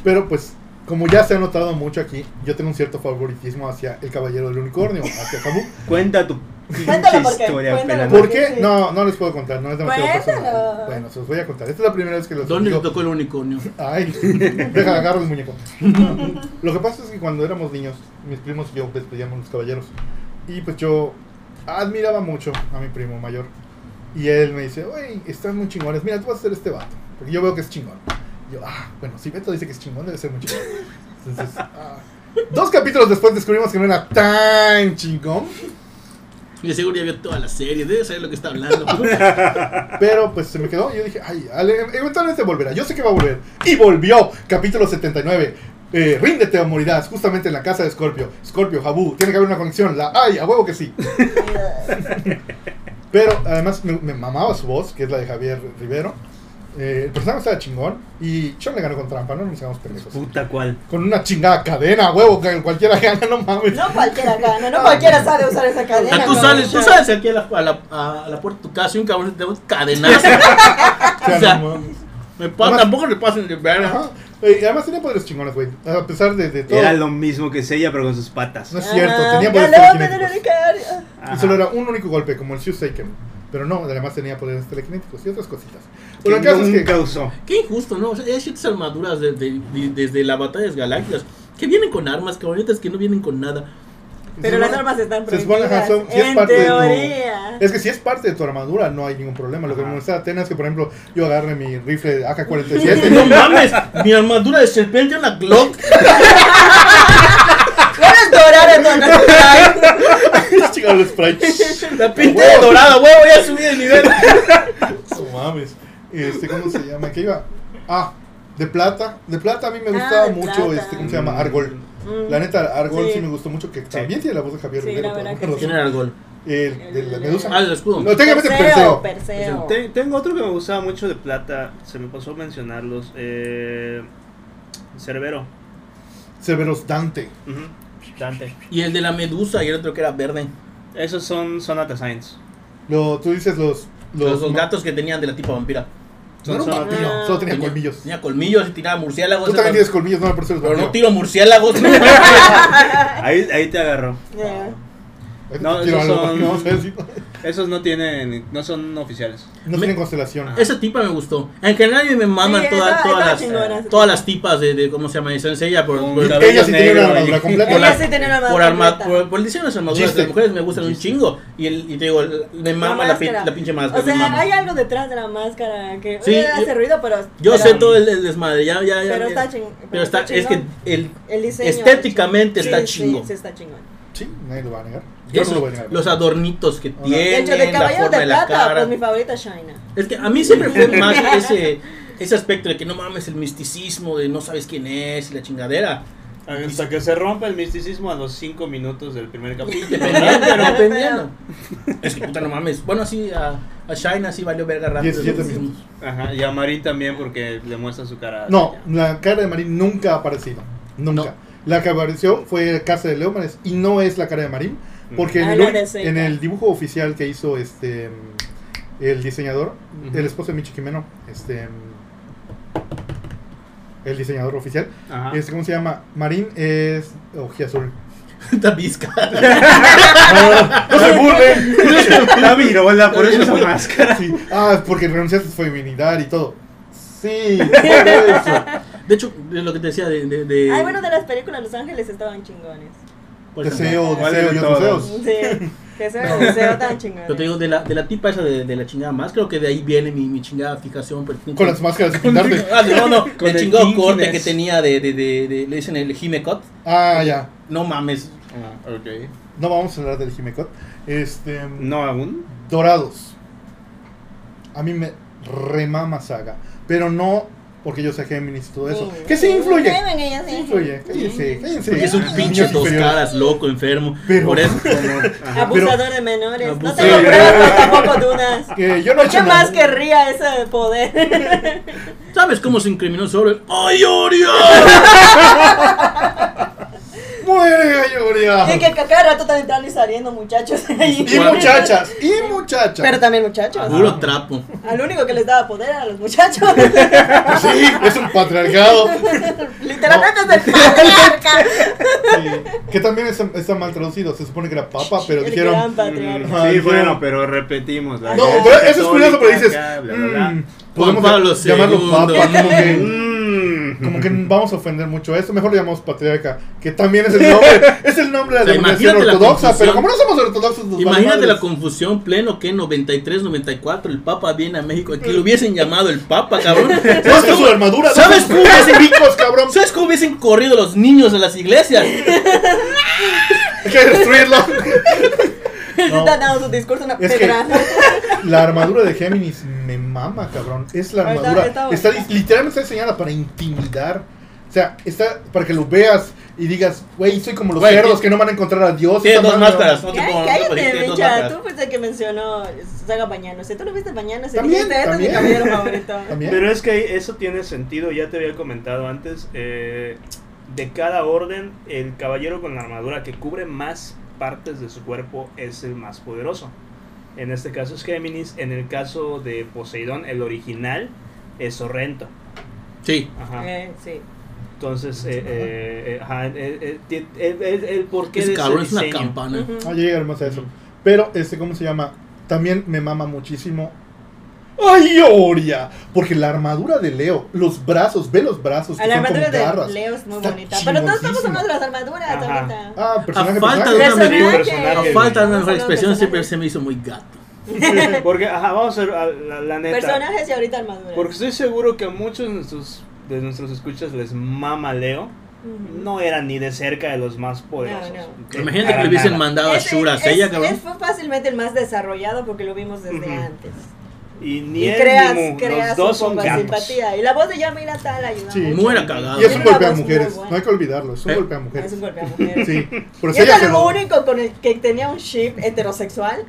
S1: Pero pues, como ya se ha notado mucho aquí, yo tengo un cierto favoritismo hacia el Caballero del Unicornio, hacia Kabu.
S4: Cuenta tu
S3: Cuéntalo,
S4: pinche
S3: ¿por qué?
S4: historia,
S3: Cuéntalo,
S4: pelando.
S1: ¿Por qué? No, no les puedo contar, no es demasiado
S3: Cuéntalo.
S1: personal. Bueno, se los voy a contar. Esta es la primera vez que los
S2: ¿Dónde le
S1: digo.
S2: tocó el unicornio?
S1: Ay, deja, agarro el muñeco. Lo que pasa es que cuando éramos niños, mis primos y yo despedíamos los caballeros. Y pues yo admiraba mucho a mi primo mayor. Y él me dice, wey, están muy chingones. Mira, tú vas a ser este vato. Porque yo veo que es chingón. Y yo, ah, bueno, si Beto dice que es chingón, debe ser muy chingón. Entonces, ah. dos capítulos después descubrimos que no era tan chingón.
S2: Y de seguro ya vio toda la serie, debe saber lo que está hablando.
S1: Pero pues se me quedó y yo dije, ay, ale- eventualmente volverá, yo sé que va a volver. Y volvió, capítulo 79. Eh, ríndete o morirás, justamente en la casa de Scorpio. Scorpio, Jabu, tiene que haber una conexión. La ay, a huevo que sí. Pero además me, me mamaba su voz, que es la de Javier Rivero. Eh, el personaje estaba chingón y Sean le ganó con trampa, no nos hagamos pendejos.
S4: Puta cual.
S1: Con una chingada cadena, a huevo, que cualquiera gana, no mames.
S3: No cualquiera gana, no cualquiera sabe usar esa cadena.
S2: Ah, tú
S3: ¿no?
S2: sales, tú
S3: O sea,
S2: sales aquí a la, a la- a la puerta de tu casa y un cabrón te da un cadenazo.
S1: O
S2: o sea,
S1: no mames.
S2: Me pa- tampoco le pasen de verga.
S1: Ajá. Eh, además tenía poderes chingones, güey. A pesar de, de todo.
S4: Era lo mismo que Seiya, pero con sus patas.
S1: No es cierto,
S3: ah,
S1: tenía
S3: ya
S1: poderes
S3: no, me
S1: telequinéticos.
S3: duele el cardio.
S1: Y
S4: Ajá.
S1: solo era un único golpe, como el Shuseiken. Pero no, además tenía poderes telequinéticos y otras cositas.
S4: Que
S1: Bueno, el caso es que.
S4: nunca usó.
S2: Qué injusto, ¿no? O sea, hay ciertas armaduras de- de- de- desde las batallas galácticas que vienen con armas, cabronetas que no vienen con nada.
S3: Pero
S1: se
S3: las
S1: supone-
S3: armas están
S1: se supone,
S3: prohibidas.
S1: ajá, son- sí es
S3: en
S1: parte de tu-
S3: teoría.
S1: Es que si es parte de tu armadura, no hay ningún problema. Lo que
S4: Ajá.
S1: me molesta de Atena es que, por ejemplo, yo agarre mi rifle
S2: No
S1: AK-47.
S2: mames, mi armadura de serpiente una Glock.
S3: ¿Quieres dorar en donde
S1: Chica, el sprite.
S2: La pinté de dorada, güey, voy a subir el nivel.
S1: No mames. Este, ¿Cómo se llama? ¿Qué iba? Ah, de plata. De plata a mí me gustaba
S3: Ah, de
S1: mucho.
S3: plata.
S1: Este, ¿Cómo se llama? Argol.
S3: Mm.
S1: La neta, Argol sí,
S3: Sí.
S1: me gustó mucho. Que también tiene la voz de Javier
S3: Sí,
S1: Rivero.
S3: la
S1: por
S3: verdad
S1: alguna
S3: que sí.
S2: ¿Quién
S1: razón.
S2: era el gol?
S1: El de la medusa.
S2: Ah, el escudo.
S1: No, técnicamente
S3: Mm.
S1: Perseo.
S3: Perseo,
S2: Pues
S3: Perseo.
S4: Te- tengo otro que me gustaba mucho de plata. Se me pasó mencionarlos. Eh, Cerbero.
S1: Cerberus Dante.
S4: Ujú. Dante.
S2: Y el de la medusa y el otro que era verde.
S4: Esos son, son Atasigns.
S1: Lo, tú dices los.
S2: Los, los
S1: ma-
S2: gatos que tenían de la tipa vampira.
S1: No era un
S4: Son-
S1: martillo,
S3: Ah.
S1: solo tenía
S2: Tenía-
S1: colmillos.
S2: Tenía colmillos y tiraba murciélagos.
S1: Tú también
S2: Esa-
S1: tienes colmillos, no me parece
S2: Pero no tiro murciélagos.
S3: Ah.
S4: Ahí, ahí te agarró.
S3: Yeah.
S1: No,
S5: No,
S1: tiro
S5: esos
S1: algo,
S5: son-
S1: no, sé si-
S5: Esos no tienen, no son oficiales.
S1: no tienen constelación.
S2: Esa tipa me gustó. En general me maman
S3: Sí,
S2: todas,
S3: estaba-
S2: todas
S3: estaba
S2: las
S3: chingona esa
S2: todas las tipas de, de- cómo se llama eso ella por,
S5: Con
S2: por,
S5: cabello
S1: Ella sí tiene
S5: negro
S1: una
S5: y-
S1: armadura completa.
S3: Ella sí tenía una
S2: por,
S3: armadura.
S2: arma,
S3: completa.
S2: por, por el diseño de las armaduras de
S1: Giste.
S2: las mujeres me gustan un
S5: Giste.
S2: chingo y, el, y te digo el- me mama la, pin-
S3: máscara.
S2: la pinche máscara
S3: O sea,
S2: me mama.
S3: hay algo detrás de la máscara que
S2: Sí,
S3: eh,
S2: yo-
S3: hace ruido, pero.
S2: yo
S3: pero-
S2: sé todo el, el desmadre ya ya ya
S3: Pero
S2: ya.
S3: está chingón.
S2: Pero está- es que el
S3: El diseño.
S2: estéticamente
S3: Sí,
S2: está
S3: sí,
S2: chingo.
S3: Sí, está chingón.
S1: Sí, nadie lo va a negar. Yo
S2: Eso,
S1: no lo voy a negar.
S2: los adornitos que
S1: Ajá.
S3: De
S2: tienen
S3: hecho, de
S2: la
S3: Caballero
S2: forma
S3: de
S2: de la
S3: Plata,
S2: cara
S3: pues mi favorita es Shaina.
S2: Es que a mí siempre fue más ese, ese aspecto de que no mames el misticismo de no sabes quién es y la chingadera.
S5: Hasta que se rompa el misticismo a los 5 minutos del primer capítulo.
S2: Dependiendo, pero dependiendo. Es que puta no mames. Bueno, así a, a Shine así valió verga rápido.
S1: 17 minutos.
S5: Ajá, y a Marín también porque le muestra su cara.
S1: No, la cara de Marín nunca ha aparecido. Nunca. La que apareció fue Casa de Leómares y no es la cara de Marín.
S4: Mm.
S1: Porque en
S3: Ah,
S1: el,
S3: la
S1: uni-
S3: reseña.
S1: en el dibujo oficial que hizo este mm, el diseñador,
S4: Ujú.
S1: el esposo de Michi Quimeno, este mm, el diseñador oficial,
S4: Ajá.
S1: este, ¿cómo se llama? Marín es Ojiazul.
S2: Tabisca.
S1: ¡No se burlen!
S4: La virola, por eso esa máscara.
S1: Sí. Ah, porque renunciaste a tu feminidad y todo. Sí, por eso.
S2: De hecho, de lo que te decía de. de, de-
S3: Ay, bueno, de las películas Los Ángeles estaban chingones.
S2: por ejemplo,
S1: Deseo,
S3: ¿Cuál
S1: deseo,
S4: de
S1: yo
S4: todos?
S1: deseos.
S3: Sí, que se deseo tan
S2: Pero te
S3: chingones.
S2: digo, de la, de la tipa esa de, de la chingada más, creo que de ahí viene mi, mi chingada fijación. pues, pero-
S1: Con las máscaras de pintarte.
S2: Ah, no, no,
S4: Con
S2: el
S4: el
S2: chingado
S4: kinkiness.
S2: corte que tenía de, de, de, de- le dicen el Jimecot.
S1: Ah, ya.
S2: No mames.
S4: Ah, ok.
S1: No vamos a hablar del Jimecot. Este.
S4: No aún.
S1: Dorados. A mí me remama saga. Pero no porque yo sé Géminis y todo eso. Que sí influye. Sí influye. Cállense, cállense.
S2: Porque es un
S1: Niños
S2: pinche dos
S1: inferiores.
S2: caras, loco, enfermo.
S1: Pero-
S2: Por eso.
S4: Ajá.
S3: Abusador de menores. No
S2: Abusador.
S3: tengo pruebas, pero tampoco dudas.
S1: Que yo no he hecho
S3: ¿Qué
S1: nada.
S3: más querría ese poder?
S2: ¿Sabes cómo se incriminó sobre el ¡Ay, Orio!
S1: Muere Galloria.
S3: Y que a cada rato están entrando y saliendo muchachos ahí.
S1: Y muchachas. Y muchachas.
S3: Pero también muchachos.
S2: Puro trapo.
S3: Al único que les daba poder eran los muchachos.
S1: Sí, es un patriarcado.
S3: Literalmente es el patriarca.
S1: Sí. Que también está, está mal traducido. Se supone que era papa, pero
S3: El
S1: dijeron.
S3: gran
S5: Mm,
S3: patriarca.
S1: Ajá,
S4: sí,
S1: Ah, yo-
S4: bueno, pero repetimos. La
S1: No,
S4: iglesia
S1: pero eso es curioso, pero
S4: católica,
S1: dices.
S4: acá, bla, bla, bla.
S1: mm, podemos
S2: Pablo
S1: llamarlo
S2: II.
S1: papa. Como que,
S4: Mm.
S1: como que vamos a ofender mucho a esto. Mejor lo llamamos patriarca. Que también es el nombre. Es el nombre de
S2: O sea,
S1: la denominación
S2: imagínate la
S1: ortodoxa.
S2: confusión.
S1: pero como no somos ortodoxos, nos vale
S2: Imagínate
S1: madres.
S2: la confusión pleno que en 93, 94 el Papa viene a México. Aquí lo hubiesen llamado el Papa, cabrón.
S1: No es que su armadura.
S2: ¿Sabes
S1: ¿Sabes? Los ricos, cabrón.
S2: ¿Sabes cómo hubiesen corrido los niños de las iglesias?
S1: Hay que destruirlo. No.
S3: Están dando su discurso una
S1: Es que-
S3: pedra.
S1: La armadura de Géminis me mama, cabrón. Es la
S3: Ah, está-
S1: armadura.
S3: está
S1: Está,
S3: bonita.
S1: dis- literalmente está diseñada para intimidar. O sea, está para que lo veas y digas, güey, soy como los
S2: Güey,
S1: cerdos
S2: ti-
S1: que no van a encontrar a Dios.
S2: Tiene
S1: esta
S2: dos
S1: madre,
S2: máscaras. No te
S3: Ay,
S2: pongo- no te pongo-
S3: cállate,
S2: tiene
S3: Micha.
S2: dos
S3: Tú
S2: máscaras.
S3: fuiste el que mencionó Saga Mañana. ¿Tú lo viste mañana? ¿Se
S1: También,
S3: dijiste, este es mi
S1: también.
S3: caballero favorito.
S1: También.
S5: Pero es que eso tiene sentido, ya te había comentado antes. eh, de cada orden, el caballero con la armadura que cubre más partes de su cuerpo es el más poderoso. En este caso es Géminis, en el caso de Poseidón, el original es Sorrento.
S2: Sí.
S5: Ajá.
S3: Eh, sí.
S5: Entonces, eh, eh, eh, ajá, eh, eh, ti- el, el- el porqué
S2: Es
S5: de ese
S2: cabrón, es una
S5: diseño.
S2: campana.
S1: Ah, ya
S3: Ujú.
S1: llegaremos a eso. Pero, este, ¿cómo se llama? También me mama muchísimo. ¡Ay, Oria! Porque la armadura de Leo, los brazos, ve los brazos. Pues
S3: A
S1: que
S3: la
S1: son con
S3: armadura
S1: garras.
S3: de Leo es muy
S1: Está
S3: bonita. Pero todos estamos
S1: chingoncísima.
S3: hablando de las armaduras
S5: Ajá.
S3: ahorita.
S1: Ah, personaje,
S2: A falta
S1: personaje.
S2: de una
S3: Personaje.
S5: mejor
S2: A
S5: personaje.
S2: falta de una mejor
S3: Personaje.
S2: expresión, siempre se me hizo muy gato.
S5: Porque, ajá, vamos a ver a la, la neta.
S3: Personajes y ahorita armaduras.
S5: Porque estoy seguro que a muchos de nuestros, de nuestros escuchas les mama Leo.
S3: Ujú.
S5: No era ni de cerca de los más poderosos.
S3: No, no.
S5: De
S2: Imagínate que
S5: para
S2: le hubiesen
S5: nada.
S2: mandado a
S3: Ese
S2: Shura
S3: es-
S2: a ella,
S3: es-
S2: cabrón.
S3: es- fue fácilmente el más desarrollado porque lo vimos desde
S5: Ujú.
S3: antes.
S5: Y ni
S3: Y
S5: él
S3: creas,
S5: ni Mu,
S3: creas
S5: los dos son
S3: un poco de
S5: gatos.
S3: simpatía. Y la voz de Yamila Tal ayuda
S1: Sí.
S3: mucho.
S2: Muera cagado.
S1: Y es un
S3: Tiene
S1: golpe
S3: una
S1: a
S3: voz muy
S1: mujeres,
S3: buena.
S1: no hay que olvidarlo, es un
S2: ¿Eh?
S1: golpe a
S3: Ah, Es
S1: mujeres.
S3: un golpe a mujeres.
S1: Sí, por
S3: Y
S1: eso ella
S3: era
S1: se
S3: lo
S1: lo-
S3: único con el que tenía un ship heterosexual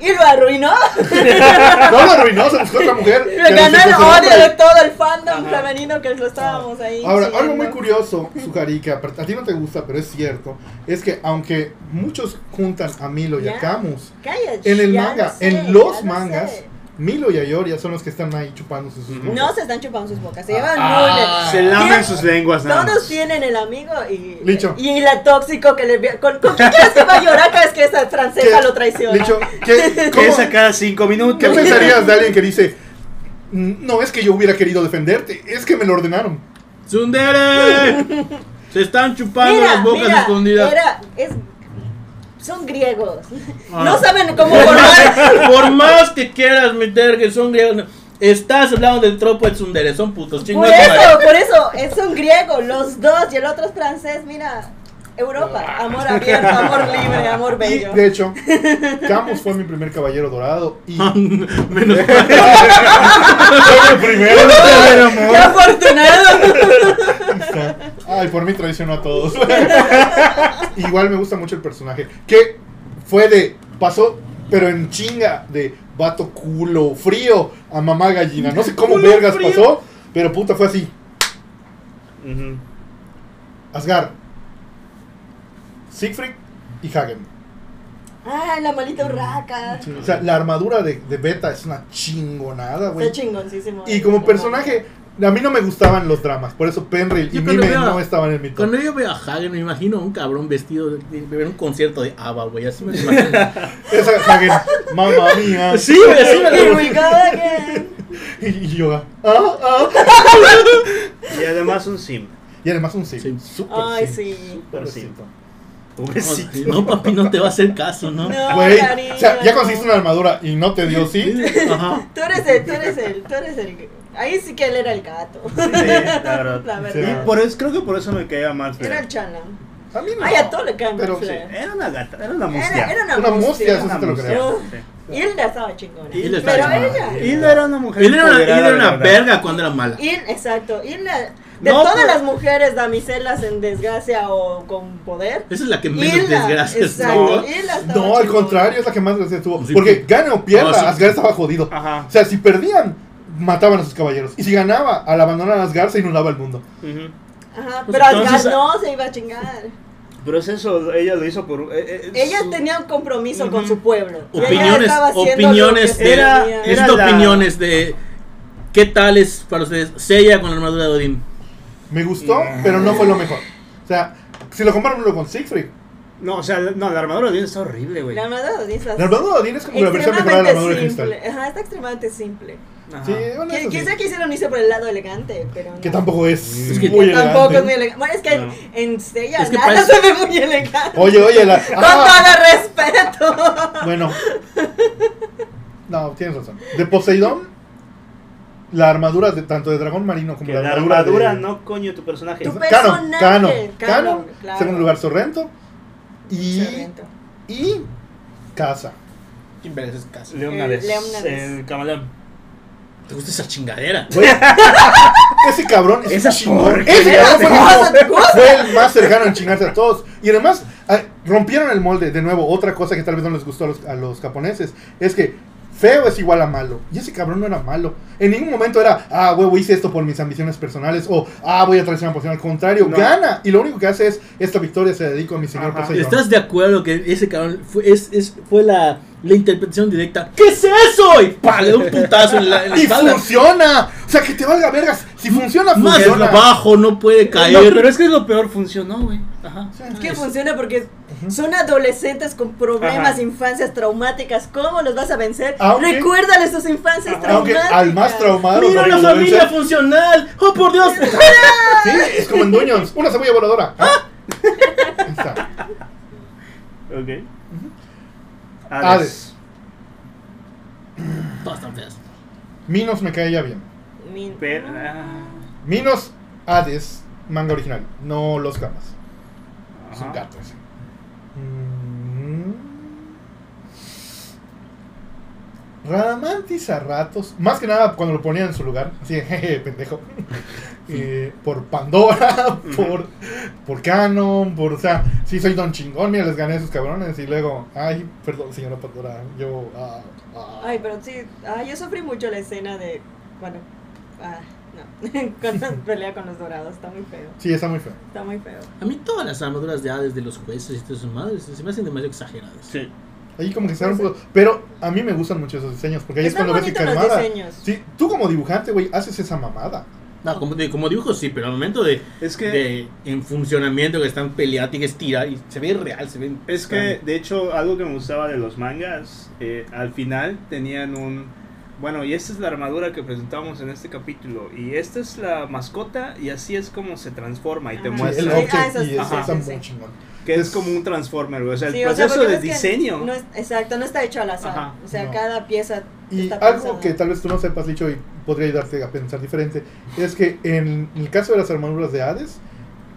S3: y lo arruinó.
S1: No lo arruinó, se buscó otra mujer.
S3: Le
S1: que era
S3: ganó el
S1: homosexual.
S3: odio de todo el fandom
S5: Ajá.
S3: femenino que lo estábamos ahí.
S1: Ahora, algo
S3: siguiendo.
S1: muy curioso, Sujari, que a a ti no te gusta, pero es cierto, es que aunque muchos juntan a Milo y a
S3: Ya.
S1: Camus,
S3: Cállate,
S1: en el
S3: ya
S1: manga,
S3: lo sé,
S1: en
S3: ya
S1: los
S3: lo
S1: mangas,
S3: sé.
S1: Milo y Ayoria son los que están ahí chupándose sus
S4: Ujú.
S1: bocas.
S3: No se están chupando sus bocas, se llevan
S1: Ah.
S3: lunes.
S4: Se lamen sus lenguas, nada
S3: Todos
S4: más.
S3: tienen el amigo y,
S1: pues, Licho.
S3: y la tóxico que le ve- ¿Con, con qué crees que va a llorar cada vez que esa francesa
S1: ¿Qué?
S3: lo traiciona?
S1: Licho, ¿qué,
S4: Que
S1: cómo-
S4: es a cada cinco minutos.
S1: qué pensarías de alguien que dice, "Mm, no es que yo hubiera querido defenderte, es que me lo ordenaron?
S2: ¡Tsundere! Se están chupando
S3: Mira,
S2: las bocas
S3: mira,
S2: escondidas.
S3: era- es- son griegos.
S2: Ah.
S3: No saben cómo formar.
S2: Por más que quieras meter que son griegos, no. estás hablando del tropo de tsundere, son putos
S3: Por
S2: chingados.
S3: eso, por eso, es un griego, los dos, y el otro es francés, mira, Europa,
S1: Ah.
S3: amor abierto, amor libre, amor
S1: Y,
S3: bello.
S1: de hecho, Camus fue mi primer caballero dorado y
S2: Menos mal.
S1: fue mi primero.
S3: ¡Qué afortunado!
S1: Ay, por mí traicionó a todos. Igual me gusta mucho el personaje. Que fue de. Pasó, pero en chinga. De vato culo frío a mamá gallina. No sé cómo
S2: Culo
S1: vergas
S2: frío.
S1: pasó. Pero puta, fue así.
S5: Ujú.
S1: Asgar, Siegfried y Hagen.
S3: Ah, la malita urraca.
S1: O sea, la armadura de, de Beta es una chingonada, güey.
S3: Está chingoncísimo.
S1: Y como personaje, a mí no me gustaban los dramas, por eso Penril y
S2: Yo cuando
S1: Mime
S2: veo a-
S1: no estaban en mi top.
S2: Cuando yo veo a Hagen, me imagino a un cabrón vestido de, de- de ver un concierto de ABBA, güey. Así me lo imagino.
S1: Esa Hagen, mamá mía.
S2: sí, güey, así me lo
S3: Here
S2: imagino.
S3: we go again.
S1: Y, y yo, ah, ah.
S4: Y además un sim.
S1: Y además un sim.
S2: Sí.
S1: Súper
S3: Ay,
S1: sim.
S3: sí.
S1: Súper
S4: Sí.
S1: sim.
S4: Pobrecito.
S2: No, papi, no te va a hacer caso, ¿no?
S3: No,
S1: Güey,
S3: cariño.
S1: o sea, ya conseguiste una armadura y no te dio sí.
S2: Ajá.
S3: Tú eres el, tú eres el, tú eres el. Ahí sí que él era el gato.
S4: Sí, la verdad.
S3: La
S1: Sí.
S3: verdad.
S4: Y por eso, creo que por eso me caía mal.
S3: Era el chala.
S1: A mí no.
S3: Ay, a todo le cae
S1: Pero
S3: mal, Flair.
S4: Era una gata, era una
S3: Era,
S4: mustia.
S3: era una,
S1: Una mustia,
S3: mustia.
S1: eso sí te lo creo.
S3: Uf, Y él la estaba chingona.
S4: Y
S2: él estaba
S3: Pero
S2: chingona.
S3: ella.
S4: Y no era una mujer.
S2: Él era una, él
S4: empoderada,
S2: era una
S4: la verdad.
S2: verga cuando era mala.
S3: Y, exacto. Y la- de
S4: No,
S3: todas
S4: pero-
S3: las mujeres damiselas en desgracia o con poder.
S2: Esa es la que menos
S3: Hilda,
S2: desgracias
S3: exacto.
S2: tuvo.
S3: Hilda estaba
S1: No, al
S3: chingona.
S1: contrario, es la que más gracia tuvo.
S2: Sí,
S1: Porque
S2: sí.
S1: gane o pierda,
S2: No, sí.
S1: Asgard estaba jodido.
S4: Ajá.
S1: O sea, si perdían, mataban a sus caballeros. Y si ganaba, al abandonar a Asgard, se inundaba el mundo.
S4: ujú.
S3: Ajá,
S4: Pues
S3: pero
S4: entonces-
S3: Asgard no se iba a chingar.
S4: Pero es eso, ella lo hizo por. eh, eh,
S3: Ella
S4: su-
S3: tenía un compromiso con
S4: Ujú.
S3: su pueblo. Y ella
S2: Opiniones,
S3: estaba haciendo
S2: opiniones
S3: lo que
S2: de.
S4: era-
S3: tenía.
S4: era-
S2: necesito
S4: la-
S2: opiniones de. ¿Qué tal es para ustedes? Sella con la armadura de Odín.
S1: Me gustó,
S4: Mm.
S1: pero no fue lo mejor. O sea, si lo comparamos con Siegfried,
S4: No, o sea, no, la armadura de Odín está horrible, güey.
S3: La armadura de Odín
S1: la armadura de Odín es como la versión mejorada de la armadura de
S3: extremadamente
S1: cristal.
S3: simple. Ajá, está extremadamente simple.
S4: Ajá.
S1: Sí, bueno,
S3: Que-
S1: eso sí.
S3: Quizá quisieron irse por el lado elegante, pero no.
S1: Que tampoco es,
S4: Es que
S1: muy
S3: Tampoco es muy
S1: elegante.
S3: elegante. Bueno, es que
S4: No.
S3: en, en Stella
S2: Es que
S3: nada
S2: parece-
S3: se ve muy elegante.
S1: Oye, oye, la...
S3: Con
S1: ah,
S3: todo respeto.
S1: bueno. No, tienes razón. De Poseidón, la armadura de tanto de dragón marino como
S4: Que
S1: la
S4: la
S1: armadura,
S4: armadura,
S1: de...
S4: no coño, tu personaje.
S3: Tu-
S1: Canon,
S3: personaje,
S1: Canon,
S3: Canon,
S1: Canon,
S3: claro.
S1: segundo lugar Sorrento y,
S3: Sorrento.
S1: y Casa.
S4: León
S3: Eh,
S4: Gades.
S3: León Gades.
S4: El camaleón.
S2: ¿Te gusta esa chingadera?
S1: Güey, ese cabrón es
S4: Esa
S1: chingón.
S4: porquería
S1: Ese
S3: de
S1: cabrón fue, el-
S3: cosa.
S1: fue el más cercano en chingarse a todos. Y además, ah, rompieron el molde. De nuevo, otra cosa que tal vez no les gustó a los, a los japoneses es que feo es igual a malo. Y ese cabrón no era malo. En ningún momento era, ah, huevo, hice esto por mis ambiciones personales. O, ah, voy a traicionar por Al contrario,
S4: No.
S1: gana. Y lo único que hace es, esta victoria se la dedico a mi señor
S4: Ajá.
S1: Poseidón.
S2: ¿Estás de acuerdo que ese cabrón fue, es, es- fue la, la interpretación directa? ¿Qué es eso? Y pa, le da un putazo en la, en la
S1: Y
S2: espalda.
S1: funciona. O sea, que te valga vergas. Si funciona,
S2: Más
S1: funciona.
S2: abajo no puede caer.
S4: No, pero es que es lo peor, funcionó, güey. Ajá.
S3: Que funciona porque son adolescentes con problemas,
S4: Ajá.
S3: infancias traumáticas. ¿Cómo los vas a vencer?
S1: Aunque-
S3: Recuérdales sus infancias
S1: Aunque
S3: traumáticas.
S1: Ah, al más traumado.
S2: Mira
S1: no
S2: la
S1: lo
S2: familia
S1: vencer.
S2: funcional. Oh, por Dios.
S1: Sí, es como en Dungeons, una cebolla voladora. ¿Ah? Ahí está.
S4: Ok.
S1: Hades.
S2: Todas tan feas.
S1: Minos me cae ya bien.
S3: Mi-
S4: Pero, ah,
S1: Minos Hades, manga original, no los camas. Es un
S4: ajá.
S1: gato ese. Mm. Radamantis a ratos, más que nada cuando lo ponían en su lugar, así, jeje, pendejo. Eh, por Pandora, por, por Canon, por, o sea, sí soy don chingón, mira, les gané a esos cabrones y luego, ay, perdón, señora Pandora, yo, ah, ah.
S3: Ay, pero sí. Ay, yo sufrí mucho la escena de. Bueno. Ah, no. Cuando pelea con los dorados. Está muy feo.
S1: Sí, está muy feo.
S3: Está muy feo.
S2: A mí todas las armaduras de Hades de los jueces y todas sus madres se me hacen demasiado exageradas.
S4: Sí.
S1: Ahí como que se dan un poco- Pero a mí me gustan mucho esos diseños. Porque ahí es
S3: Pues Están
S1: cuando ves que
S3: bonitos los
S1: calmada.
S3: diseños.
S1: Sí, tú como dibujante, güey, haces esa mamada.
S2: No, como, de- como dibujo sí, pero al momento de,
S4: Es que.
S2: de en funcionamiento que están peleando y que estira y se ve real, se ve
S4: Es que, de hecho, algo que me gustaba de los mangas, eh, al final tenían un... Bueno, y esta es la armadura que presentamos en este capítulo, y esta es la mascota, y así es como se transforma y te
S3: Ajá.
S1: Sí,
S4: muestra.
S1: el
S3: Sí, ah,
S1: object
S3: eso
S1: y eso
S4: sí,
S1: está
S3: sí,
S1: muy
S3: sí.
S1: chingón.
S4: Que es como un transformer, güey, o sea, el
S3: Sí, o sea,
S4: proceso
S3: porque
S4: de
S3: ves que
S4: diseño.
S3: no es- exacto, no está hecho al azar.
S4: Ajá,
S3: o sea,
S1: no.
S3: cada pieza
S1: Y
S3: está
S1: algo
S3: pensada.
S1: que tal vez tú no sepas, dicho, y podría ayudarte a pensar diferente, es que en el caso de las armaduras de Hades,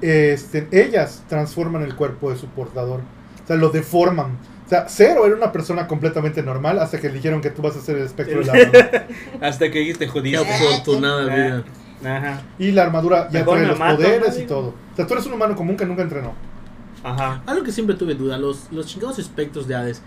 S1: este, ellas transforman el cuerpo de su portador. O sea, lo deforman. O sea, Zero era una persona completamente normal hasta que le dijeron que tú vas a ser el espectro de la armadura.
S4: Hasta que dijiste,
S2: Qué
S4: jodido.
S2: afortunada
S4: Eh.
S2: vida.
S4: Ajá,
S1: Y la armadura ya
S4: Mejor
S1: trae
S4: me
S1: los
S4: mato,
S1: poderes
S4: ¿no?
S1: y todo. O sea, tú eres un humano común que nunca entrenó.
S4: ajá.
S2: Algo que siempre tuve duda, los, los chingados espectros de Hades,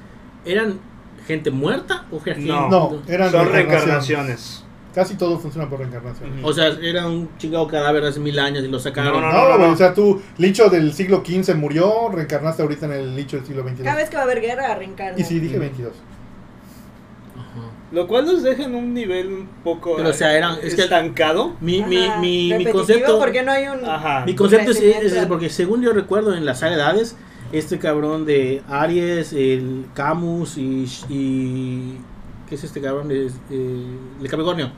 S2: ¿eran gente muerta o gente
S4: No.
S1: No, eran
S4: Son
S1: reencarnaciones.
S4: reencarnaciones.
S1: Casi todo funciona por reencarnación.
S2: O sea, era un chingado cadáver hace mil años y lo
S1: No,
S2: sacaron.
S4: No, no, no,
S1: güey,
S4: no.
S1: o sea, tú, licho del siglo XV murió, reencarnaste ahorita en el licho del siglo
S3: Cada
S1: XXII.
S3: vez que va a haber guerra, reencarna.
S1: Y sí, dije 22.
S2: Ajá.
S4: Lo cual nos deja en un nivel un poco
S2: Pero, o sea, eran- es que-
S4: estancado.
S2: Mi,
S3: Ajá,
S2: mi, mi, mi
S3: repetitivo,
S2: concepto.
S3: Porque no hay un.
S4: Ajá.
S2: Mi concepto es, es- es
S3: Crecimiento.
S2: porque según yo recuerdo en las saga de Hades, este cabrón de Aries, el Camus y... y- ¿Qué es este cabrón? Es, eh, el Capricornio.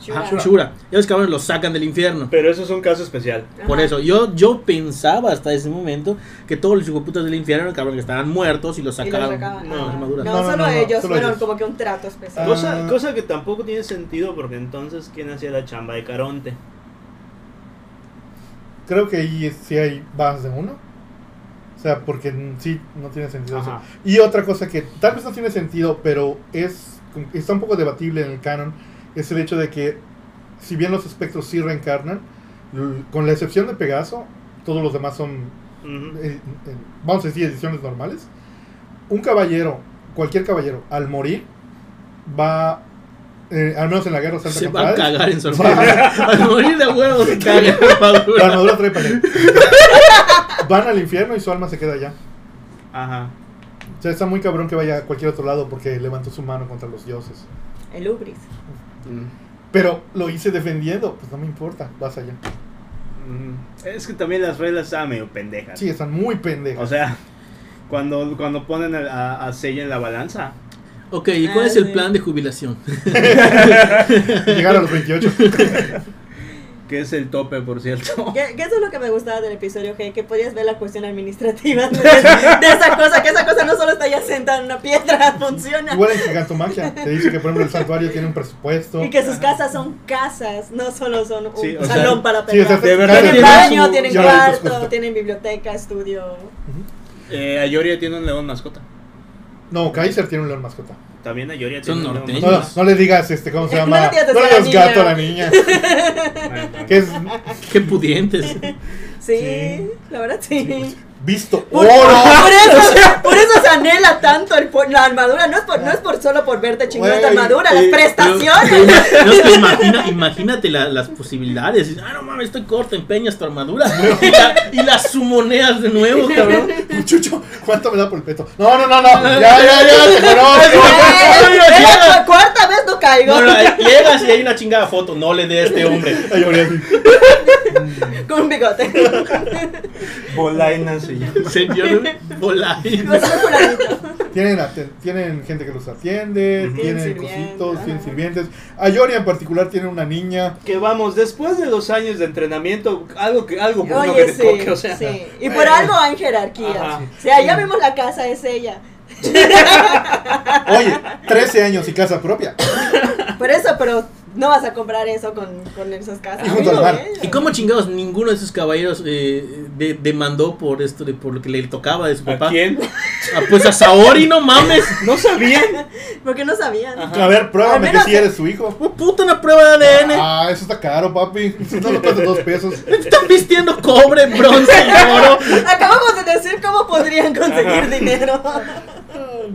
S3: Shura.
S2: Ajá, Shura. Esos cabrones los sacan del infierno.
S4: Pero eso es un caso especial.
S3: Ajá.
S2: Por eso, yo, yo pensaba hasta ese momento que todos los hijoputas del infierno eran cabrones que estaban muertos y los
S3: Y los
S2: sacaban.
S3: sacaban.
S2: con
S4: no,
S2: las
S3: No,
S2: armaduras.
S1: No, no,
S3: solo
S1: no, no,
S3: ellos
S1: solo
S3: fueron
S1: ellos.
S3: como que un trato especial.
S4: Cosa,
S1: Ah.
S4: cosa que tampoco tiene sentido porque entonces, ¿quién hacía la chamba de Caronte?
S1: Creo que ahí es- sí hay más de uno. O sea, porque mm, sí, no tiene sentido eso.
S4: Ajá.
S1: Y otra cosa que tal vez no tiene sentido, pero es como que está un poco debatible en el canon, es el hecho de que si bien los espectros sí reencarnan, l- con la excepción de Pegaso, todos los demás son,
S4: Ujú.
S1: eh, eh, vamos a decir, ediciones normales. Un caballero, cualquier caballero, al morir, va, eh, al menos en la guerra Santa
S2: Se
S1: contra
S2: va a
S1: Hades,
S2: cagar en su armadura. Al morir de huevo se caga en la
S1: La
S2: armadura.
S1: armadura trae panel. Van al infierno y su alma se queda allá.
S4: Ajá.
S1: O sea, está muy cabrón que vaya a cualquier otro lado porque levantó su mano contra los dioses.
S3: El Ubris.
S4: Mm.
S1: Pero lo hice defendiendo, pues no me importa, vas allá.
S4: Ujú. Es que también las reglas estaban medio pendejas.
S1: Sí, están muy
S4: O
S1: pendejos.
S4: sea, cuando, cuando ponen el- a, a Seiya en la balanza.
S2: Ok, ¿y cuál
S3: Ah,
S2: es el
S3: sí.
S2: plan de jubilación?
S1: Llegar a los 28.
S4: Que es el tope, por cierto.
S3: Que, que eso es lo que me gustaba del episodio G, que podías ver la cuestión administrativa de, de esa cosa, que esa cosa no solo está ya sentada en una piedra, funciona.
S1: Igual en Gigantomagia. Te dice que, por ejemplo, el santuario tiene un presupuesto.
S3: Y que sus casas son casas, no solo son un
S4: Sí, o sea,
S3: salón para
S1: Sí, o sea,
S3: pelear.
S4: De verdad
S3: tienen
S4: tiene
S3: baño,
S4: su-
S3: tienen
S1: ya lo dices, justo.
S3: cuarto, tienen biblioteca, estudio.
S4: Eh, Ayoria tiene un león mascota.
S1: No, Kaiser tiene un león mascota.
S4: También Ayoria
S2: Son
S4: tiene un león
S2: norteños.
S1: No, no, no le digas, este, ¿cómo se
S3: No
S1: llama?
S3: le digas
S1: No le digas
S3: eso a la
S1: gato a la niña.
S4: mascota.
S1: Que es
S2: Qué pudientes.
S3: Sí,
S1: Sí.
S3: la verdad sí.
S1: visto
S3: Por,
S1: oro.
S3: por eso, por eso se anhela tanto el po- la armadura, no es, por, no es por solo por verte chingón esta
S1: Güey,
S3: armadura,
S1: eh,
S3: las
S2: Pero-
S3: prestaciones.
S2: pero- no, es que imagina- imagínate la- las posibilidades. Dices, Ah, no mames, estoy corta, empeñas tu armadura y la, y la sumoneas de nuevo, cabrón.
S1: Chucho, ¿cuánto me da por el peto? No, no, no, no. Ya, ya, ya, te conozco.
S3: Eh,
S2: no,
S3: eh,
S2: no,
S3: la cu- cuarta vez no caigo.
S2: No, no, eh, llegas y hay una chingada foto. No le dé a este hombre.
S1: Ay, ahora sí.
S3: Con un bigote.
S4: Bolaina se llama.
S2: Señor Volai.
S3: Con un fulanito.
S1: Tienen, aten- tienen gente que los atiende, tienen
S4: Ujú.
S3: Tienen sirvientes,
S1: cositos, tienen
S3: ajá.
S1: sirvientes. Ayoria en particular tiene una niña.
S4: Que vamos, después de los años de entrenamiento, algo que algo bueno que
S3: Oye,
S4: te
S3: sí,
S4: toque, o sea.
S3: sí. Y por algo hay jerarquías.
S4: Ajá.
S3: O sea, ya vimos la casa, es ella.
S1: Oye, 13 años y casa propia.
S3: Por eso, pero no vas a comprar eso con, con esas casas.
S1: Y junto al mar.
S3: Amigo,
S2: ¿Y cómo chingados ninguno de esos caballeros eh, de- demandó por esto, de, por lo que le tocaba de su
S4: ¿A
S2: papá?
S4: quién?
S2: Ah, pues a Saori, no mames.
S4: No sabían.
S3: Porque no sabían.
S4: Ajá.
S1: A ver, pruébame
S3: Al
S1: que
S3: menos-
S1: sí eres su hijo.
S2: Oh, puta, una prueba de ADN.
S1: Ah, eso está caro, papi. Eso no lo cuesta dos pesos.
S2: Están vistiendo cobre, bronce y oro.
S3: Acabamos de decir cómo podrían conseguir dinero.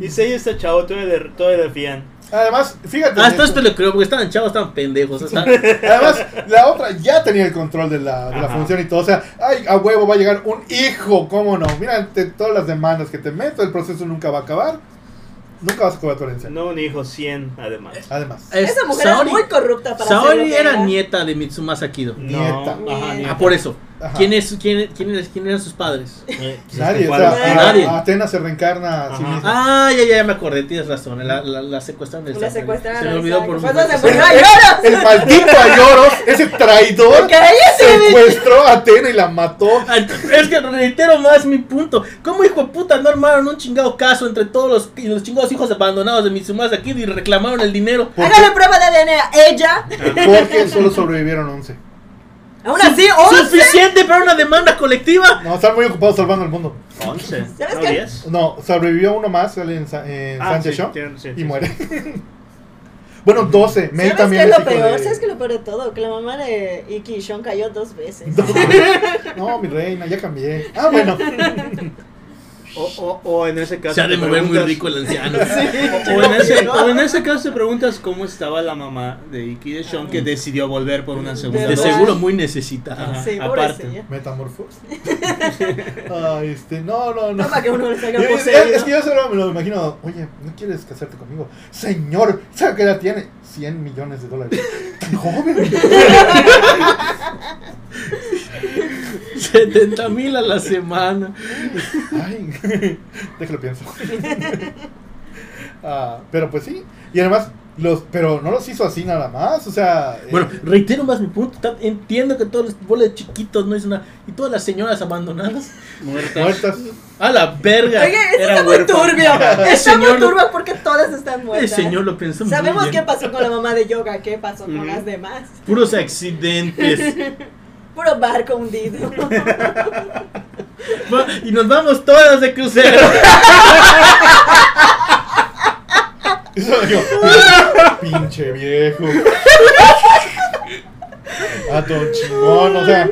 S4: Y Seiya está chavo, todavía le, todavía le fían.
S1: Además, fíjate.
S4: Ah,
S1: en esto.
S2: Hasta esto le creo, porque estaban chavos, estaban pendejos. hasta-
S1: Además, la otra ya tenía el control de la, de la
S4: Ajá.
S1: función y todo. O sea, ay, a huevo va a llegar un hijo, ¿cómo no? Mira ante todas las demandas que te meto, el proceso nunca va a acabar. Nunca vas a cobrar tu herencia.
S4: No un hijo, 100 además.
S2: Ah,
S1: Además.
S2: Es-
S3: Esa mujer
S2: Saori-
S3: era muy corrupta para hacer lo
S2: Saori
S3: que
S2: era nieta de Mitsumasa Kido.
S1: Nieta.
S4: No, ajá,
S3: Ah,
S2: Ah,
S4: nieta.
S2: por eso.
S1: Ajá.
S2: ¿Quién, es, quién, quién, es- quién eran sus padres?
S4: Eh, pues,
S1: Nadie,
S4: este,
S1: o
S4: ¿cuál?
S1: sea,
S3: Nadie.
S1: a-
S2: Nadie.
S1: a Atenas se reencarna a sí
S4: Ajá.
S1: misma.
S2: Ah, ya, ya, ya me acordé, tienes razón. La, la, la secuestraron. del
S3: La
S2: Sastre.
S3: secuestraron.
S2: Se me olvidó por un
S3: Por eso Pues se murió
S2: momento.
S3: a lloros.
S1: El maldito Ayoros, ese traidor,
S3: Porque ella se
S1: secuestró a Atena y la mató.
S2: Ay, Es que reitero más mi punto. ¿Cómo hijo de puta no armaron un chingado caso entre todos los, y los chingados hijos abandonados de Mitsumasa Kido y reclamaron el dinero?
S1: ¿Por
S3: Hágale prueba de ADN a ella.
S1: Porque solo sobrevivieron 11.
S3: Aún así, once.
S2: ¿Suficiente para una demanda colectiva?
S1: No, están muy ocupados salvando el mundo.
S4: 11.
S3: ¿Sabes
S4: No,
S3: qué?
S4: 10.
S1: No, sobrevivió uno más, sale en, Sa- en
S4: Ah,
S1: Sancho
S4: sí,
S1: Show,
S4: tiene- sí,
S1: y
S4: sí,
S1: muere. bueno, 12. Mei
S3: ¿Sabes qué
S1: también
S3: es
S1: es
S3: lo
S1: hijo
S3: peor?
S1: de-
S3: ¿Sabes qué es lo peor de todo? Que la mamá de Iki y Sean cayó dos veces.
S1: No, mi reina, ya cambié. Ah, bueno.
S4: O, o, o en ese caso.
S2: Se ha de
S4: te
S2: mover muy
S4: preguntas-
S2: rico el anciano.
S4: O en, ese, o en ese caso te preguntas cómo estaba la mamá de Iki de Sean que decidió volver por una segunda
S2: De
S4: dosis.
S2: seguro muy necesitado.
S4: Ajá,
S3: Sí,
S4: aparte.
S3: pobrecilla.
S1: Metamorfosis. Ah, este, no, no, no.
S3: No, para que uno le
S1: Yo-
S3: salga
S1: yo- Es,
S3: poseído.
S1: que yo solo me lo imagino, oye, ¿no quieres casarte conmigo? Señor, ¿sabe qué edad tiene? 100 millones de dólares. ¡Qué joven!
S2: 70 mil a la semana.
S1: Ay, déjalo pienso. Ah, pero pues sí, y además, los, pero no los hizo así nada más, o sea... eh,
S2: Bueno, reitero más mi punto. ta- Entiendo que todos los bolas de chiquitos no hizo nada. Y todas las señoras abandonadas.
S1: muertas.
S2: A la verga.
S3: Oye, esto
S2: Era
S3: está muy
S2: huérfano.
S3: turbio.
S2: El
S3: Está muy
S2: señor lo-
S3: turbio porque todas están
S2: El
S3: muertas.
S2: señor lo pensó muy
S3: Sabemos qué
S2: bien.
S3: pasó con la mamá de yoga, qué pasó con
S4: Ujú.
S3: las demás.
S2: Puros accidentes.
S3: Puro barco hundido.
S2: Va- Y nos vamos todas de crucero.
S1: Eso digo, pinche viejo. A don chingón, o sea...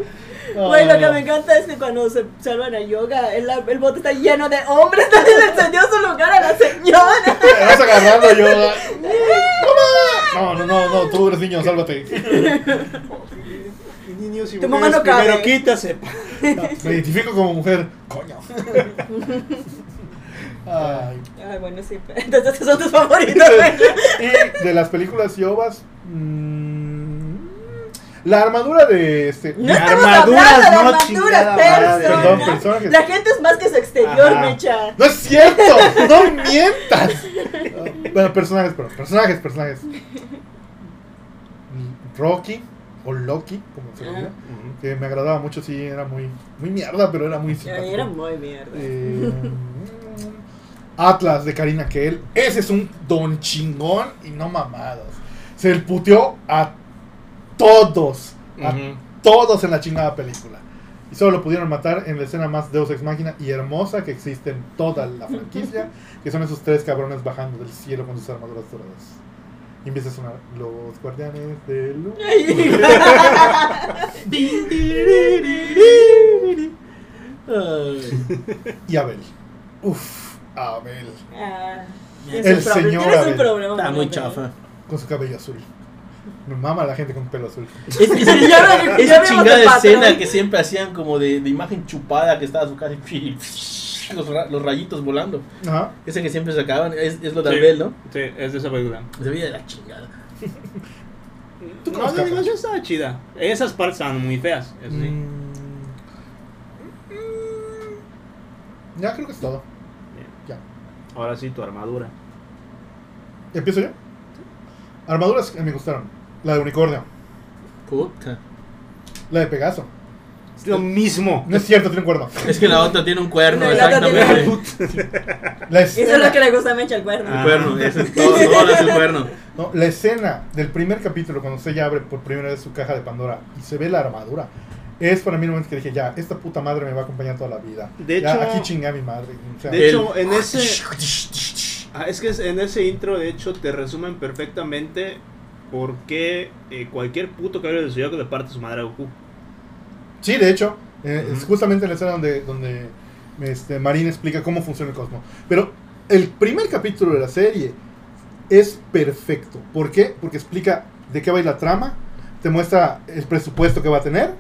S2: Oh,
S3: Güey, lo que
S1: ah.
S3: me encanta es que cuando se salvan a yoga, el, el bote está lleno de hombres. Nadie le enseñó su lugar a la señora.
S1: Te vas agarrando yo. No, no, no, no, tú eres niño, sálvate.
S4: Niños y
S3: Tu mamá
S4: mujeres,
S3: no cabe.
S4: Primero quítase.
S1: Me identifico como mujer. Coño. Ay.
S3: Ay, bueno, sí. pero- Entonces, esos son tus favoritos. güey.
S1: Y de las películas Yobas. mm, la armadura de este. Ah,
S3: No estamos
S4: Armaduras,
S3: hablando de
S4: no
S3: armaduras,
S4: chingada madre.
S3: personas.
S1: Perdón, personajes.
S3: La gente es más que su exterior,
S4: Ajá.
S3: Mecha.
S1: ¡No es cierto! ¡No mientas! Bueno, personajes, perdón. Personajes, personajes. Rocky o Loki, como se llama. Que me agradaba mucho, sí, era muy, muy mierda, pero era muy
S3: Ay,
S1: simpático.
S3: Era muy mierda.
S1: Eh, Atlas de Karina Kell. Ese es un don chingón y no mamadas. Se el puteó a todos.
S4: Ah,
S1: A todos en la chingada película. Y solo lo pudieron matar en la escena más Deus Ex Máquina y hermosa que existe en toda la franquicia. que son esos tres cabrones bajando del cielo con sus armaduras doradas. Y empieza a sonar los guardianes del... luz".
S2: Ay.
S1: Y Abel. Uf, Abel.
S3: Ah,
S2: El
S3: tienes un
S1: señor
S3: problema, tienes
S1: Abel.
S3: un problema,
S2: Está muy
S3: Abel.
S2: chafa.
S1: Con su cabello azul. Me mama la gente con pelo azul.
S2: Es que esa,
S3: Ya vemos- ya
S2: esa
S3: vemos
S2: chingada
S3: el patrón.
S2: escena que siempre hacían como de, de imagen chupada que estaba su cara y los, ra- los rayitos volando.
S1: Ajá.
S2: Esa que siempre sacaban es, es lo de
S4: Sí.
S2: Abel, ¿no?
S4: Sí, es de esa película.
S2: Se veía de la chingada.
S1: ¿Tú cómo
S4: No, la
S1: escapas?
S4: animación estaba chida. Esas partes estaban muy feas. eso sí.
S1: Mm. Mm. Ya creo que es todo.
S4: Ahora sí, tu armadura.
S1: ¿Empiezo yo? Armaduras que me gustaron. La de unicornio,
S2: Puta.
S1: la de Pegaso.
S4: Es lo mismo.
S1: No es cierto, tiene un cuerno.
S2: Es que la otra tiene un cuerno,
S3: No, la otra tiene-
S2: exactamente.
S1: La
S3: Eso es
S1: escena,
S3: lo que le gusta a Mecha, el cuerno.
S1: Ah,
S2: El cuerno, ese es todo, todo es el cuerno.
S1: no, la escena del primer capítulo, cuando usted ya abre por primera vez su caja de Pandora y se ve la armadura, es para mí el momento que dije, ya, esta puta madre me va a acompañar toda la vida.
S4: De
S1: Ya,
S4: hecho-
S1: aquí chinga mi madre. O sea,
S4: De hecho,
S2: El-
S4: en ese. Ah, es que es- en ese intro, de hecho, te resumen perfectamente por qué eh, cualquier puto cabello de Zodíaco le parte su madre a Goku.
S1: Sí, de hecho, eh, es
S4: Ujú.
S1: justamente la escena donde, donde este, Marín explica cómo funciona el cosmos. Pero el primer capítulo de la serie es perfecto. ¿Por qué? Porque explica de qué va a ir la trama, te muestra el presupuesto que va a tener,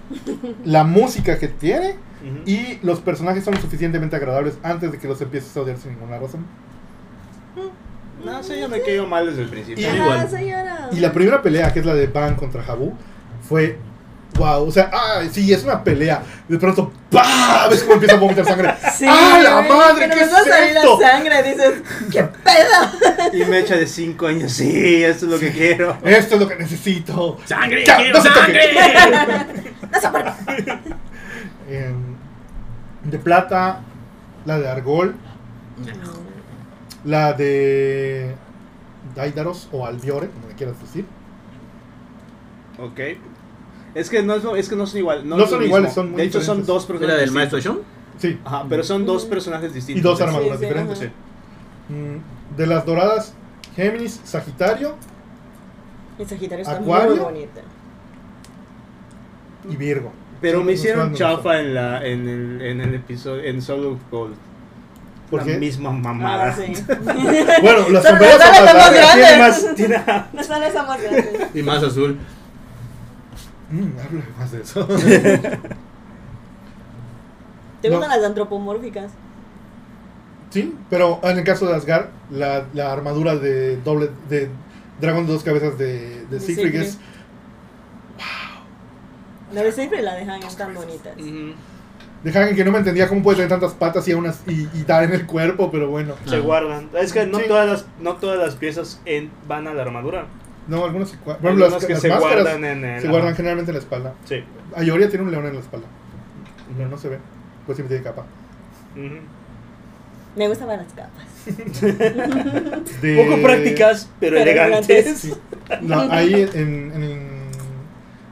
S1: la música que tiene
S4: Ujú.
S1: y los personajes son lo suficientemente agradables antes de que los empieces a odiar sin ninguna razón.
S4: No sé, yo me quedo mal desde el principio.
S1: Y-
S3: Ah,
S2: igual.
S3: señora.
S1: Y la primera pelea, que es la de Ban contra Jabu, fue wow. O sea, ah, sí, es una pelea. De pronto, ¡pah! ¿Ves cómo empieza a vomitar sangre?
S3: Sí,
S1: ¡Ah, la
S3: güey,
S1: madre!
S3: que
S1: ¿Qué es
S3: nos va a salir
S1: esto?
S3: la sangre, dices, ¿qué pedo?
S4: Y me echa de 5 años. Sí, esto es lo que quiero.
S1: Esto es lo que necesito.
S2: ¡Sangre!
S1: Ya,
S2: quiero
S1: no se toque.
S2: sangre!
S1: Em, de plata, la de Argol, la de Daidaros o Albiore, como le quieras decir.
S4: Ok. Es que no, es lo- es que no son igual. No,
S1: No
S4: es lo
S1: son iguales,
S4: mismo.
S1: son muy
S4: De hecho, son
S1: diferentes.
S4: dos
S2: ¿Era
S4: personajes.
S2: del
S4: distintos.
S2: maestro Sean?
S1: Sí.
S4: Ajá, pero son dos personajes distintos.
S1: Y dos armaduras
S3: sí,
S1: diferentes.
S3: ajá.
S1: Mm, de las doradas, Géminis, Sagitario
S3: El Sagitario está muy
S1: ¿Acuario?
S3: bonita.
S1: y Virgo.
S4: Pero
S1: Sí,
S4: me
S1: los
S4: hicieron
S1: cuales me
S4: chafa en, la, en, el, en el episodio, en Solo Gold.
S1: ¿Por qué?
S4: La misma
S3: Ah,
S4: mamada.
S3: sí.
S1: Bueno, las
S3: Son-
S1: sombreras son
S3: son
S1: más
S3: las más
S1: largas, tienen más.
S3: grandes.
S4: Tiene a-
S3: Son esas más grandes.
S2: Y más azul.
S1: Mm, habla más de eso.
S3: ¿Te
S1: No.
S3: gustan las antropomórficas?
S1: sí, pero en el caso de Asgard, la, la armadura de doble de dragón de dos cabezas de, de
S3: De
S1: Siegfried
S3: Siegfried.
S1: es
S3: La de siempre la dejan tan bonitas.
S4: Ujú.
S1: de Hagen que no me entendía cómo puede tener tantas patas y, unas, y, y dar en el cuerpo, pero bueno.
S4: Se
S2: Ah.
S4: guardan. Es que no,
S1: Sí.
S4: todas, las, no todas las piezas en- van a la armadura.
S1: No, algunos se, cua- por
S4: Hay
S1: ejemplo, las,
S4: unas que
S1: las
S4: se
S1: máscaras
S4: guardan en el.
S1: se guardan generalmente en la espalda.
S4: Sí.
S1: Ayoria tiene un león en la espalda, pero no se ve. Pues siempre tiene capa.
S4: Ujú.
S3: Me gustaban las capas.
S1: De-
S2: Eh,
S4: Poco prácticas, pero,
S3: Pero
S4: elegantes.
S3: elegantes.
S1: No, ahí en, en, en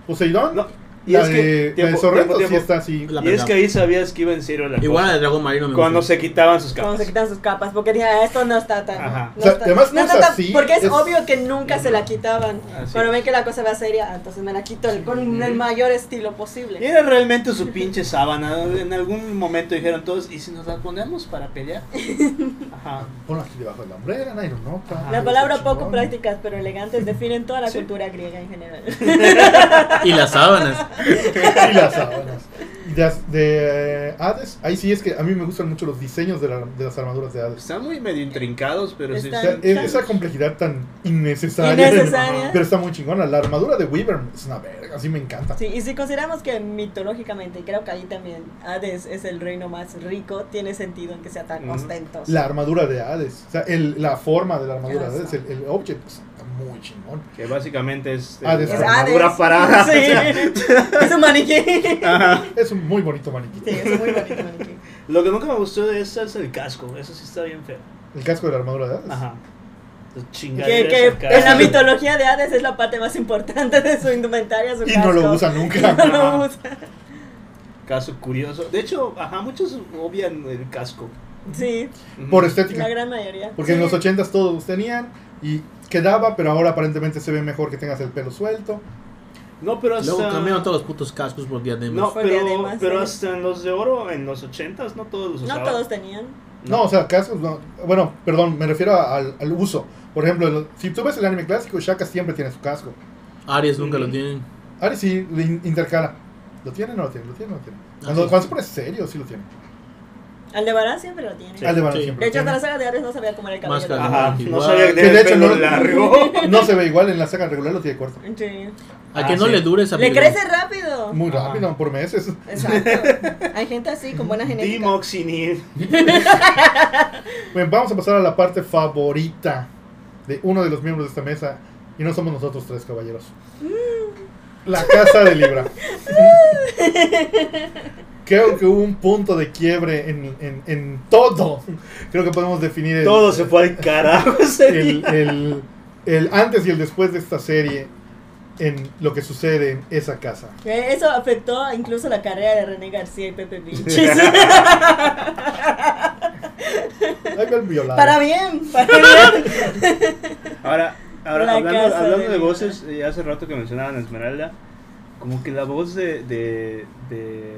S1: Poseidón,
S4: No, Y
S1: la,
S4: es
S1: de,
S4: que.
S1: la de
S4: tiempo,
S1: Sorrento
S4: tiempo,
S1: sí
S4: tiempo.
S1: está así.
S2: La-
S4: Y es que ahí sabías que iba en serio la
S2: Igual la
S4: cosa.
S2: de Dragón Marino me
S4: Cuando
S2: gusta.
S4: se quitaban sus
S3: Cuando se
S4: capas.
S3: quitan sus capas, porque decía, esto no está tan.
S4: Ajá.
S3: no
S1: O sea,
S3: está-
S1: además
S3: no está
S1: cosas
S3: tan-
S1: así
S3: Porque es,
S1: es-
S3: obvio que nunca se la quitaban.
S4: Ah, sí.
S3: Cuando ven que la cosa va seria, ah, entonces me la quito el- con el mayor estilo
S4: Y
S3: posible.
S4: era realmente su pinche sábana. En algún momento dijeron todos, ¿y si nos la ponemos para pelear? Ajá.
S1: Ponlo aquí debajo de la hombrera, nadie lo nota.
S4: Ah,
S3: La palabra
S1: Está
S3: poco
S1: chingón.
S3: prácticas pero elegantes definen toda la
S4: Sí.
S3: cultura griega en general.
S2: Y las sábanas.
S1: y las sábanas. Y las de eh, Hades, ahí sí es que a mí me gustan mucho los diseños de, la- de las armaduras de Hades.
S4: Están muy medio intrincados, pero sí.
S1: O sea,
S3: Están-
S1: es- esa complejidad tan innecesaria.
S3: Innecesaria.
S1: Pero está muy chingona. La armadura de Wyvern es una verga, así me encanta.
S3: Sí, y si consideramos que mitológicamente, y creo que ahí también Hades es el reino más rico, tiene sentido en que sea tan
S4: Ujú.
S3: ostentoso.
S1: La armadura de Hades, o sea, el- la forma de la armadura de
S3: Eso.
S1: Hades, el, el objeto, pues, está muy chingón.
S4: Que básicamente es eh,
S1: Hades.
S3: Es
S1: La
S4: armadura
S3: Hades.
S4: parada.
S3: Sí. es un maniquí. Sí,
S4: Ajá.
S1: Es un muy bonito maniquí.
S3: es muy bonito maniquí.
S4: Lo que nunca me gustó de eso es el casco. Eso sí está bien feo.
S1: El casco de la armadura de Hades.
S4: Ajá. Los
S3: Que,
S4: chingaderas
S3: que
S4: del
S3: en la
S4: casco.
S3: mitología de Hades es la parte más importante de su indumentaria, su
S1: Y no lo
S3: casco.
S1: usa nunca.
S3: No lo usa.
S4: Caso curioso. De hecho, ajá, muchos obvian el casco.
S3: Sí,
S4: Ujú.
S1: Por
S3: la
S1: estética.
S3: gran mayoría.
S1: Porque en
S3: Sí.
S1: los 80s todos los tenían y quedaba, pero ahora aparentemente se ve mejor que tengas el pelo suelto.
S4: No, pero hasta.
S2: Luego cambiaron todos los putos cascos por diademas.
S4: no,
S3: Por
S4: pero,
S3: diademas,
S4: pero
S3: sí.
S4: hasta en los de oro, en los ochentas, no todos los
S3: No
S4: usaban.
S3: todos tenían.
S1: No, o sea, cascos, no. bueno, perdón, me refiero al, al uso. Por ejemplo, el- si tú ves el anime clásico, Shaka siempre tiene su casco.
S2: Aries nunca
S4: Mm.
S2: lo tienen.
S1: Ahora sí, le in- intercala. ¿Lo tiene? No lo tiene, lo tiene, no lo tiene. Cuando,
S2: Ah, sí.
S1: cuando se pone serio, sí lo tiene.
S3: Aldebarán siempre lo tiene.
S4: Sí.
S1: Aldebarán
S2: Sí.
S1: siempre lo
S3: De hecho, hasta la
S1: tiene.
S3: saga de Hades no sabía cómo era el cabello.
S2: Máscara.
S4: Ajá, no
S2: Igual.
S4: sabía que
S1: Que
S4: tenía
S1: de
S4: el
S1: hecho
S4: pelo
S1: no-
S4: largo.
S1: No se ve igual en la saga regular, lo tiene corto.
S3: Sí.
S2: A
S4: Ah,
S2: que no
S4: sí.
S2: le dure esa
S3: Le
S2: película.
S3: crece rápido.
S1: Muy
S4: Ajá.
S1: rápido, por meses.
S3: Exacto. Hay gente así con buena genética.
S4: Dimoxinil.
S1: Bueno, vamos a pasar a la parte favorita de uno de los miembros de esta mesa. Y no somos nosotros tres caballeros.
S3: Mm.
S1: La casa de Libra. Creo que hubo un punto de quiebre en, en- en todo. Creo que podemos definir el,
S4: Todo se fue al carajo ese
S1: el,
S4: día.
S1: el- el antes y el después de esta serie en lo que sucede en esa casa.
S3: Eh, Eso afectó incluso la carrera de René García y Pepe Vilches.
S1: Ahí va el violado.
S3: para bien, para bien.
S4: Ahora, ahora
S3: La
S4: hablando,
S3: casa
S4: hablando de,
S3: de
S4: voces, eh, hace rato que mencionaban a Esmeralda, como que la voz de. de, de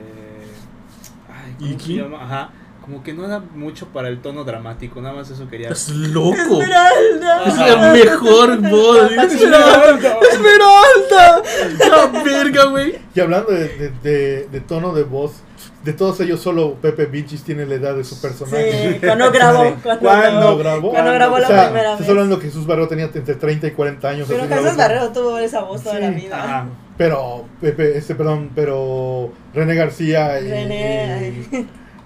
S4: ay, ¿cómo
S2: ¿Iki?
S4: se llama? Ajá. Como que no da mucho para el tono dramático, nada más eso quería.
S2: Es loco.
S3: Esmeralda.
S2: Es la mejor voz.
S3: Esmeralda. Esmeralda.
S2: La verga, güey.
S1: Y hablando de, de- de- de tono de voz, de todos ellos solo Pepe Vinchis tiene la edad de su personaje.
S3: Sí, cuando grabó,
S1: Sí.
S3: cuando
S1: Cuando
S3: grabó.
S1: grabó.
S3: Cuando grabó la
S1: O sea,
S3: primera
S1: Estás
S3: vez.
S1: hablando que Jesús Barrero tenía entre 30 y 40 años.
S3: Pero
S1: haciendo
S3: Jesús
S1: la voz.
S3: Barrero tuvo esa voz toda la
S1: Sí.
S3: vida.
S4: Ajá.
S1: Pero, Pepe, este, perdón, pero René García. y-
S3: René,
S1: y-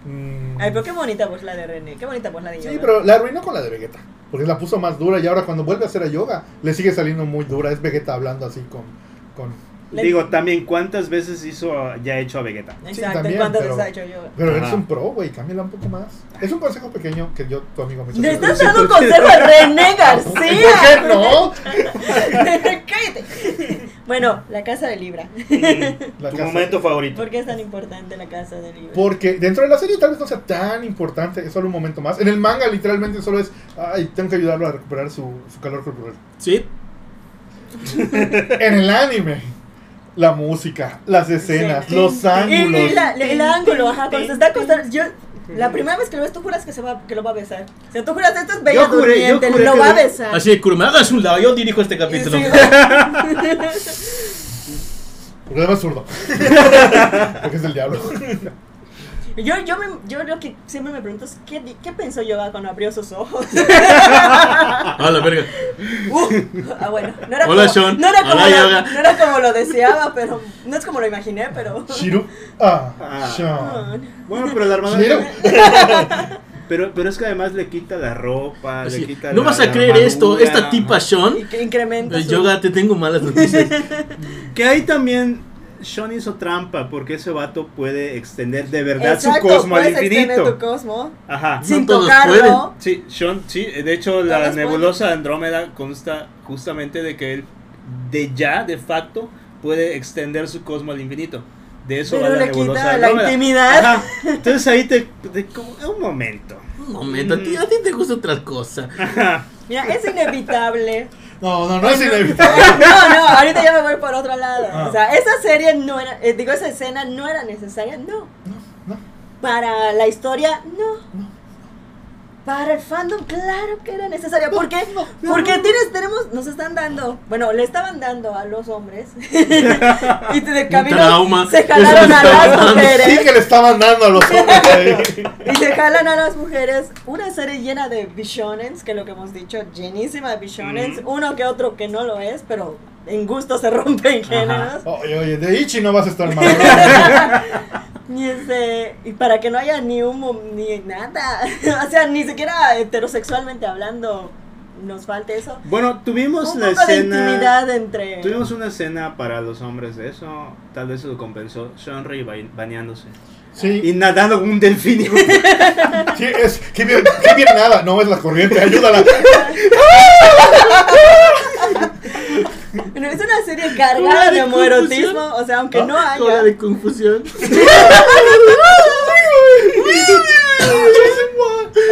S1: mm,
S3: Ay, pero qué bonita voz la de René, qué bonita voz la de
S1: Sí,
S3: Yoga.
S1: pero la arruinó con la de Vegeta. Porque la puso más dura y ahora cuando vuelve a hacer a yoga le sigue saliendo muy dura. Es Vegeta hablando así con. con
S3: Le-
S4: Digo, también, ¿cuántas veces hizo a- ya hecho a Vegeta?
S1: sí,
S3: Exacto,
S1: también,
S3: cuando
S1: pero-
S3: desayó Yoga.
S1: pero
S4: Ajá.
S1: eres un pro, güey, cámbiala un poco más. Es un consejo pequeño que yo, tu amigo, me
S3: Le
S1: hizo.
S3: estás dando un consejo a René García.
S1: ¿Por qué no?
S3: Cállate. Bueno, la casa de Libra.
S1: La
S4: Mm, tu
S1: casa.
S4: momento favorito.
S3: ¿Por qué es tan importante la casa de Libra?
S1: Porque dentro de la serie tal vez no sea tan importante, es solo un momento más. En el manga literalmente solo es, ay, tengo que ayudarlo a recuperar su, su calor corporal.
S2: Sí.
S1: En el anime, la música, las escenas,
S3: Sí.
S1: los
S3: Y, y
S1: ángulos.
S3: la- el ángulo, ajá, cuando se está acostando. Yo La primera vez que lo ves, tú juras que, se va, que lo va a besar. O sea, tú juras, esto es bello
S4: juré- yo
S3: durmiente,
S4: juré
S3: lo
S4: que
S3: va a
S4: lo-
S3: besar.
S2: Así de Kurumada hagas un lado, yo dirijo este
S3: Y
S2: capítulo.
S3: sí,
S1: Porque además es zurdo. Porque es el diablo.
S3: Yo, yo, me, yo lo que siempre me pregunto es, ¿qué, di- qué pensó Yoga cuando abrió sus ojos?
S2: A la verga.
S3: Uh, ah, bueno, no era,
S2: Hola,
S3: como,
S2: Sean.
S3: No, era
S2: Hola,
S3: como lo,
S2: Yoga.
S3: no era como lo deseaba, pero no es como lo imaginé, pero...
S1: Shiru. Ah,
S4: Ah.
S1: Sean.
S4: Bueno, pero la armadura.
S1: Shiru.
S4: Pero, pero es que además le quita la ropa,
S2: Así,
S4: Ah, le quita
S2: no
S4: la-
S2: vas a
S4: la
S2: creer esto,
S4: armadura.
S2: esta tipa Sean.
S3: Y que incrementa
S2: eh,
S3: su-
S2: Yoga, te tengo malas noticias.
S4: Que ahí también Sean hizo trampa porque ese vato puede extender de verdad
S3: Exacto,
S4: su cosmo al
S3: puedes extender
S4: infinito.
S3: tu cosmo
S4: Ajá.
S2: No
S3: sin
S2: todos
S3: tocarlo.
S4: Sí, Sean, sí, de hecho la
S3: Todas
S4: nebulosa de Andrómeda consta justamente de que él de ya, de facto, puede extender su cosmo al infinito. De eso
S3: Pero
S4: va la
S3: le
S4: nebulosa de
S3: quita la
S4: Andrómeda.
S3: intimidad.
S4: Ajá. Entonces ahí te, te- como- un momento.
S2: Un momento, a ti, a ti te gusta otra cosa.
S3: Mira, es inevitable.
S1: No, no, no es inevitable.
S3: No, no, ahorita ya me voy por otro lado.
S1: Ah.
S3: O sea, esa serie no era, eh, digo, esa escena no era necesaria, no.
S1: no.
S3: Para la historia, no. Para el fandom, claro que era necesaria. ¿Por qué? Porque tienes, tenemos, nos están dando, bueno, le estaban dando a los hombres. y de camino
S2: trauma.
S3: se
S2: Eso
S3: jalaron
S2: me
S3: a
S2: está
S3: las
S2: dando.
S1: Sí
S3: mujeres.
S1: que le estaban dando a los hombres ahí.
S3: Y se jalan a las mujeres. Una serie llena de bishonens, que es lo que hemos dicho, llenísima de bishonens.
S5: Ujú.
S3: Uno que otro que no lo es, pero en gusto se rompen géneros.
S1: Oye, oye, de Ichi no vas a estar mal. ¿no?
S3: Y, este, y para que no haya ni humo ni nada. o sea, ni siquiera heterosexualmente hablando nos falta eso.
S4: Bueno, tuvimos
S3: Un
S4: la
S3: poco de
S4: escena.
S3: intimidad entre.
S4: Tuvimos una escena para los hombres de eso. Tal vez eso compensó Sean Ray ba- bañándose. Y
S1: Sí,
S4: nadando como un delfín. hijo.
S1: sí, es. Qué bien, qué bien nada. No es la corriente, ayúdala.
S3: Bueno, es una serie cargada de
S2: de
S3: homoerotismo.
S2: confusión.
S3: O sea, aunque no
S2: Ah, hora
S3: haya.
S2: de confusión.
S1: Pues,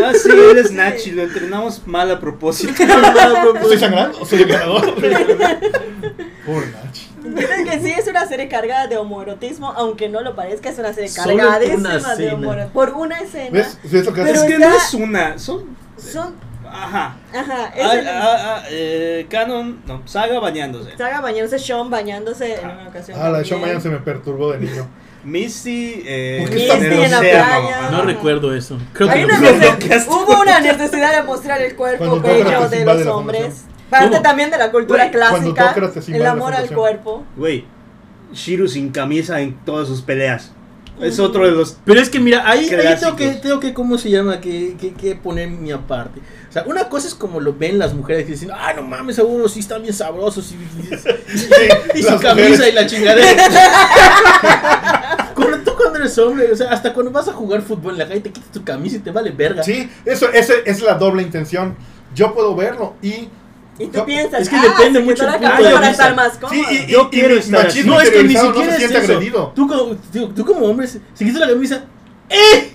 S4: Ah, sí, eres Nachi, lo entrenamos mal a propósito.
S1: ¿Estoy sangrando? ¿Soy el ganador? Pobre Nachi.
S3: Dicen que sí es una serie cargada de homoerotismo, aunque no lo parezca, es una serie
S2: Solo por
S3: cargadísima
S2: una
S3: de
S2: escena.
S3: homoerotismo. Por una escena.
S1: ¿Ves? Sí, es lo que
S3: Pero
S4: es
S1: hace.
S4: que no es una, son.
S3: Son.
S4: Ajá.
S3: Ajá, es
S4: Ah,
S3: el-
S4: ah, ah, eh, canon, no, saga bañándose.
S3: Saga bañándose, Sean bañándose en una ocasión.
S1: Ah, la de
S3: también.
S1: Sean Mayan se me perturbó de niño.
S4: Misty, eh,
S1: ¿Por qué está
S4: en el
S1: Misty en la
S4: océano.
S3: playa?
S4: Ajá.
S2: No recuerdo eso. Creo
S3: Hay
S2: que
S3: una
S2: lo
S4: necesidad-
S3: nece-
S4: bloqueaste.
S3: hubo una necesidad de mostrar el cuerpo
S1: Cuando Tócrates
S3: bello de
S1: invade
S3: los
S1: la
S3: hombres.
S1: fundación.
S3: Parte
S2: ¿Cómo?
S3: también de la cultura
S4: Güey,
S1: cuando
S3: clásica,
S1: Tócrates invade
S3: el
S1: la
S3: amor al
S1: fundación.
S3: cuerpo.
S4: Güey, Shiru sin camisa en todas sus peleas. Es
S3: Ujú.
S4: otro de los.
S2: Pero es que mira, ahí, ahí tengo
S4: Clásicos.
S2: que, tengo que, ¿cómo se llama? Que, que, que poner mi aparte. O sea, una cosa es como lo ven las mujeres que dicen, ah, no mames, seguro sí están bien sabrosos y, y- y
S1: Las
S2: su camisa
S1: mujeres.
S2: y la chingadera. cuando tú cuando eres hombre, o sea, hasta cuando vas a jugar fútbol en la calle te quitas tu camisa y te vale verga.
S1: Sí, eso, ese, es la doble intención. Yo puedo verlo y.
S3: Y tú
S1: No,
S3: piensas,
S2: es que
S3: ah,
S2: depende
S3: se quitó
S2: mucho
S3: la
S2: el punto
S3: camisa
S2: de
S3: para
S2: vista.
S3: estar más cómodo.
S1: Sí, y,
S4: Yo
S1: y- y
S4: quiero
S1: mi
S4: estar así.
S1: machismo
S2: No, es que ni
S1: interiorizado
S2: siquiera
S1: no se
S2: es
S1: siente
S2: eso.
S1: agredido.
S2: Tú como, tú, tú como hombre, si si quitas la camisa, ¡eh!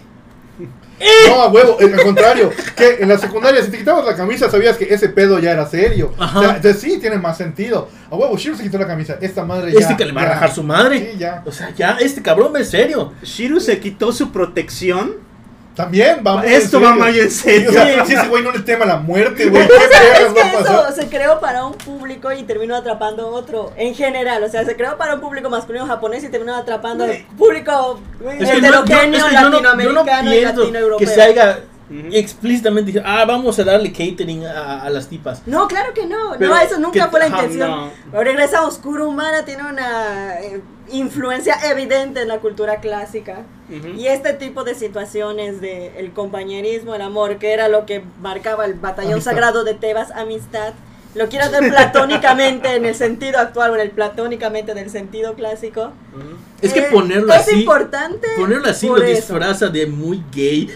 S1: No, a huevo, eh, al contrario. Que en la secundaria, si te quitabas la camisa, sabías que ese pedo ya era serio.
S2: Ajá.
S1: O sea, entonces sí, tiene más sentido. A huevo, Shiro se quitó la camisa. Esta madre ya.
S2: Este que le va a
S1: ya.
S2: rajar su madre.
S1: Sí, ya.
S2: O sea, ya, este cabrón va en serio.
S4: Shiru se quitó su protección.
S1: También, vamos.
S4: Esto va muy en
S1: Sí,
S4: serio.
S1: o sea, si ese güey no le tema la muerte, güey, ¿qué vergas
S3: Es
S1: va a
S3: que
S1: pasar?
S3: eso se creó para un público y terminó atrapando a otro en general. O sea, se creó para un público masculino japonés y terminó atrapando al público
S2: Es que no- yo-
S3: heterogéneo
S2: es que yo no- yo no
S3: latinoamericano y
S2: pienso
S3: latinoeuropeo.
S2: Que se haya
S4: Ujú.
S2: explícitamente dicho, ah, vamos a darle catering a, a las tipas.
S3: No, claro que no.
S2: Pero
S3: no, eso nunca
S2: que-
S3: fue la
S4: Ah,
S3: intención.
S4: no.
S3: Regresa Oscuro Humana tiene una eh, influencia evidente en la cultura clásica.
S4: Ujú.
S3: Y este tipo de situaciones de el compañerismo, el amor, que era lo que marcaba el batallón
S1: Amistad.
S3: sagrado de Tebas, amistad, lo quiero hacer platónicamente en el sentido actual o en el platónicamente del sentido clásico.
S4: Ujú.
S2: Es que
S3: Eh,
S2: ponerlo
S3: es
S2: así.
S3: importante.
S2: Ponerlo así
S3: por
S2: lo
S3: eso.
S2: disfraza de muy gay.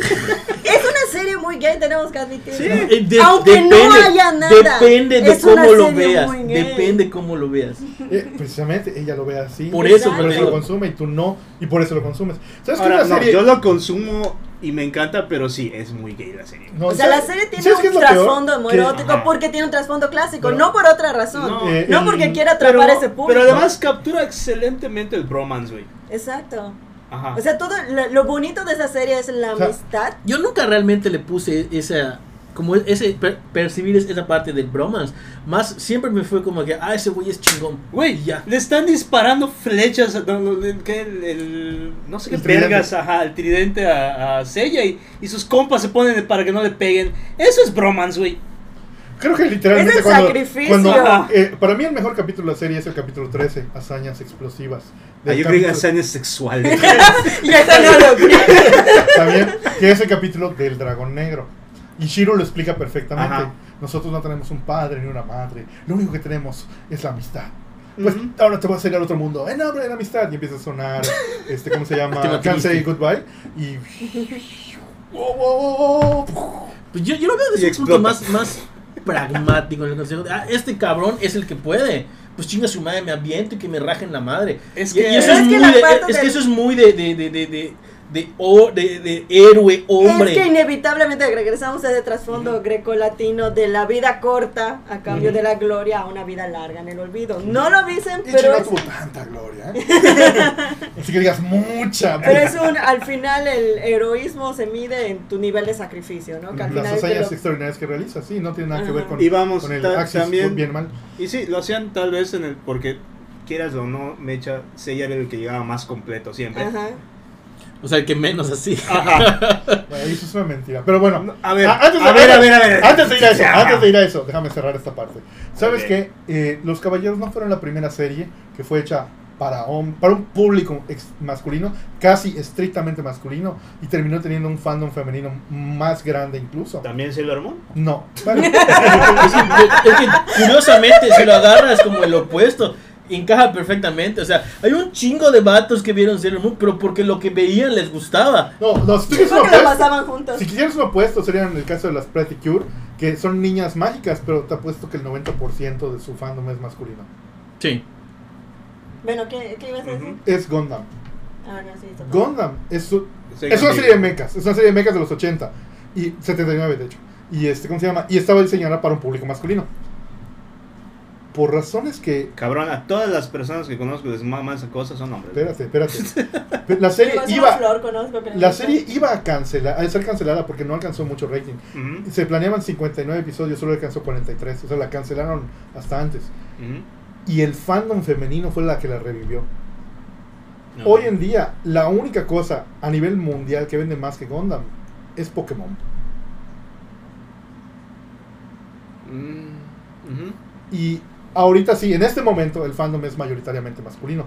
S3: Es una serie muy gay, tenemos que admitirlo.
S2: Eh, de-
S3: Aunque no haya nada.
S2: Depende de
S3: es una
S2: cómo lo
S3: serie
S2: veas.
S3: muy gay.
S2: Depende cómo lo veas.
S1: Eh, precisamente, ella lo ve así.
S2: Por eso,
S1: por eso
S2: pero-
S1: lo consume y tú no, y por eso lo consumes. ¿Sabes qué
S4: Ahora,
S1: es
S4: no,
S1: la serie?
S4: yo lo consumo y me encanta, pero sí, es muy gay la serie.
S1: No,
S3: O sea, la
S1: ¿sabes-
S3: serie tiene
S1: ¿sabes qué
S3: un
S1: es lo peor?
S3: trasfondo muy
S1: Que-
S3: erótico
S4: Ajá.
S3: porque tiene un trasfondo clásico,
S1: Pero-
S3: no por otra razón. No,
S4: No,
S1: eh, el-
S3: porque quiera atrapar ese público.
S4: Pero además captura excelentemente el bromance, güey.
S3: Exacto.
S4: Ajá.
S3: O sea, todo lo, lo bonito de esa serie es la
S1: O sea,
S3: amistad.
S2: Yo nunca realmente le puse esa. Como e, ese. per- percibir esa parte del bromance. Más siempre me fue como que. Ah, ese güey es chingón.
S4: Güey,
S2: ya.
S4: le están disparando flechas. a- No, no, el- que el, el- no sé qué
S1: El tridente.
S4: vergas, ajá, el tridente a, a Seiya y, y sus compas se ponen para que no le peguen. Eso es bromance, güey.
S1: Creo que literalmente.
S3: Es el
S1: cuando-
S3: sacrificio.
S1: cuando,
S4: Ajá.
S1: eh, para mí, el mejor capítulo de la serie es el capítulo 13, Hazañas Explosivas.
S4: Ah,
S1: Del capítulo-
S4: sexuales.
S3: Y eso no lo creo.
S1: También, que es el capítulo del dragón negro. Y Shiro lo explica perfectamente.
S4: Ajá.
S1: Nosotros no tenemos un padre ni una madre. Lo único que tenemos es la amistad. Pues ahora te vas a ir al otro mundo. En nombre de la amistad. Y empieza a sonar, este, ¿cómo se llama?
S2: Tema
S1: Can't say
S2: triste.
S1: goodbye. Y. Wow, wow, wow, wow.
S2: Pues yo, yo lo veo desde
S4: Y
S2: un punto
S4: explota.
S2: más, más pragmático en el consejo. de, Ah, este cabrón es el que puede. Pues chinga su madre, me aviento y que me rajen la madre.
S4: Es
S2: Y- y
S4: que-
S2: eso es,
S3: Es que
S2: muy
S3: la
S2: de,
S3: parte
S2: es que
S3: del-
S2: eso es muy de, de, de, de, de, de, o- de- de héroe, hombre.
S3: Es que inevitablemente regresamos a ese trasfondo grecolatino de la vida corta a cambio
S4: Ujú.
S3: de la gloria a una vida larga en el olvido. No lo dicen,
S1: Y Shiro
S3: pero
S1: no
S3: es,
S1: tuvo tanta gloria. ¿eh? Así que digas, mucha.
S3: pero es un. Al final, el heroísmo se mide en tu nivel de sacrificio, ¿no? Que al
S1: Las
S3: final. te
S1: hazañas
S3: lo-
S1: extraordinarias que realiza, sí, no tiene nada que ver
S3: Ajá.
S1: con,
S4: Y vamos,
S1: con el
S4: ta-
S1: Axis
S4: también-
S1: good, bien mal.
S4: Y sí, lo hacían tal vez en el. Porque quieras o no, Mecha, Seiya era el que llegaba más completo siempre.
S3: Ajá.
S2: O sea, que menos así.
S1: Bueno, eso es una mentira. Pero bueno,
S4: No, A ver,
S1: Ah, antes de-
S4: a, ver, a ver, a ver.
S1: Antes de ir a eso,
S4: Ajá.
S1: antes de ir a eso, déjame cerrar esta parte. ¿Sabes
S4: Ok.
S1: que Los Caballeros no fueron la primera serie que fue hecha para, hom- para un público ex- masculino, casi estrictamente masculino, y terminó teniendo un fandom femenino más grande incluso.
S4: ¿También Sailor Moon?
S1: No, bueno,
S2: Es que, es que, curiosamente, si lo agarras como el opuesto, encaja perfectamente. O sea, hay un chingo de vatos que vieron Sailor Moon, pero porque lo que veían les gustaba.
S1: no, no, si tú quieres
S3: Creo
S1: un
S3: que lo
S1: opuesto-
S3: pasaban juntos.
S1: si quisieras un opuesto, serían el caso de las Pretty Cure, que son niñas mágicas, pero te apuesto que el 90% de su fandom es masculino.
S2: Sí.
S3: Bueno, ¿qué, qué ibas a decir?
S4: Ujú.
S1: Es Gundam.
S3: Ah, no, sí, total.
S1: Gundam es su,
S4: Soy
S1: Es una
S4: contigo.
S1: serie de mechas, es una serie de mechas de los 80 y 79 de hecho. Y este, ¿cómo se llama? Y estaba diseñada para un público masculino. Por razones que,
S4: Cabrón, a todas las personas que conozco que les maman esa cosa son hombres.
S1: espérate, espérate. La serie
S3: Digo, es una
S1: iba
S3: flor, conozco que le
S1: la
S3: gusta.
S1: serie iba a cancelar, a ser cancelada porque no alcanzó mucho rating.
S4: Ujú,
S1: Se planeaban 59 episodios, solo alcanzó 43, o sea, la cancelaron hasta antes.
S4: ujú.
S1: Y el fandom femenino fue la que la revivió.
S4: No.
S1: Hoy en día, la única cosa a nivel mundial que vende más que Gundam es Pokémon.
S4: Mm, ujú.
S1: Y ahorita sí, en este momento el fandom es mayoritariamente masculino.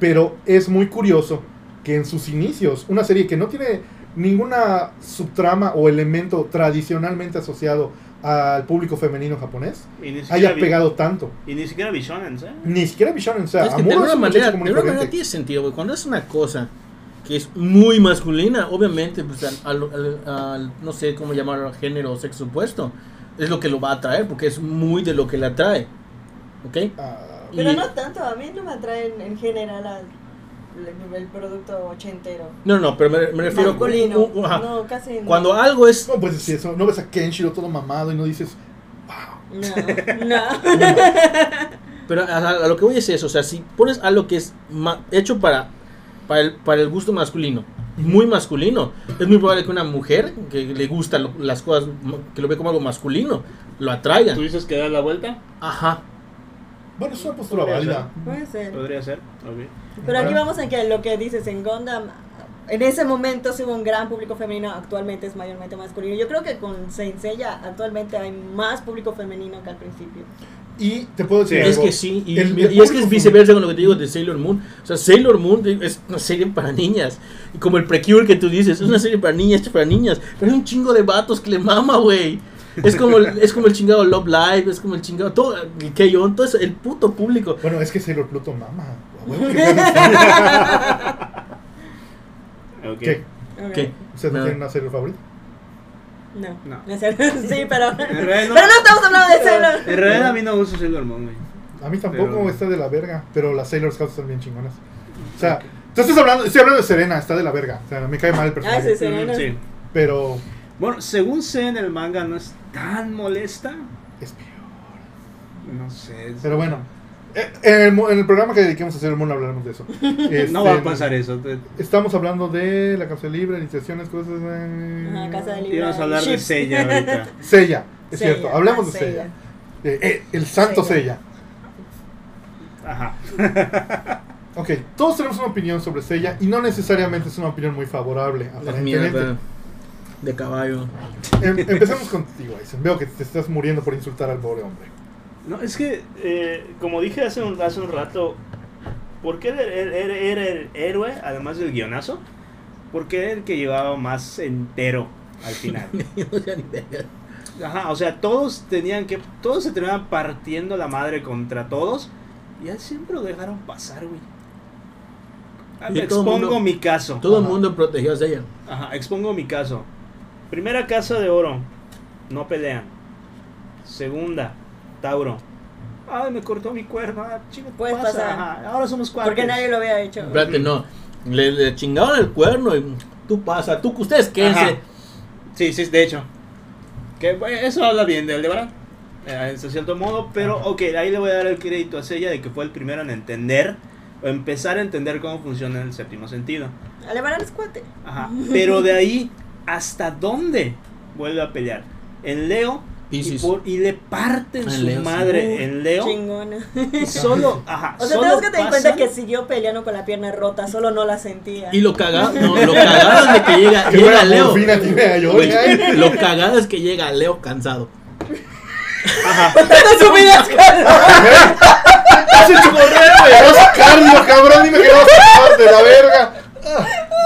S1: Pero es muy curioso que en sus inicios, una serie que no tiene ninguna subtrama o elemento tradicionalmente asociado al público femenino japonés,
S4: Y ni siquiera
S1: haya
S4: vi-
S1: pegado tanto.
S4: Y ni siquiera Visionens, ¿eh?
S1: Ni siquiera Vision, o sea,
S2: es que de
S1: Amuro
S2: alguna
S1: es un
S2: manera,
S1: muchacho
S2: de
S1: común y
S2: alguna manera
S1: corriente.
S2: tiene sentido, güey. Cuando es una cosa que es muy masculina, obviamente, pues al, al- al- al- no sé cómo llamarlo, género o sexo opuesto, es lo que lo va a atraer, porque es muy de lo que le atrae. ¿Ok?
S1: Ah,
S3: Pero
S2: Y-
S3: no tanto, a mí no me atraen en general al, el, el producto ochentero.
S2: No, no, pero me, me refiero.
S3: Masculino.
S2: uh, uh, ajá.
S3: no, casi no.
S2: Cuando algo es.
S1: no puedes decir pues eso, no ves a Kenshiro todo mamado y no dices,
S3: No, no.
S2: Pero a, a- a lo que voy es eso, o sea, si pones algo que es ma- hecho para, para, el, para el gusto masculino, muy masculino, es muy probable que una mujer que le gusta lo- las cosas, ma- que lo ve como algo masculino, lo atraiga.
S4: ¿Tú dices que da la vuelta?
S2: Ajá.
S1: bueno, es una postura válida.
S3: Puede ser.
S4: Podría ser. ok.
S3: Pero aquí vamos en que lo que dices en Gundam, en ese momento sí hubo un gran público femenino, actualmente es mayormente masculino. Yo creo que con Saint Seiya actualmente hay más público femenino que al principio.
S1: Y te puedo decir
S2: Es
S1: algo.
S2: que sí, y,
S1: El-
S2: y
S1: el
S2: es que es
S1: público-
S2: viceversa con lo que te digo de Sailor Moon. O sea, Sailor Moon digo, es una serie para niñas. Y como el Precure que tú dices, es una serie para niñas, esto es para niñas. Pero es un chingo de vatos que le mama, güey. Es como, el, es como el chingado Love Live, es como el chingado. Todo, el K-On, todo eso, el puto público.
S1: Bueno, es que Sailor Pluto mama. A huevo que-
S4: Ok.
S1: ¿Qué?
S3: Ok.
S2: ¿Qué?
S1: ¿Ustedes no
S2: No.
S1: tienen una Sailor favorita?
S3: No.
S4: No.
S3: No es cierto. Sí, pero.
S4: En
S3: pero
S4: realidad no-
S3: no estamos hablando de Sailor.
S4: En realidad a mí no uso Sailor Moon, güey.
S1: A mí tampoco
S4: Pero-
S1: está de la verga, pero las Sailor Scouts están bien chingonas. O sea, tú estás hablando, estoy hablando de Serena, está de la verga. O sea, me cae mal el
S3: Ah,
S1: personaje.
S3: sí, Serena.
S4: Sí.
S1: Pero
S4: Bueno, según sé en el manga no es tan molesta.
S1: es peor.
S4: No sé. es-
S1: Pero bueno, eh, en, el, mo- en el programa que dediquemos a hacer el mono hablaremos de eso.
S6: No va a
S1: Este,
S6: pasar eso. te-
S1: Estamos hablando de la casa libre, iniciaciones, cosas. eh,
S3: Ajá, Casa de Libra.
S6: Íbamos a hablar de
S3: Chips.
S6: Sella ahorita.
S1: Sella, es
S3: Sella,
S1: cierto, hablamos
S3: ah,
S1: de Sella. Eh, eh, el santo
S3: Sella.
S1: Sella.
S6: Ajá.
S1: Ok, todos tenemos una opinión sobre Sella y no necesariamente es una opinión muy favorable.
S2: La
S1: Aparentemente.
S2: mierda de caballo.
S1: Em- empecemos contigo, Aizen. Veo que te estás muriendo por insultar al pobre hombre.
S4: No, es que, eh, como dije hace un, hace un rato, ¿por qué era, era- era el héroe, además del guionazo? Porque era el que llevaba más entero al final.
S2: No sé ni verga.
S4: Ajá, o sea, todos tenían que. Todos se terminaban partiendo la madre contra todos. Y él siempre lo dejaron pasar, güey. Ah,
S2: Y todo
S4: Expongo
S2: mundo-
S4: mi caso.
S2: Todo el
S1: Ajá.
S2: mundo protegió a ella.
S4: Ajá, expongo mi caso. Primera casa de oro. No pelean. Segunda, Tauro. Ay, me cortó mi cuerno. Ah, chinga,
S3: Puedes
S4: pasa.
S3: pasar.
S4: Ajá, ahora somos cuatro.
S3: Porque nadie lo había hecho.
S2: Espérate, no. Le, le chingaban el cuerno y tú pasa, tú, ustedes quédense.
S4: Ajá. Sí, sí, de hecho. Que bueno, eso habla bien de Aldebarán. eh, En cierto modo, pero ok, ahí le voy a dar el crédito a Sella de que fue el primero en entender o empezar a entender cómo funciona el séptimo sentido.
S3: Alebarán es cuate.
S4: Ajá. Pero de ahí, ¿hasta dónde vuelve a pelear? En Leo y,
S2: Piscis.
S4: por- y le parten
S2: En
S4: su
S2: Ah, Leo, sí.
S4: madre
S3: Uh,
S4: en Leo.
S3: Chingona.
S4: Y solo, ajá.
S3: O sea,
S4: solo
S3: tenemos que tener en cuenta
S4: pasan-
S3: que siguió peleando con la pierna rota, solo no la sentía.
S2: Y lo cagado, no, lo cagado es de que llega,
S1: Qué
S2: llega
S1: buena
S2: Leo.
S1: morfina tiene
S2: Güey,
S1: Ayoria, ¿eh?
S2: lo cagado es que llega Leo cansado.
S3: Tantas subidas, Carlos.
S1: ¡Has hecho correr, güey! ¡Vas cardio, cabrón! ¡Dime que no vas a pasar de la verga!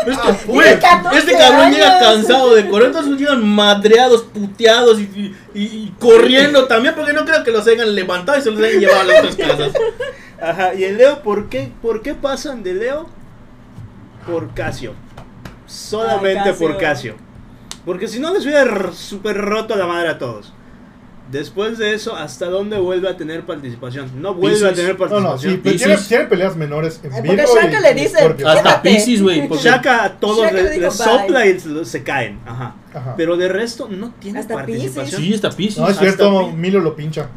S2: Este,
S1: tiene
S2: güey,
S3: 14
S2: este cabrón llega
S3: años.
S2: cansado de correr, entonces llegan madreados, puteados y, y- y corriendo también, porque no creo que los hayan levantado y se los hayan llevado a las otras casas.
S4: Ajá, y en Leo, ¿por qué, ¿por qué pasan de Leo? Por Casio. Solamente
S3: Ay, Casio.
S4: por Casio. Porque si no les hubiera r- super roto la madre a todos. Después de eso, ¿hasta dónde vuelve a tener participación? No vuelve a
S2: Piscis.
S4: tener
S1: No, no, sí,
S4: participación.
S1: pero tiene,
S2: Piscis.
S1: tiene peleas menores en
S3: Porque
S1: Virgo
S3: Shaka
S1: y
S3: le
S1: en
S3: dice-
S1: Escorpio.
S2: Hasta
S3: Quédate.
S2: Pisces, güey. porque-
S4: Shaka a todos
S3: Shaka
S4: le-
S3: le
S4: les
S3: dijo bye.
S4: sopla y se- se caen. Ajá.
S1: Ajá.
S4: Pero de resto no tiene
S3: Hasta
S4: participación.
S2: Ah. Sí, está Pisces.
S1: No, es
S4: hasta
S1: cierto,
S4: Pi-
S1: Milo lo pincha.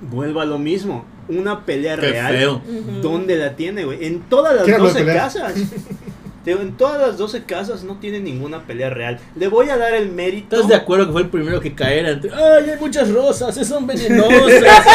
S4: Vuelve a lo mismo. Una pelea
S2: Qué
S4: real.
S2: feo.
S3: Ujú.
S4: ¿Dónde la tiene, güey? En todas las
S1: ¿Quién habló de
S4: 12
S1: peleas?
S4: casas. Te digo, en todas las 12 casas no tiene ninguna pelea real. Le voy a dar el mérito.
S2: ¿Estás de acuerdo que fue el primero que caera? entre- Ay, hay muchas rosas, esas son venenosas.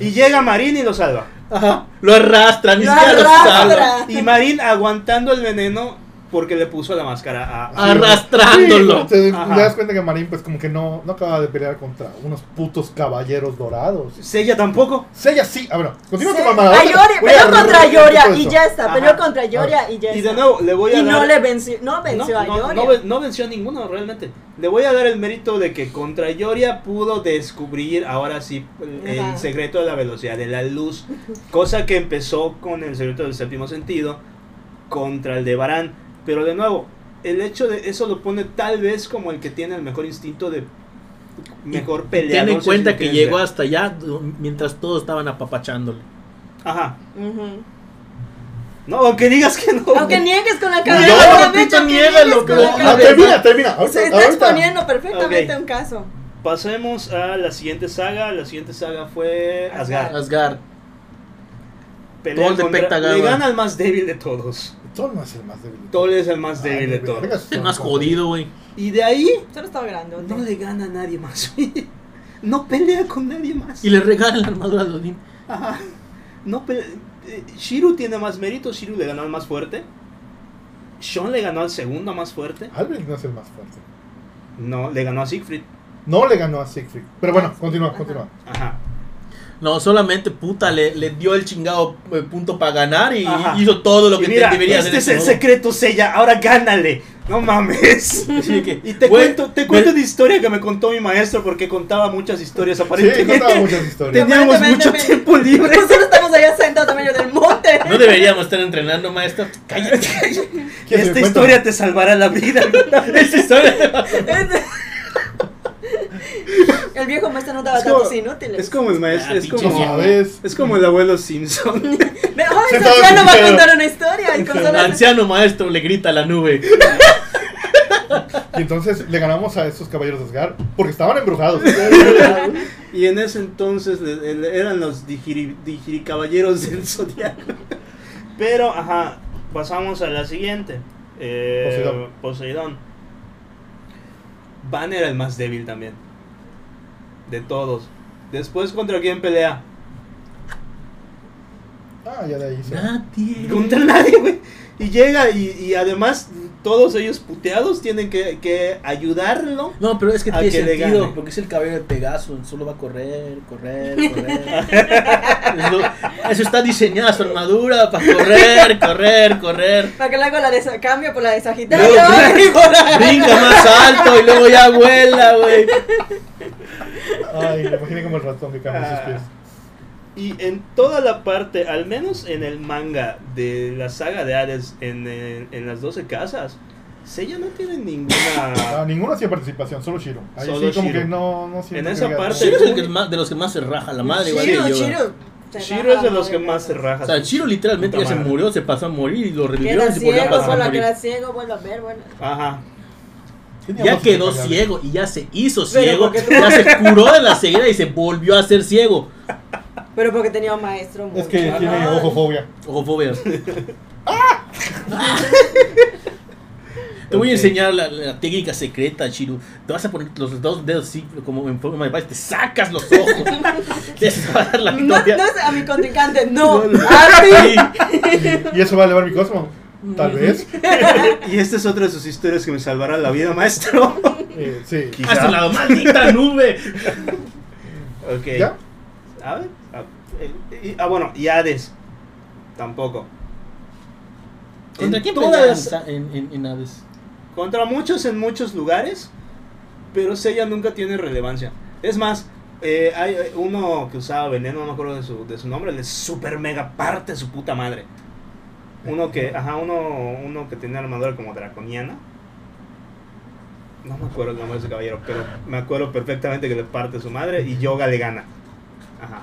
S4: Y llega Marín y lo salva.
S2: Ajá, Lo arrastran, ni
S3: Lo
S2: siquiera lo
S3: arrastran.
S2: salvan.
S3: Ah.
S4: Y Marín aguantando el veneno porque le puso la máscara a. a-
S2: Arrastrándolo.
S1: Sí, te, te
S4: Ajá.
S1: das cuenta que Marín, pues, como que no, no acaba de pelear contra unos putos caballeros dorados.
S4: Sella tampoco.
S1: Sella sí, a ver, continúa
S3: Sí.
S1: tu mamada.
S3: A Yoria,
S1: Voy a
S3: peleó contra
S1: arreglar un
S3: Yoria
S1: poquito
S3: y
S1: eso.
S3: ya está.
S4: Ajá.
S3: Peleó contra Yoria y ya está.
S4: Y de nuevo, le voy a
S3: Y
S4: dar.
S3: no le venció. No venció a
S4: no, no,
S3: Yoria.
S4: no ven- no venció a ninguno realmente. Le voy a dar el mérito de que contra Yoria pudo descubrir ahora sí el- el
S3: Ajá.
S4: secreto de la velocidad de la luz, cosa que empezó con el secreto del séptimo sentido contra el de Barán. Pero de nuevo, el hecho de eso lo pone tal vez como el que tiene el mejor instinto de mejor pelear.
S2: Ten en cuenta que llegó hasta allá du- mientras todos estaban apapachándole.
S4: Ajá.
S3: Ujú.
S4: No, aunque digas que no.
S3: Aunque niegues con la
S2: No,
S3: cabeza. la
S2: papito,
S3: fecha que
S2: niégalo,
S3: niegues con
S2: pero-
S3: la
S2: Ah,
S1: No,
S3: cabeza.
S1: termina, termina. Ahorita,
S3: Se está
S1: ahorita.
S3: exponiendo perfectamente
S4: Ok.
S3: un caso.
S4: Pasemos a la siguiente saga. La siguiente saga fue Asgard.
S2: Asgard.
S4: Pelea
S2: Tol de
S4: contra-
S2: Pentagama.
S4: Le gana al más débil de todos.
S1: Tol no es el más débil.
S4: Tol es el más
S1: Ay,
S4: débil de
S1: mi
S4: todos.
S1: verga,
S2: El más jodido, güey.
S4: Y de ahí
S3: Solo estaba grandote.
S4: no le gana a nadie más. no pelea con nadie más.
S2: Y le regala la armadura de Odín.
S4: Ajá. No pelea. eh, Shiru tiene más mérito. Shiru le ganó al más fuerte. Sean le ganó al segundo más fuerte.
S1: Albrecht no es el más fuerte.
S4: No, le ganó a Siegfried.
S1: No le ganó a Siegfried. Pero bueno, continúa, continúa.
S4: Ajá.
S2: No, solamente puta, le, le dio el chingado eh, punto para ganar y
S4: Ajá.
S2: hizo todo lo que
S4: Y
S2: te-
S4: mira,
S2: debería
S4: este es
S2: hacer.
S4: el secreto, Sella. Ahora gánale. No mames.
S2: Así que,
S4: Y te
S2: güey,
S4: cuento, te
S2: me-
S4: cuento una historia que me contó mi maestro porque contaba muchas historias
S1: Sí,
S4: aparentemente.
S1: contaba muchas historias.
S4: Teníamos
S3: Aparentemente,
S4: mucho
S3: me-
S4: tiempo libre.
S3: Nosotros estamos allá sentados en medio del monte.
S2: No deberíamos estar entrenando, maestro. Cállate.
S1: ¿Quién se
S4: Esta
S1: dio cuenta?
S4: historia te salvará la vida.
S2: Esa historia te va-
S3: El viejo maestro no daba
S4: Es como-
S3: datos inútiles.
S4: Es como el maestro,
S2: Ah,
S4: es
S2: pinche
S1: Ya
S4: como,
S1: ves.
S4: es como el abuelo Simpson.
S3: Ve, Ay,
S1: Sentado en
S3: Santiago
S1: su
S3: va a
S1: piedra.
S3: contar una historia. Y con
S2: El
S3: solo-
S2: anciano maestro le grita a la nube.
S1: Entonces le ganamos a esos caballeros de Asgard porque estaban embrujados.
S4: Y en ese entonces le- el- eran los digiri- digiricaballeros del zodiaco.
S5: Pero, ajá, pasamos a la siguiente. Eh,
S1: Poseidón.
S5: Poseidón.
S4: Van era el más débil también. De todos. Después, ¿contra quién pelea?
S1: Ah, ya de ahí. sí.
S2: Nadie.
S4: Contra nadie, güey. Y llega y, y además todos ellos puteados tienen que, que ayudarlo.
S2: No, pero es que
S4: A
S2: tiene
S4: que le
S2: sentido,
S4: gane.
S2: porque es el cabello de Pegaso, solo va a correr, correr, correr. Es lo- eso está diseñada su armadura para correr, correr, correr.
S3: Para que luego la de, cambio por la de Sagitario.
S2: Luego brinca más alto y luego ya vuela, güey.
S1: Ay, me imaginé como el ratón que cambia sus pies.
S5: Ah. Y en toda la parte, al menos en el manga de la saga de Hades en, eh, en las 12 casas, Seiya no tiene
S1: Ah,
S5: ninguna...
S1: ninguno hacía participación, solo Shiro. Ahí
S5: Solo
S1: sí, como
S5: Shiro.
S1: que no, no siento
S5: En esa
S1: que-
S5: parte-
S2: Shiro es el que más- de los que más se raja la madre, igual que
S3: Chiro,
S2: yo.
S3: Chiro. Se
S5: Shiro
S3: raja
S5: es de
S3: la
S5: los que
S3: madre,
S5: más se
S3: cabrón.
S5: raja.
S2: O sea, Chiro literalmente
S5: Puta
S2: ya se
S5: madre.
S2: murió, se pasó a morir y lo revivieron
S3: Queda
S2: y se volvió a
S3: ciego,
S2: pasar a
S3: vuelve a
S2: morir.
S3: quedar ciego, vuelve a ver, vuelve a-
S5: Ajá.
S1: Tenía
S2: Ya
S1: dos
S2: quedó
S1: hijos, ya.
S2: ciego y ya se hizo
S3: Pero
S2: ciego,
S3: porque tú-
S2: ya se curó de la ceguera y se volvió a ser ciego.
S3: Pero porque tenía un maestro muy
S1: Es que
S5: Ah.
S3: chingón.
S1: tiene ojofobia.
S2: Ojo, fobia. Te voy a enseñar la, la técnica secreta, Chiru. Te vas a poner los dos dedos así, como en forma de paz, te sacas los ojos. Te va a dar la
S3: No,
S2: gloria.
S3: no es a mi contrincante, no.
S2: Sí.
S1: ¿Y eso va a elevar mi cosmo?
S3: Mm.
S4: Mm.
S1: Tal vez.
S4: Y esta es otra de sus historias que me salvará la vida, maestro.
S1: Eh, sí.
S2: Hasta la maldita nube.
S5: Ok.
S1: ¿Ya?
S5: A ver. Ah, eh, y- ah, bueno, y Hades. Tampoco.
S2: ¿Contra
S5: En
S2: quién
S5: todas
S2: pelean
S5: las-
S2: en, en, en Hades?
S5: Contra muchos en muchos lugares, pero Seiya nunca tiene relevancia. Es más, eh, hay eh, uno que usaba veneno, no me acuerdo de su, de su nombre, le super mega parte su puta madre. Uno que, ajá, uno, uno que tenía armadura como draconiana. No me acuerdo el nombre de ese caballero, pero me acuerdo perfectamente que le parte su madre y Yoga le gana. Ajá.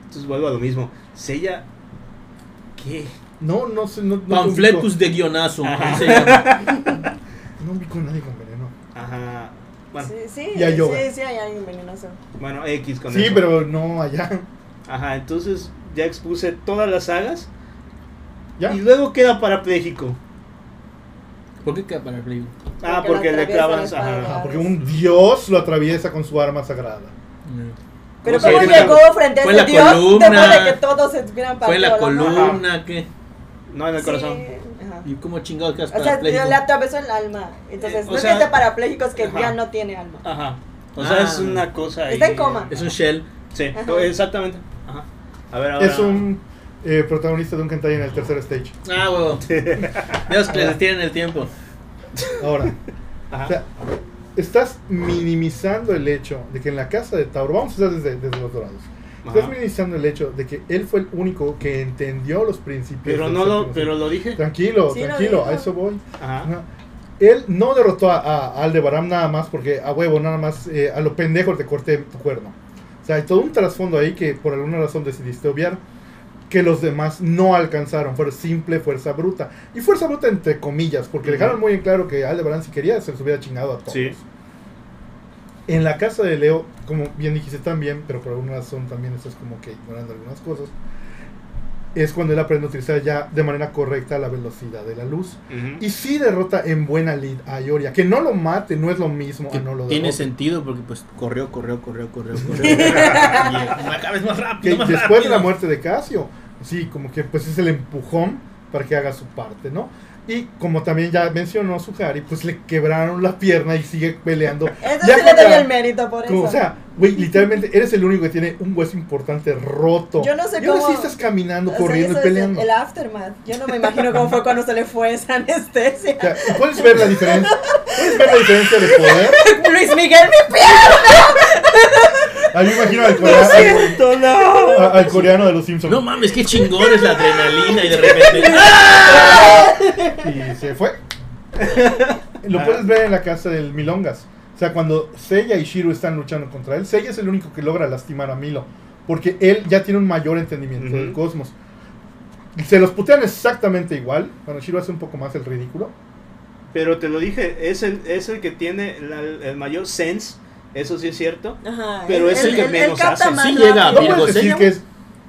S5: Entonces vuelvo a lo mismo. Seiya, ¿qué?
S1: No, no sé. No, no
S2: Panfletus de guionazo.
S5: Ajá.
S2: así se llama.
S1: ubico- No ubico a nadie con veneno.
S5: Ajá. Bueno,
S3: Sí, sí,
S1: Y a yoga.
S3: sí, sí, hay alguien venenoso.
S5: bueno, X con
S1: Sí,
S5: eso.
S1: pero no allá.
S5: Ajá, entonces ya expuse todas las sagas.
S1: ¿Ya?
S5: Y luego queda parapléjico.
S2: ¿Por qué queda para el río?
S5: Ah,
S3: Porque
S5: porque
S3: lo
S5: le
S3: atraviesa la
S5: clavas.
S3: espada.
S5: Ajá.
S1: Ah, porque un dios lo atraviesa con su arma sagrada.
S3: Pero
S5: ¿Cómo
S3: cómo
S5: se llama?
S3: llegó frente a
S2: Fue
S3: ese
S2: la
S3: dios después
S2: columna.
S3: de que todos se estuvieran
S2: Fue la
S3: partiendo, ¿no?
S2: columna, ¿qué?
S5: No, en el
S3: Sí,
S5: corazón.
S3: ajá.
S2: ¿Y cómo chingado quedas
S3: O sea,
S2: para el
S3: le atravesó el alma. Entonces,
S5: Eh, o
S3: no es
S5: sea-
S3: que esté parapléjico, es que
S5: Ajá.
S3: ya no tiene alma.
S5: Ajá. O sea,
S2: Ah.
S5: es una cosa.
S3: Está
S5: ahí.
S3: en coma.
S2: Es un shell.
S5: Sí,
S3: Ajá.
S5: exactamente. Ajá. A ver, ahora.
S1: Es un eh, protagonista de un Kentai en el tercer stage.
S2: Ah, huevo. Dios que les tienen el tiempo.
S1: Ahora,
S5: Ajá.
S1: o sea, estás minimizando el hecho de que en la casa de Tauro, vamos a hacer desde, desde los dorados,
S5: Ajá.
S1: estás minimizando el hecho de que él fue el único que entendió los principios.
S5: Pero
S1: del
S5: no lo,
S1: séptimo
S5: pero lo dije.
S1: Tranquilo,
S3: Sí, lo
S1: tranquilo,
S3: dijo.
S1: a eso voy.
S5: Ajá.
S1: Ajá. Él no derrotó a, a Aldebarán nada más porque a huevo, nada más eh, a lo pendejo te corté tu cuerno. O sea, hay todo un trasfondo ahí que por alguna razón decidiste obviar que los demás no alcanzaron. Fue simple fuerza bruta. Y fuerza bruta entre comillas, porque
S5: Ujú.
S1: dejaron muy en claro que Aldebarán si quería se los hubiera chingado a todos.
S5: Sí.
S1: En la casa de Leo, como bien dijiste también, pero por alguna razón también estás como que ignorando algunas cosas, es cuando él aprende a utilizar ya de manera correcta la velocidad de la luz.
S5: Ujú.
S1: Y sí derrota en buena lid a Ioria. Que no lo mate no es lo mismo
S2: Que
S1: a no lo
S2: tiene
S1: derrote.
S2: sentido porque pues corrió, corrió, corrió, corrió, corrió. y, la cabeza más
S1: Que
S2: rápido, más
S1: después
S2: rápido.
S1: de la muerte de Casio, sí, como que pues es el empujón para que haga su parte, ¿no? Y como también ya mencionó Suhari, pues le quebraron la pierna y sigue peleando.
S3: Eso
S1: Ya
S3: sí le doy
S1: contra-
S3: el mérito por
S1: Como,
S3: eso.
S1: o sea, güey, literalmente eres el único que tiene un hueso importante roto.
S3: Yo no sé
S1: Y ahora
S3: cómo-
S1: sí estás caminando,
S3: O sea,
S1: corriendo y
S3: eso es
S1: peleando.
S3: El aftermath. Yo no me imagino cómo fue cuando se le fue esa anestesia.
S1: O sea, puedes ver la diferencia. Puedes ver la diferencia de poder.
S3: Luis Miguel, mi pie.
S1: Ahí me imagino al coreano,
S5: ¡Esto no!
S1: al, al coreano de los Simpsons.
S2: No mames, qué chingón es la adrenalina y de repente.
S1: y se fue. Lo puedes ver en la casa del Milongas. O sea, cuando Seiya y Shiro están luchando contra él, Seiya es el único que logra lastimar a Milo. Porque él ya tiene un mayor entendimiento del
S5: Ujú.
S1: cosmos. Se los putean exactamente igual. Bueno, Shiro hace un poco más el ridículo.
S4: Pero te lo dije, es el, es el que tiene la- el mayor sense, eso sí es cierto.
S3: Ajá,
S4: Pero
S3: él-
S4: es el
S3: él-
S4: que
S3: él- él
S4: menos
S3: capta
S4: hace.
S3: más
S2: Sí
S3: la-
S2: llega a
S1: No
S2: Virgo
S1: puedes decir
S2: Seña.
S1: que es.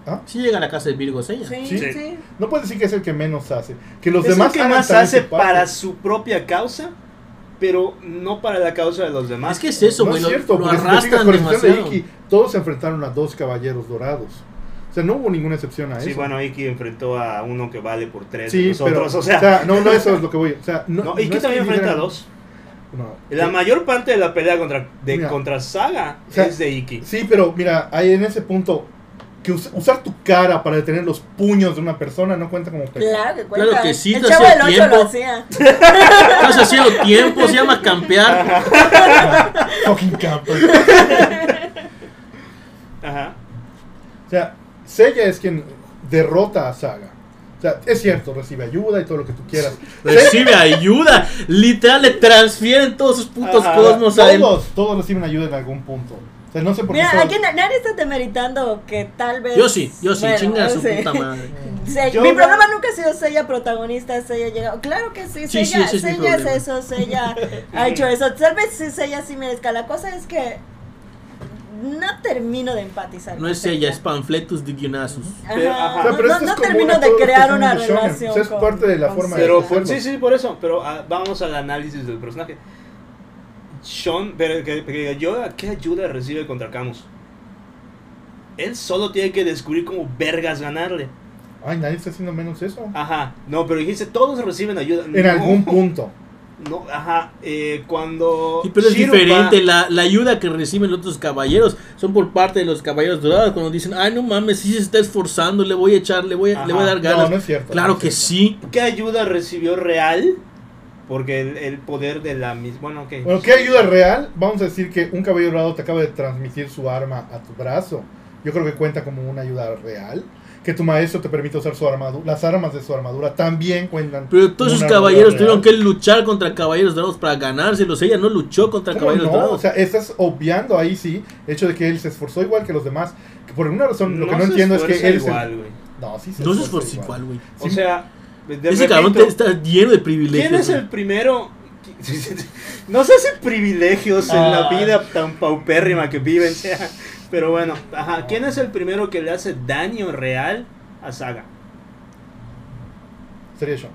S1: ¿Ah?
S2: Sí llega a la casa de Virgo Seña.
S3: Sí,
S1: Sí.
S3: sí.
S1: No puedes decir que es el que menos hace. Que los
S4: es
S1: demás
S4: el que
S1: hagan
S4: más
S1: también
S4: hace
S1: su parte.
S4: para su propia causa, pero no para la causa de los demás.
S2: Es que es eso,
S1: no
S2: güey.
S1: es
S2: lo-
S1: cierto,
S2: lo,
S1: porque si te fijas
S2: arrastran
S1: con la excepción de
S2: demasiado.
S1: Iki, todos se enfrentaron a dos caballeros dorados. O sea, no hubo ninguna excepción a
S4: Sí,
S1: eso.
S4: bueno, Iki enfrentó a uno que vale por tres
S1: Sí,
S4: de nosotros,
S1: pero,
S4: o sea.
S1: no, no eso es lo que voy. O sea, no,
S4: no, Iki
S1: no es
S4: también
S1: que
S4: enfrenta a
S1: digan-
S4: dos.
S1: no. eh,
S4: La mayor parte de la pelea contra, de,
S1: Mira.
S4: contra Saga
S1: O sea,
S4: es de Iki.
S1: Sí, pero mira, ahí en ese punto, que us- usar tu cara para detener los puños de una persona no cuenta como pelea.
S3: Claro que cuenta.
S2: Claro que sí,
S3: El
S2: te
S3: chavo
S2: hacía
S3: del 8
S2: tiempo.
S3: lo hacía.
S2: Estás haciendo tiempo, se llama campear.
S1: Fucking camper.
S4: Ajá.
S1: O sea, Sella es quien derrota a Saga. O sea, es cierto, recibe ayuda y todo lo que tú quieras.
S2: Recibe ayuda. Literal, le transfieren todos sus putos
S4: Ajá,
S2: cosmos a él.
S1: todos, todos reciben ayuda en algún punto. O sea, no sé por qué.
S3: Mira,
S1: solo-
S3: aquí na- nadie está demeritando que tal vez.
S2: Yo sí, yo sí,
S3: Bueno,
S2: chinga a su
S3: sí.
S2: puta madre.
S3: Se-
S4: Yo
S3: mi
S4: no-
S3: problema nunca ha sido Sella protagonista, Sella llega. oh, Claro que sí,
S2: Sí, sí,
S3: Sella,
S2: ese es mi
S3: Sella es
S2: problema.
S3: eso, Sella ha hecho eso. Tal vez sí, Sella sí merezca. La cosa es que no termino de empatizar.
S2: No
S3: con
S2: es ella, es panfletus de Guionasus.
S3: Ajá,
S4: Pero, ajá.
S1: O sea,
S3: no-
S1: pero
S3: no,
S1: esto es
S3: no
S1: común a
S3: termino de
S1: todos los
S3: crear
S1: personajes
S3: una
S1: de shonen.
S3: relación.
S1: O sea, es
S3: con-
S1: parte de la
S3: con
S1: forma de-
S4: Pero
S1: Sí,
S3: Sella.
S4: fue-
S1: claro.
S4: sí, sí, por eso. Pero ah, vamos al análisis del personaje. Sean, pero que, que Yoda, ¿qué ayuda recibe contra Camus? Él solo tiene que descubrir cómo vergas ganarle.
S1: Ay, nadie está haciendo menos eso.
S4: Ajá. No, pero dijiste, todos reciben ayuda.
S1: En
S4: Ah, No,
S1: algún punto.
S4: No, ajá. eh, cuando.
S2: Sí, pero es
S4: Shiro
S2: diferente
S4: va-
S2: la, la ayuda que reciben los otros caballeros. Son por parte de los caballeros dorados cuando dicen, ay, no mames, sí se está esforzando, le voy a echar, le voy a, le voy a
S4: Ajá,
S2: dar ganas.
S1: No, no es cierto.
S2: claro
S1: no
S2: que
S1: es cierto.
S2: sí.
S4: ¿Qué ayuda recibió real? Porque el, el poder de la misma. Bueno, ok.
S1: Bueno, ¿qué ayuda real? Vamos a decir que un caballero dorado te acaba de transmitir su arma a tu brazo. Yo creo que cuenta como una ayuda real. Que tu maestro te permite usar su armadura. Las armas de su armadura también cuentan.
S2: Pero todos
S1: como
S2: esos
S1: una
S2: caballeros
S1: ayuda real.
S2: tuvieron que luchar contra caballeros dorados para ganárselos. Ella no luchó contra
S1: ¿Cómo
S2: caballeros
S1: no?
S2: dorados.
S1: O sea, estás obviando ahí sí el hecho de que él se esforzó igual que los demás. Que por alguna razón lo que no
S4: se
S1: entiendo es que
S4: esfuerza
S1: él es el-
S4: igual, güey.
S1: No, sí se
S2: no
S1: esfuerza
S2: se esforzó igual, güey.
S4: O sea, de
S2: Ese cabrón te-
S4: repito,
S2: está lleno de privilegios.
S4: ¿Quién es
S2: güey.
S4: el primero? No sé si privilegios en la
S1: Ah.
S4: vida tan paupérrima que viven sea, pero bueno, ajá, ¿quién es el primero que le hace daño real a Saga?
S1: Sería Sean.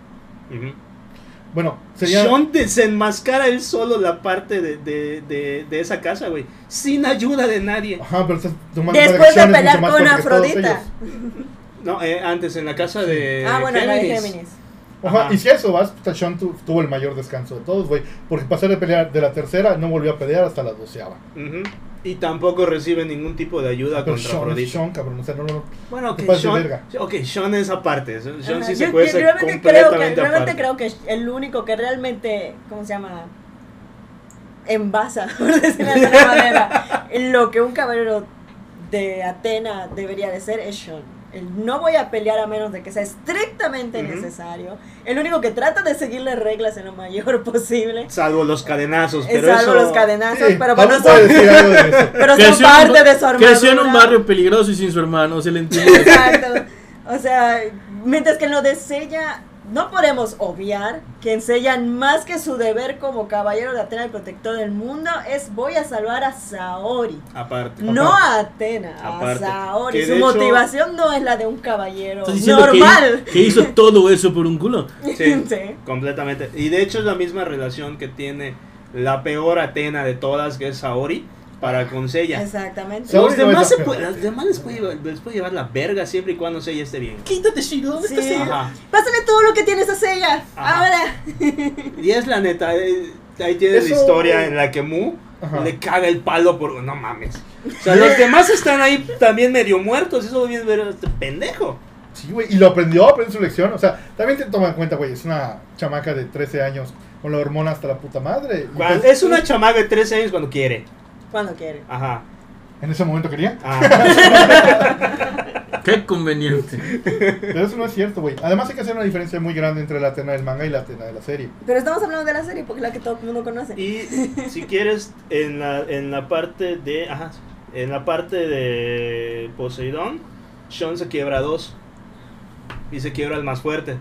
S1: Bueno, sería.
S4: Sean desenmascara él solo la parte de, de- de- de esa casa, güey, sin ayuda de nadie.
S1: Ajá, pero estás tomando en cuenta que
S3: Después de
S1: Sean es
S3: pelear
S1: mucho más
S3: con
S1: fuerte que todos
S3: Afrodita.
S1: ellos.
S4: No, eh, antes en la casa
S2: eh,
S4: de
S3: Ah, bueno, la de
S4: Géminis.
S3: Géminis.
S1: Ajá,
S4: Ajá.
S1: y si a eso vas, puta, Sean tu- tuvo el mayor descanso de todos, güey. Porque pasó de pelear de la tercera, no volvió a pelear hasta la doceava.
S4: Ujú. Y tampoco recibe ningún tipo de ayuda
S1: Pero
S4: Ah, contra
S1: Sean,
S4: Afrodita.
S1: Sean, cabrón, o sea, no, no, no.
S4: Bueno,
S1: Te
S4: que
S1: pasas de
S4: Sean,
S1: verga.
S4: ok, Sean es aparte. Sean
S3: Ajá,
S4: sí se
S3: yo-
S4: puede
S3: yo
S4: ser
S3: realmente creo que,
S4: completamente
S3: realmente
S4: aparte.
S3: creo que es el único que realmente, ¿cómo se llama? Envasa, por decirlo de alguna manera, lo que un caballero de Atena debería de ser es Sean. El no voy a pelear a menos de que sea estrictamente
S4: Ujú.
S3: necesario. El único que trata de seguir las reglas en lo mayor posible.
S4: Salvo los cadenazos, pero
S3: Eh, salvo
S4: eso...
S3: los cadenazos,
S1: Sí, pues,
S3: pero
S1: ¿cómo
S3: bueno,
S1: puedes
S3: son,
S1: decir algo de eso?
S3: pero son
S2: Creció en un
S3: parte
S2: ba-
S3: de su armadura.
S2: Creció en un barrio peligroso y sin su hermano, se le entiende.
S3: Exacto. O sea, mientras que en lo de Sella, no podemos obviar que en Sella, más que su deber como caballero de Atena, el protector del mundo, es voy a salvar a Saori.
S4: Aparte.
S3: No a Atena, a
S4: Aparte.
S3: Saori.
S4: Que
S3: Su
S4: de hecho-
S3: motivación no es la de un caballero
S2: Estás diciendo que,
S3: normal.
S2: que hizo todo eso por un culo.
S4: Sí,
S3: Sí.
S4: completamente. Y de hecho es la misma relación que tiene la peor Atena de todas, que es Saori, para con Seiya.
S3: Exactamente.
S1: Saori
S4: Los
S1: no es
S4: demás,
S1: la
S4: se
S1: peor.
S4: puede- las demás les, puede llevar, les puede llevar la verga siempre y cuando Seiya esté bien.
S2: Quítate, Shiro, ¿dónde
S3: Sí.
S2: estás?
S4: Ajá.
S3: Pásale todo lo que tienes a Sella.
S4: Ajá.
S3: Ahora.
S4: Y es la neta, eh, ahí tienes la
S1: Eso-
S4: historia en la que Mu
S1: Ajá.
S4: le caga el palo por... No mames. O sea, los demás están ahí también medio muertos, eso bien ver este pendejo.
S1: Sí, güey, y lo aprendió, aprendió su lección. O sea, también te toma en cuenta, güey, es una chamaca de 13 años con la hormona hasta la puta madre. Y
S4: Cuando-
S1: pues,
S4: es una chamaca de 13 años cuando quiere.
S3: Cuando quiere.
S4: Ajá.
S1: En ese momento quería.
S4: Ajá.
S2: Qué conveniente.
S1: Pero eso no es cierto, güey. Además hay que hacer una diferencia muy grande entre la tena del manga y la tena de la serie.
S3: Pero estamos hablando de la serie porque es la que todo el mundo conoce.
S4: Y si quieres, en la, en la parte de. Ajá. En la parte de Poseidón, Sean se quiebra a dos. Y se quiebra el más fuerte.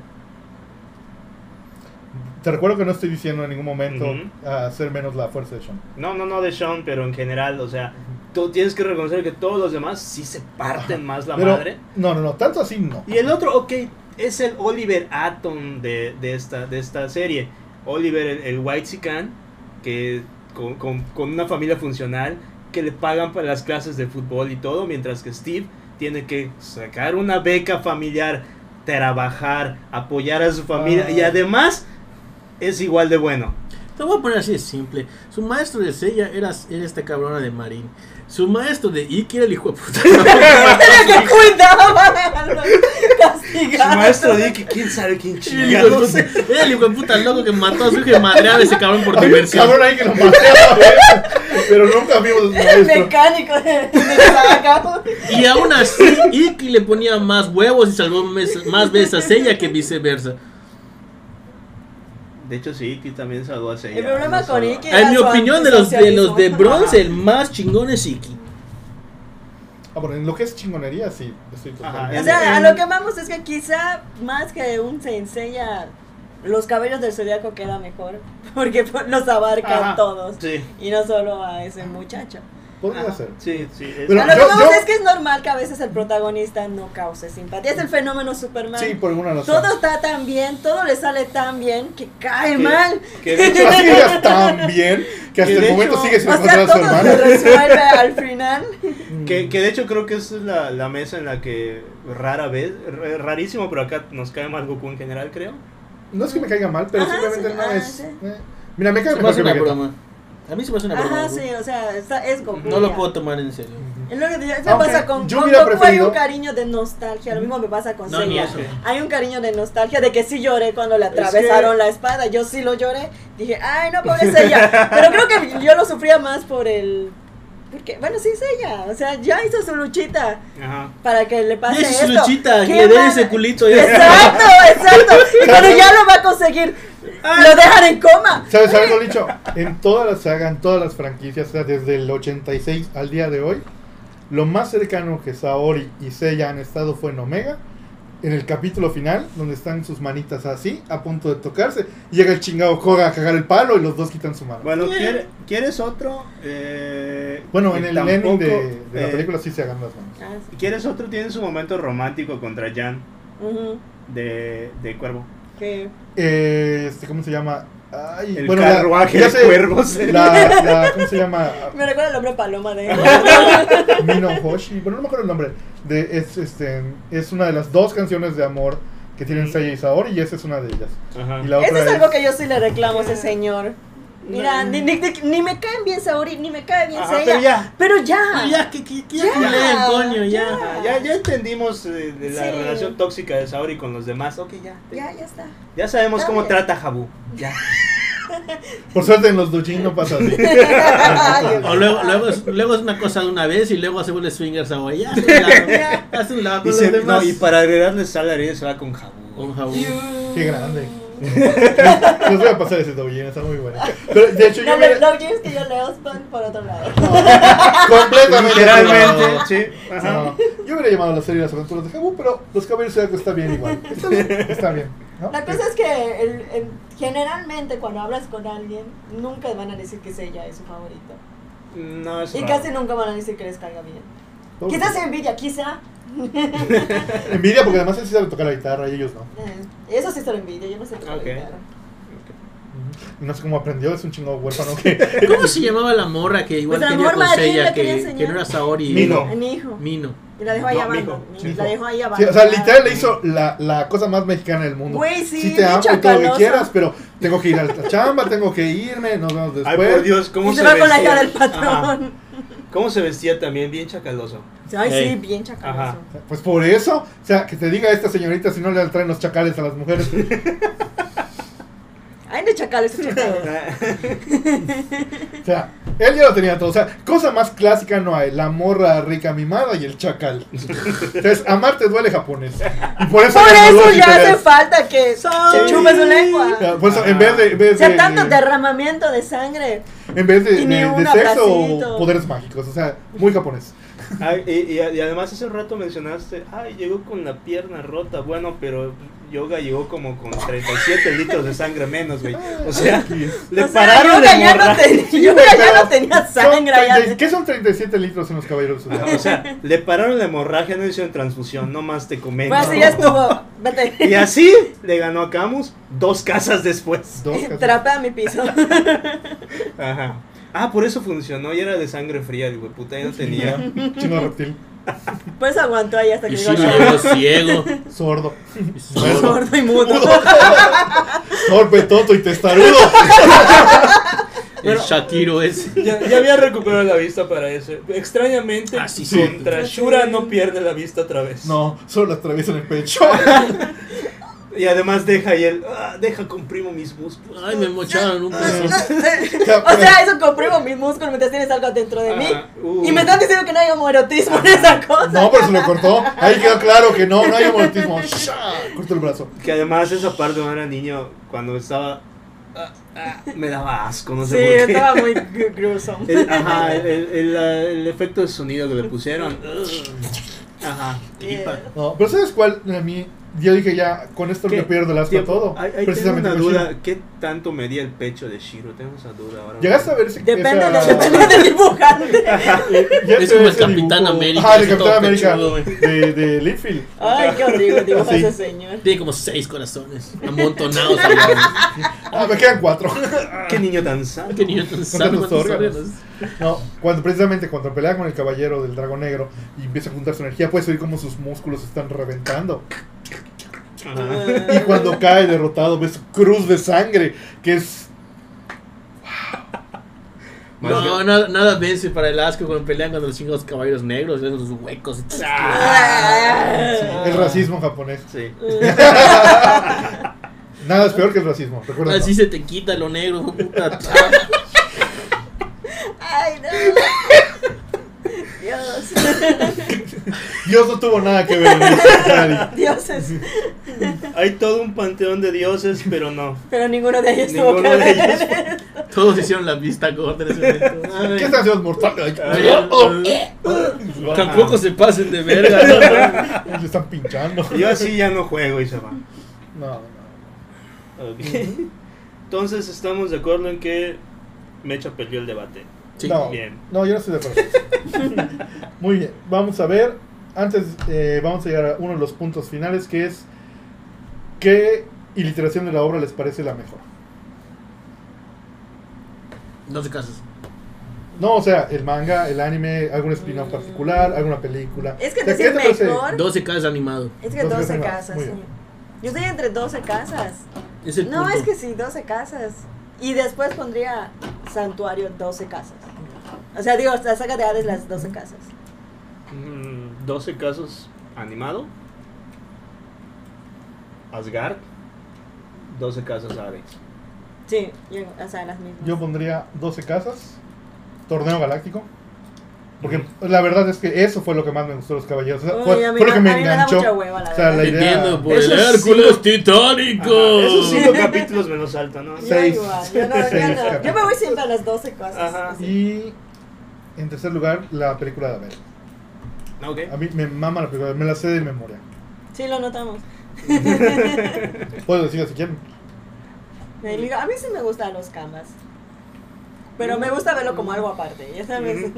S1: Te recuerdo que no estoy diciendo en ningún momento
S4: Ujú.
S1: ah, hacer menos la fuerza de Sean.
S4: No, no, no de Sean, pero en general, o sea, tú tienes que reconocer que todos los demás sí se parten más la
S1: Pero,
S4: madre.
S1: No, no, no, tanto así no.
S4: Y el otro, ok, es el Oliver Atom de, de esta, de esta serie. Oliver, el, el White que con, con- con una familia funcional, que le pagan para las clases de fútbol y todo, mientras que Steve tiene que sacar una beca familiar, trabajar, apoyar a su familia
S1: Ah.
S4: y además es igual de bueno.
S2: Te voy a poner así de simple. Su maestro de Seiya era, era esta cabrona de Marín. Su maestro de Iki era el hijo de puta.
S3: Tenía que cuidar.
S4: Su
S3: Castigado.
S4: maestro dice que quién sabe quién
S2: Era el hijo de
S4: chingados.
S2: puta- era el hijo de puta loco que mató a su hijo y madreaba a ese cabrón por
S1: Había un
S2: diversión.
S1: cabrón ahí que lo maté a la vez, pero nunca vimos el
S3: El
S1: maestro.
S3: mecánico de, de Saga.
S2: Y aún así, Iki le ponía más huevos y salvó mes- más veces a Seiya que viceversa.
S4: De hecho, sí, que también saludó a Seiya.
S3: El problema
S4: No
S3: con
S4: saludó.
S3: Iki-
S2: En mi opinión, de los de, los de
S3: Antisocialismo.
S2: bronce, el más chingón es Iki.
S1: Ah, bueno, en lo que es chingonería, sí. Estoy totalmente-
S4: Ajá.
S3: O sea, a lo que vamos es que quizá más que un se enseña los cabellos del zodiaco queda mejor. Porque los abarca
S4: Ajá.
S3: a todos.
S4: Sí.
S3: Y no solo a ese muchacho.
S1: Podría
S4: Ajá.
S1: ser.
S4: Sí, sí. es-
S1: Pero
S3: a lo que
S1: yo-
S3: vamos
S1: yo-
S3: es que es normal que a veces el protagonista no cause simpatía. Es el fenómeno Superman.
S1: Sí, por alguna razón.
S3: todo está tan bien, todo le sale tan bien que
S4: Que-
S3: cae mal.
S4: que de hecho-
S1: Así ya tan bien que hasta
S4: Que de
S1: el momento
S4: hecho-
S1: sigue sin
S3: O
S1: encontrar
S3: sea,
S1: a su
S3: todo se
S1: hermana.
S3: resuelve al final.
S4: Que, que de hecho creo que esa es la, la mesa en la que rara vez, r- rarísimo, pero acá nos cae mal Goku en general, creo.
S1: No es que me caiga mal, pero
S3: Ajá,
S1: simplemente
S3: sí,
S1: no
S3: ah,
S1: es.
S3: sí.
S1: eh. Mira, me cae
S2: Se me
S1: mejor
S2: hace
S1: que
S2: una
S1: Vegeta.
S2: broma. A mí se me hace una broma.
S3: Ajá,
S2: Goku.
S3: sí, o sea, está- es Goku.
S2: No lo
S3: ya.
S2: puedo tomar en serio.
S3: Es lo que te digo, eso
S1: Aunque
S3: pasa con,
S1: Ah, yo
S3: con
S1: hubiera
S3: Goku
S1: preferido-
S3: hay un cariño de nostalgia, lo mismo me pasa con
S2: No, ni
S3: Seiya.
S2: eso.
S3: Hay un cariño de nostalgia de que sí lloré cuando le atravesaron la espada, yo sí lo lloré, dije, ay no, pobre Seiya, pero creo que yo lo sufría más por el... Porque, bueno, sí, Seiya, o sea, ya hizo su luchita
S4: Ajá.
S3: para que le pase
S2: Deje su
S3: esto.
S2: luchita,
S3: Qué
S2: que le dé
S3: mal-
S2: ese culito. ya.
S3: Exacto, exacto, y cuando ya lo va a conseguir,
S2: Ah.
S3: lo dejan en coma.
S1: ¿Sabes algo, Licho? En toda la saga, en todas las franquicias, o sea, desde el 86 al día de hoy, lo más cercano que Saori y Seiya han estado fue en Omega, en el capítulo final, donde están sus manitas así, a punto de tocarse. y Llega el chingado Koga a cagar el palo y los dos quitan su mano. Bueno,
S4: Bueno, ¿quiere- ¿quieres otro? Eh, que
S1: en el
S4: tampoco,
S1: ending de, de la
S4: eh,
S1: película sí se hagan las manos.
S3: Ah, sí.
S4: ¿Quieres otro? Tiene su momento romántico contra Jan
S3: Ujú,
S4: de, de Cuervo.
S3: que-
S1: Eh, este, ¿Cómo se llama? Ay,
S4: El
S1: la-
S4: carruaje
S1: ya
S4: de
S1: sé,
S4: cuervos.
S1: La, la- ¿Cómo se llama?
S3: Me recuerda el hombre paloma de...
S1: Mino Hoshi, bueno, no me acuerdo el nombre. De, es, este, es una de las dos canciones de amor que tienen Seiya y Saori, y esa es una de ellas.
S4: Ajá.
S1: Y la otra
S3: Eso es algo que yo sí le reclamo a ese señor. Mira, ni, ni- ni- ni me caen bien Saori, ni me cae bien
S4: Ajá,
S3: Seiya.
S4: pero
S3: Pero ya.
S4: ya.
S2: Ah, ya, que, que, que ya,
S3: Ya.
S2: que lean, coño, ya.
S4: Ah, ya, ya entendimos eh, de la
S3: Sí.
S4: relación tóxica de Saori con los demás. Ok, ya.
S3: Ya, ya está.
S4: Ya sabemos cómo
S3: Dale.
S4: trata Jabu. Ya.
S1: Por suerte en los dojin no pasa así.
S2: O luego, luego, es, luego es una cosa de una vez y luego se vuelve swingers ahora. Ya, hazte un lado, ya, hazte un lado con
S4: Y,
S2: los
S4: se- no,
S2: demás.
S4: y para agregarle sal a la herida se va con Jabu.
S2: Con jabón.
S1: Qué grande. Les voy a pasar ese dojin, está muy bueno. Pero de hecho, yo
S3: No,
S1: me-
S3: los los jeans que yo leo van por otro lado.
S1: completamente.
S4: Literalmente, sí. Ajá.
S1: No, yo hubiera llamado a la serie Las Aventuras de Jabu, pero Los Caballeros de Zodiaco está bien igual. Está bien, está bien. ¿no?
S3: La cosa es que el- el- generalmente cuando hablas con alguien, nunca van a decir que Seiya es su favorito.
S4: No, es
S3: Y
S4: raro.
S3: casi nunca van a decir que les caiga bien. Quizás envidia, quizá.
S1: Envidia, porque además él sí sabe tocar la guitarra y ellos no.
S3: Eh, Eso sí se lo envidia, yo no sé tocar
S4: Ok.
S3: guitarra.
S1: Y no sé cómo aprendió, es un chingo huérfano que
S2: ¿Cómo se llamaba la morra que igual
S3: Pues la
S2: quería con
S3: morra, ¿quién
S2: Seiya,
S3: la quería
S2: que,
S3: enseñar?
S2: que no era Saori?
S4: Mino.
S3: A eh, mi hijo.
S2: Mino.
S3: Y la dejó ahí
S4: No,
S3: abajo.
S4: mijo,
S3: La dejó ahí abajo.
S1: Sí, o sea, literal le hizo la, la cosa más mexicana del mundo.
S3: Güey, sí,
S1: te amo y todo lo que
S3: chacaloso.
S1: quieras, pero tengo que ir a la chamba, tengo que irme, nos vemos
S4: Ay,
S1: después.
S4: por Dios, ¿cómo
S3: Y
S4: se,
S3: se va
S4: vestía?
S3: con la hija del
S4: Ajá.
S3: patrón.
S4: ¿Cómo se vestía también? Bien chacaloso.
S3: Ay,
S2: Ey.
S3: sí, bien chacaloso.
S1: Pues por eso, o sea, que te diga esta señorita si no le traen los chacales a las mujeres.
S3: Ay, de chacales, esos chacales.
S1: O sea, él ya lo tenía todo. O sea, cosa más clásica no hay. La morra rica mimada y el chacal. Entonces, amar te duele japonés. Y por eso,
S3: Por
S1: era
S3: eso
S1: lógico,
S3: ya
S1: era-
S3: hace falta que se
S2: Sorry.
S3: chupe
S1: O
S3: su
S1: sea,
S3: lengua.
S1: Por eso, en vez de. en
S3: O
S1: vez
S3: sea,
S1: de-
S3: tanto derramamiento de sangre.
S1: En vez de, de,
S3: Y ni
S1: de
S3: un
S1: sexo
S3: abracito.
S1: o poderes mágicos. O sea, muy japonés.
S4: Ah, y, y- y además hace un rato mencionaste, ay, llegó con la pierna rota. Bueno, pero Yoga llegó como con 37 litros de sangre menos, güey. O sea, le
S3: O sea,
S4: pararon
S3: Yoga
S4: de
S3: ya no
S4: morra.
S3: tenía- Yoga ya
S1: pero
S3: no tenía
S1: Son
S3: sangre. ya-
S1: 30 ¿Qué son 37 litros en los caballeros del
S4: O
S1: Zodiaco?
S4: sea, le pararon la hemorragia, no hicieron transfusión, nomás te comen.
S3: Bueno, así ya estuvo. Vete.
S4: Y así le ganó a Camus dos casas después.
S1: Dos casos.
S3: Trapea mi piso.
S4: Ajá. Ah, por eso funcionó y era de sangre fría, digo, puta, ya no tenía.
S1: Chino reptil.
S3: Por eso Pues aguantó ahí hasta que
S2: Y
S3: llegó
S2: Shiro
S3: Shadow.
S2: llegó ciego.
S1: Sordo.
S2: y sordo.
S3: Sordo y mudo.
S1: Torpe, toto y testarudo.
S2: El Shakiro es.
S5: Ya, ya había recuperado la vista para eso. Extrañamente,
S2: Ah, sí, sí.
S5: contra Shura no pierde la vista otra vez.
S1: No, solo atraviesan el pecho.
S4: Y además deja ahí el, "Ah, deja comprimo mis músculos.
S2: Ay, me mocharon un peso.
S3: O sea, eso comprimo mis músculos mientras tienes algo dentro de mí.
S4: Ah, uh.
S3: Y me están diciendo que no hay homoerotismo en esa cosa.
S1: No, pero se lo cortó. Ahí quedó claro que no, no hay amortismo. ¡Sha! Cortó el brazo.
S4: Que además esa parte cuando era niño, cuando estaba... ah, ah, me daba asco, no
S3: sí,
S4: sé por qué.
S3: estaba muy gr- gruesome.
S4: El, ajá, el, el- ah, el efecto de sonido que le pusieron. Ajá.
S3: Yeah.
S1: No, pero ¿sabes cuál? A mí, yo dije ya, con esto
S4: ¿Qué
S1: me pierdo el asco a
S4: tiempo?
S1: todo.
S4: Ahí- ahí
S1: precisamente pues,
S4: tengo
S1: con
S4: una
S1: Shiro.
S4: duda. ¿Qué tanto medía el pecho de Shiro? Tengo esa duda ahora.
S1: ¿Llegaste a ver si
S3: Depende,
S1: esa-
S3: de- depende del dibujante.
S1: ya
S2: Es
S1: te
S2: como
S1: ves
S2: el Capitán
S1: dibujo-
S2: América.
S1: Ah, el
S2: así todo
S1: Capitán América.
S2: pechudo, güey.
S1: De, de Linfield.
S3: Ay, qué horrible dibuja
S1: Sí.
S3: ese señor.
S2: Tiene como seis corazones. Amontonados. ahí, güey.
S1: Ah, me quedan cuatro.
S4: ¿Qué niño tan sano?
S2: Qué niño tan sano,
S1: tus
S2: cuántos
S1: órganos.
S2: órganos.
S1: No, cuando precisamente cuando pelea con el caballero del dragón negro y empieza a juntar su energía, puedes oír como sus músculos se están reventando.
S4: Ajá.
S1: Y cuando cae derrotado, ves su cruz de sangre, que es
S2: No, nada, nada vence para el asco cuando pelean contra los chingados caballeros negros, esos huecos.
S1: el racismo japonés.
S4: Ah, Sí.
S1: Nada es peor que el racismo, recuerda.
S2: Así se te quita lo negro, hijo de puta.
S3: Ay, no. Dios.
S1: Dios no tuvo nada que ver en eso.
S3: Dios es.
S4: Hay todo un panteón de dioses, pero no.
S3: Pero ninguno de ellos tuvo
S4: Ninguno
S3: que
S4: de
S3: ver.
S4: ellos.
S2: Todos hicieron la vista corta en ese momento. Ay.
S1: ¿Qué sanción mortal? Ay,
S2: Ay, ay, Tampoco se pasen de verga. ¿no?
S1: Le están pinchando.
S4: Yo así ya no juego y se va.
S1: No, no.
S4: Ok. Entonces estamos de acuerdo en que Mecha perdió el debate.
S2: Sí.
S1: No,
S4: Bien.
S1: no, yo no estoy de acuerdo. Muy bien, vamos a ver. Antes eh, vamos a llegar a uno de los puntos finales que es ¿qué iliteración de la obra les parece la mejor?
S2: No te casas.
S1: No, o sea, el manga, el anime, algún spin-off particular, alguna película.
S3: Es que
S1: O sea,
S3: decir
S1: ¿qué te parece?
S3: mejor-
S2: 12 casas animado.
S3: Es que
S1: Dos
S3: 12
S1: casas.
S3: casas,
S1: Muy
S3: sí.
S1: bien.
S3: Yo estoy entre 12 casas.
S2: Es el
S3: No,
S2: punto.
S3: es que sí, 12 casas. Y después pondría Santuario 12 casas. O sea, digo, la saga de Hades las 12 casas.
S4: Mm, 12 casos animado. Asgard. 12 casos Hades.
S3: Sí, yo- o sea, las mismas.
S1: Yo pondría 12 casas, Torneo Galáctico. Porque la verdad es que eso fue lo que más me gustó de los caballeros. O sea,
S3: Uy,
S1: fue,
S3: a mí
S1: fue lo
S3: no-
S1: que me
S3: a mí me da
S1: enganchó.
S3: mucha hueva, la
S1: o sea, la
S3: verdad.
S1: idea.
S2: Entiendo por el
S4: Esos
S2: Hércules
S4: cinco-
S2: titánico.
S4: Ajá, Esos 5 capítulos me los salto, ¿no?
S3: Yo
S1: seis.
S3: igual, yo, no, yo,
S1: Seis
S3: no.
S1: casas.
S3: Yo me voy siempre a las 12 cosas.
S4: Ajá.
S3: así.
S1: Y en tercer lugar, la película de Abel.
S4: Ok.
S1: A mí me mama la película, me la sé de memoria.
S3: Sí, lo notamos.
S1: Puedo decirla si quieren.
S3: Me digo, a mí sí me gustan los camas. Pero
S4: Mm.
S3: me gusta verlo como algo aparte, ya sabes.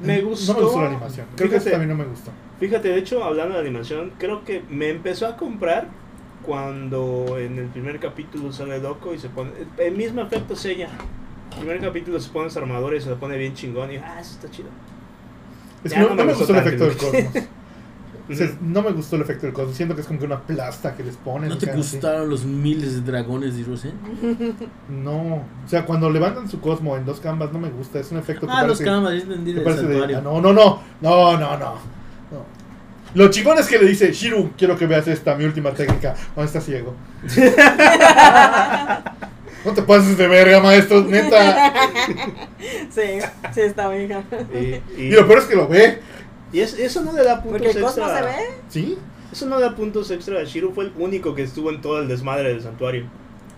S4: Me
S1: No me
S4: gustó
S1: gustó la animación. Creo que eso
S4: Fíjate.
S1: también no me gustó.
S4: Fíjate, de hecho, hablando de animación, creo que me empezó a comprar cuando en el primer capítulo sale loco y se pone. El mismo efecto es ella. El primer capítulo se pone su armadura y se la pone bien chingón y ah, eso está chido.
S1: Es
S4: Ya
S1: que no,
S4: no
S1: no
S4: me
S1: me
S4: gustó
S1: gustó el efecto
S4: tanto.
S1: del cosmos. O sea, no me gustó el efecto del cosmos. Siento que es como que una plasta que les ponen.
S2: ¿No
S1: o
S2: te
S1: sea, así.
S2: gustaron los miles de dragones de Rusia?
S1: No. O sea, cuando levantan su cosmo en dos canvas, no me gusta. Es un efecto que
S2: Ah, los
S1: parece-
S2: cámaras, entendí
S1: que
S2: del
S1: parece de-
S2: santuario.
S1: ah, no, no, no. No, no, no. No. Lo chingón es que le dice, Shiru, quiero que veas esta, mi última técnica. No, está ciego. no te pases de verga, maestro, neta.
S3: Sí, sí, está bien.
S4: Y,
S1: Y
S4: y-
S1: lo peor es que lo ve.
S4: y es- eso no le da puntos
S3: Porque el
S4: extra.
S3: cosmos se ve.
S1: ¿Sí?
S4: Eso no le da puntos extra. Shiro fue el único que estuvo en todo el desmadre del santuario.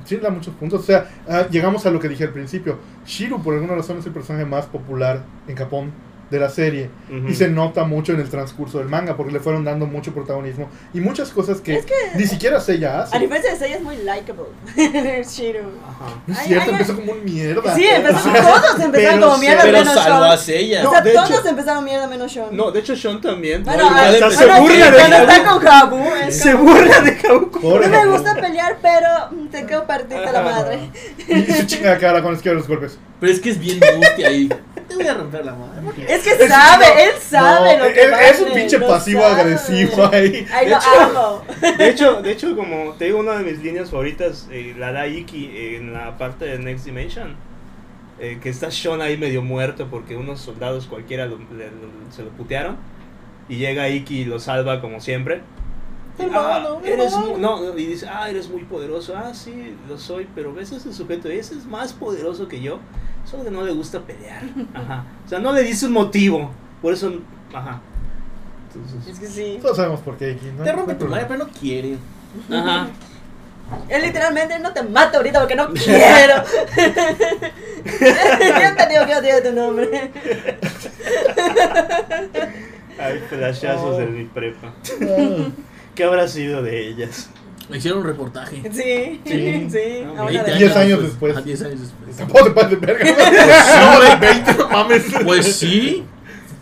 S1: Sí, da muchos puntos. O sea, ah, llegamos a lo que dije al principio. Shiru, por alguna razón, es el personaje más popular en Japón de la serie.
S4: Ujú.
S1: Y se nota mucho en el transcurso del manga, porque le fueron dando mucho protagonismo. Y muchas cosas que,
S3: Es que-
S1: ni siquiera Seiya
S3: A
S1: hace.
S3: diferencia de Seiya es muy likable. Shiro.
S4: Ajá.
S1: No es
S3: Ay,
S1: cierto,
S3: ay, ay.
S1: empezó como un mierda.
S3: Sí, empezó, todos empezaron
S4: Pero
S3: como mierda
S4: sí.
S2: Pero
S3: menos
S2: salvo
S3: Sean.
S2: a ella.
S1: No,
S3: o sea,
S1: de
S3: todos
S1: hecho-
S3: empezaron mierda menos Sean.
S4: No, de hecho Sean también.
S3: Bueno,
S4: No,
S3: ah,
S4: está-
S3: bueno,
S4: se burla de
S3: cuando está
S4: Kabuki.
S3: con Jabu, es
S4: Se burla de Kabuki.
S1: Por
S3: No me
S1: favor.
S3: gusta pelear, pero mm, te quedo partida la madre.
S1: Y su chingada cara cuando esquiva los golpes.
S2: Pero es que es bien mute ahí. Te voy a romper la madre.
S3: Es que sabe, él sabe
S1: No,
S3: lo que
S1: es, es un
S3: vale,
S1: pinche
S3: lo
S1: pasivo
S3: sabe.
S1: agresivo eh. ahí.
S3: Ay,
S4: De
S3: lo
S4: hecho-
S3: amo.
S4: De hecho, de hecho, como te digo, una de mis líneas favoritas eh, la da Iki eh, en la parte de Next Dimension. eh, que está Sean ahí medio muerto porque unos soldados cualquiera lo- le- lo- se lo putearon. Y llega Iki y lo salva como siempre. Ah, eres mu- no, y dice, ah, eres muy poderoso. Ah, sí, lo soy, pero ves a ese sujeto y ese es más poderoso que yo. Solo que no le gusta pelear. Ajá. O sea, no le dice un motivo. Por eso, ajá. Entonces,
S3: Es que sí.
S1: Todos sabemos por qué Iki, ¿no?
S2: Te rompe
S1: No hay
S2: tu
S1: problema.
S2: madre, pero no quiere.
S4: ajá.
S3: Él literalmente no te mata ahorita porque no quiero. Yo te digo que odio tu nombre.
S4: Hay flashazos
S1: Oh.
S4: de mi prepa.
S1: Ah.
S4: ¿Qué habrá sido de ellas?
S2: Me hicieron un reportaje.
S3: Sí, sí.
S4: Sí. Ah,
S3: a una
S4: Ahí
S3: de-
S4: te-
S1: Diez años después.
S2: A 10 años después.
S1: Tampoco te pases de verga.
S2: No, Pues güey,
S1: no mames.
S2: Pues sí.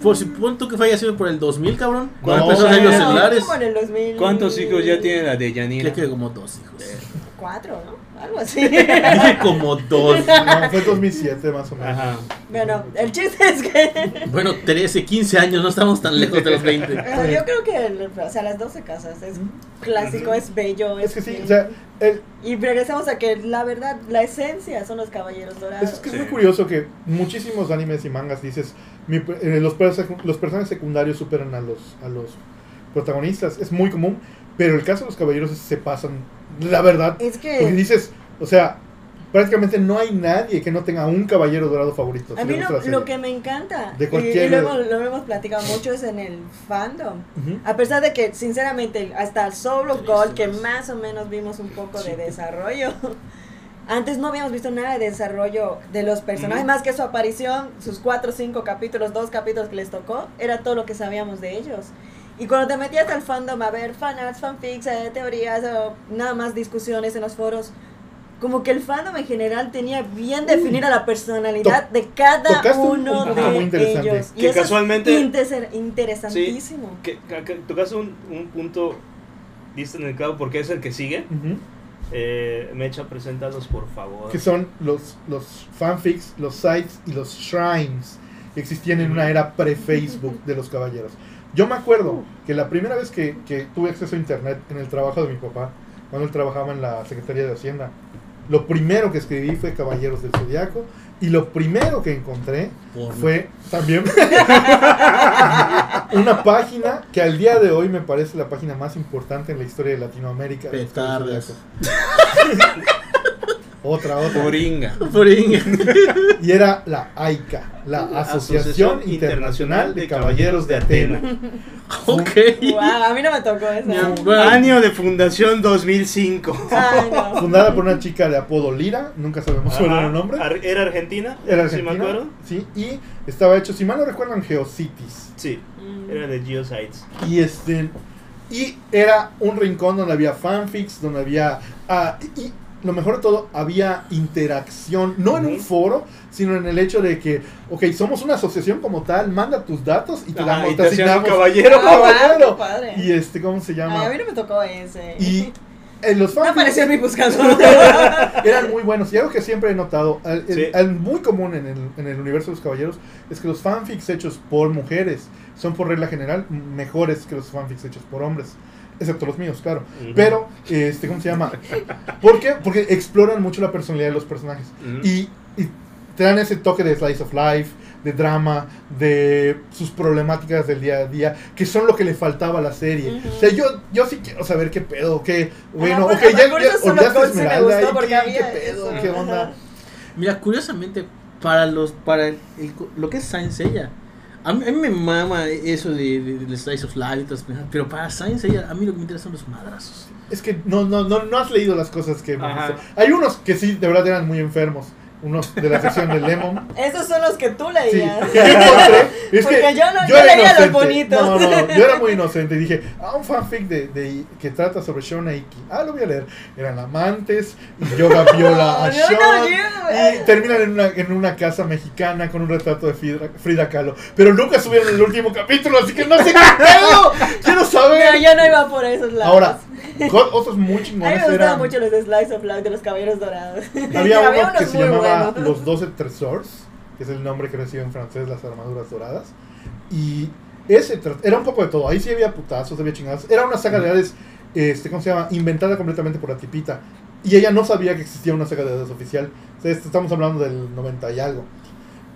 S2: Pues si pon tú que fue haya sido por el 2000, cabrón.
S1: No,
S2: Cuando empezó a salir los
S1: no,
S2: celulares.
S3: como en el 2000.
S4: ¿Cuántos hijos ya tiene la de
S2: Creo
S4: Yanira?
S2: que como dos hijos.
S3: Cuatro, ¿no? Algo así.
S2: Dije como dos.
S1: No, fue 2007 más o menos.
S4: Ajá.
S3: bueno, el chiste es que.
S2: Bueno, 13, 15 años, no estamos tan lejos de los 20.
S3: Yo creo que, el- o sea, las 12 casas es clásico, es bello.
S1: Es que sí, o sea, el-
S3: Y regresamos a que la verdad, la esencia son los caballeros dorados.
S1: es que es
S4: Sí.
S1: muy curioso que muchísimos animes y mangas dices, mi per- eh, los, persa- los personajes secundarios superan a los, a los protagonistas, es muy común, pero el caso de los caballeros es- se pasan, la verdad,
S3: Es que-
S1: porque dices, o sea, prácticamente no hay nadie que no tenga un caballero dorado favorito.
S3: A
S1: si
S3: mí
S1: le gusta
S3: lo,
S1: la serie.
S3: lo que me encanta,
S1: De
S3: y- y,
S1: cualquier-
S3: luego lo hemos platicado mucho, es en el fandom.
S1: Ujú.
S3: A pesar de que, sinceramente, hasta Solo Gold, que más o menos vimos un poco de desarrollo, antes no habíamos visto nada de desarrollo de los personajes,
S4: Ujú.
S3: más que su aparición, sus cuatro o cinco capítulos, dos capítulos que les tocó, era todo lo que sabíamos de ellos. Y cuando te metías al fandom a ver fanarts, fanfics, eh, teorías, o nada más discusiones en los foros, como que el fandom en general tenía bien definida la personalidad de cada
S1: tocaste un-
S3: uno
S1: un
S3: de
S1: punto muy interesante.
S3: ellos.
S4: Que
S3: eso es
S4: casualmente-
S3: inter- interesantísimo.
S4: Que, que- que tocaste un, un punto diste en el clavo porque es el que sigue.
S1: Ujú.
S4: Eh, Mecha, preséntalos por favor.
S1: que son los, los fanfics, los sites y los shrines que existían en una era pre-Facebook de los caballeros. Yo me acuerdo que la primera vez que, que tuve acceso a internet en el trabajo de mi papá, cuando él trabajaba en la Secretaría de Hacienda, lo primero que escribí fue Caballeros del Zodiaco y lo primero que encontré
S2: Porno.
S1: fue también una página que al día de hoy me parece la página más importante en la historia de Latinoamérica. de los Caballeros del
S2: Petardas.
S1: Zodiaco. otra, otra.
S4: Coringa.
S2: Porín.
S1: Y era la AICA, la Asociación, Internacional de Caballeros de Atenas.
S2: Ok.
S3: Guau, a mí no me tocó eso.
S2: Ya, bueno.
S4: Año de fundación 2005.
S3: Ay, no.
S1: Fundada por una chica de apodo Lira, nunca sabemos su
S4: Ajá.
S1: verdadero nombre.
S4: Ar- ¿Era Argentina?
S1: Era
S4: ¿Sí me
S1: argentina.
S4: acuerdo?
S1: sí, y estaba hecho, si mal no recuerdan, Geocities.
S4: Sí, era de Geosites.
S1: Y este y era un rincón donde había fanfics, donde había ah, y lo mejor de todo, había interacción, no en un
S4: Ujú.
S1: foro, sino en el hecho de que, ok, somos una asociación como tal, manda tus datos y te,
S4: Ajá,
S1: damos,
S4: Ah, y
S1: te
S4: te hacían un
S1: asignamos.
S4: caballero.
S3: Ah, guau,
S1: caballero.
S3: qué padre.
S1: Y este, ¿cómo se llama?
S3: Ay, a mí no me tocó ese.
S1: Y eh, los
S3: no
S1: fanfics
S3: apareció en mi buscando.
S1: eran muy buenos. Y algo que siempre he notado, al- el-
S4: Sí.
S1: al- muy común en el, en el universo de los caballeros, es que los fanfics hechos por mujeres son por regla general mejores que los fanfics hechos por hombres. Excepto los míos, claro.
S4: Ujú.
S1: Pero, este, ¿cómo se llama? ¿Por qué? Porque exploran mucho la personalidad de los personajes.
S4: Ujú.
S1: Y, y te dan ese toque de slice of life, de drama, de sus problemáticas del día a día, que son lo que le faltaba a la serie.
S3: Ujú.
S1: O sea, yo, yo sí quiero saber qué pedo, qué. Bueno,
S3: Ah, bueno,
S1: ok, ya,
S3: por
S1: ya
S3: eso solo
S1: olvidaste
S3: Gold se me
S1: Esmeralda,
S3: gustó,
S1: ¿y
S3: porque
S1: qué,
S3: había
S1: qué pedo,
S3: eso,
S1: qué
S3: ajá.
S1: onda.
S2: Mira, curiosamente, para los para el- el co- lo que es Saint Seiya, A mí, a mí me mama eso de, de- del Slice of Life y todas esas pendejadas, pero para Science a mí lo que me interesa son los madrazos.
S1: Es que no, no, no, no has leído las cosas que me
S7: Ajá.
S1: dice. Hay unos que sí, de verdad eran muy enfermos. Unos de la sección de Lemon.
S3: Esos son los que tú
S1: Sí,
S3: leías.
S1: que yo encontré. Es
S3: Porque
S1: que
S3: yo no- yo
S1: era
S3: leía los
S1: inocente.
S3: bonitos.
S1: No, no, yo era muy inocente. Dije, ah, un fanfic de, de- que trata sobre Sean Aiki. Ah, lo voy a leer. Eran amantes y Yoga viola a
S3: No, no,
S1: Sean.
S3: yo- eh.
S1: y terminan en una, en una casa mexicana con un retrato de Frida, Frida Kahlo. Pero nunca subieron el último capítulo, así que no sé qué pedo. Quiero
S3: No,
S1: saber.
S3: yo no iba por esos lados.
S1: Ahora, co- otros muy
S3: A mí
S1: chingones
S3: me gustaban
S1: eran.
S3: mucho los Slice of Life de los Caballeros Dorados.
S1: Había uno
S3: unos
S1: que se
S3: muy
S1: llamaba
S3: buenos.
S1: Los 12 Tresors, que es el nombre que reciben en francés las armaduras doradas. Y ese tra- era un poco de todo. Ahí sí había putazos, había chingadas. Era una saga de edades, este, ¿cómo se llama? Inventada completamente por la tipita. Y ella no sabía que existía una saga de edades oficial. O sea, esto- estamos hablando del 90 y algo.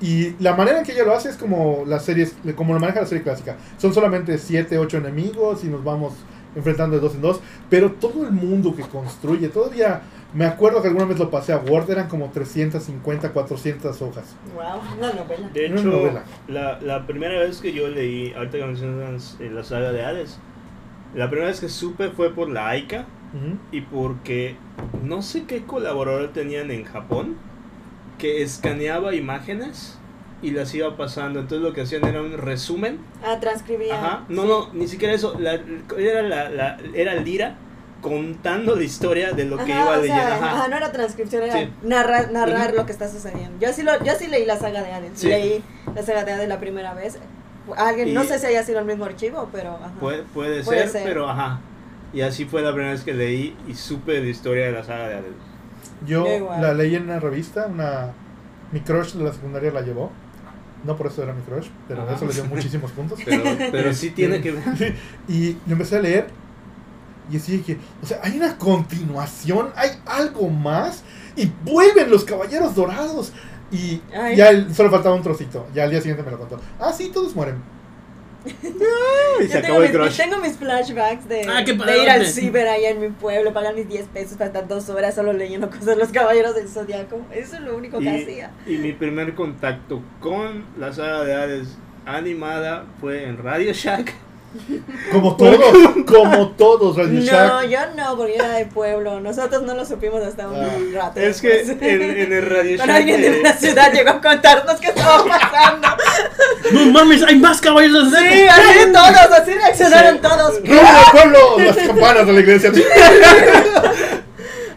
S1: Y la manera en que ella lo hace es como las series, como lo maneja la serie clásica. Son solamente 7, 8 enemigos y nos vamos enfrentando de dos en dos. Pero todo el mundo que construye, todavía me acuerdo que alguna vez lo pasé a Word, eran como 350, 400 hojas.
S3: Wow, una novela.
S4: De
S1: Era una
S4: hecho,
S1: novela.
S4: la, la primera vez que yo leí, ahorita que mencionas eh, la saga de Hades, la primera vez que supe fue por la Aika
S1: Ujú.
S4: y porque no sé qué colaborador tenían en Japón que escaneaba imágenes y las iba pasando. Entonces lo que hacían era un resumen.
S3: Ah, transcribía.
S4: Ajá. No, no, ni siquiera eso. La- era, la, la- era Lira contando la historia de lo que
S3: Ajá,
S4: iba
S3: o sea,
S4: leyendo. Ajá.
S3: ajá, no era transcripción, era
S4: Sí.
S3: narrar, narrar
S4: Ujú.
S3: lo que está sucediendo. Yo sí, lo, yo sí leí la saga de Hades.
S4: Sí.
S3: Leí la saga de Hades la primera vez. Alguien, no
S4: Y-
S3: sé si haya sido el mismo archivo, pero. ajá.
S4: Puede, puede,
S3: Puede
S4: ser,
S3: ser.
S4: pero ajá. Y así fue la primera vez que leí y supe la historia de la saga de Hades.
S1: Yo
S3: Yo igual.
S1: la leí en una revista, una mi crush de la secundaria la llevó. No por eso era mi crush, pero
S4: Ajá.
S1: eso le dio muchísimos puntos.
S4: Pero, pero sí tiene que ver.
S1: Y lo empecé a leer y así que, o sea, hay una continuación, hay algo más y vuelven los caballeros dorados. Y
S3: Ay.
S1: ya el- solo faltaba un trocito. Ya al día siguiente me lo contó. Ah, sí, todos mueren.
S4: Y
S3: Yo
S4: se
S3: tengo
S4: acabó el
S3: mis,
S4: crush.
S3: tengo mis flashbacks de,
S2: Ah, qué
S3: de
S2: padre.
S3: ir al ciber allá en mi pueblo, pagar mis 10 pesos para estar dos horas solo leyendo cosas de los caballeros del zodiaco. Eso es lo único que
S4: Y,
S3: hacía.
S4: y mi primer contacto con la saga de Hades animada fue en Radio Shack.
S1: Como todos, como todos, Radio
S3: No,
S1: Shack.
S3: yo no, porque era de pueblo. Nosotros no lo supimos hasta un
S1: Ah.
S3: rato.
S4: Es que
S3: después.
S4: en, en el Radio
S3: Pero
S4: Shack.
S3: alguien de
S4: eh,
S3: la ciudad llegó a contarnos qué estaba pasando.
S2: ¡No mames! ¡Hay más caballeros del
S3: Sí, así todos, así reaccionaron
S4: Sí.
S3: todos.
S1: ¡Reúne al pueblo! Las campanas de la iglesia.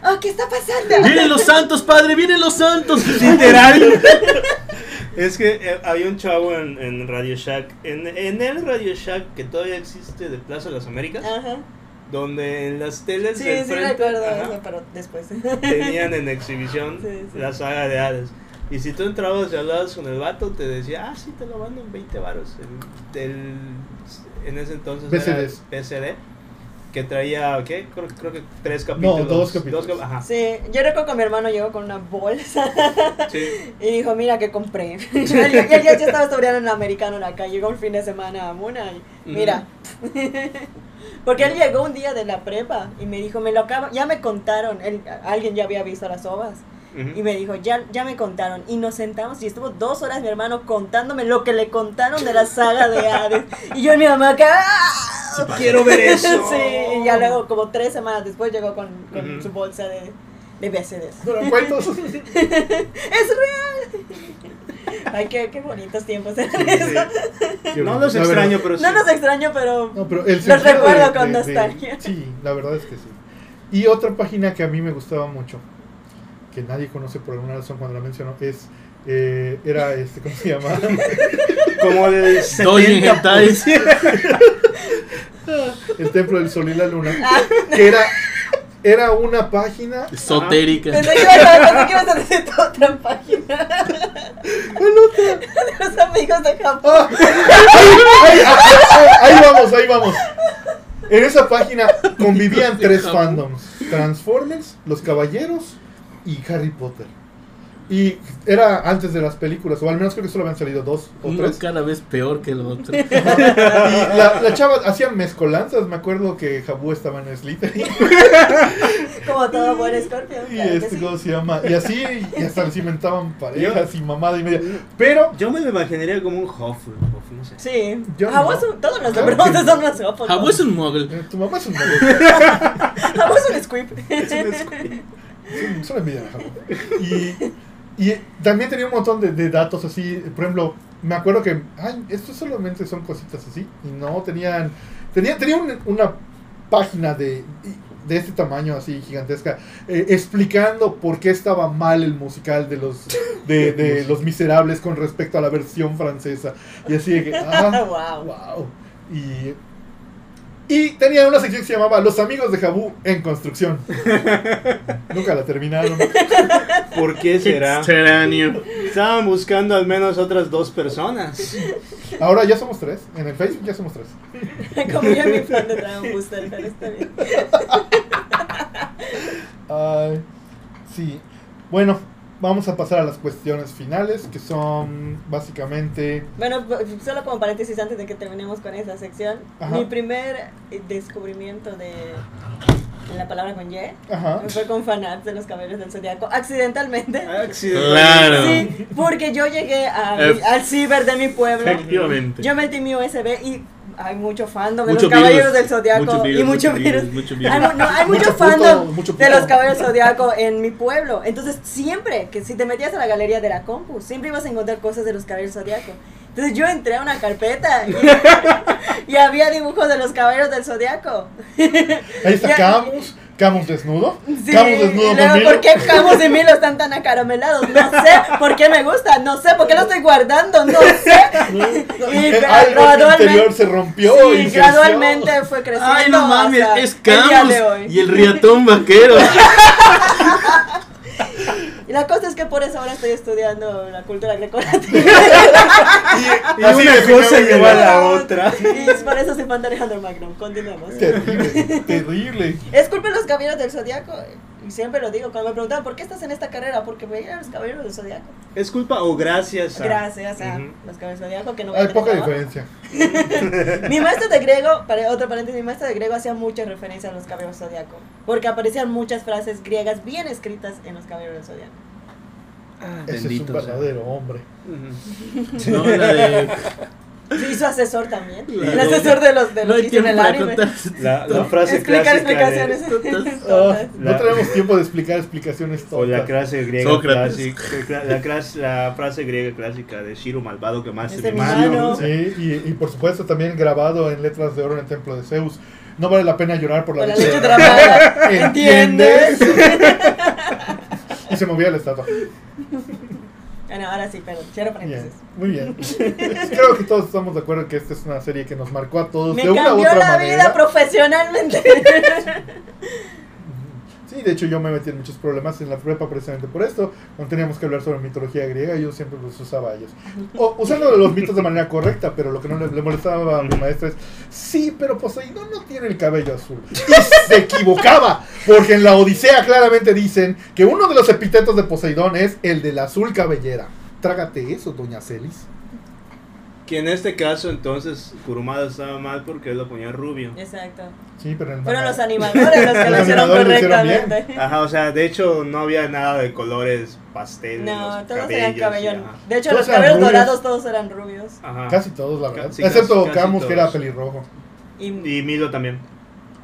S3: Oh, ¿qué está pasando?
S2: ¡Vienen los santos, padre! ¡Vienen los santos!
S4: Literal. es que eh, había un chavo en, en Radio Shack. En, en el Radio Shack que todavía existe de Plaza de las Américas.
S3: Ajá.
S4: Donde en las teles
S3: Ah. Sí,
S4: del
S3: sí
S4: frente,
S3: recuerdo
S4: ajá, Ah.
S3: eso, pero después.
S4: tenían en exhibición
S3: Sí, sí.
S4: la saga de Hades. Y si tú entrabas y hablabas con el vato, te decía, ah, sí, te lo mando en 20 varos. El- del- en ese entonces
S1: BCDs.
S4: era PCD, que traía, ¿qué? Creo, creo que tres
S1: No,
S4: capítulos.
S1: dos capítulos.
S4: cap- ajá.
S3: Sí, yo recuerdo que mi hermano llegó con una bolsa
S4: Sí.
S3: y dijo, mira que compré. y él, y él ya ya estaba estudiando en americano en acá, llegó un fin de semana a Muna y
S4: Mm.
S3: mira. Porque él llegó un día de la prepa y me dijo, me lo acabo, ya me contaron, él- alguien ya había visto las ovas.
S4: Ujú.
S3: Y me dijo, ya, ya me contaron. Y nos sentamos y estuvo dos horas mi hermano contándome lo que le contaron de la saga de Hades. Y yo y mi mamá acá. "Ah,
S2: Sí pasa.
S4: Quiero ver eso.
S3: sí, y ya luego, como tres semanas después, llegó con, con
S4: Ujú.
S3: su bolsa de, de VCDs.
S1: Pero cuentos.
S3: ¡Es real! Ay, qué, qué bonitos tiempos eran
S4: Sí,
S3: esos.
S4: sí. No los extraño, pero sí.
S3: No los extraño, pero.
S1: No, pero el
S3: Los
S1: sentido
S3: recuerdo con nostalgia.
S1: sí, la verdad es que sí. Y otra página que a mí me gustaba mucho, que nadie conoce por alguna razón cuando la menciono, es. eh, era este, ¿cómo se llama?
S4: Como de
S2: Doy en
S4: 70
S2: hentai.
S1: El Templo del Sol y la Luna.
S3: Ah.
S1: Que era, era una página.
S2: Esotérica.
S3: Pensé que ibas a, pensé que ibas a decir tu otra página. De los amigos de Japón.
S1: ¡Ah! ¡Ay! ¡Ay! ¡Ay! Ahí vamos, ahí vamos. En esa página convivían tres fandoms: Transformers, Los Caballeros y Harry Potter. Y era antes de las películas, o al menos creo que solo habían salido dos o
S2: Uno
S1: tres.
S2: cada vez peor que el otro.
S1: Y la, la chava hacían mezcolanzas. Me acuerdo que Jabú estaba en Slytherin.
S3: Como todo buen escorpio.
S1: Y
S3: claro que
S1: este,
S3: sí.
S1: ¿cómo se llama? Y así, y hasta se inventaban parejas y mamada y media. Pero
S4: Yo me lo imaginaría como un Hufflepuff. no sé.
S3: Sí.
S1: Yo
S3: Jabo
S1: no.
S3: es un- todos los
S1: Claro
S3: hombres
S1: que
S3: son
S1: no.
S3: unos guapos.
S2: Jabo es Ah, un mogul.
S1: Eh, Tu mamá es un modelo,
S3: Jabo es un squip.
S1: es una envidia de Jabo. Y, y también tenía un montón de, de datos así. Por ejemplo, me acuerdo que, ay, esto solamente son cositas así. Y no tenían. Tenía, tenía un- una página de, de este tamaño así gigantesca eh, explicando por qué estaba mal el musical de los de, de los miserables con respecto a la versión francesa y así de que ah,
S3: wow.
S1: Wow. Y, y tenía una sección que se llamaba Los amigos de Jabú en construcción. Nunca la terminaron.
S4: ¿Por qué será?
S5: Extraño.
S4: Estaban buscando al menos otras dos personas.
S1: Ahora ya somos tres. En el Facebook ya somos tres.
S3: Como ya mi fan de Dragon Booster, pero está bien.
S1: Ay, sí. Bueno, vamos a pasar a las cuestiones finales, que son básicamente.
S3: Bueno, p- solo como paréntesis antes de que terminemos con esa sección.
S1: Ajá.
S3: Mi primer eh, descubrimiento de la palabra con Y
S1: Ajá.
S3: fue con fanart de los caballeros del zodiaco, accidentalmente.
S5: Claro.
S3: Sí, porque yo llegué a mi-
S5: Eh,
S3: al ciber de mi pueblo.
S5: Efectivamente.
S3: Yo metí mi USB y hay mucho fandom de
S2: Mucho
S3: los caballeros del
S2: virus,
S3: zodiaco
S2: mucho virus,
S3: y mucho
S2: mucho
S3: virus.
S2: virus, mucho virus.
S3: Hay, mu- no, hay mucho,
S1: Mucho puto,
S3: fandom
S1: mucho
S3: de
S1: puto.
S3: los caballeros del zodiaco en mi pueblo. Entonces, siempre que si te metías a la galería de la compu, siempre ibas a encontrar cosas de los caballeros del zodiaco. Entonces, yo entré a una carpeta y, y había dibujos de los caballeros del zodiaco.
S1: Ahí está
S3: Ya-
S1: Camus. Camus desnudo.
S3: Sí,
S1: Camus desnudo
S3: y
S1: con
S3: luego,
S1: Milo.
S3: ¿por qué Camus y Milo están tan acaramelados? No sé, ¿por qué me gusta? No sé, ¿por qué lo estoy guardando? No sé. Y
S1: Eh, algo en mi interior
S3: gradualmente,
S1: se rompió
S3: sí,
S1: y creció.
S3: gradualmente fue creciendo.
S2: Ay, no mames,
S3: hasta
S2: es
S3: el día
S2: Camus
S3: de hoy.
S2: y el riatón vaquero.
S3: Y la cosa es que por eso ahora estoy estudiando la cultura grecorlatina.
S4: Y
S1: Así
S4: una
S1: definió
S4: cosa
S1: mi
S4: llevó a la
S3: mamá.
S4: otra.
S3: y es por eso soy fan de Alejandro Magno. Continuemos.
S1: Terrible, terrible.
S3: Es culpa de los caballeros del zodiaco. Y siempre lo digo, cuando me preguntan, ¿por qué estás en esta carrera? Porque veía a los caballeros del zodiaco.
S4: ¿Es culpa o gracias a.?
S3: Gracias a
S4: Ujú.
S3: los caballeros del zodiaco que no voy a
S1: Hay
S3: tener
S1: poca
S3: trabajo.
S1: diferencia.
S3: Mi maestro de griego, para otro paréntesis, mi maestro de griego hacía mucha referencia a los caballeros del zodiaco, porque aparecían muchas frases griegas bien escritas en los caballeros del zodiaco.
S4: Ah,
S1: Ese es un
S4: bendito sea.
S1: verdadero hombre.
S4: Ujú.
S2: No, la de.
S3: Sí, Y su asesor también, el
S2: Claro.
S3: asesor de los de
S2: No
S3: los que
S2: hay tiempo
S3: hicieron el
S2: para
S3: anime.
S2: contar.
S4: La, la frase
S3: Explicar
S4: clásica. de-
S3: explicaciones
S2: tontas.
S3: tontas.
S1: Ah, no
S4: Oh, La-
S1: tenemos tiempo de explicar explicaciones
S4: O la
S1: todas.
S4: clase griega
S2: Sócrates.
S4: clásica, eh, cla- la, clase- la frase griega clásica de Shiro malvado que más se
S3: Es de
S4: mi
S3: mi
S4: mano.
S3: mano.
S1: Sí, y, y por supuesto también grabado en letras de oro en el templo de Zeus. No vale la pena llorar por la
S3: Con la
S1: leche
S3: leche
S1: derramada.
S3: tramada,
S1: ¿Entiendes?
S3: ¿entiendes?
S1: Y se movía la estatua.
S3: Bueno, ahora sí, perdón, cierro
S1: Bien,
S3: paréntesis.
S1: muy bien. Creo que todos estamos de acuerdo que esta es una serie que nos marcó a todos
S3: Me
S1: de una u
S3: cambió
S1: otra
S3: la
S1: manera.
S3: vida profesionalmente.
S1: Sí, de hecho yo me metí en muchos problemas en la prepa precisamente por esto. Cuando teníamos que hablar sobre mitología griega, yo siempre los usaba a ellos. O, usando los mitos de manera correcta, pero lo que no le, le molestaba a mi maestra es, sí, pero Poseidón no tiene el cabello azul. Y se equivocaba, porque en la Odisea claramente dicen que uno de los epítetos de Poseidón es el del azul cabellera. Trágate eso, doña Celis.
S4: Que en este caso entonces Kurumada estaba mal porque él lo ponía rubio.
S3: Exacto.
S1: Sí, pero en el
S3: Fueron
S1: manga-
S3: los animadores los que
S1: Los
S3: lo hicieron
S1: animadores lo hicieron bien.
S3: correctamente.
S4: Ajá, o sea, de hecho no había nada de colores pastel.
S3: No,
S4: en los
S3: todos eran
S4: cabellos,
S3: cabellos.
S4: ajá.
S3: De hecho,
S1: Todos
S3: los
S1: eran
S3: cabellos
S1: rubios.
S3: dorados todos eran rubios.
S4: Ajá.
S1: Casi todos, la verdad.
S4: Casi,
S1: Excepto
S4: casi
S1: Camus, que era
S4: todos.
S1: pelirrojo.
S3: Y,
S4: Y Milo también.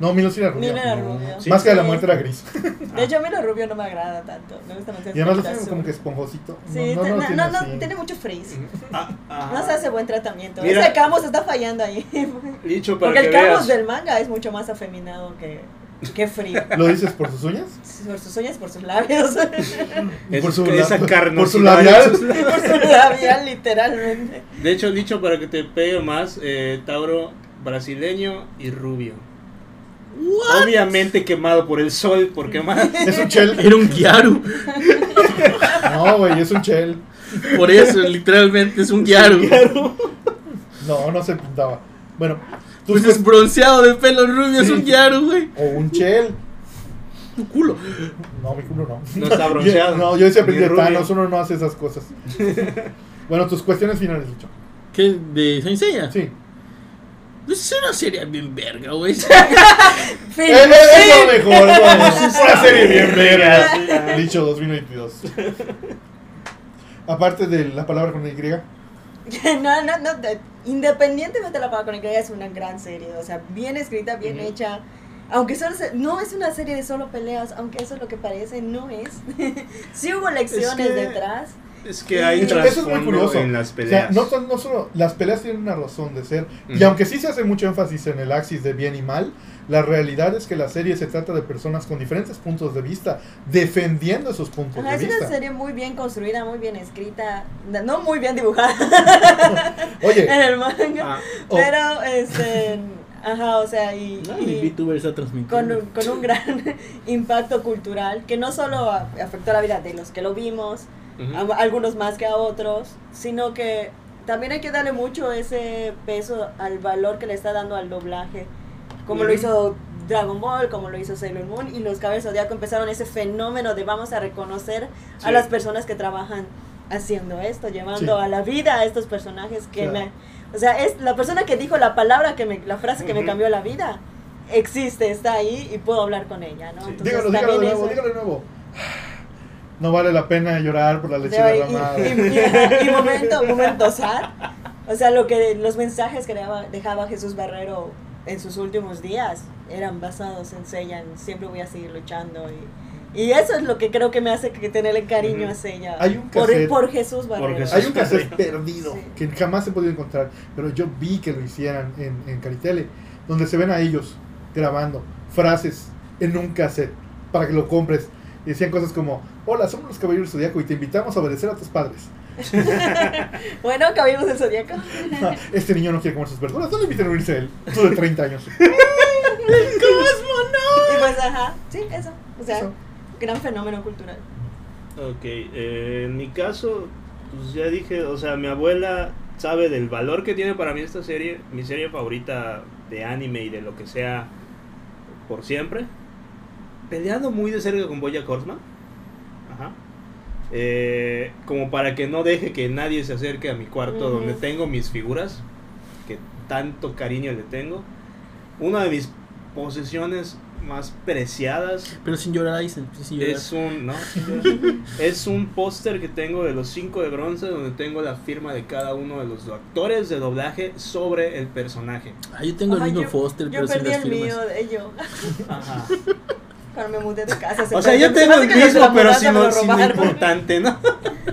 S1: No, Milo sí era rubio.
S3: Milo era rubio.
S4: Sí.
S1: Más que la
S3: Sí.
S1: muerte era gris.
S3: de hecho, a mí lo rubio no me agrada tanto. Me gusta más el
S1: Y además lo
S3: azul.
S1: tiene como que esponjosito.
S3: Sí,
S1: no, no, no,
S3: no,
S1: lo tiene
S3: no, no,
S1: así.
S3: tiene mucho frizz.
S4: Ah, ajá.
S3: No se hace buen tratamiento.
S4: Mira.
S3: Ese Camus está fallando ahí.
S4: Dicho para
S3: Porque
S4: que
S3: el
S4: veas.
S3: Camus del manga es mucho más afeminado que, que frío.
S1: ¿Lo dices por sus uñas?
S3: Por sus uñas, por sus labios.
S1: Y
S4: Es-
S1: por su
S4: esa
S1: Por su
S4: carnosidad.
S1: labial.
S3: por su labial, literalmente.
S4: De hecho, dicho para que te pegue más, eh, Tauro brasileño y rubio. Obviamente quemado por el sol, porque más.
S1: Es un chel.
S2: Era un guiaru.
S1: No, güey, es un chel.
S2: Por eso, literalmente es un guiaru.
S1: No, no se pintaba. Bueno, tú
S2: Pues es bronceado de pelo rubio, es un guiaru, güey.
S1: O un chel.
S2: Tu culo.
S1: No, mi culo no.
S4: No está bronceado.
S1: No, yo decía
S4: Ni
S1: aprendí de
S4: rubio.
S1: Thanos, uno no hace esas cosas. Bueno, tus cuestiones finales, dicho.
S2: ¿Qué? ¿De Saint Seiya?
S1: Sí.
S2: Pues es una serie bien verga, güey.
S3: Fin.
S1: Eh, eh, es
S3: Fin.
S1: lo mejor, vamos. Una serie bien
S4: Sí,
S1: verga.
S4: ya.
S1: Dicho 2022. Aparte de la palabra con Y,
S3: no, no, no, de- independientemente de la Falconería es una gran serie, o sea, bien escrita, bien
S4: Ujú.
S3: hecha. Aunque solo se- no es una serie de solo peleas, aunque eso es lo que parece, no es. sí hubo lecciones
S8: que-
S3: detrás.
S8: Es que hay
S3: Eso
S1: es muy
S8: trasfondo
S1: curioso.
S8: en las
S1: O sea,
S8: peleas.
S1: no, tan- no solo las peleas tienen una razón de ser, y
S8: Ujú.
S1: aunque sí se hace mucho énfasis en el axis de bien y mal, la realidad es que la serie se trata de personas con diferentes puntos de vista, defendiendo esos puntos
S3: Ajá,
S1: de
S3: es una
S1: vista.
S3: serie muy bien construida, muy bien escrita, no muy bien dibujada en
S1: Oye,
S3: el manga,
S8: Ah,
S1: o-
S3: pero este, ajá, o sea, y,
S2: Ah,
S3: y
S2: mi VTuber está transmitiendo.
S3: con, un- con un gran impacto cultural que no solo a- afectó la vida de los que lo vimos,
S8: ujú.
S3: a- algunos más que a otros, sino que también hay que darle mucho ese peso al valor que le está dando al doblaje, como lo
S4: Ujú.
S3: hizo Dragon Ball, como lo hizo Sailor Moon, y los Cabezas Zodíaco empezaron ese fenómeno de vamos a reconocer a
S4: Sí.
S3: las personas que trabajan haciendo esto, llevando
S1: Sí.
S3: a la vida a estos personajes que
S1: Claro.
S3: me... O sea, es la persona que dijo la palabra, que me, la frase que me
S4: Ujú.
S3: cambió la vida, existe, está ahí y puedo hablar con ella, ¿no?
S4: Sí.
S1: dígalo, dígalo de
S3: también
S1: nuevo,
S3: eso-
S1: dígalo de nuevo. No vale la pena llorar por la leche
S3: de-
S1: derramada.
S3: y, y- y- y momento, momento sad. O sea, lo que, los mensajes que dejaba, dejaba Jesús Barrero en sus últimos días eran basados en Seiyan. Siempre voy a seguir luchando. Y, y eso es lo que creo que me hace que tenerle cariño
S4: Ujú.
S3: a Seiyan.
S1: Hay un
S3: por,
S1: cassette.
S3: por Jesús Barrero.
S4: Jesús.
S1: Hay un cassette perdido
S3: Sí.
S1: que jamás he podido encontrar, pero yo vi que lo hicieran en, en Caritele, donde se ven a ellos grabando frases en un cassette para que lo compres. Y decían cosas como, hola, somos los caballeros del Zodíaco y te invitamos a obedecer a tus padres.
S3: Bueno, cabimos el zodiaco.
S1: Este niño no quiere comer sus verduras, no le inviten a unirse a él. Tú de 30 años.
S3: Y pues, ajá. Sí, eso. O sea,
S1: Eso.
S3: gran fenómeno cultural.
S4: Ok, eh, en mi caso, pues ya dije, o sea, mi abuela sabe del valor que tiene para mí esta serie, mi serie favorita de anime y de lo que sea por siempre. Peleando muy de cerca con Boya Horseman. Ajá. Eh, como para que no deje que nadie se acerque a mi cuarto
S3: Ujú.
S4: donde tengo mis figuras, que tanto cariño le tengo. Una de mis posesiones más preciadas
S2: Pero sin llorar, ahí sin sin llorar.
S4: es un, ¿no? es un póster que tengo de los cinco de bronce donde tengo la firma de cada uno de los actores de doblaje sobre el personaje.
S2: Ah, yo tengo
S3: Ay,
S2: el
S3: yo-
S2: mismo Foster,
S3: Yo
S2: pero sin
S3: perdí
S2: las
S3: el
S2: firmas.
S3: mío de yo.
S4: Ajá.
S3: Cuando me mudé de casa.
S4: O sea, yo
S3: perdió. Se
S4: tengo
S3: me hace
S4: el
S3: que desde
S4: mismo,
S3: la
S4: pero
S3: mudanza
S4: sin
S3: me lo
S4: lo, sin lo
S3: robaron.
S4: importante, ¿no?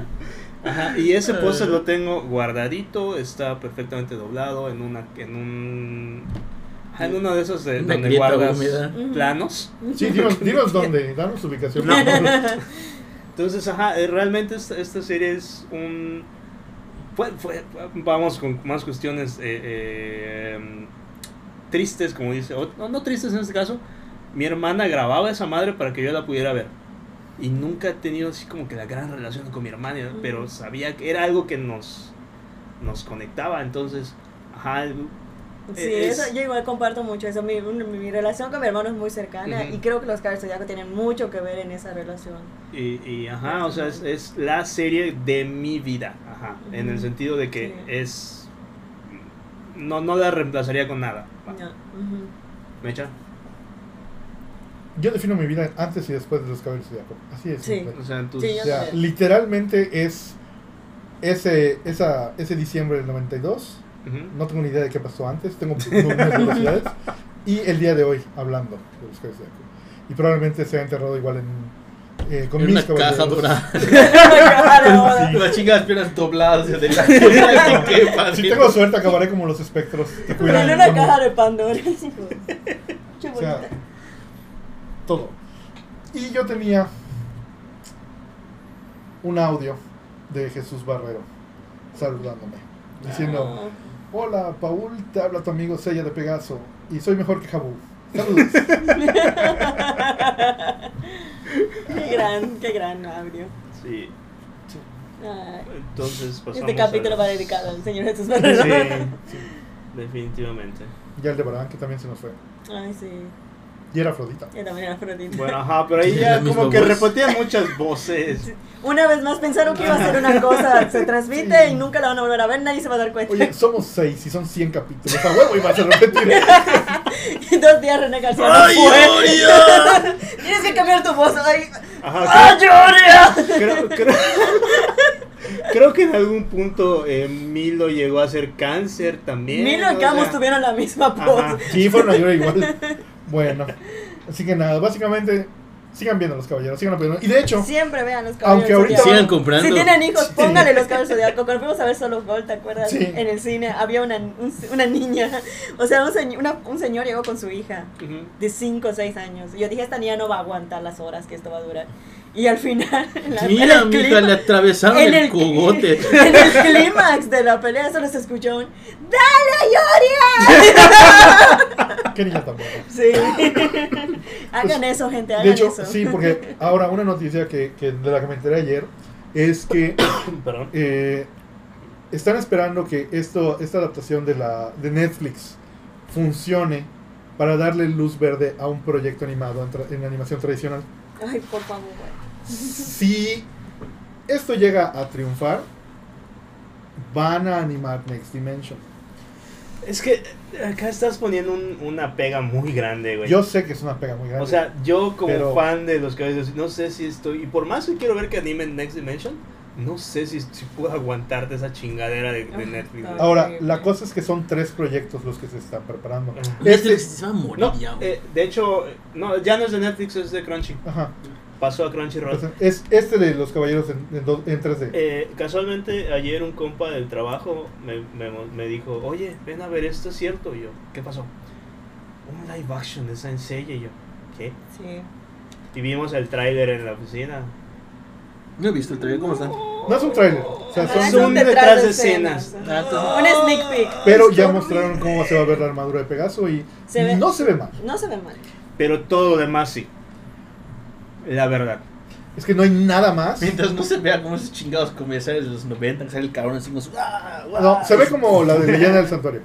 S4: Ajá, y ese póster lo tengo guardadito, está perfectamente doblado en una en un en uno de esos de
S2: Una
S4: donde
S2: grieta
S4: guardas
S2: húmeda.
S4: planos.
S1: Sí, dinos, dinos dónde, danos su ubicación.
S4: Entonces, ajá, eh, realmente esta, esta serie es un... fue- fue- fue- vamos con más cuestiones eh, eh, em, tristes, como dice. o- no, no tristes en este caso. Mi hermana grababa esa madre para que yo la pudiera ver. Y nunca he tenido así como que la gran relación con mi hermana, ¿no? pero
S3: Ujú.
S4: sabía que era algo que nos, nos conectaba. Entonces, ajá, el-
S3: Sí,
S4: Es-
S3: eso, yo igual comparto mucho eso. Mi, un- mi relación con mi hermano es muy cercana
S4: Ujú.
S3: y creo que los Cabezas de Zodiaco tienen mucho que ver en esa relación.
S4: Y, y, ajá, o sea, es, es la serie de mi vida, ajá, en el
S3: Ujú.
S4: sentido de que
S3: Sí.
S4: es... No, no la reemplazaría con nada. Va,
S3: Ya, ujú.
S4: ¿Mecha?
S1: Yo defino mi vida antes y después de los caballeros del Zodíaco. Así es.
S3: Sí.
S4: O sea, en tus...
S3: Sí,
S1: O
S3: yo
S1: sea,
S3: también.
S1: literalmente es ese, esa, ese diciembre del 92.
S4: Ujú.
S1: No tengo ni idea de qué pasó antes. Tengo unas velocidades. Y el día de hoy, hablando de los Caballeros del Zodiaco. Y probablemente sea enterrado igual en, eh, con
S2: En
S1: mis
S2: una caja
S1: caballeros.
S2: dorada.
S3: Claro.
S2: La chica las piernas dobladas. de la- ¿Qué pasa?
S1: Si tengo suerte, acabaré como los espectros. Te cuidan
S3: En una
S1: como-
S3: caja de Pandora. sí, como- Qué
S1: O sea,
S3: bonita.
S1: todo. Y yo tenía un audio de Jesús Barrero saludándome, diciendo,
S3: Ah.
S1: hola Paul, te habla tu amigo Sella de Pegaso y soy mejor que Jabú. Saludos.
S3: qué gran, qué gran audio.
S4: Sí,
S3: Ay,
S4: entonces pasamos
S3: este capítulo
S4: Pues a-
S3: va dedicado al señor Jesús Barrero.
S4: Sí, sí, definitivamente.
S1: y Aldebarán que también se nos fue.
S3: Ay, sí.
S1: Y era Afrodita.
S3: Yo también era Afrodita.
S4: Bueno, ajá, pero ahí
S2: Tiene
S4: ya
S2: la misma
S4: como que
S2: voz.
S4: repetían muchas voces.
S3: Una vez más pensaron que iba a ser una cosa, se transmite y nunca la van a volver a ver, nadie se va a dar cuenta.
S1: Oye, somos seis y son 100 capítulos. A huevo y vas a repetir.
S3: Dos días René García.
S2: ¡Ay,
S3: no fue.
S2: ay, ay!
S3: Tienes que cambiar tu voz. Ay,
S4: Ajá,
S3: ¡Ah, Gloria!
S4: creo, creo, creo- Creo que en algún punto eh, Milo llegó a ser cáncer también.
S3: Milo y
S4: o
S3: Camus
S4: sea,
S3: tuvieron la misma
S4: Ajá.
S3: pose.
S1: Sí, fueron a llorar igual. Bueno, así que nada, básicamente sigan viendo los caballeros, sigan apoyando. Y de hecho,
S3: Siempre vean los
S1: Aunque
S3: caballeros.
S1: ahorita-
S3: Zodiaco.
S2: Sigan comprando.
S3: Si tienen hijos, pónganle los caballeros zodiacos. Cuando fuimos a ver solo Gol, ¿te acuerdas?
S1: Sí.
S3: En el cine había una, un- una niña. O sea, un, señ- una- un señor llegó con su hija
S4: ujú.
S3: de 5 o 6 años. Y yo dije, esta niña no va a aguantar las horas que esto va a durar. Y al final, en la- en
S2: Mira,
S3: el
S2: mija,
S3: clima-
S2: le atravesaron
S3: en
S2: el,
S3: el-
S2: cogote.
S3: En el clímax de la pelea solo se escuchó un ¡Dale, Yoria!
S1: qué niña tan buena.
S3: Sí. hagan eso, gente, hagan
S1: Pues, De hecho,
S3: eso.
S1: sí, porque ahora una noticia que, que de la que me enteré ayer es que
S4: Perdón.
S1: eh, están esperando que esto, esta adaptación de, la, de Netflix funcione para darle luz verde a un proyecto animado en, tra- en animación tradicional.
S3: Ay, por favor.
S1: Si esto llega a triunfar, van a animar Next Dimension.
S4: Es que acá estás poniendo un- una pega muy grande, güey.
S1: Yo sé que es una pega muy grande.
S4: o sea, yo como
S1: Pero-
S4: fan de los caballeros, no sé si estoy. Y por más que quiero ver que animen Next Dimension, no sé si, si puedo aguantarte esa chingadera de, de
S3: Ajá,
S4: Netflix. güey.
S3: está.
S1: Ahora, la cosa es que son tres proyectos los que se están preparando.
S4: Ajá.
S2: Este
S1: Este,
S2: se va a morir
S4: No,
S2: ya, güey.
S4: eh, de hecho, no, ya no es de Netflix, es de Crunchy.
S1: ajá,
S4: Pasó a Crunchyroll.
S1: entonces, es este de los caballeros en, en dos- en 3D.
S4: Eh, casualmente ayer un compa del trabajo me, me, me dijo, oye, ven a ver esto, es cierto. Y yo, ¿qué pasó? Un live action de Saint Seiya. Y yo, ¿qué?
S3: Sí.
S4: Y vimos el tráiler en la oficina.
S2: No he visto el trailer, ¿cómo están?
S1: No es un trailer, o sea,
S3: Ah,
S1: son-
S3: es
S4: Son
S3: un
S4: detrás de
S2: escenas. Ah, entonces-
S3: Un sneak peek.
S1: pero ya mostraron cómo se va a ver la armadura de Pegaso y
S3: Se ve-
S1: no se ve mal.
S3: No se ve mal.
S4: Pero todo lo demás sí. La verdad.
S1: Es que no hay nada más.
S2: Mientras no se vea como esos chingados comerciales de los 90, que sale el cabrón así como su- ¡Ah! ¡Ah!
S1: No, se ve como la de Leyenda del Santuario.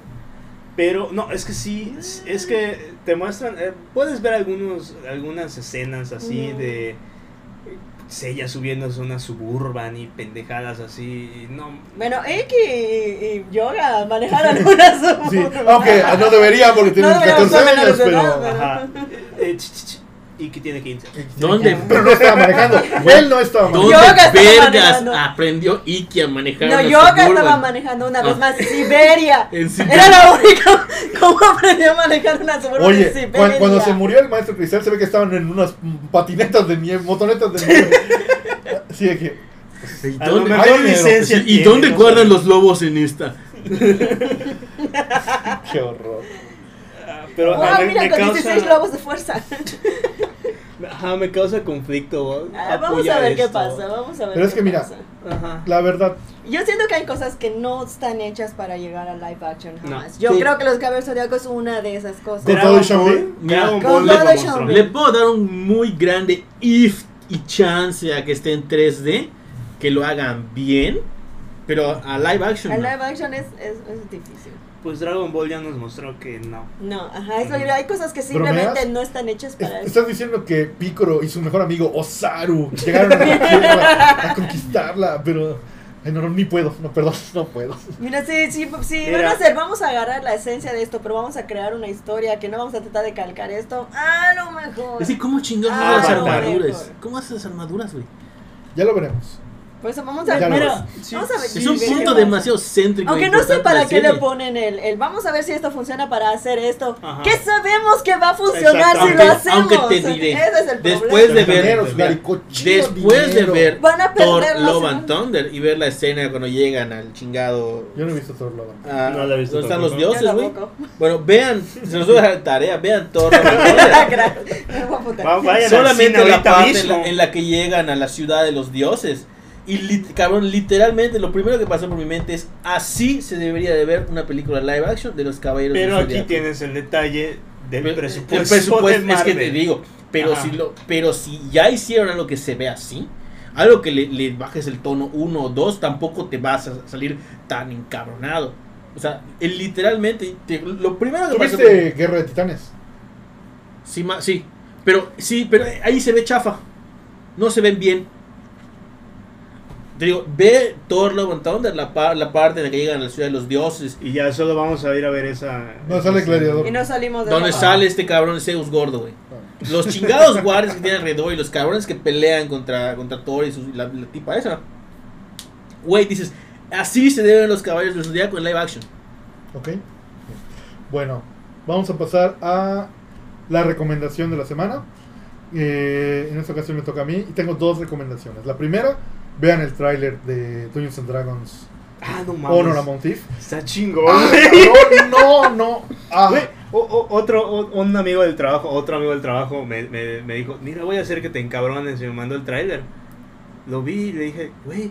S4: Pero no, es que sí, es es que te muestran, eh, puedes ver algunos, algunas escenas así
S3: Ujú.
S4: de Sella subiéndose a una suburban y pendejadas así. y No,
S3: Bueno, Iki y, y Yoga manejaron una suburban.
S1: Sí, aunque no debería porque tiene
S3: No
S1: 14
S3: deberíamos ser
S1: años,
S3: menores de
S1: pero...
S3: edad,
S4: ajá. eh, ch, ch, ch, y que tiene 15.
S2: ¿Dónde?
S1: Pero no estaba manejando. Él no estaba
S2: ¿Dónde
S1: manejando.
S3: Yoga estaba
S2: vergas
S3: manejando.
S2: aprendió Iki a manejar
S3: No,
S2: una
S3: Yoga
S2: Suburban?
S3: estaba Eh, manejando una vez
S2: Ah.
S3: más Siberia.
S2: En Siberia.
S3: Era la única. ¿Cómo aprendió a manejar una suburban en
S1: Oye,
S3: Siberia?
S1: cu- cuando, se murió el maestro Cristal se ve que estaban en unas mm, patinetas de nieve, motonetas de nieve. Así de que,
S2: ¿Y
S4: A lo
S2: dónde,
S4: mejor
S1: Ay,
S4: licencia
S2: ¿Y
S4: tiene,
S2: dónde
S4: no
S2: guardan
S4: sé.
S2: los lobos en esta?
S1: qué horror.
S4: Ah, Pero
S3: Wow,
S4: ajá, me,
S3: mira,
S4: me
S3: con 16
S4: causa,
S3: lobos de fuerza.
S4: ajá, me causa conflicto. ¿no?
S3: Ah, vamos
S4: Apoya
S3: a ver qué
S4: esto.
S3: pasa, vamos a ver
S1: Pero es
S3: qué
S1: que mira,
S3: pasa.
S4: Ajá.
S1: La verdad,
S3: Yo siento que hay cosas que no están hechas para llegar a live action jamás.
S4: No.
S3: Yo
S2: Sí.
S3: creo que los Caballeros Zodíaco es una de esas cosas.
S1: Con
S4: Dragon
S1: todo y Shaolin.
S4: Ball- Dragon
S2: Con
S4: Ball lo
S3: todo y
S4: mostró.
S3: Shaolin.
S2: Le puedo dar un muy grande if y chance a que esté en 3D, que lo hagan bien, pero a live action.
S3: El
S2: no.
S3: live action es, es, es difícil.
S4: Pues Dragon Ball ya nos mostró que no.
S3: No, ajá, es lo que digo, hay cosas que simplemente
S1: ¿Bromeas?
S3: no están hechas para
S1: es-
S3: eso.
S1: estás diciendo que Picoro y su mejor amigo Osaru llegaron a, la tierra a conquistarla, pero... ay, no, no, ni puedo, no, perdón, no puedo.
S3: Mira, sí, sí, sí,
S4: Mira.
S3: van a hacer, vamos a agarrar la esencia de esto, pero vamos a crear una historia que no vamos a tratar de calcar esto. A lo
S2: Es
S3: mejor.
S2: decir, ¿cómo chingados
S3: Ah,
S2: haces las
S4: no,
S2: armaduras?
S3: mejor.
S2: ¿Cómo haces las armaduras, güey?
S1: Ya lo veremos.
S3: Por eso vamos a
S1: Ya lo
S3: mira,
S4: Sí,
S3: vamos a ver.
S4: sí,
S2: es un
S3: sí,
S2: punto
S3: sí.
S2: demasiado céntrico. e
S3: Aunque no sé
S2: importante
S3: para
S2: la
S3: qué le
S2: serie.
S3: ponen el, el vamos a ver si esto funciona para hacer esto.
S4: Ajá.
S3: ¿Qué sabemos que va a funcionar si
S2: Aunque-
S3: lo hacemos?
S2: aunque te diré,
S3: Ese es el
S2: Después
S3: problema.
S2: de ver,
S1: Dinero,
S2: de ver-
S1: maricochino
S2: después de
S1: dinero.
S2: ver
S3: Van a
S2: Thor
S3: perder la
S2: Love and
S3: segunda.
S2: Thunder y ver la escena cuando llegan al chingado
S1: Yo no he visto Thor Love and
S2: Ah,
S4: No la he visto
S2: ¿Dónde están los
S4: tampoco.
S3: Yo
S2: dioses, güey?
S3: tampoco.
S2: Bueno, vean, se nos va a dejar de tarea, vean todo.
S3: Gracias. Me voy a apuntar.
S4: Va- vayan al
S2: Solamente
S4: cine
S2: la
S4: ahorita
S2: parte en
S4: mismo.
S2: la, en la que llegan a la ciudad de los dioses. Y lit- cabrón, literalmente lo primero que pasó por mi mente es así se debería de ver una película live action de los caballeros
S4: Pero
S2: del
S4: aquí
S2: Zodiaco.
S4: tienes el detalle del
S2: Pero-
S4: presupuesto.
S2: el presupuesto
S4: de
S2: es que te
S4: Marvel.
S2: digo, pero
S4: Ajá.
S2: si lo pero si ya hicieron algo que se ve así, algo que le, le bajes el tono uno o dos, tampoco te vas a salir tan encabronado. O sea, el- literalmente te- lo primero que pasó por-
S1: ¿Tuviste Guerra de Titanes?
S2: Sí, ma- sí. Pero sí, pero ahí se ve chafa. No se ven bien. Te digo, ve Thor Love and Thunder, la, par- la parte en la que llegan a la ciudad de los dioses.
S4: Y ya solo vamos a ir a ver esa.
S1: No, sale Gladiador.
S3: Y no salimos de
S2: Donde
S3: la-
S2: sale este cabrón Zeus gordo, güey.
S4: Ah.
S2: Los chingados guardias que tienen alrededor y los cabrones que pelean contra, contra Thor y su- la, la tipa esa. güey, dices, así se deben los caballos del zodiaco en live action.
S1: Ok. Bueno, vamos a pasar a la recomendación de la semana. Eh, en esta ocasión me toca a mí y tengo dos recomendaciones. La primera, vean el tráiler de Dungeons and Dragons
S4: Ah,
S1: Oh,
S4: no mames.
S1: Honor Among Thieves.
S4: Está chingón.
S2: Ah,
S1: No, no, no. Ah,
S4: Güey, o- o- otro, o- un amigo del trabajo, otro amigo del trabajo me, me- me dijo, mira, voy a hacer que te encabrones y me mandó el tráiler. Lo vi y le dije, güey,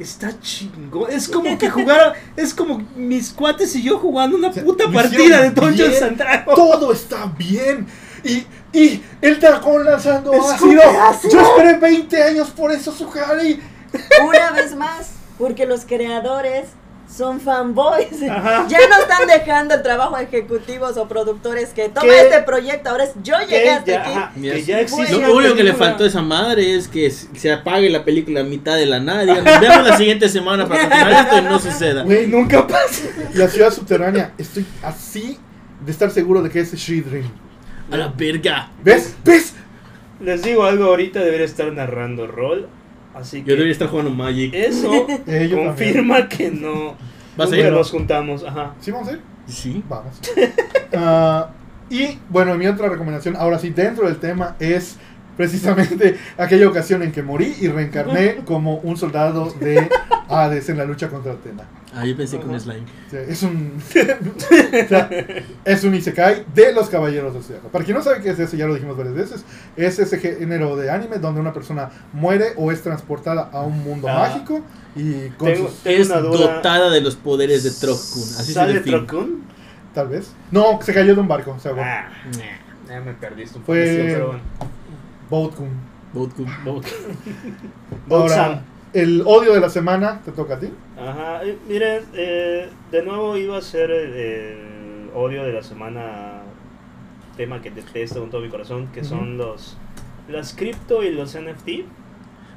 S4: está chingón. Es como que jugara, es como mis cuates y yo jugando una
S1: sea,
S4: puta
S1: lo
S4: partida de
S1: hicieron
S4: Dungeons
S1: bien.
S4: and Dragons.
S1: todo está bien. Y, y el dragón lanzando
S4: Escupe
S1: ácido.
S4: ácido.
S1: Yo esperé 20 años por eso, su Harry.
S3: Una vez más, porque los creadores son fanboys.
S4: Ajá.
S3: Ya no están dejando el trabajo a ejecutivos o productores que toma
S4: ¿Qué?
S3: este proyecto. Ahora es yo llegué
S4: Que
S3: hasta
S4: ya,
S3: aquí.
S4: ajá, que
S2: Yes.
S4: ya existe.
S3: Sí,
S2: Lo
S4: una
S2: único que le
S4: película.
S2: faltó a esa madre es que s- se apague la película a mitad de la nada. y digan, Nos vemos la siguiente semana para continuar esto y no suceda.
S1: Güey, no,
S4: Nunca pasa.
S1: la ciudad subterránea. Estoy así de estar seguro de que es Shidrin.
S2: A la verga.
S1: ¿Ves? ¿Ves?
S4: Les digo algo ahorita, debería estar narrando rol. Así
S2: Yo debería
S4: que
S2: estar jugando Magic.
S4: eso
S1: Eh, yo
S4: confirma que no.
S2: ¿Vas a
S4: nunca
S2: ir?
S4: nos juntamos, ajá.
S1: ¿Sí vamos a ir?
S2: Sí.
S1: Vamos. Ah, y bueno, mi otra recomendación, ahora sí, dentro del tema, es precisamente aquella ocasión en que morí y reencarné como un soldado de Hades en la lucha contra Atena.
S2: Ah, yo pensé con
S4: Ajá.
S2: Slime.
S1: O sea, es un. o sea, es un Isekai de los Caballeros del Zodiaco. Para quien no sabe qué es eso, ya lo dijimos varias veces. Es ese género de anime donde una persona muere o es transportada a un mundo
S4: Ah.
S1: mágico y con
S4: Tengo-
S1: sus-
S2: Es
S4: una duda.
S2: dotada de los poderes de Trokun. Así se
S4: ¿Sale
S2: define.
S4: Trokun?
S1: Tal vez. No, se cayó de un barco. O sea, bueno,
S4: Ah, ya me perdiste un poco.
S1: Fue-
S4: pero bueno.
S1: Boatkun.
S2: Vodka, vodka.
S1: Ahora,
S4: Sam.
S1: el odio de la semana te toca a ti.
S4: Ajá, eh, miren, eh, de nuevo iba a ser el, el odio de la semana, tema que detesto con todo mi corazón, que son los las cripto y los NFT.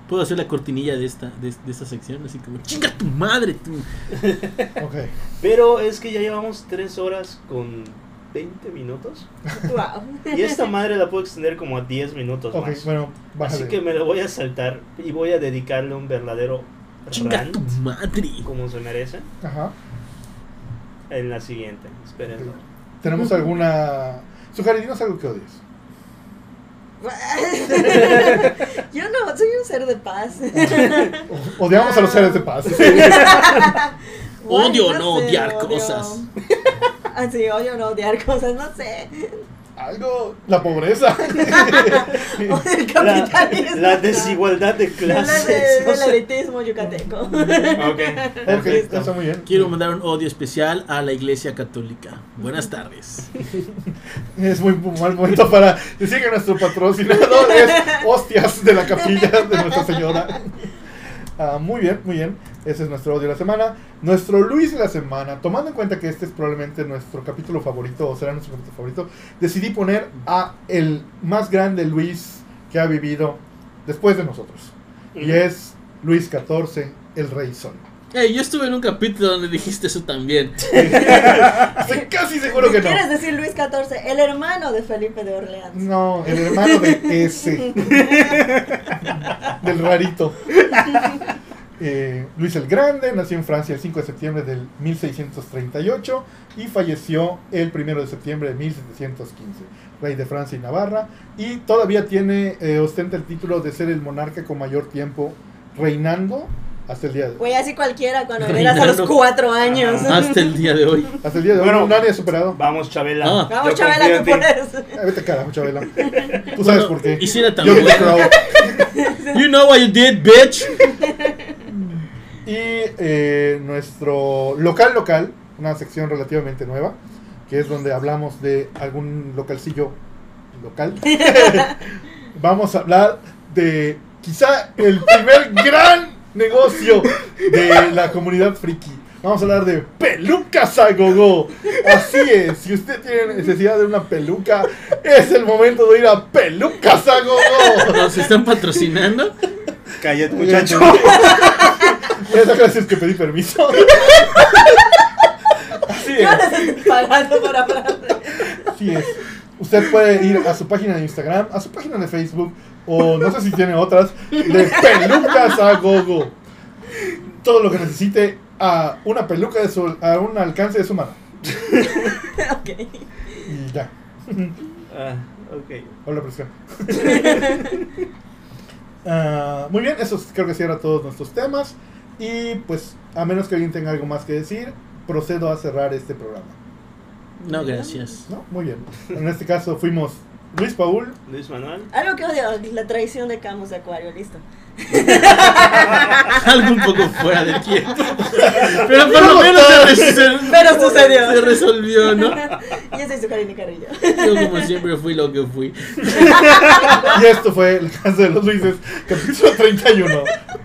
S2: Puedo hacer la cortinilla de esta, de, de esta sección, así como chinga tu madre, tú.
S1: Ok.
S4: Pero es que ya llevamos 3 horas con 20 minutos.
S3: Wow.
S4: Y esta madre la puedo extender como a 10 minutos
S1: Ok,
S4: más.
S1: bueno, bájale.
S4: Así que me lo voy a saltar y voy a dedicarle un verdadero
S2: Chinga
S4: rant,
S2: tu madre.
S4: como se merece,
S1: Ajá.
S4: en la siguiente. Espérenlo.
S1: ¿Tenemos alguna. Sujari, dinos algo que odies.
S3: Yo no, soy un ser de paz.
S1: O- Odiamos a los seres de paz.
S2: Odio o no
S3: sé,
S2: odiar cosas.
S3: Ah, sí, odio o no odiar cosas, no sé.
S1: Algo. La pobreza.
S3: Odio el
S4: La,
S3: capitalismo.
S4: la desigualdad de
S3: Habla de-
S4: clases. no
S3: del
S4: sé.
S3: elitismo yucateco.
S4: Ok,
S1: Ok,
S4: perfecto.
S1: está muy bien.
S2: Quiero mandar un odio especial a la Iglesia Católica. Buenas tardes.
S1: Es muy mal momento para decir que nuestro patrocinador es Hostias de la Capilla de Nuestra Señora. Ah, muy bien, muy bien. Ese es nuestro odio de la semana. Nuestro Luis de la semana, tomando en cuenta que este es probablemente nuestro capítulo favorito o será nuestro capítulo favorito, decidí poner a el más grande Luis que ha vivido después de nosotros. Y es Luis XIV, el Rey Sol.
S2: Hey, yo estuve en un capítulo donde dijiste eso también.
S1: Estoy casi seguro que no.
S3: ¿Quieres decir Luis XIV, el hermano de Felipe de Orleans?
S1: No, el hermano de ese. del rarito. Eh, Luis el Grande nació en Francia el 5 de septiembre del 1638 y falleció el 1 de septiembre de 1715, rey de Francia y Navarra, y todavía tiene, eh, ostenta el título de ser el monarca con mayor tiempo reinando hasta el día de hoy.
S3: Güey, así cualquiera cuando eras a los
S2: Reinaldo.
S3: cuatro años.
S2: Hasta el día de hoy.
S1: Hasta el día de hoy
S4: Bueno.
S1: nadie ha superado.
S4: Vamos, Chabela.
S2: Ah.
S3: Vamos,
S4: Yo confío
S3: Chabela,
S4: en
S3: tú
S4: ti.
S3: puedes.
S1: Ay, vete carajo, Chabela. Tú sabes por qué.
S2: Hiciera tan
S1: Yo no te
S2: bueno.
S1: creo.
S2: You know what you did, bitch.
S1: Y eh, nuestro local local, una sección relativamente nueva, que es donde hablamos de algún localcillo local. Vamos a hablar de quizá el primer gran negocio de la comunidad friki. Vamos a hablar de pelucas a gogo. Así es, si usted tiene necesidad de una peluca, es el momento de ir a pelucas a gogo.
S2: Nos están patrocinando.
S4: Cállate, muchacho.
S1: Esa gracias que pedí permiso. Así es.
S3: Yo les estoy pagando por hablar de-
S1: Así es. Usted puede ir a su página de Instagram, a su página de Facebook, o no sé si tiene otras, de pelucas a gogo. todo lo que necesite a una peluca de su, a un alcance de su mano.
S3: ok.
S1: Y ya.
S4: Ah, ok.
S1: Hola, presión. Ah, muy bien, eso creo que cierra todos nuestros temas. Y pues, a menos que alguien tenga algo más que decir, procedo a cerrar este programa.
S2: No, gracias.
S1: ¿No? Muy bien. En este caso fuimos Luis Paul,
S4: Luis Manuel.
S3: Algo que odio, la traición de Camus de Acuario, listo.
S2: Algo un poco fuera de tiempo. Pero por lo menos se, resol-
S3: Pero sucedió.
S2: se resolvió, ¿no?
S3: Yo soy su Karine Carrillo.
S2: Yo como siempre fui lo que fui.
S1: y esto fue La Casa de los Luises, capítulo 31.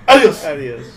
S1: Adiós.
S4: Adiós.